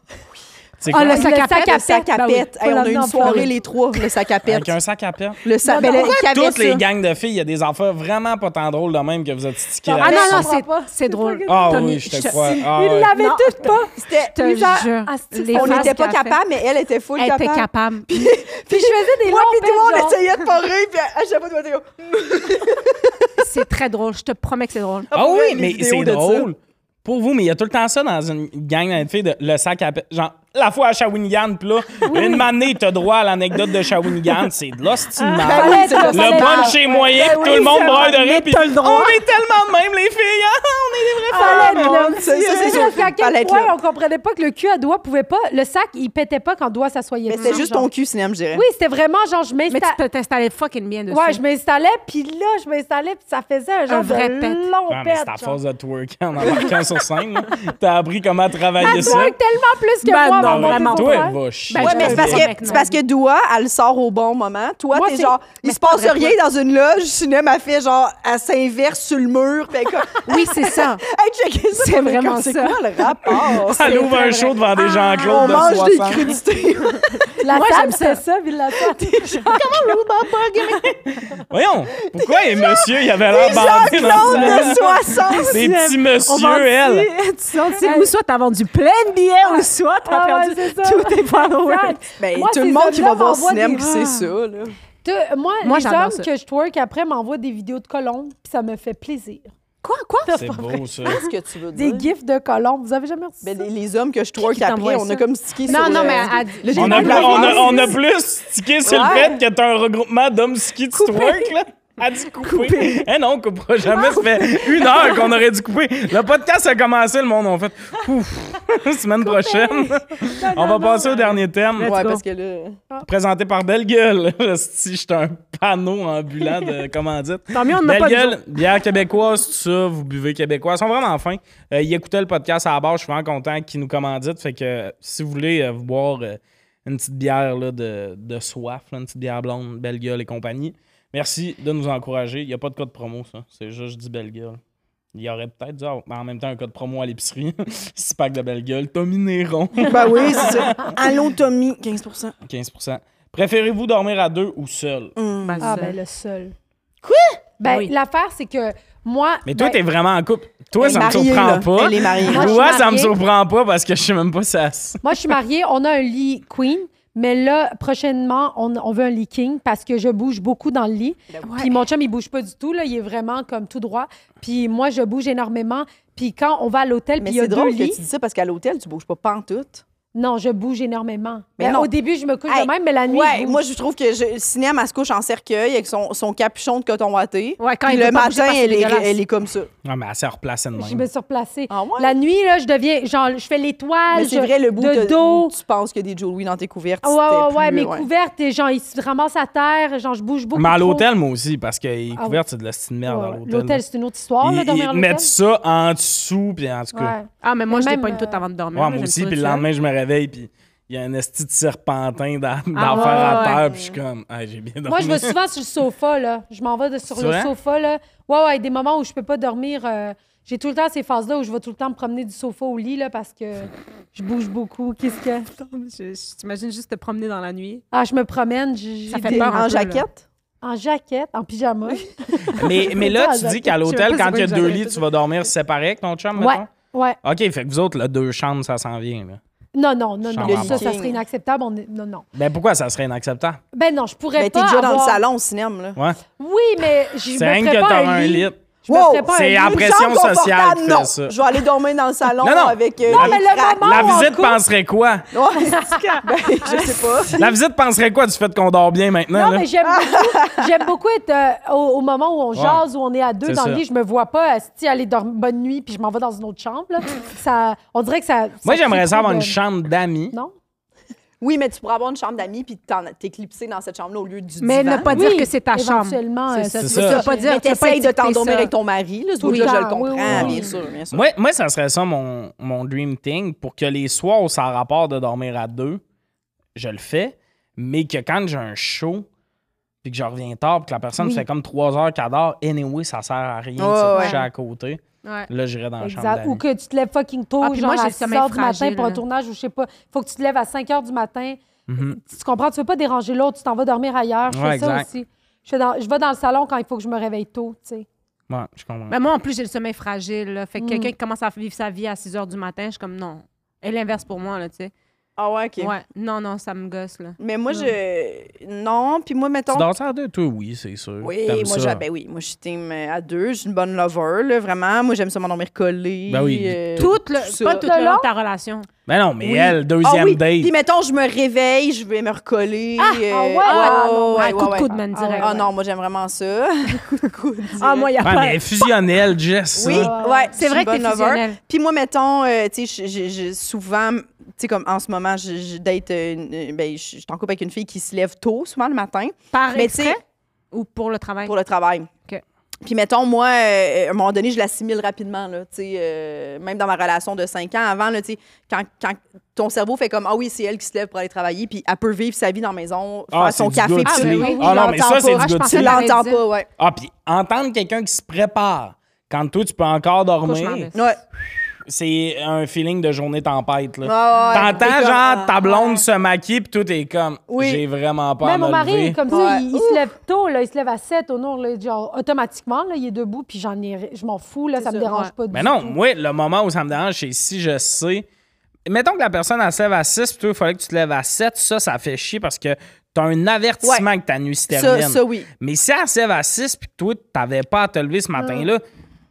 Speaker 1: C'est
Speaker 3: Ah,
Speaker 1: quoi?
Speaker 3: le sac à
Speaker 2: Le
Speaker 3: pète.
Speaker 2: sac à
Speaker 3: Ben oui,
Speaker 2: pète.
Speaker 3: faut
Speaker 2: Hey, on a
Speaker 3: l'amener
Speaker 2: eu
Speaker 3: en
Speaker 2: une soirée,
Speaker 3: Floride.
Speaker 2: les trois, le sac à pète.
Speaker 1: Avec un sac à pain.
Speaker 2: Le sac ben, là, il y avait
Speaker 1: Toutes les
Speaker 2: ça.
Speaker 1: gangs de filles, il y a des enfants vraiment pas tant drôles de même que vous êtes stickés
Speaker 3: Ah,
Speaker 4: Ah
Speaker 1: là-dessus.
Speaker 3: je
Speaker 4: non, non,
Speaker 3: comprends
Speaker 4: c'est-
Speaker 3: pas.
Speaker 4: c'est drôle.
Speaker 1: Ah
Speaker 4: Tommy,
Speaker 1: oui, je te
Speaker 4: je-
Speaker 1: crois. Ah,
Speaker 3: Ils
Speaker 1: ouais.
Speaker 3: l'avaient
Speaker 2: Non.
Speaker 3: toutes pas.
Speaker 2: C'était-
Speaker 4: Je te
Speaker 3: Misère.
Speaker 4: jure.
Speaker 3: Ah, c'est-
Speaker 4: les
Speaker 2: On
Speaker 4: faces
Speaker 2: n'était pas
Speaker 4: qu'elle a
Speaker 2: capable, mais elle était full
Speaker 4: fait. Elle était
Speaker 2: capable.
Speaker 4: capable.
Speaker 3: Puis je faisais des longs
Speaker 2: Moi, puis toi,
Speaker 3: pets,
Speaker 2: on
Speaker 3: genre.
Speaker 2: essayait de pas rire, puis à chaque fois, toi, t'es comme,
Speaker 4: C'est très drôle. Je te promets que c'est drôle.
Speaker 1: Ah
Speaker 2: Après,
Speaker 1: oui,
Speaker 2: les
Speaker 1: mais
Speaker 2: vidéos
Speaker 1: c'est
Speaker 2: de ça.
Speaker 1: drôle. Pour vous, mais il y a tout le temps ça dans une gang de filles, de, le sac à pe- Genre, la fois à Shawinigan, puis là, une manée, t'as droit à l'anecdote de Shawinigan. C'est de
Speaker 2: Ah,
Speaker 1: l'ostinement.
Speaker 3: Ben oui, c'est
Speaker 1: le
Speaker 3: fallait-
Speaker 1: punch est moyen,
Speaker 2: Ben
Speaker 1: puis tout
Speaker 2: oui,
Speaker 1: le monde
Speaker 2: ça
Speaker 1: braille de
Speaker 2: va,
Speaker 1: rire.
Speaker 2: mais
Speaker 1: puis
Speaker 2: t'as le droit.
Speaker 1: on est tellement de même, les filles. hein, on est des vraies
Speaker 2: Ah,
Speaker 1: femmes.
Speaker 2: mais
Speaker 3: Palette,
Speaker 2: non, ça, ça, c'est
Speaker 3: C'est juste
Speaker 2: sûr,
Speaker 3: qu'à quel
Speaker 2: palette,
Speaker 3: point
Speaker 2: là.
Speaker 3: on comprenait pas que le cul à doigt pouvait pas. Le sac, il pétait pas quand doigt s'assoyait.
Speaker 2: Mais
Speaker 3: dessus,
Speaker 2: c'était juste
Speaker 3: genre.
Speaker 2: ton cul, cinéma, je dirais.
Speaker 3: Oui, c'était vraiment genre, je
Speaker 4: Mais tu
Speaker 3: m'installais.
Speaker 4: peux t'installer fucking bien dessus.
Speaker 3: Ouais, je m'installais, puis là, je m'installais, puis ça faisait un genre
Speaker 4: vrai
Speaker 3: de
Speaker 4: pet.
Speaker 3: long
Speaker 1: Ah, mais c'est à
Speaker 3: pet, genre.
Speaker 1: force de twerker en embarquant sur scène. là. T'as appris comment travailler
Speaker 3: Elle
Speaker 1: ça.
Speaker 3: twerk tellement plus que
Speaker 4: Ben
Speaker 3: moi,
Speaker 4: non,
Speaker 3: avant mon
Speaker 4: vraiment
Speaker 3: plus
Speaker 1: Toi,
Speaker 3: beau frère.
Speaker 1: elle va chier.
Speaker 4: Ben,
Speaker 2: Ouais,
Speaker 4: je
Speaker 2: mais c'est
Speaker 4: sais
Speaker 2: parce,
Speaker 4: pas.
Speaker 2: que,
Speaker 4: Maintenant.
Speaker 2: c'est parce que Doua, elle sort au bon moment. Toi,
Speaker 3: Moi,
Speaker 2: t'es
Speaker 3: c'est-
Speaker 2: genre,
Speaker 4: mais
Speaker 2: il se passe
Speaker 4: c'est pas vrai,
Speaker 2: rien dans une loge. Cinéma fait genre, elle s'inverse sur le mur. Fait comme,
Speaker 4: Oui, c'est ça.
Speaker 2: hey, checker ça.
Speaker 4: C'est
Speaker 2: fait
Speaker 4: vraiment
Speaker 2: comme, C'est
Speaker 4: ça.
Speaker 2: quoi le rapport?
Speaker 1: Elle ouvre
Speaker 4: vrai,
Speaker 1: un show
Speaker 4: vrai.
Speaker 1: devant des
Speaker 2: Ah, On
Speaker 1: Jean-Claude de
Speaker 2: mange des
Speaker 1: 60.
Speaker 2: crudités.
Speaker 3: La
Speaker 4: Moi,
Speaker 3: table,
Speaker 4: j'aime
Speaker 3: c'est ça, puis la table.
Speaker 1: Voyons, pourquoi les monsieur, il avait l'air bandé
Speaker 2: Jean-Claude
Speaker 1: dans
Speaker 2: de 60.
Speaker 1: Des petits messieurs, elle.
Speaker 4: Tu sais, ou soit t'as vendu plein de billets, ou soit t'as
Speaker 3: Ah ouais,
Speaker 4: perdu
Speaker 3: c'est ça.
Speaker 4: tous tes followers.
Speaker 3: Exact.
Speaker 2: Ben,
Speaker 3: Moi,
Speaker 2: tout le
Speaker 3: ces
Speaker 2: monde qui va
Speaker 3: hommes-là
Speaker 2: voir
Speaker 3: m'envoient
Speaker 2: cinéma
Speaker 3: des-
Speaker 2: qui sait ça, là.
Speaker 3: Te- Moi,
Speaker 4: Moi,
Speaker 3: les
Speaker 4: j'adore
Speaker 3: hommes
Speaker 4: ça.
Speaker 3: que je twerk après m'envoient des vidéos de colombes, puis ça me fait plaisir.
Speaker 4: Quoi, quoi?
Speaker 1: C'est beau, ça.
Speaker 2: Qu'est-ce que tu veux
Speaker 3: Des gifs de colombes, vous avez jamais reçu
Speaker 2: Ben,
Speaker 3: ça?
Speaker 2: les, les hommes que je twerk après,
Speaker 4: t'envoie
Speaker 2: on a
Speaker 4: ça?
Speaker 2: comme stické
Speaker 4: Non,
Speaker 2: sur
Speaker 4: non,
Speaker 2: le-
Speaker 4: mais elle dit-
Speaker 2: le
Speaker 4: J'ai
Speaker 1: On a,
Speaker 4: mal
Speaker 2: début de
Speaker 1: plus,
Speaker 2: la
Speaker 4: parlé.
Speaker 1: on, a,
Speaker 2: phrase.
Speaker 1: on a plus tiqué sur
Speaker 2: Ouais.
Speaker 1: le fait que t'as un regroupement d'hommes ski de twerk, là. A dû couper. Eh non, on coupera jamais. Ça fait une heure qu'on aurait dû couper. Le podcast a commencé, le monde, on fait ouf, semaine prochaine. on va passer au dernier thème.
Speaker 2: Ouais,
Speaker 4: go.
Speaker 2: parce que là.
Speaker 1: Présenté par Belle Gueule. si j'étais un panneau ambulant de commandite.
Speaker 4: Tant mieux, on n'a
Speaker 1: Belle
Speaker 4: pas de
Speaker 1: gueule, bière québécoise, tout ça, vous buvez québécois. Ils sont vraiment fins. Euh, ils écoutaient le podcast à la barre, je suis vraiment content qu'ils nous commanditent. Fait que euh, si vous voulez euh, vous boire euh, une petite bière là, de, de soif, là, une petite bière blonde, belle gueule et compagnie, merci de nous encourager. Il n'y a pas de code promo, ça. C'est juste, je dis belle gueule. Il y aurait peut-être dû avoir- mais en même temps un code promo à l'épicerie. Six packs de belle gueule, Tommy Néron,
Speaker 2: Ben oui, c'est ça. Allons, Tommy, 15
Speaker 1: 15 Préférez-vous dormir à deux ou seul?
Speaker 4: Ben,
Speaker 3: Ah,
Speaker 4: ça.
Speaker 3: ben le seul. Quoi? Ben,
Speaker 4: Oui.
Speaker 3: l'affaire, c'est que moi.
Speaker 1: Mais toi,
Speaker 3: ben,
Speaker 1: t'es vraiment en couple. Toi,
Speaker 2: Elle
Speaker 1: ça
Speaker 2: est
Speaker 1: me
Speaker 2: mariée,
Speaker 1: surprend
Speaker 2: là.
Speaker 1: pas.
Speaker 2: Elle est mariée.
Speaker 3: Moi, je suis
Speaker 1: Toi, ça me
Speaker 3: mariée.
Speaker 1: surprend pas parce que je sais même pas ça.
Speaker 3: Moi, je suis mariée, on a un lit queen, mais là, prochainement, on, on veut un lit king parce que je bouge beaucoup dans le lit. Puis mon chum, il bouge pas du tout, là, il est vraiment comme tout droit. Puis moi, je bouge énormément. Puis quand on va à l'hôtel,
Speaker 2: Mais
Speaker 3: puis il y a
Speaker 2: c'est
Speaker 3: deux
Speaker 2: drôle que
Speaker 3: lits,
Speaker 2: tu dis ça parce qu'à l'hôtel, tu bouges pas pantoute.
Speaker 3: non, je bouge énormément.
Speaker 2: Mais
Speaker 3: Ben,
Speaker 2: non.
Speaker 3: Au début, je me couche
Speaker 2: Hey,
Speaker 3: de même, mais la nuit, je
Speaker 2: Ouais,
Speaker 3: bouge.
Speaker 2: moi, je trouve que je, cinéma, elle se couche en cercueil avec son, son capuchon de coton watté.
Speaker 4: Ouais, quand
Speaker 2: Puis
Speaker 4: il
Speaker 2: le
Speaker 4: veut pas bouger
Speaker 2: matin,
Speaker 4: parce que c'est
Speaker 2: elle est,
Speaker 4: dégueulasse.
Speaker 2: elle est comme ça.
Speaker 1: Non, mais elle s'est replacée de
Speaker 3: je
Speaker 1: même.
Speaker 3: me suis replacée.
Speaker 2: Ah ouais?
Speaker 3: La nuit, là, je deviens, genre, je fais l'étoile
Speaker 2: Mais c'est
Speaker 3: je-
Speaker 2: vrai, le bout
Speaker 3: de
Speaker 2: de-
Speaker 3: dos.
Speaker 2: où tu penses qu'il y a des Joe Louis dans tes couvertes.
Speaker 3: Ah Ouais, ouais,
Speaker 2: c'était
Speaker 3: ouais,
Speaker 2: plus-
Speaker 3: mes couvertes, et genre, ils se ramassent à terre, genre, je bouge beaucoup.
Speaker 1: Mais à
Speaker 3: trop.
Speaker 1: l'hôtel, moi aussi, parce que les
Speaker 3: Ah ouais.
Speaker 1: couvertes, c'est de la style de merde
Speaker 3: Ouais,
Speaker 1: à
Speaker 3: ouais.
Speaker 1: l'hôtel.
Speaker 3: L'hôtel, c'est une autre histoire, là,
Speaker 1: Ils,
Speaker 3: dormir à
Speaker 1: ils
Speaker 3: l'hôtel.
Speaker 1: mettent ça en dessous, puis en tout cas.
Speaker 3: Ouais.
Speaker 4: Ah, mais moi,
Speaker 3: Mais
Speaker 4: je les
Speaker 3: même,
Speaker 4: pogne toutes
Speaker 3: euh,
Speaker 4: avant de dormir.
Speaker 1: Ouais,
Speaker 4: là,
Speaker 1: moi
Speaker 4: j'aime
Speaker 1: aussi,
Speaker 4: ça
Speaker 1: puis le
Speaker 4: ça.
Speaker 1: lendemain, je me réveille, puis il y a un esti de serpentin dans, dans
Speaker 4: Ah,
Speaker 1: l'affaire à
Speaker 4: ouais,
Speaker 1: terre,
Speaker 4: ouais.
Speaker 1: puis je suis comme, Hey, j'ai bien dormi.
Speaker 3: Moi, je vais souvent sur le sofa, là. Je m'en vais de- sur
Speaker 1: C'est
Speaker 3: le
Speaker 1: vrai?
Speaker 3: sofa, là. Ouais, ouais, des moments où je peux pas dormir. euh, j'ai tout le temps ces phases-là où je vais tout le temps me promener du sofa au lit, là, parce que je bouge beaucoup. Qu'est-ce que.
Speaker 4: Je, je t'imagine juste te promener dans la nuit.
Speaker 3: Ah, je me promène. j'ai-
Speaker 4: Ça
Speaker 3: j'ai
Speaker 4: fait
Speaker 3: des-
Speaker 4: peur,
Speaker 2: en
Speaker 4: un peu, là.
Speaker 2: jaquette.
Speaker 3: En jaquette, en pyjama.
Speaker 1: Mais, mais là, tu dis qu'à l'hôtel,
Speaker 4: Je sais pas
Speaker 1: quand
Speaker 4: c'est
Speaker 1: il y a
Speaker 4: quoi que
Speaker 1: deux
Speaker 4: j'aurais
Speaker 1: lits,
Speaker 4: fait.
Speaker 1: tu vas dormir séparé avec ton chum,
Speaker 3: ouais,
Speaker 1: mettons?
Speaker 3: ouais.
Speaker 1: OK, fait que vous autres, là, deux chambres, ça s'en vient, là.
Speaker 3: Non, non, non,
Speaker 1: Chambre
Speaker 3: non.
Speaker 1: à
Speaker 3: Ça, ça
Speaker 2: bord.
Speaker 3: serait inacceptable. On est- Non, non.
Speaker 1: Ben, pourquoi ça serait inacceptable?
Speaker 3: Ben non, je pourrais
Speaker 2: Ben, t'es
Speaker 3: pas.
Speaker 2: déjà dans le
Speaker 3: avoir-
Speaker 2: salon au cinéma, là.
Speaker 1: Ouais.
Speaker 3: Oui, mais je me
Speaker 1: C'est rien
Speaker 3: ferais
Speaker 1: que
Speaker 3: pas
Speaker 1: t'as
Speaker 3: un
Speaker 1: un
Speaker 3: lit.
Speaker 1: lit.
Speaker 3: Je me
Speaker 2: Wow,
Speaker 3: ferais pas un
Speaker 1: c'est
Speaker 3: lit.
Speaker 1: à
Speaker 2: Une
Speaker 1: pression
Speaker 2: chambre
Speaker 1: sociale
Speaker 2: confortable,
Speaker 1: qui fait
Speaker 2: non.
Speaker 1: ça.
Speaker 2: Je vais aller dormir dans le salon
Speaker 1: Non, non.
Speaker 2: avec. euh,
Speaker 3: Non,
Speaker 2: les
Speaker 3: mais le
Speaker 2: craques.
Speaker 3: moment-
Speaker 1: La
Speaker 3: en
Speaker 1: visite
Speaker 3: couple.
Speaker 1: penserait quoi?
Speaker 2: Ouais, c'est clair. ben, je sais pas.
Speaker 1: La visite penserait quoi du fait qu'on dort bien maintenant?
Speaker 3: Non,
Speaker 1: là?
Speaker 3: mais j'aime beaucoup, j'aime beaucoup être euh, au, au moment où on
Speaker 1: Ouais.
Speaker 3: jase, où on est à deux
Speaker 1: C'est
Speaker 3: dans le
Speaker 1: ça.
Speaker 3: lit. Je me vois pas si aller dormir bonne nuit puis je m'en vais dans une autre chambre. là. ça, on dirait que ça.
Speaker 1: Moi,
Speaker 3: ça
Speaker 1: j'aimerais
Speaker 3: crée
Speaker 1: ça
Speaker 3: trop
Speaker 1: avoir
Speaker 3: de-
Speaker 1: une chambre d'amis.
Speaker 3: Non?
Speaker 2: Oui, mais tu pourras avoir une chambre d'amis puis t'en- t'éclipser dans cette chambre-là au lieu du
Speaker 4: Mais
Speaker 2: divan.
Speaker 4: ne pas
Speaker 3: Oui,
Speaker 4: dire que c'est ta chambre.
Speaker 3: éventuellement, euh,
Speaker 4: C'est ça.
Speaker 1: c'est
Speaker 4: Tu
Speaker 1: ça.
Speaker 4: veux pas dire
Speaker 2: Mais
Speaker 4: tu veux pas
Speaker 2: t'essayes de
Speaker 4: étiqueter
Speaker 2: t'endormir
Speaker 4: ça.
Speaker 2: avec ton mari, là, ce
Speaker 3: Tout le
Speaker 2: bout-là, je le
Speaker 3: temps, oui,
Speaker 2: comprends,
Speaker 3: oui,
Speaker 2: bien
Speaker 3: oui.
Speaker 2: sûr, bien sûr.
Speaker 1: Moi, moi, ça serait ça mon, mon dream thing pour que les soirs où ça a rapport de dormir à deux, je le fais, mais que quand j'ai un show puis que je reviens tard puis que la personne fait comme trois heures qu'elle dort, anyway, ça sert à rien de se
Speaker 2: Ouais,
Speaker 1: coucher
Speaker 4: ouais.
Speaker 1: à côté.
Speaker 4: Ouais.
Speaker 1: Là, j'irai dans la chambre
Speaker 3: Exact. Ou
Speaker 1: d'amis.
Speaker 3: que tu te lèves fucking tôt,
Speaker 4: Ah, puis
Speaker 3: genre
Speaker 4: moi, j'ai
Speaker 3: à
Speaker 4: le
Speaker 3: 6
Speaker 4: sommeil
Speaker 3: heures du matin
Speaker 4: fragile,
Speaker 3: pour un
Speaker 4: là.
Speaker 3: tournage ou je sais pas. Faut que tu te lèves à 5 heures du matin. Euh,
Speaker 1: Mhm.
Speaker 3: Tu te comprends? Tu veux pas déranger l'autre, tu t'en vas dormir ailleurs. Je fais
Speaker 1: Ouais,
Speaker 3: ça
Speaker 1: exact.
Speaker 3: aussi. Je, fais dans- je vais dans le salon quand il faut que je me réveille tôt, tu sais.
Speaker 1: Ouais, je comprends.
Speaker 4: Mais moi, en plus, j'ai le sommeil fragile. là. Fait que
Speaker 3: Mm.
Speaker 4: quelqu'un qui commence à vivre sa vie à 6 h du matin, je suis comme non. Et l'inverse pour moi, là, tu sais.
Speaker 2: Ah ouais, OK.
Speaker 4: Ouais. Non, non, ça me gosse, là.
Speaker 2: Mais moi, je... Non, puis moi, mettons...
Speaker 1: Tu dors ça à deux, toi? Oui, c'est sûr.
Speaker 2: Oui,
Speaker 1: T'aimes
Speaker 2: moi,
Speaker 1: ça.
Speaker 2: je, ben oui, moi, je suis team euh, à deux. Je suis une bonne lover, là, vraiment. Moi, j'aime ça m'endormir collée. euh,
Speaker 1: Ben oui,
Speaker 4: Tout le,
Speaker 2: ça.
Speaker 4: pas tout
Speaker 3: Tout
Speaker 4: le
Speaker 3: le
Speaker 4: long
Speaker 3: long?
Speaker 4: de ta relation.
Speaker 1: Ben non, mais
Speaker 2: Oui.
Speaker 1: elle,
Speaker 2: Ah
Speaker 1: deuxième
Speaker 2: oui, puis
Speaker 1: date.
Speaker 2: mettons, je me réveille, je vais me recoller. Ah,
Speaker 3: ouais?
Speaker 2: ah ouais,
Speaker 4: Ah,
Speaker 2: ouais,
Speaker 4: coup de
Speaker 2: ouais.
Speaker 4: coude, man,
Speaker 3: Ah,
Speaker 4: direct.
Speaker 2: Ah non, moi, j'aime vraiment ça. coup de coude.
Speaker 4: Ah, moi, il y a
Speaker 1: Ouais,
Speaker 4: pas.
Speaker 1: mais elle est fusionnelle, Jess.
Speaker 2: Oui,
Speaker 1: ça.
Speaker 3: ouais,
Speaker 2: ouais,
Speaker 4: C'est vrai que t'es
Speaker 2: fusionnel.
Speaker 4: fusionnel.
Speaker 2: Puis moi, mettons, euh, tu sais, je- je- je- souvent, tu sais, comme en ce moment, je, je date, une- euh, ben, je je suis en couple avec une fille qui se lève tôt, souvent le matin,
Speaker 4: Par
Speaker 2: Mais tu sais-
Speaker 4: exprès ou pour le travail?
Speaker 2: pour le travail.
Speaker 4: OK.
Speaker 2: Puis mettons, moi, euh, à un moment donné, je l'assimile rapidement, là, tu sais, euh, même dans ma relation de 5 ans avant, là, tu sais, quand, quand ton cerveau fait comme, ah oui, c'est elle qui se lève pour aller travailler, puis elle peut vivre sa vie dans la maison, faire
Speaker 1: Ah, c'est
Speaker 2: son
Speaker 1: du
Speaker 2: café,
Speaker 1: good
Speaker 2: puis
Speaker 4: Ah,
Speaker 2: tu
Speaker 4: ben
Speaker 1: tea. Ah
Speaker 4: oui, je
Speaker 1: non, mais ça,
Speaker 4: l'entends
Speaker 1: c'est
Speaker 4: pas. Ah,
Speaker 1: du
Speaker 4: je
Speaker 1: good
Speaker 4: pensais
Speaker 1: tea.
Speaker 4: que t'avais
Speaker 2: l'entends
Speaker 4: dit.
Speaker 2: pas, ouais.
Speaker 1: Ah, puis entendre quelqu'un qui se prépare quand toi, tu peux encore dormir,
Speaker 4: Cauchemardesque.
Speaker 2: Ouais.
Speaker 1: c'est un feeling de journée tempête. Là.
Speaker 2: Ouais, ouais, ouais.
Speaker 1: T'entends,
Speaker 2: T'es comme,
Speaker 1: genre, ta
Speaker 2: ah,
Speaker 1: blonde se maquiller, puis tout est comme,
Speaker 2: Oui.
Speaker 1: j'ai vraiment pas
Speaker 3: Même
Speaker 1: à
Speaker 3: Ben, mon
Speaker 1: me lever.
Speaker 3: mari, comme ça,
Speaker 2: Ouais.
Speaker 3: il, il se lève tôt, là, il se lève à 7 au nord, là, genre, automatiquement, là, il est debout, puis j'en ai, je m'en fous, là,
Speaker 4: C'est
Speaker 3: ça me
Speaker 4: ça,
Speaker 3: dérange
Speaker 4: ouais.
Speaker 3: pas du
Speaker 1: Mais non,
Speaker 3: tout.
Speaker 1: moi, le moment où ça me dérange, c'est si je sais. Mettons que la personne, elle se lève à 6, puis toi, il fallait que tu te lèves à 7. Ça, ça fait chier parce que t'as un avertissement que ta nuit se termine.
Speaker 2: Ça, ça, oui.
Speaker 1: Mais si elle se lève à 6 puis que toi, t'avais pas à te lever ce matin-là,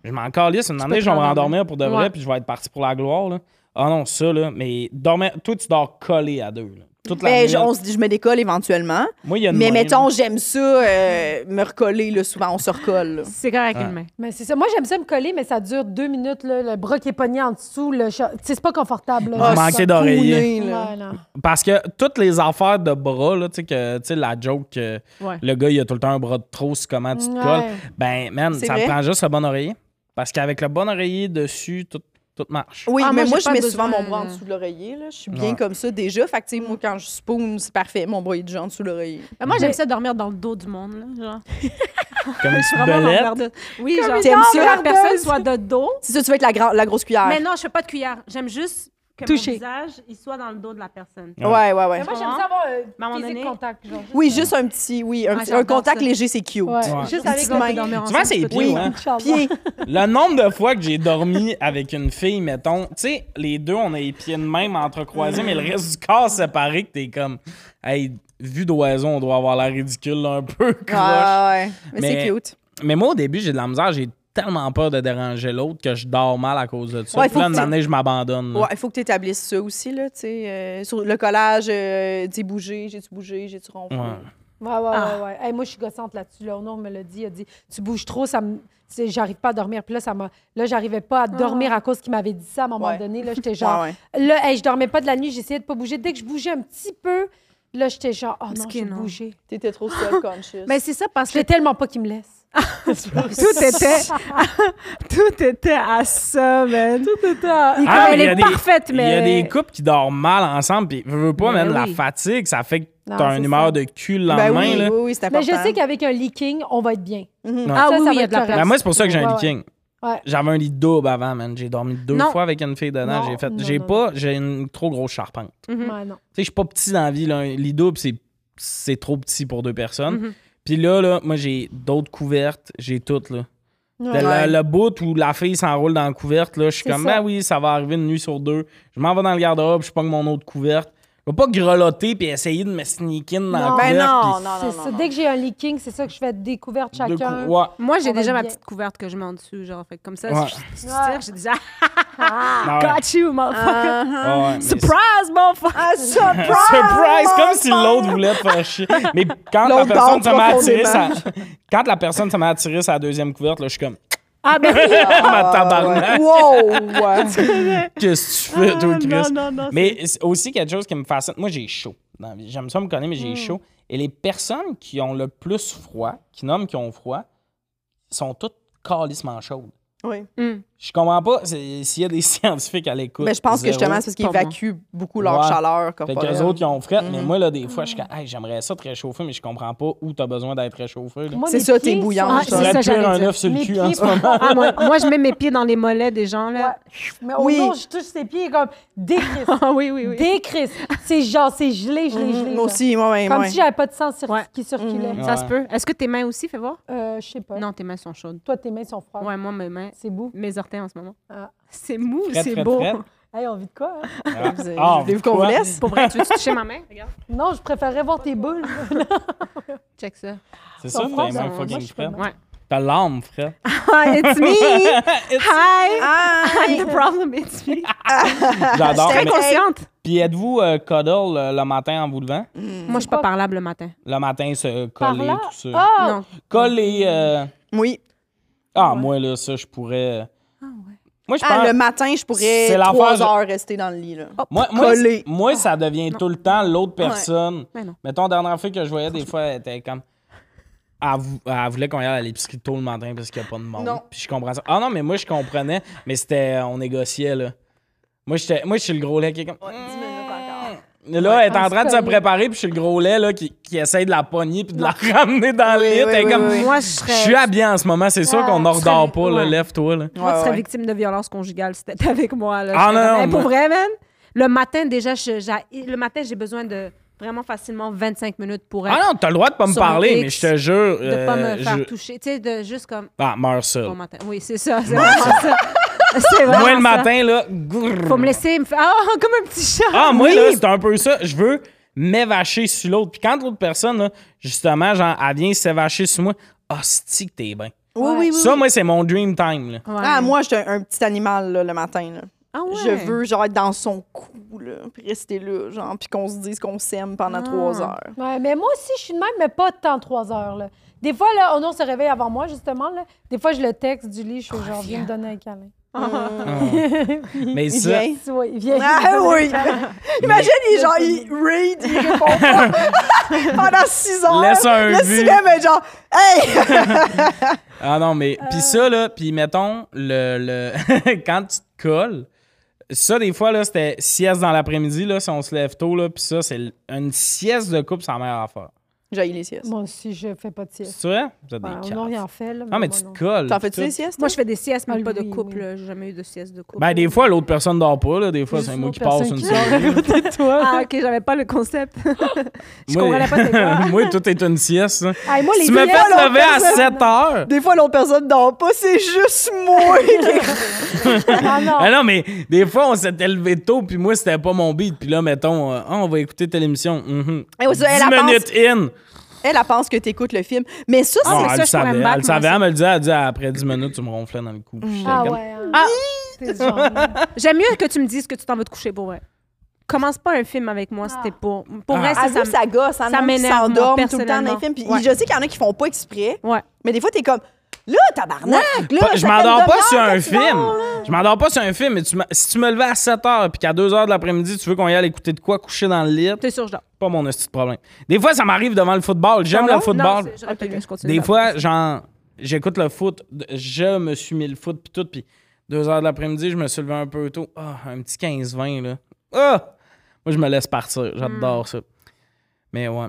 Speaker 1: je m'en calisse. Une année,
Speaker 4: peux
Speaker 1: je vais me
Speaker 4: te
Speaker 1: rendormir pour de vrai
Speaker 4: Ouais.
Speaker 1: puis je vais être parti pour la gloire. Là. Ah non, ça, là. Mais dormir, toi, tu dors collé à deux. Là. Toute la
Speaker 2: Ben,
Speaker 1: nuit.
Speaker 2: je, on se dit, je me décolle éventuellement.
Speaker 1: Moi, il y a une
Speaker 2: Mais
Speaker 1: moyenne.
Speaker 2: mettons, j'aime ça, euh, me recoller, là, souvent, on se recolle. là.
Speaker 4: C'est correct
Speaker 1: Ouais.
Speaker 4: une main.
Speaker 3: Mais c'est ça. Moi, j'aime ça me coller, mais ça dure deux minutes, là, le bras qui est pogné en dessous. Le cha- Tu sais, c'est pas confortable. là.
Speaker 1: Vous
Speaker 4: Ah,
Speaker 3: Ouais,
Speaker 1: manquez
Speaker 3: ça.
Speaker 1: d'oreiller.
Speaker 2: Couné, là.
Speaker 3: Ouais, non.
Speaker 1: Parce que toutes les affaires de bras, là, tu sais, que, tu sais, la joke, que
Speaker 4: Ouais.
Speaker 1: le gars, il a tout le temps un bras de trop, c'est comment tu te
Speaker 3: Ouais.
Speaker 1: colles. Ben, man,
Speaker 2: C'est
Speaker 1: ça te
Speaker 2: vrai.
Speaker 1: prend juste le bon oreiller. Parce qu'avec le bon oreiller dessus, tout, tout marche.
Speaker 2: Oui,
Speaker 4: Ah,
Speaker 2: mais
Speaker 4: moi,
Speaker 2: moi,
Speaker 4: j'ai
Speaker 2: je
Speaker 4: pas
Speaker 2: mets
Speaker 4: besoin,
Speaker 2: souvent mon bras en
Speaker 4: euh,
Speaker 2: dessous de l'oreiller. là. Je suis bien
Speaker 1: Ouais.
Speaker 2: comme ça déjà. Fait que, tu sais, moi, quand je spoon, c'est parfait. Mon bras est déjà en dessous de l'oreiller.
Speaker 4: Ben, moi, j'aime
Speaker 3: Mais-
Speaker 4: ça dormir dans le dos du monde, là. Genre.
Speaker 1: Comme une
Speaker 4: Vraiment dans le
Speaker 1: belette.
Speaker 4: verre de- Oui, genre.
Speaker 2: une
Speaker 4: T'aimes ça, Ah. la
Speaker 2: emmerdeuse.
Speaker 4: personne soit de dos.
Speaker 2: C'est ça, tu veux être la, grand- la grosse cuillère.
Speaker 4: Mais non, je fais pas de cuillère. J'aime juste que
Speaker 3: Toucher.
Speaker 4: mon visage il soit dans le dos de la personne.
Speaker 1: non.
Speaker 2: Ouais, ouais, ouais.
Speaker 3: Mais moi, j'aime
Speaker 4: Comment?
Speaker 3: ça avoir
Speaker 4: Mais à
Speaker 3: un
Speaker 4: un moment
Speaker 3: physique
Speaker 4: donné-
Speaker 3: contact. Genre, juste-
Speaker 2: Oui, juste un petit, oui, un,
Speaker 4: Ah,
Speaker 2: petit- un
Speaker 4: j'adore
Speaker 2: contact
Speaker 4: ça.
Speaker 2: léger, c'est cute.
Speaker 3: Ouais,
Speaker 1: Ouais.
Speaker 3: Juste
Speaker 4: Tu
Speaker 3: avec
Speaker 4: vas
Speaker 3: le
Speaker 4: dormir
Speaker 1: Souvent,
Speaker 4: ensemble,
Speaker 1: c'est
Speaker 4: tout
Speaker 1: pieds,
Speaker 4: le temps.
Speaker 1: hein?
Speaker 2: Pied.
Speaker 1: Le nombre de fois que j'ai dormi avec une fille, mettons, tu sais, les deux, on a les pieds de même entrecroisés, mais le reste du corps séparé, que t'es comme, hey, vu d'oiseau, on doit avoir l'air ridicule là, un peu.
Speaker 2: Ouais,
Speaker 1: croche.
Speaker 2: ouais, ouais. Mais, c'est
Speaker 1: Mais-
Speaker 2: cute.
Speaker 1: Mais moi, au début, j'ai de la misère, j'ai tellement peur de déranger l'autre que je dors mal à cause de ça.
Speaker 2: Ouais,
Speaker 1: Puis là,
Speaker 2: faut
Speaker 1: une
Speaker 2: que tu-
Speaker 1: année, je m'abandonne. là.
Speaker 2: Ouais, il faut que tu établisses ça aussi, là, tu sais. euh, sur le collage, euh, tu sais, bouger, j'ai-tu bougé, j'ai-tu ronflé.
Speaker 1: Ouais.
Speaker 3: Ouais, ouais,
Speaker 4: Ah.
Speaker 3: ouais, ouais. Hey, moi, je suis gossante là-dessus. Là. Honor me l'a dit. Il a dit Tu bouges trop, ça me. c'est- J'arrive pas à dormir. Puis là, ça m'a. Là, j'arrivais
Speaker 4: Ah.
Speaker 3: pas à dormir à cause qu'il m'avait dit ça à un moment
Speaker 2: Ouais.
Speaker 3: donné. Là, j'étais genre.
Speaker 2: Ouais, ouais.
Speaker 3: Là, hey, je dormais pas de la nuit, j'essayais de pas bouger. Dès que je bougeais un petit peu, Là, j'étais genre, oh non,
Speaker 4: Parce que
Speaker 3: j'ai
Speaker 4: non.
Speaker 3: bougé.
Speaker 2: T'étais trop self-conscious.
Speaker 4: Mais c'est ça parce
Speaker 3: Je
Speaker 4: que
Speaker 3: l'ai tellement pas qu'il me laisse.
Speaker 4: tout était, tout était à ça, man. Tout était à...
Speaker 1: Ah, mais
Speaker 4: elle
Speaker 1: il y a
Speaker 4: est
Speaker 1: des-
Speaker 4: parfaite, mais...
Speaker 1: Il y a des couples qui dorment mal ensemble, puis veux, veux pas,
Speaker 4: Mais
Speaker 1: même la
Speaker 4: oui.
Speaker 1: fatigue, ça fait que t'as
Speaker 3: Non, c'est
Speaker 1: une
Speaker 3: ça.
Speaker 1: humeur de cul le lendemain.
Speaker 2: Ben oui,
Speaker 1: là.
Speaker 2: oui, oui, c'est important.
Speaker 3: Mais je sais qu'avec un leaking, on va être bien.
Speaker 2: Mhm.
Speaker 1: Ouais.
Speaker 4: Ah
Speaker 3: Ça,
Speaker 4: oui,
Speaker 3: ça
Speaker 4: oui, il y
Speaker 3: va
Speaker 4: a
Speaker 3: être
Speaker 4: de la
Speaker 3: correct.
Speaker 4: place.
Speaker 1: Ben, moi, c'est pour ça que j'ai un
Speaker 3: Ouais, ouais.
Speaker 1: leaking.
Speaker 3: Ouais.
Speaker 1: J'avais un lit double avant, man. J'ai dormi deux
Speaker 4: Non.
Speaker 1: fois avec une fille dedans.
Speaker 3: Non,
Speaker 1: J'ai fait,
Speaker 3: non,
Speaker 1: j'ai
Speaker 3: non.
Speaker 1: pas, j'ai une trop grosse charpente.
Speaker 4: Mhm.
Speaker 3: Ouais, non.
Speaker 1: Tu sais, je suis pas petit dans la vie. Là. Un lit double, c'est, c'est trop petit pour deux personnes.
Speaker 3: Mm-hmm.
Speaker 4: Mhm.
Speaker 1: Puis là, là, moi, j'ai d'autres couvertes. J'ai toutes, là.
Speaker 3: Ouais.
Speaker 1: Le-
Speaker 2: Ouais.
Speaker 1: Le, le bout où la fille s'enroule dans la couverte, là, je suis
Speaker 3: C'est
Speaker 1: comme,
Speaker 3: ça.
Speaker 1: ben oui, ça va arriver une nuit sur deux. Je m'en vais dans le garde-robe, je pogne mon autre couverte. Je vais pas grelotter puis essayer de me sneaker in dans la
Speaker 3: Non.
Speaker 1: couverte.
Speaker 2: Ben non, non,
Speaker 1: puis-
Speaker 2: non,
Speaker 3: C'est
Speaker 2: non,
Speaker 3: ça.
Speaker 2: non.
Speaker 3: Dès que j'ai un leaking, c'est ça que je fais découverte
Speaker 1: de
Speaker 3: chacun.
Speaker 1: cou- ouais.
Speaker 4: Moi, j'ai
Speaker 3: On va
Speaker 4: déjà ma
Speaker 3: bien.
Speaker 4: petite couverte que je mets en dessous, genre, fait que comme ça,
Speaker 1: Ouais.
Speaker 4: si je si je tire, je dis, ah,
Speaker 1: Ah ouais.
Speaker 4: got you, motherfucker.
Speaker 1: Ah ouais, mais
Speaker 4: Surprise, mon frère!
Speaker 2: Ah, surprise!
Speaker 1: c'est- Surprise! Comme si l'autre voulait te faire chier. Mais quand la
Speaker 2: L'autre
Speaker 1: personne
Speaker 2: dort
Speaker 1: ça m'a attiré sa...
Speaker 2: profondément.
Speaker 1: Quand la personne ça m'a attiré sa deuxième couverte, là, je suis comme
Speaker 4: Ah, ben oui!
Speaker 1: Ma tabarnak!
Speaker 2: Wow!
Speaker 1: Qu'est-ce que tu fais, toi, Chris?
Speaker 4: Ah, non, non, non.
Speaker 1: Mais c'est aussi quelque chose qui me fascine. Moi, j'ai chaud. dans la vie. J'aime ça me connaître, mais j'ai
Speaker 4: Hmm.
Speaker 1: chaud. Et les personnes qui ont le plus froid, qui nomment qui ont froid, sont toutes calissement chaudes.
Speaker 2: Oui.
Speaker 4: Mm.
Speaker 1: Je comprends pas c'est- s'il y a des scientifiques à l'écoute.
Speaker 2: Mais Ben, je pense que
Speaker 1: zéro.
Speaker 2: justement, c'est parce qu'ils
Speaker 4: Pas moi.
Speaker 2: évacuent beaucoup leur
Speaker 1: Ouais.
Speaker 2: chaleur
Speaker 1: Fait
Speaker 2: corporelle.
Speaker 1: qu'eux autres, ils ont fret, mais
Speaker 4: Hmm.
Speaker 1: moi, là, des fois, je suis comme, hey, j'aimerais ça te réchauffer, mais je comprends pas où t'as besoin d'être réchauffé. là.
Speaker 3: Moi,
Speaker 2: C'est
Speaker 3: mes
Speaker 2: ça, t'es
Speaker 3: pieds
Speaker 2: bouillante,
Speaker 3: sont-
Speaker 4: Ah,
Speaker 1: Je
Speaker 4: c'est ça,
Speaker 1: pourrais cuire
Speaker 4: j'allais
Speaker 1: un
Speaker 4: dire.
Speaker 1: œuf sur le
Speaker 3: Mes
Speaker 1: cul hein. en
Speaker 3: pieds
Speaker 1: ce moment.
Speaker 4: Ah, moi, moi, je mets mes pieds dans les mollets des gens, là.
Speaker 3: Mais au
Speaker 2: Oui.
Speaker 3: long, je touche ses pieds comme des crises.
Speaker 4: Ah oui, oui, oui.
Speaker 3: Des crises. C'est genre, c'est gelé, gelé, gelé.
Speaker 2: Mhm. Mm-hmm. Moi
Speaker 3: là.
Speaker 2: aussi, moi, ouais,
Speaker 3: Comme
Speaker 2: ouais.
Speaker 3: si j'avais pas de sang cir-
Speaker 4: Ouais.
Speaker 3: qui circulait.
Speaker 1: Mhm.
Speaker 4: Ça se
Speaker 1: Ouais.
Speaker 4: peut. Est-ce que tes mains aussi, fais voir?
Speaker 3: Euh, je sais pas.
Speaker 4: Non, tes mains sont chaudes.
Speaker 3: Toi, tes mains sont froides.
Speaker 4: Ouais, moi, mes mains,
Speaker 3: C'est beau.
Speaker 4: mes orteils en ce moment.
Speaker 3: Ah.
Speaker 4: C'est mou,
Speaker 1: Fret,
Speaker 4: c'est
Speaker 1: fret,
Speaker 4: beau.
Speaker 1: fret.
Speaker 3: Hey, on vit de quoi? hein?
Speaker 1: Ah.
Speaker 4: Vous avez-
Speaker 1: Ah,
Speaker 2: Voulez-vous qu'on vous
Speaker 1: quoi?
Speaker 2: laisse?
Speaker 4: Pour vrai, tu veux toucher ma main? Regarde.
Speaker 3: Non, je préférerais voir tes boules.
Speaker 4: Check ça.
Speaker 1: C'est ça,
Speaker 3: Son
Speaker 1: t'as les
Speaker 3: frère,
Speaker 1: mains
Speaker 4: son-
Speaker 3: moi, je
Speaker 1: fucking
Speaker 3: suis pas
Speaker 1: frettes.
Speaker 3: mal.
Speaker 4: Ouais.
Speaker 1: T'as l'âme, frère.
Speaker 4: Hi, Ah, it's me! Hi!
Speaker 2: Ah!
Speaker 4: I'm the problem, it's me.
Speaker 1: J'adore.
Speaker 4: Très
Speaker 1: mais-
Speaker 4: consciente.
Speaker 1: Puis êtes-vous euh, cuddle euh, le matin en vous levant?
Speaker 4: Moi, je suis pas Oh! parlable le matin.
Speaker 1: Le matin, se
Speaker 3: Par
Speaker 1: coller,
Speaker 3: là?
Speaker 1: tout ça.
Speaker 3: Ah!
Speaker 4: Non.
Speaker 1: Coller. euh,
Speaker 2: Oui.
Speaker 1: Ah, moi, là, ça, je pourrais. euh, Moi, je
Speaker 2: Ah,
Speaker 1: pense.
Speaker 2: le matin, je pourrais
Speaker 1: C'est l'affaire,
Speaker 2: trois
Speaker 1: je-
Speaker 2: heures rester dans le lit. Là.
Speaker 3: Oh,
Speaker 1: Moi, moi,
Speaker 2: coller.
Speaker 1: c- moi, ça devient tout le temps l'autre personne.
Speaker 4: Mais Ben non.
Speaker 1: Mettons, dernière fois que je voyais, des fois, elle était comme. Elle, vou- elle voulait qu'on y aille à l'épicerie tôt le matin parce qu'il n'y a pas de monde.
Speaker 2: Non.
Speaker 1: Puis je comprends ça. Ah non, mais moi, je comprenais, mais c'était. On négociait, là. Moi, j'étais, moi, je suis le gros lait qui est comme.
Speaker 2: dix minutes encore.
Speaker 1: Mais Là, elle est en
Speaker 3: on
Speaker 1: train de
Speaker 3: se
Speaker 1: se
Speaker 3: connaît.
Speaker 1: préparer, puis je suis le gros lait là, qui, qui essaye de la pogner puis de la ramener dans le
Speaker 2: Oui,
Speaker 1: lit.
Speaker 2: oui,
Speaker 1: Elle est
Speaker 2: oui,
Speaker 1: comme,
Speaker 2: oui, oui.
Speaker 4: Moi, je
Speaker 1: Je
Speaker 4: serais.
Speaker 1: suis habillé en ce moment, c'est sûr
Speaker 3: Ouais.
Speaker 1: qu'on ne
Speaker 4: Je serais-
Speaker 1: redort pas, là,
Speaker 4: ouais.
Speaker 1: lève-toi. Là.
Speaker 4: Moi, tu
Speaker 2: Ouais,
Speaker 4: serais
Speaker 2: ouais.
Speaker 4: victime de violence conjugale si t'étais avec moi. Là.
Speaker 1: Ah,
Speaker 4: Je serais
Speaker 1: non,
Speaker 4: comme,
Speaker 1: non,
Speaker 4: hey, Pour
Speaker 1: moi-
Speaker 4: vrai, man, le matin, déjà, je- j'ha- le matin, j'ai besoin de vraiment facilement 25 minutes pour être.
Speaker 1: Ah non, t'as le droit de pas me
Speaker 4: Sur mon
Speaker 1: parler,
Speaker 4: X,
Speaker 1: mais je te jure.
Speaker 4: de pas
Speaker 1: euh,
Speaker 4: me faire
Speaker 1: je-
Speaker 4: toucher. Tu sais, de juste comme.
Speaker 1: Ah, meurs seul.
Speaker 4: Bon matin. Oui, c'est ça. C'est vraiment ça. C'est vraiment
Speaker 1: Moi, le
Speaker 4: ça.
Speaker 1: matin, là. grrr.
Speaker 4: Faut me laisser me faire. Ah, comme un petit chat.
Speaker 1: Ah, moi,
Speaker 4: Oui.
Speaker 1: là, c'est un peu ça. Je veux m'évacher sur l'autre. Puis quand l'autre personne, là, justement, genre, elle vient s'évacher sur moi, hostie que t'es bien.
Speaker 2: Oui, oui, oui.
Speaker 1: Ça, moi, c'est mon dream time. Là.
Speaker 4: Ouais.
Speaker 2: Ah, moi, j'étais un, un petit animal là, le matin. là.
Speaker 4: Ah ouais.
Speaker 2: Je veux genre être dans son cou, là, puis rester là, genre, puis qu'on se dise qu'on s'aime pendant
Speaker 4: Ah.
Speaker 2: trois heures.
Speaker 3: Ouais, mais moi aussi, je suis de même, mais pas tant trois heures. Là. Des fois, là, oh on se réveille avant moi, justement. Là. Des fois, je le texte du lit, je suis genre, viens me donner un câlin.
Speaker 1: Mais
Speaker 2: Il
Speaker 1: ça.
Speaker 2: vient.
Speaker 3: Tu vois, il vient.
Speaker 2: Ah oui! Imagine, il, genre, il read, il répond pas pendant six heures.
Speaker 1: Laisse un
Speaker 2: Le
Speaker 1: vu.
Speaker 2: cinéma est genre, hey!
Speaker 1: Ah non, mais. Puis ça, là, puis mettons, le, le... quand tu te colles, ça, des fois, là, c'était sieste dans l'après-midi, là, si on se lève tôt, là, puis ça, c'est l- une sieste de couple, c'est la meilleure affaire.
Speaker 2: J'ai les siestes.
Speaker 3: Moi aussi, je fais pas de sieste.
Speaker 1: C'est vrai? Vous êtes des
Speaker 3: Ouais, on
Speaker 1: caves.
Speaker 3: n'a rien fait. Là,
Speaker 1: Non, mais
Speaker 3: moi,
Speaker 1: tu te colles.
Speaker 2: T'en
Speaker 1: puis
Speaker 2: fais-tu les
Speaker 1: tout.
Speaker 2: siestes?
Speaker 4: Moi, je fais des siestes, mais
Speaker 3: Ah,
Speaker 4: pas de
Speaker 3: oui,
Speaker 4: couple.
Speaker 3: oui.
Speaker 4: J'ai jamais eu de sieste de couple.
Speaker 1: Ben, des fois, l'autre personne dort pas, là. Des fois,
Speaker 3: Juste
Speaker 1: c'est moi
Speaker 3: l'autre
Speaker 1: qui passe
Speaker 3: personne
Speaker 1: une
Speaker 3: qui
Speaker 1: soirée.
Speaker 4: Ah, ok, j'avais pas le concept. je
Speaker 1: Moi,
Speaker 4: comprenais pas c'était quoi.
Speaker 1: moi, tout est une sieste. là.
Speaker 3: Ah, et moi, les
Speaker 1: Tu me fais
Speaker 3: siestes,
Speaker 2: l'autre
Speaker 1: lever à
Speaker 2: personne.
Speaker 1: 7 heures.
Speaker 2: Des fois, l'autre personne dort pas, c'est juste moi.
Speaker 3: Ah non.
Speaker 1: Ah non, mais des fois, on s'était levé tôt, puis moi, c'était pas mon beat. Puis là, mettons, euh, Ah, on va écouter telle émission. Mhm.
Speaker 2: Eh oui, ça, elle,
Speaker 1: 10
Speaker 2: elle pense-
Speaker 1: minutes in.
Speaker 2: elle, elle pense que t'écoutes le film. Mais ça,
Speaker 4: Ah,
Speaker 1: Non,
Speaker 4: mais
Speaker 1: elle
Speaker 4: ça,
Speaker 1: le
Speaker 4: je pourrais
Speaker 1: savait,
Speaker 4: me battre,
Speaker 1: elle le
Speaker 4: moi
Speaker 1: savait,
Speaker 4: aussi.
Speaker 1: elle me le disait. Elle disait, après 10 minutes, tu me ronflais dans le cou. Puis j'étais
Speaker 3: Ah
Speaker 1: comme-
Speaker 3: ouais. hein.
Speaker 4: Ah.
Speaker 3: C'est ce genre, hein. là.
Speaker 4: J'aime mieux que tu me dises que tu t'en vas te coucher pour vrai. Commence pas un film avec moi, c'était pour. Pour vrai,
Speaker 1: Ah.
Speaker 4: ça,
Speaker 2: ça,
Speaker 4: ça,
Speaker 2: ça, ça gosse, hein,
Speaker 4: ça
Speaker 2: non, qui
Speaker 4: m'énerve, moi,
Speaker 2: s'endorment tout le temps dans
Speaker 4: personnellement.
Speaker 2: les films. Puis
Speaker 4: Ouais.
Speaker 2: je sais qu'il y en a qui font pas exprès,
Speaker 4: Ouais.
Speaker 2: mais des fois, t'es comme, Là, tabarnak! Là,
Speaker 1: Pas- je
Speaker 2: ça fait
Speaker 1: m'endors
Speaker 2: une
Speaker 1: pas sur
Speaker 2: demi-heure
Speaker 1: un
Speaker 2: que tu dors,
Speaker 1: film.
Speaker 2: là.
Speaker 1: Je m'endors pas sur un film. Mais tu me- si tu me levais à 7 h puis qu'à 2 h de l'après-midi, tu veux qu'on y aille écouter de quoi coucher dans le lit,
Speaker 4: T'es sûr, je dors.
Speaker 1: pas mon petit problème. Des fois, ça m'arrive devant le football. J'aime
Speaker 2: Pardon?
Speaker 1: le football.
Speaker 4: Non, c'est- j'aurais pas dû, je continue.
Speaker 1: Des fois, genre, j'écoute le foot, je me suis mis le foot, puis tout, puis deux heures de l'après-midi, je me suis levé un peu tôt. Ah, un petit 15-20, là. Ah! Moi, je me laisse partir. J'adore ça. Mais ouais.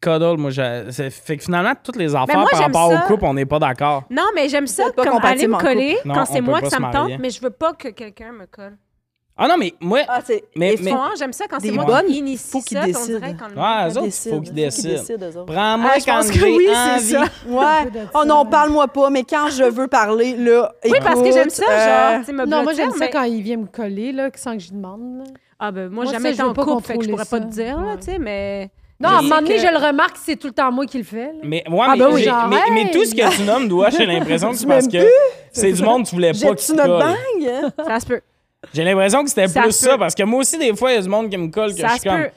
Speaker 1: Cuddle, moi, j'ai- c'est- fait que finalement, toutes les affaires
Speaker 4: moi,
Speaker 1: par
Speaker 4: j'aime
Speaker 1: rapport
Speaker 4: ça.
Speaker 1: au couple, on n'est pas d'accord.
Speaker 4: Non, mais j'aime ça,
Speaker 2: êtes pas
Speaker 4: comme aller
Speaker 2: compatibles
Speaker 4: me
Speaker 2: en couple.
Speaker 4: coller
Speaker 1: Non,
Speaker 4: quand
Speaker 1: on
Speaker 4: c'est
Speaker 1: peut
Speaker 4: moi
Speaker 1: pas
Speaker 4: que ça
Speaker 1: se
Speaker 4: me
Speaker 1: marier.
Speaker 4: tente, mais je veux pas que quelqu'un me colle.
Speaker 1: Ah non, mais moi.
Speaker 2: Ah, c'est...
Speaker 1: Mais-
Speaker 2: Mais,
Speaker 1: mais-
Speaker 4: Souvent, j'aime ça quand c'est
Speaker 2: Des
Speaker 4: moi
Speaker 2: bonnes,
Speaker 4: qui initie
Speaker 2: faut qu'ils
Speaker 4: ça, on
Speaker 2: décident.
Speaker 4: dirait quand le-
Speaker 1: Ouais, eux autres,
Speaker 2: Ah, décident.
Speaker 1: faut qu'ils décident.
Speaker 2: eux autres.
Speaker 1: Prends-moi
Speaker 2: Ah, je
Speaker 1: quand
Speaker 2: pense que
Speaker 1: j'ai
Speaker 2: oui,
Speaker 1: envie.
Speaker 2: c'est ça. Ouais. Oh non, parle-moi pas, mais quand je veux parler, là. euh,
Speaker 4: Oui, parce que j'aime ça, genre, tu sais, me
Speaker 3: euh, Non, moi,
Speaker 4: blottir,
Speaker 3: j'aime ça
Speaker 4: mais-
Speaker 3: quand il vient me coller, là, sans que je demande. là.
Speaker 4: Ah ben, moi,
Speaker 3: Moi,
Speaker 4: jamais
Speaker 3: ça, je
Speaker 4: été en
Speaker 3: veux pas
Speaker 4: couple, fait que je
Speaker 3: contrôler
Speaker 4: pourrais pas te
Speaker 3: ça.
Speaker 4: dire, là,
Speaker 3: Ouais.
Speaker 4: tu sais, mais...
Speaker 3: Non,
Speaker 4: Je
Speaker 3: à un
Speaker 4: sais
Speaker 3: moment donné,
Speaker 4: que-
Speaker 3: je le remarque, c'est tout le temps moi qui le fais. là.
Speaker 1: Mais, ouais,
Speaker 3: Ah
Speaker 1: mais,
Speaker 3: ben oui,
Speaker 1: j'ai-
Speaker 3: genre,
Speaker 1: mais, mais
Speaker 3: hey!
Speaker 1: tout ce que tu nommes, doit j'ai l'impression que
Speaker 2: Tu
Speaker 1: c'est parce
Speaker 2: m'aimes
Speaker 1: que
Speaker 2: plus?
Speaker 1: c'est du monde que tu voulais pas
Speaker 2: J'ai-tu
Speaker 1: qu'il
Speaker 2: notre
Speaker 1: colle.
Speaker 2: bang?
Speaker 1: Ah.
Speaker 4: Ça se peut,
Speaker 1: J'ai l'impression que c'était
Speaker 4: Ça
Speaker 1: plus
Speaker 4: se
Speaker 1: ça,
Speaker 4: peut.
Speaker 1: parce que moi aussi, des fois, il y a du monde qui me colle que
Speaker 4: ça
Speaker 1: je
Speaker 4: se
Speaker 1: suis comme.
Speaker 4: peut.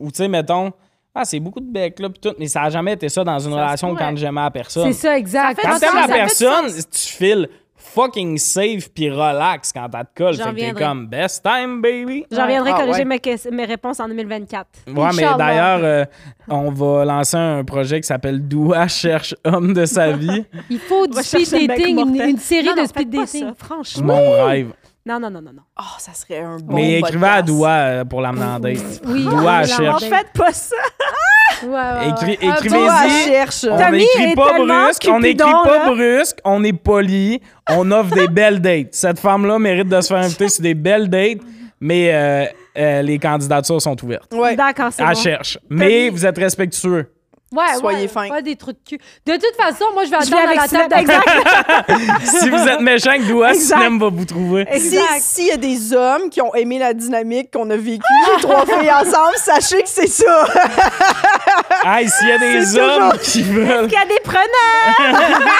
Speaker 1: Ou tu sais, mettons, ah, c'est beaucoup de bec là, pis tout, mais ça a jamais été ça dans une
Speaker 4: Ça se
Speaker 1: relation
Speaker 4: pourrait.
Speaker 1: quand j'aimais la personne.
Speaker 3: C'est ça, exact.
Speaker 4: Ça fait
Speaker 1: Quand
Speaker 4: du
Speaker 1: t'aimes la
Speaker 4: sens, ça fait du
Speaker 1: personne, tu files fucking safe puis relax quand t'as de colle.
Speaker 4: J'en
Speaker 1: Fait que t'es
Speaker 4: reviendrai.
Speaker 1: comme best time, baby.
Speaker 4: J'en reviendrai
Speaker 1: Ah,
Speaker 4: corriger
Speaker 1: ouais.
Speaker 4: mes, ques- mes réponses en 2024.
Speaker 1: Ouais, mais
Speaker 3: Inch'Allah.
Speaker 1: d'ailleurs, euh, on va lancer un projet qui s'appelle Doua cherche homme de sa vie.
Speaker 3: Il faut
Speaker 4: va
Speaker 3: du speed
Speaker 4: chercher le mec
Speaker 3: dating, une,
Speaker 4: mortel.
Speaker 3: une série
Speaker 4: Non, non,
Speaker 3: de speed
Speaker 4: faites pas
Speaker 3: dating.
Speaker 4: ça, franchement.
Speaker 1: Mon rêve.
Speaker 4: Non, non, non, non, non.
Speaker 2: Oh, ça serait un bon.
Speaker 1: mais écrivez à
Speaker 2: podcast.
Speaker 1: Doua euh, pour l'amener en date.
Speaker 3: Oui, on
Speaker 1: Doua
Speaker 3: veut la
Speaker 1: cherche.
Speaker 3: manger.
Speaker 4: Faites pas ça!
Speaker 3: Ouais, ouais,
Speaker 1: Écri-
Speaker 3: ouais. Un
Speaker 1: écrivez-y.
Speaker 3: bon-
Speaker 2: Doua
Speaker 1: Vas-y.
Speaker 2: cherche.
Speaker 1: On
Speaker 4: Tommy
Speaker 1: n'écrit
Speaker 4: est
Speaker 1: pas
Speaker 4: tellement
Speaker 1: brusque, on n'écrit
Speaker 4: Cupidon,
Speaker 1: pas
Speaker 4: là.
Speaker 1: brusque, on est poli, on offre des belles dates. Cette femme-là mérite de se faire inviter sur des belles dates, mais euh, euh, les candidatures sont ouvertes.
Speaker 2: Ouais.
Speaker 4: D'accord, c'est
Speaker 1: À
Speaker 4: bon.
Speaker 1: cherche. Mais vous êtes respectueux.
Speaker 3: Ouais,
Speaker 2: Soyez
Speaker 3: ouais,
Speaker 2: fin.
Speaker 3: Pas des trous de cul. De toute façon, moi, je vais
Speaker 4: Je vais
Speaker 3: attendre à
Speaker 4: avec
Speaker 3: la table
Speaker 4: Sylvette.
Speaker 3: d'examen.
Speaker 4: Exact.
Speaker 1: si vous êtes méchant avec Doua,
Speaker 2: Exact.
Speaker 1: Sinem va vous trouver.
Speaker 2: Si-
Speaker 4: Exact.
Speaker 2: S'il y a des hommes qui ont aimé la dynamique qu'on a vécue, les trois filles ensemble, sachez que c'est ça.
Speaker 1: Ah, et s'il y a des
Speaker 2: C'est
Speaker 1: hommes
Speaker 2: toujours-
Speaker 1: qui veulent.
Speaker 4: Il y a des preneurs!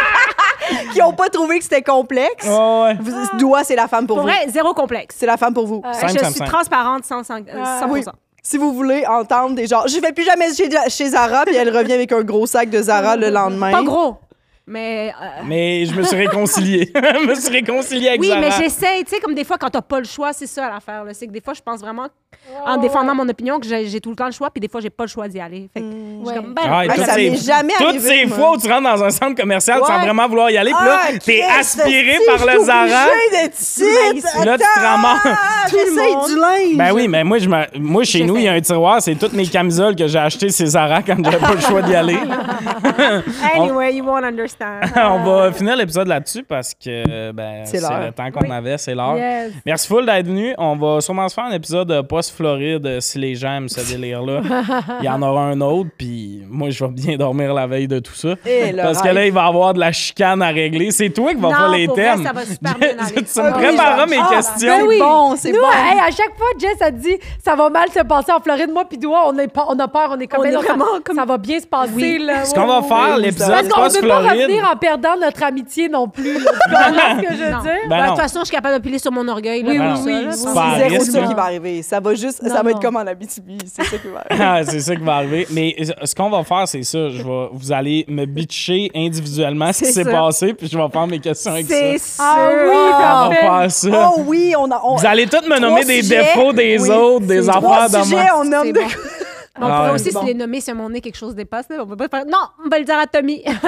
Speaker 2: qui n'ont pas trouvé que c'était complexe.
Speaker 1: Ouais, ouais.
Speaker 2: Vous- Doua, c'est la femme pour,
Speaker 4: Pour
Speaker 2: vous.
Speaker 4: vrai, zéro complexe.
Speaker 2: C'est la femme pour vous.
Speaker 3: Ouais.
Speaker 1: Cinq,
Speaker 4: je
Speaker 1: cinq,
Speaker 4: suis
Speaker 1: cinq.
Speaker 4: transparente sans, sans, euh,
Speaker 3: Ah,
Speaker 4: 100%.
Speaker 2: oui. Si vous voulez entendre des gens, je vais plus jamais chez, chez Zara, puis elle revient avec un gros sac de Zara le lendemain.
Speaker 4: Pas gros, mais... euh,
Speaker 1: Mais je me suis réconcilié. je me suis réconcilié avec
Speaker 4: Oui,
Speaker 1: Zara.
Speaker 4: mais j'essaie, tu sais, comme des fois, quand t'as pas le choix, c'est ça l'affaire. là. C'est que des fois, je pense vraiment, en défendant mon opinion, que j'ai j'ai tout le temps le choix, puis des fois, j'ai pas le choix d'y aller. Fait que je
Speaker 3: Ouais.
Speaker 4: suis comme, ben,
Speaker 1: Ah, et
Speaker 2: Ah,
Speaker 1: toutes
Speaker 2: ça
Speaker 1: ces-
Speaker 2: m'est jamais
Speaker 1: Toutes
Speaker 2: arrivé,
Speaker 1: ces
Speaker 2: moi.
Speaker 1: fois où tu rentres dans un centre commercial sans
Speaker 2: Ouais.
Speaker 1: vraiment vouloir y aller, puis là,
Speaker 2: Ah,
Speaker 1: t'es
Speaker 2: Christ,
Speaker 1: aspiré
Speaker 2: si,
Speaker 1: par
Speaker 2: je suis
Speaker 1: le Zara.
Speaker 2: obligée d'être ici.
Speaker 1: Puis là, tu te
Speaker 2: Attends, Ah,
Speaker 1: ramasses.
Speaker 4: Tout le
Speaker 2: j'essaye
Speaker 4: monde.
Speaker 2: du linge.
Speaker 1: Ben oui, mais moi, je me- moi chez
Speaker 4: Je
Speaker 1: nous,
Speaker 4: sais.
Speaker 1: il y a un tiroir, c'est toutes mes camisoles que j'ai achetées chez Zara quand j'avais pas le choix d'y aller.
Speaker 4: anyway, you won't understand.
Speaker 1: On va finir l'épisode là-dessus parce que ben, c'est
Speaker 2: C'est l'heure.
Speaker 1: le temps qu'on
Speaker 4: Oui.
Speaker 1: avait, c'est l'heure.
Speaker 3: Yes.
Speaker 1: Merci full d'être venu. On va sûrement se faire un épisode euh, post-Floride euh, si les gens aiment ce délire-là. il y en aura un autre, puis moi, je vais bien dormir la veille de tout ça.
Speaker 2: Eh, le
Speaker 1: Parce que
Speaker 2: rêve.
Speaker 1: là, il va y avoir de la chicane à régler. C'est toi qui vas
Speaker 4: Non,
Speaker 1: faire les
Speaker 4: pour vrai,
Speaker 1: thèmes.
Speaker 4: ça va super bien aller.
Speaker 1: tu me
Speaker 2: Ah oui,
Speaker 1: prépareras
Speaker 2: Georges.
Speaker 1: mes
Speaker 2: Ah,
Speaker 1: questions.
Speaker 2: ben
Speaker 3: Ben
Speaker 2: C'est
Speaker 3: oui.
Speaker 2: bon, c'est
Speaker 3: Nous,
Speaker 2: bon.
Speaker 3: hey, à chaque fois, Jess, elle dit ça va mal se passer en Floride. Moi, puis Doua, on, est pas- on a peur, on est comme,
Speaker 4: On
Speaker 3: ben
Speaker 4: est
Speaker 3: non, ça-
Speaker 4: vraiment comme-
Speaker 3: ça va bien se passer. Là,
Speaker 1: Ce
Speaker 3: Ouais,
Speaker 1: qu'on va
Speaker 3: ouais.
Speaker 1: faire,
Speaker 2: oui,
Speaker 1: l'épisode
Speaker 3: Parce qu'on ne peut pas
Speaker 1: post-Floride.
Speaker 3: revenir en perdant notre amitié non plus. là. Tu comprends ce que je veux
Speaker 4: Non.
Speaker 3: dire?
Speaker 1: Ben
Speaker 4: Ben, de
Speaker 1: non.
Speaker 4: toute façon, je suis capable de piler sur mon orgueil. là, Ben
Speaker 3: Oui,
Speaker 1: oui,
Speaker 4: pour ça,
Speaker 1: oui,
Speaker 4: là,
Speaker 1: oui.
Speaker 4: pour-
Speaker 1: Super.
Speaker 2: C'est zéro ça
Speaker 3: Absolument.
Speaker 2: qui va arriver. Ça va juste,
Speaker 3: Non,
Speaker 2: ça va
Speaker 3: non.
Speaker 2: être comme en Abitibi. C'est ça qui va arriver.
Speaker 1: Ah, c'est ça qui va arriver. Mais ce qu'on va faire, c'est ça. Je vais, vous allez me bitcher individuellement ce qui s'est
Speaker 4: C'est ça.
Speaker 1: passé, puis je vais faire mes questions avec ça.
Speaker 4: C'est sûr.
Speaker 3: Ah oui,
Speaker 1: On va
Speaker 3: parfait.
Speaker 1: faire ça.
Speaker 2: Oh oui, on a. On...
Speaker 1: Vous allez tous me nommer des
Speaker 2: sujets.
Speaker 1: défauts des
Speaker 2: Oui.
Speaker 1: autres, des
Speaker 2: C'est
Speaker 1: affaires
Speaker 2: Trois
Speaker 1: de
Speaker 2: sujets,
Speaker 1: moi.
Speaker 2: on nomme
Speaker 4: C'est
Speaker 2: de
Speaker 4: bon. Mais On
Speaker 1: Ah,
Speaker 4: pourrait
Speaker 1: ouais.
Speaker 4: aussi
Speaker 2: Bon.
Speaker 4: se les nommer si mon nez quelque chose dépasse. là. On peut pas faire. Non, on va le dire à Tommy.
Speaker 1: Ben non.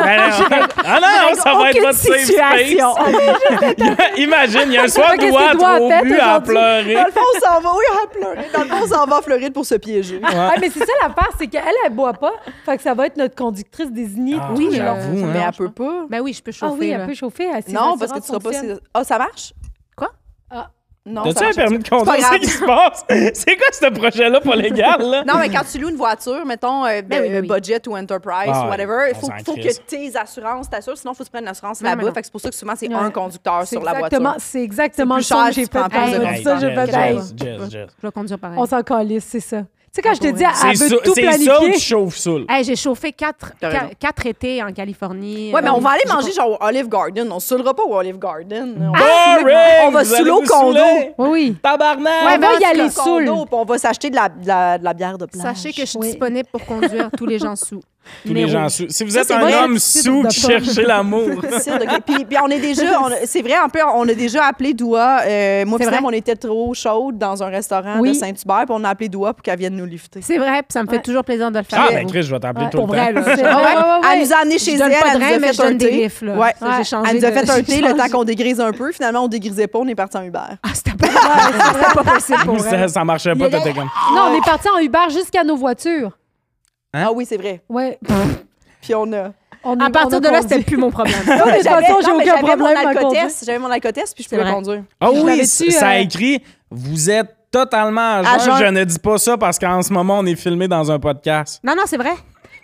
Speaker 1: Ah non, ça va être
Speaker 4: Aucune
Speaker 1: votre safe
Speaker 4: situation.
Speaker 1: space. Imagine, il y a un soir
Speaker 3: pas qu'est-ce
Speaker 1: droit
Speaker 3: que
Speaker 1: à
Speaker 3: Doua
Speaker 1: trop
Speaker 3: a fait
Speaker 1: bu à
Speaker 3: aujourd'hui.
Speaker 1: pleurer.
Speaker 2: Dans le fond, on s'en va. Oui, à pleurer. Dans le fond, on s'en va à Floride pour se piéger.
Speaker 3: Ah, mais c'est ça l'affaire, c'est qu'elle, elle boit pas. Fait que ça va être notre conductrice désignée.
Speaker 1: Ah,
Speaker 3: oui,
Speaker 1: j'avoue,
Speaker 3: là.
Speaker 1: hein.
Speaker 2: Mais elle peut pas.
Speaker 4: Ben oui, je peux chauffer.
Speaker 3: Ah oui,
Speaker 4: là.
Speaker 3: elle peut chauffer. elle, ses
Speaker 2: Non, parce que
Speaker 3: assurances
Speaker 2: tu seras pas.
Speaker 3: sont saines.
Speaker 2: si- Ah, ça marche?
Speaker 4: Quoi?
Speaker 3: Ah.
Speaker 2: Non, ça
Speaker 1: T'as-tu un
Speaker 2: marche.
Speaker 1: permis de conduire?
Speaker 2: pas
Speaker 1: C'est
Speaker 2: grave.
Speaker 1: qui se passe? C'est quoi ce projet-là pas légal, là?
Speaker 2: Non, mais quand tu loues une voiture, mettons, euh,
Speaker 4: Ben oui,
Speaker 2: euh,
Speaker 4: oui.
Speaker 2: budget ou enterprise,
Speaker 1: Ah ouais,
Speaker 2: whatever, il
Speaker 1: on
Speaker 2: faut,
Speaker 1: s'en
Speaker 2: faut que
Speaker 1: crisse.
Speaker 2: tes assurances t'assurent, sinon il faut que tu prennes une assurance
Speaker 4: Mais non, mais
Speaker 2: là-bas.
Speaker 4: non.
Speaker 2: Fait que c'est pour ça que souvent, c'est
Speaker 3: Ouais.
Speaker 2: un conducteur
Speaker 3: C'est
Speaker 2: sur la
Speaker 3: exactement,
Speaker 2: voiture.
Speaker 3: c'est exactement
Speaker 2: plus
Speaker 3: le son
Speaker 2: cher
Speaker 3: que j'ai
Speaker 2: si tu prends
Speaker 3: fait.
Speaker 2: pas
Speaker 3: Hey,
Speaker 2: de
Speaker 3: pour ça,
Speaker 1: Hey,
Speaker 3: j'ai fait.
Speaker 1: Jess,
Speaker 3: hey,
Speaker 1: Jess, Jess, Jess.
Speaker 4: Je vais conduire pareil.
Speaker 3: On s'en calisse, c'est ça. Tu sais, quand je te dis,
Speaker 1: C'est
Speaker 3: elle veut
Speaker 1: ça-
Speaker 3: tout
Speaker 1: c'est ça où tu
Speaker 3: planifier.
Speaker 1: chauffes ça. là.
Speaker 4: Hey, j'ai chauffé quatre,
Speaker 2: T'as
Speaker 4: qua-
Speaker 2: raison.
Speaker 4: quatre étés en Californie.
Speaker 2: Ouais, mais
Speaker 4: Euh,
Speaker 2: on va aller
Speaker 4: j'ai
Speaker 2: manger genre au Olive Garden. On se saoulera pas au Olive Garden. On-
Speaker 1: Boring!
Speaker 2: on va
Speaker 1: Vous
Speaker 2: sous
Speaker 1: allez
Speaker 2: l'eau
Speaker 1: vous
Speaker 2: condo.
Speaker 1: saouler.
Speaker 3: Oui, oui.
Speaker 1: Tabarnak!
Speaker 4: Ah,
Speaker 3: Ouais,
Speaker 2: on va
Speaker 3: y aller
Speaker 2: sur le condo,
Speaker 3: saoul.
Speaker 2: puis On va s'acheter de la, de la- de la bière de
Speaker 4: pas-
Speaker 2: plage.
Speaker 4: Sachez que je suis
Speaker 3: Oui.
Speaker 4: disponible pour conduire tous les gens sous.
Speaker 1: Tous les
Speaker 4: Numéro.
Speaker 1: gens sous. Si vous
Speaker 3: Ça,
Speaker 1: êtes
Speaker 3: c'est
Speaker 1: un
Speaker 3: vrai,
Speaker 1: homme
Speaker 3: le titre
Speaker 1: sous
Speaker 3: de
Speaker 1: qui
Speaker 3: pomme.
Speaker 1: cherchez l'amour. Ah,
Speaker 2: Cire de Gaulle. Puis, puis on est déjà, on a- c'est vrai, en plus, on a déjà appelé Doua. euh, moi,
Speaker 4: C'est
Speaker 2: puis Sam,
Speaker 4: vrai.
Speaker 2: on était trop chaude dans un restaurant
Speaker 4: Oui.
Speaker 2: de Saint-Hubert, puis on a appelé Doua pour qu'elle vienne nous lifter.
Speaker 4: C'est vrai, puis ça me fait
Speaker 3: Ouais.
Speaker 4: toujours plaisir de le faire.
Speaker 1: Ah, ben Chris, je vais t'appeler
Speaker 3: Ouais,
Speaker 1: tout le
Speaker 4: pour vrai,
Speaker 1: temps.
Speaker 4: là.
Speaker 2: Ah
Speaker 3: C'est- ouais, ouais, ouais,
Speaker 2: Elle
Speaker 3: ouais.
Speaker 2: nous a amené
Speaker 4: Je
Speaker 2: chez
Speaker 4: donne
Speaker 2: elle,
Speaker 4: pas de
Speaker 2: elle
Speaker 4: rein, mais
Speaker 2: nous a
Speaker 4: je
Speaker 2: fait un
Speaker 4: donne des
Speaker 2: thé.
Speaker 4: gifs, là.
Speaker 2: Ouais.
Speaker 4: Ça, j'ai
Speaker 2: Ouais.
Speaker 4: changé
Speaker 2: Elle nous a
Speaker 4: de-
Speaker 2: fait un
Speaker 4: j'ai
Speaker 2: thé le
Speaker 4: changé.
Speaker 2: temps qu'on dégrise un peu. Finalement, on dégrisait pas, on est parti en Uber.
Speaker 4: Ah, c'était pas, c'était pas possible pour
Speaker 1: Ça,
Speaker 4: elle.
Speaker 1: ça marchait pas, t'étais comme.
Speaker 3: Non, on est parti en Uber jusqu'à nos voitures.
Speaker 2: Ah oui, c'est vrai.
Speaker 3: Ouais.
Speaker 2: Puis on a.
Speaker 3: On
Speaker 4: À
Speaker 3: est- on
Speaker 4: partir
Speaker 3: a
Speaker 4: de là,
Speaker 3: conduit.
Speaker 4: c'était plus mon problème.
Speaker 2: Non, mais
Speaker 3: toute
Speaker 2: j'avais-
Speaker 3: façon,
Speaker 2: non,
Speaker 3: j'ai
Speaker 2: mais
Speaker 3: aucun
Speaker 2: j'avais mon
Speaker 3: problème à conduire.
Speaker 2: alcotesse, J'avais mon alcotesse, puis je
Speaker 4: C'est
Speaker 2: pouvais
Speaker 4: vrai.
Speaker 2: conduire.
Speaker 1: Ah
Speaker 3: Je
Speaker 1: oui,
Speaker 3: l'avais
Speaker 1: ça
Speaker 3: dit,
Speaker 1: ça
Speaker 3: euh,
Speaker 1: écrit Vous êtes totalement à
Speaker 2: À
Speaker 1: jeun.
Speaker 2: jeun.
Speaker 1: Je ne dis pas ça parce qu'en ce moment, on est filmé dans un podcast.
Speaker 4: Non, non, c'est vrai.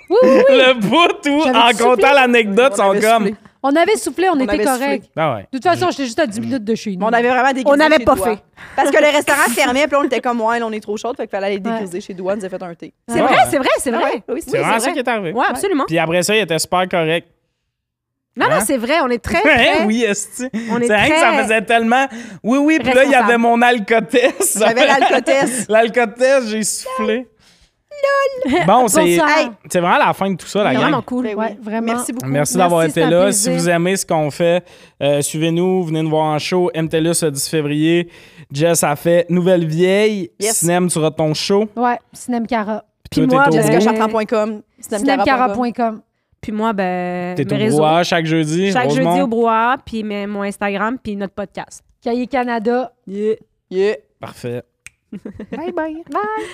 Speaker 3: Oui, oui, oui.
Speaker 1: Le bout où,
Speaker 3: J'avais
Speaker 1: en
Speaker 3: soufflé.
Speaker 1: comptant l'anecdote,
Speaker 2: Oui, on
Speaker 1: sont
Speaker 2: avait
Speaker 1: comme.
Speaker 2: soufflé.
Speaker 3: On avait soufflé, on, était
Speaker 2: avait
Speaker 3: correct.
Speaker 2: soufflé.
Speaker 1: Ah ouais.
Speaker 3: De toute façon, j'étais juste à 10
Speaker 1: Mm.
Speaker 3: minutes de chez nous.
Speaker 2: Mais on avait vraiment dégrisé.
Speaker 4: On n'avait
Speaker 2: chez
Speaker 4: pas
Speaker 2: Doua.
Speaker 4: fait.
Speaker 2: Parce que le restaurant fermait, puis là, on était comme, ouais, là, on est trop chaude, fait qu'il fallait aller dégriser chez Doua, elle nous a fait un thé.
Speaker 4: C'est
Speaker 1: Ouais.
Speaker 4: vrai, c'est vrai, c'est vrai.
Speaker 2: Ah Ouais, oui, c'est
Speaker 1: C'est
Speaker 2: vrai.
Speaker 1: vraiment ça qui est arrivé.
Speaker 4: Ouais, absolument.
Speaker 1: Puis après ça, il était super correct.
Speaker 4: Non, non,
Speaker 1: Hein?
Speaker 4: c'est vrai, on est très,
Speaker 1: Hein,
Speaker 4: très...
Speaker 1: oui, esti.
Speaker 4: On est
Speaker 1: C'est vrai que ça
Speaker 4: très
Speaker 1: faisait tellement. Oui, oui, puis là, il y
Speaker 4: responsable.
Speaker 1: avait mon alcotesse.
Speaker 2: J'avais l'alcotesse.
Speaker 1: L'alcotesse, j'ai soufflé. Bon, c'est
Speaker 3: Bonsoir.
Speaker 1: hey, c'est vraiment la fin de tout ça, la
Speaker 4: C'est
Speaker 1: gang.
Speaker 4: vraiment cool.
Speaker 2: Ben oui.
Speaker 3: Ouais, vraiment.
Speaker 2: Merci beaucoup.
Speaker 1: Merci
Speaker 3: Merci,
Speaker 1: d'avoir
Speaker 3: c'est
Speaker 1: été
Speaker 3: un
Speaker 1: là. Si
Speaker 3: plaisir.
Speaker 1: vous aimez ce qu'on fait, euh, suivez-nous, venez nous voir en show. MTLUS le 10 février. Jess a fait Nouvelle Vieille.
Speaker 2: Yes.
Speaker 1: Cinem, tu auras ton show.
Speaker 3: Ouais, Cinem Cara.
Speaker 1: Puis
Speaker 3: Puis
Speaker 1: toi,
Speaker 3: moi,
Speaker 1: t'es au
Speaker 3: Jessica
Speaker 1: bout.
Speaker 3: Char-
Speaker 2: Cinemcara.com.
Speaker 3: Cinemcara.com.
Speaker 4: Puis moi, ben,
Speaker 1: T'es
Speaker 4: mes
Speaker 1: au
Speaker 4: réseaux.
Speaker 1: brouhaha chaque jeudi.
Speaker 4: Chaque
Speaker 1: Rosemont.
Speaker 4: jeudi au brouhaha, puis mes- mon Instagram, puis notre podcast.
Speaker 3: Cahier Canada.
Speaker 2: Yeah. Yeah.
Speaker 1: Parfait.
Speaker 3: Bye bye. Bye.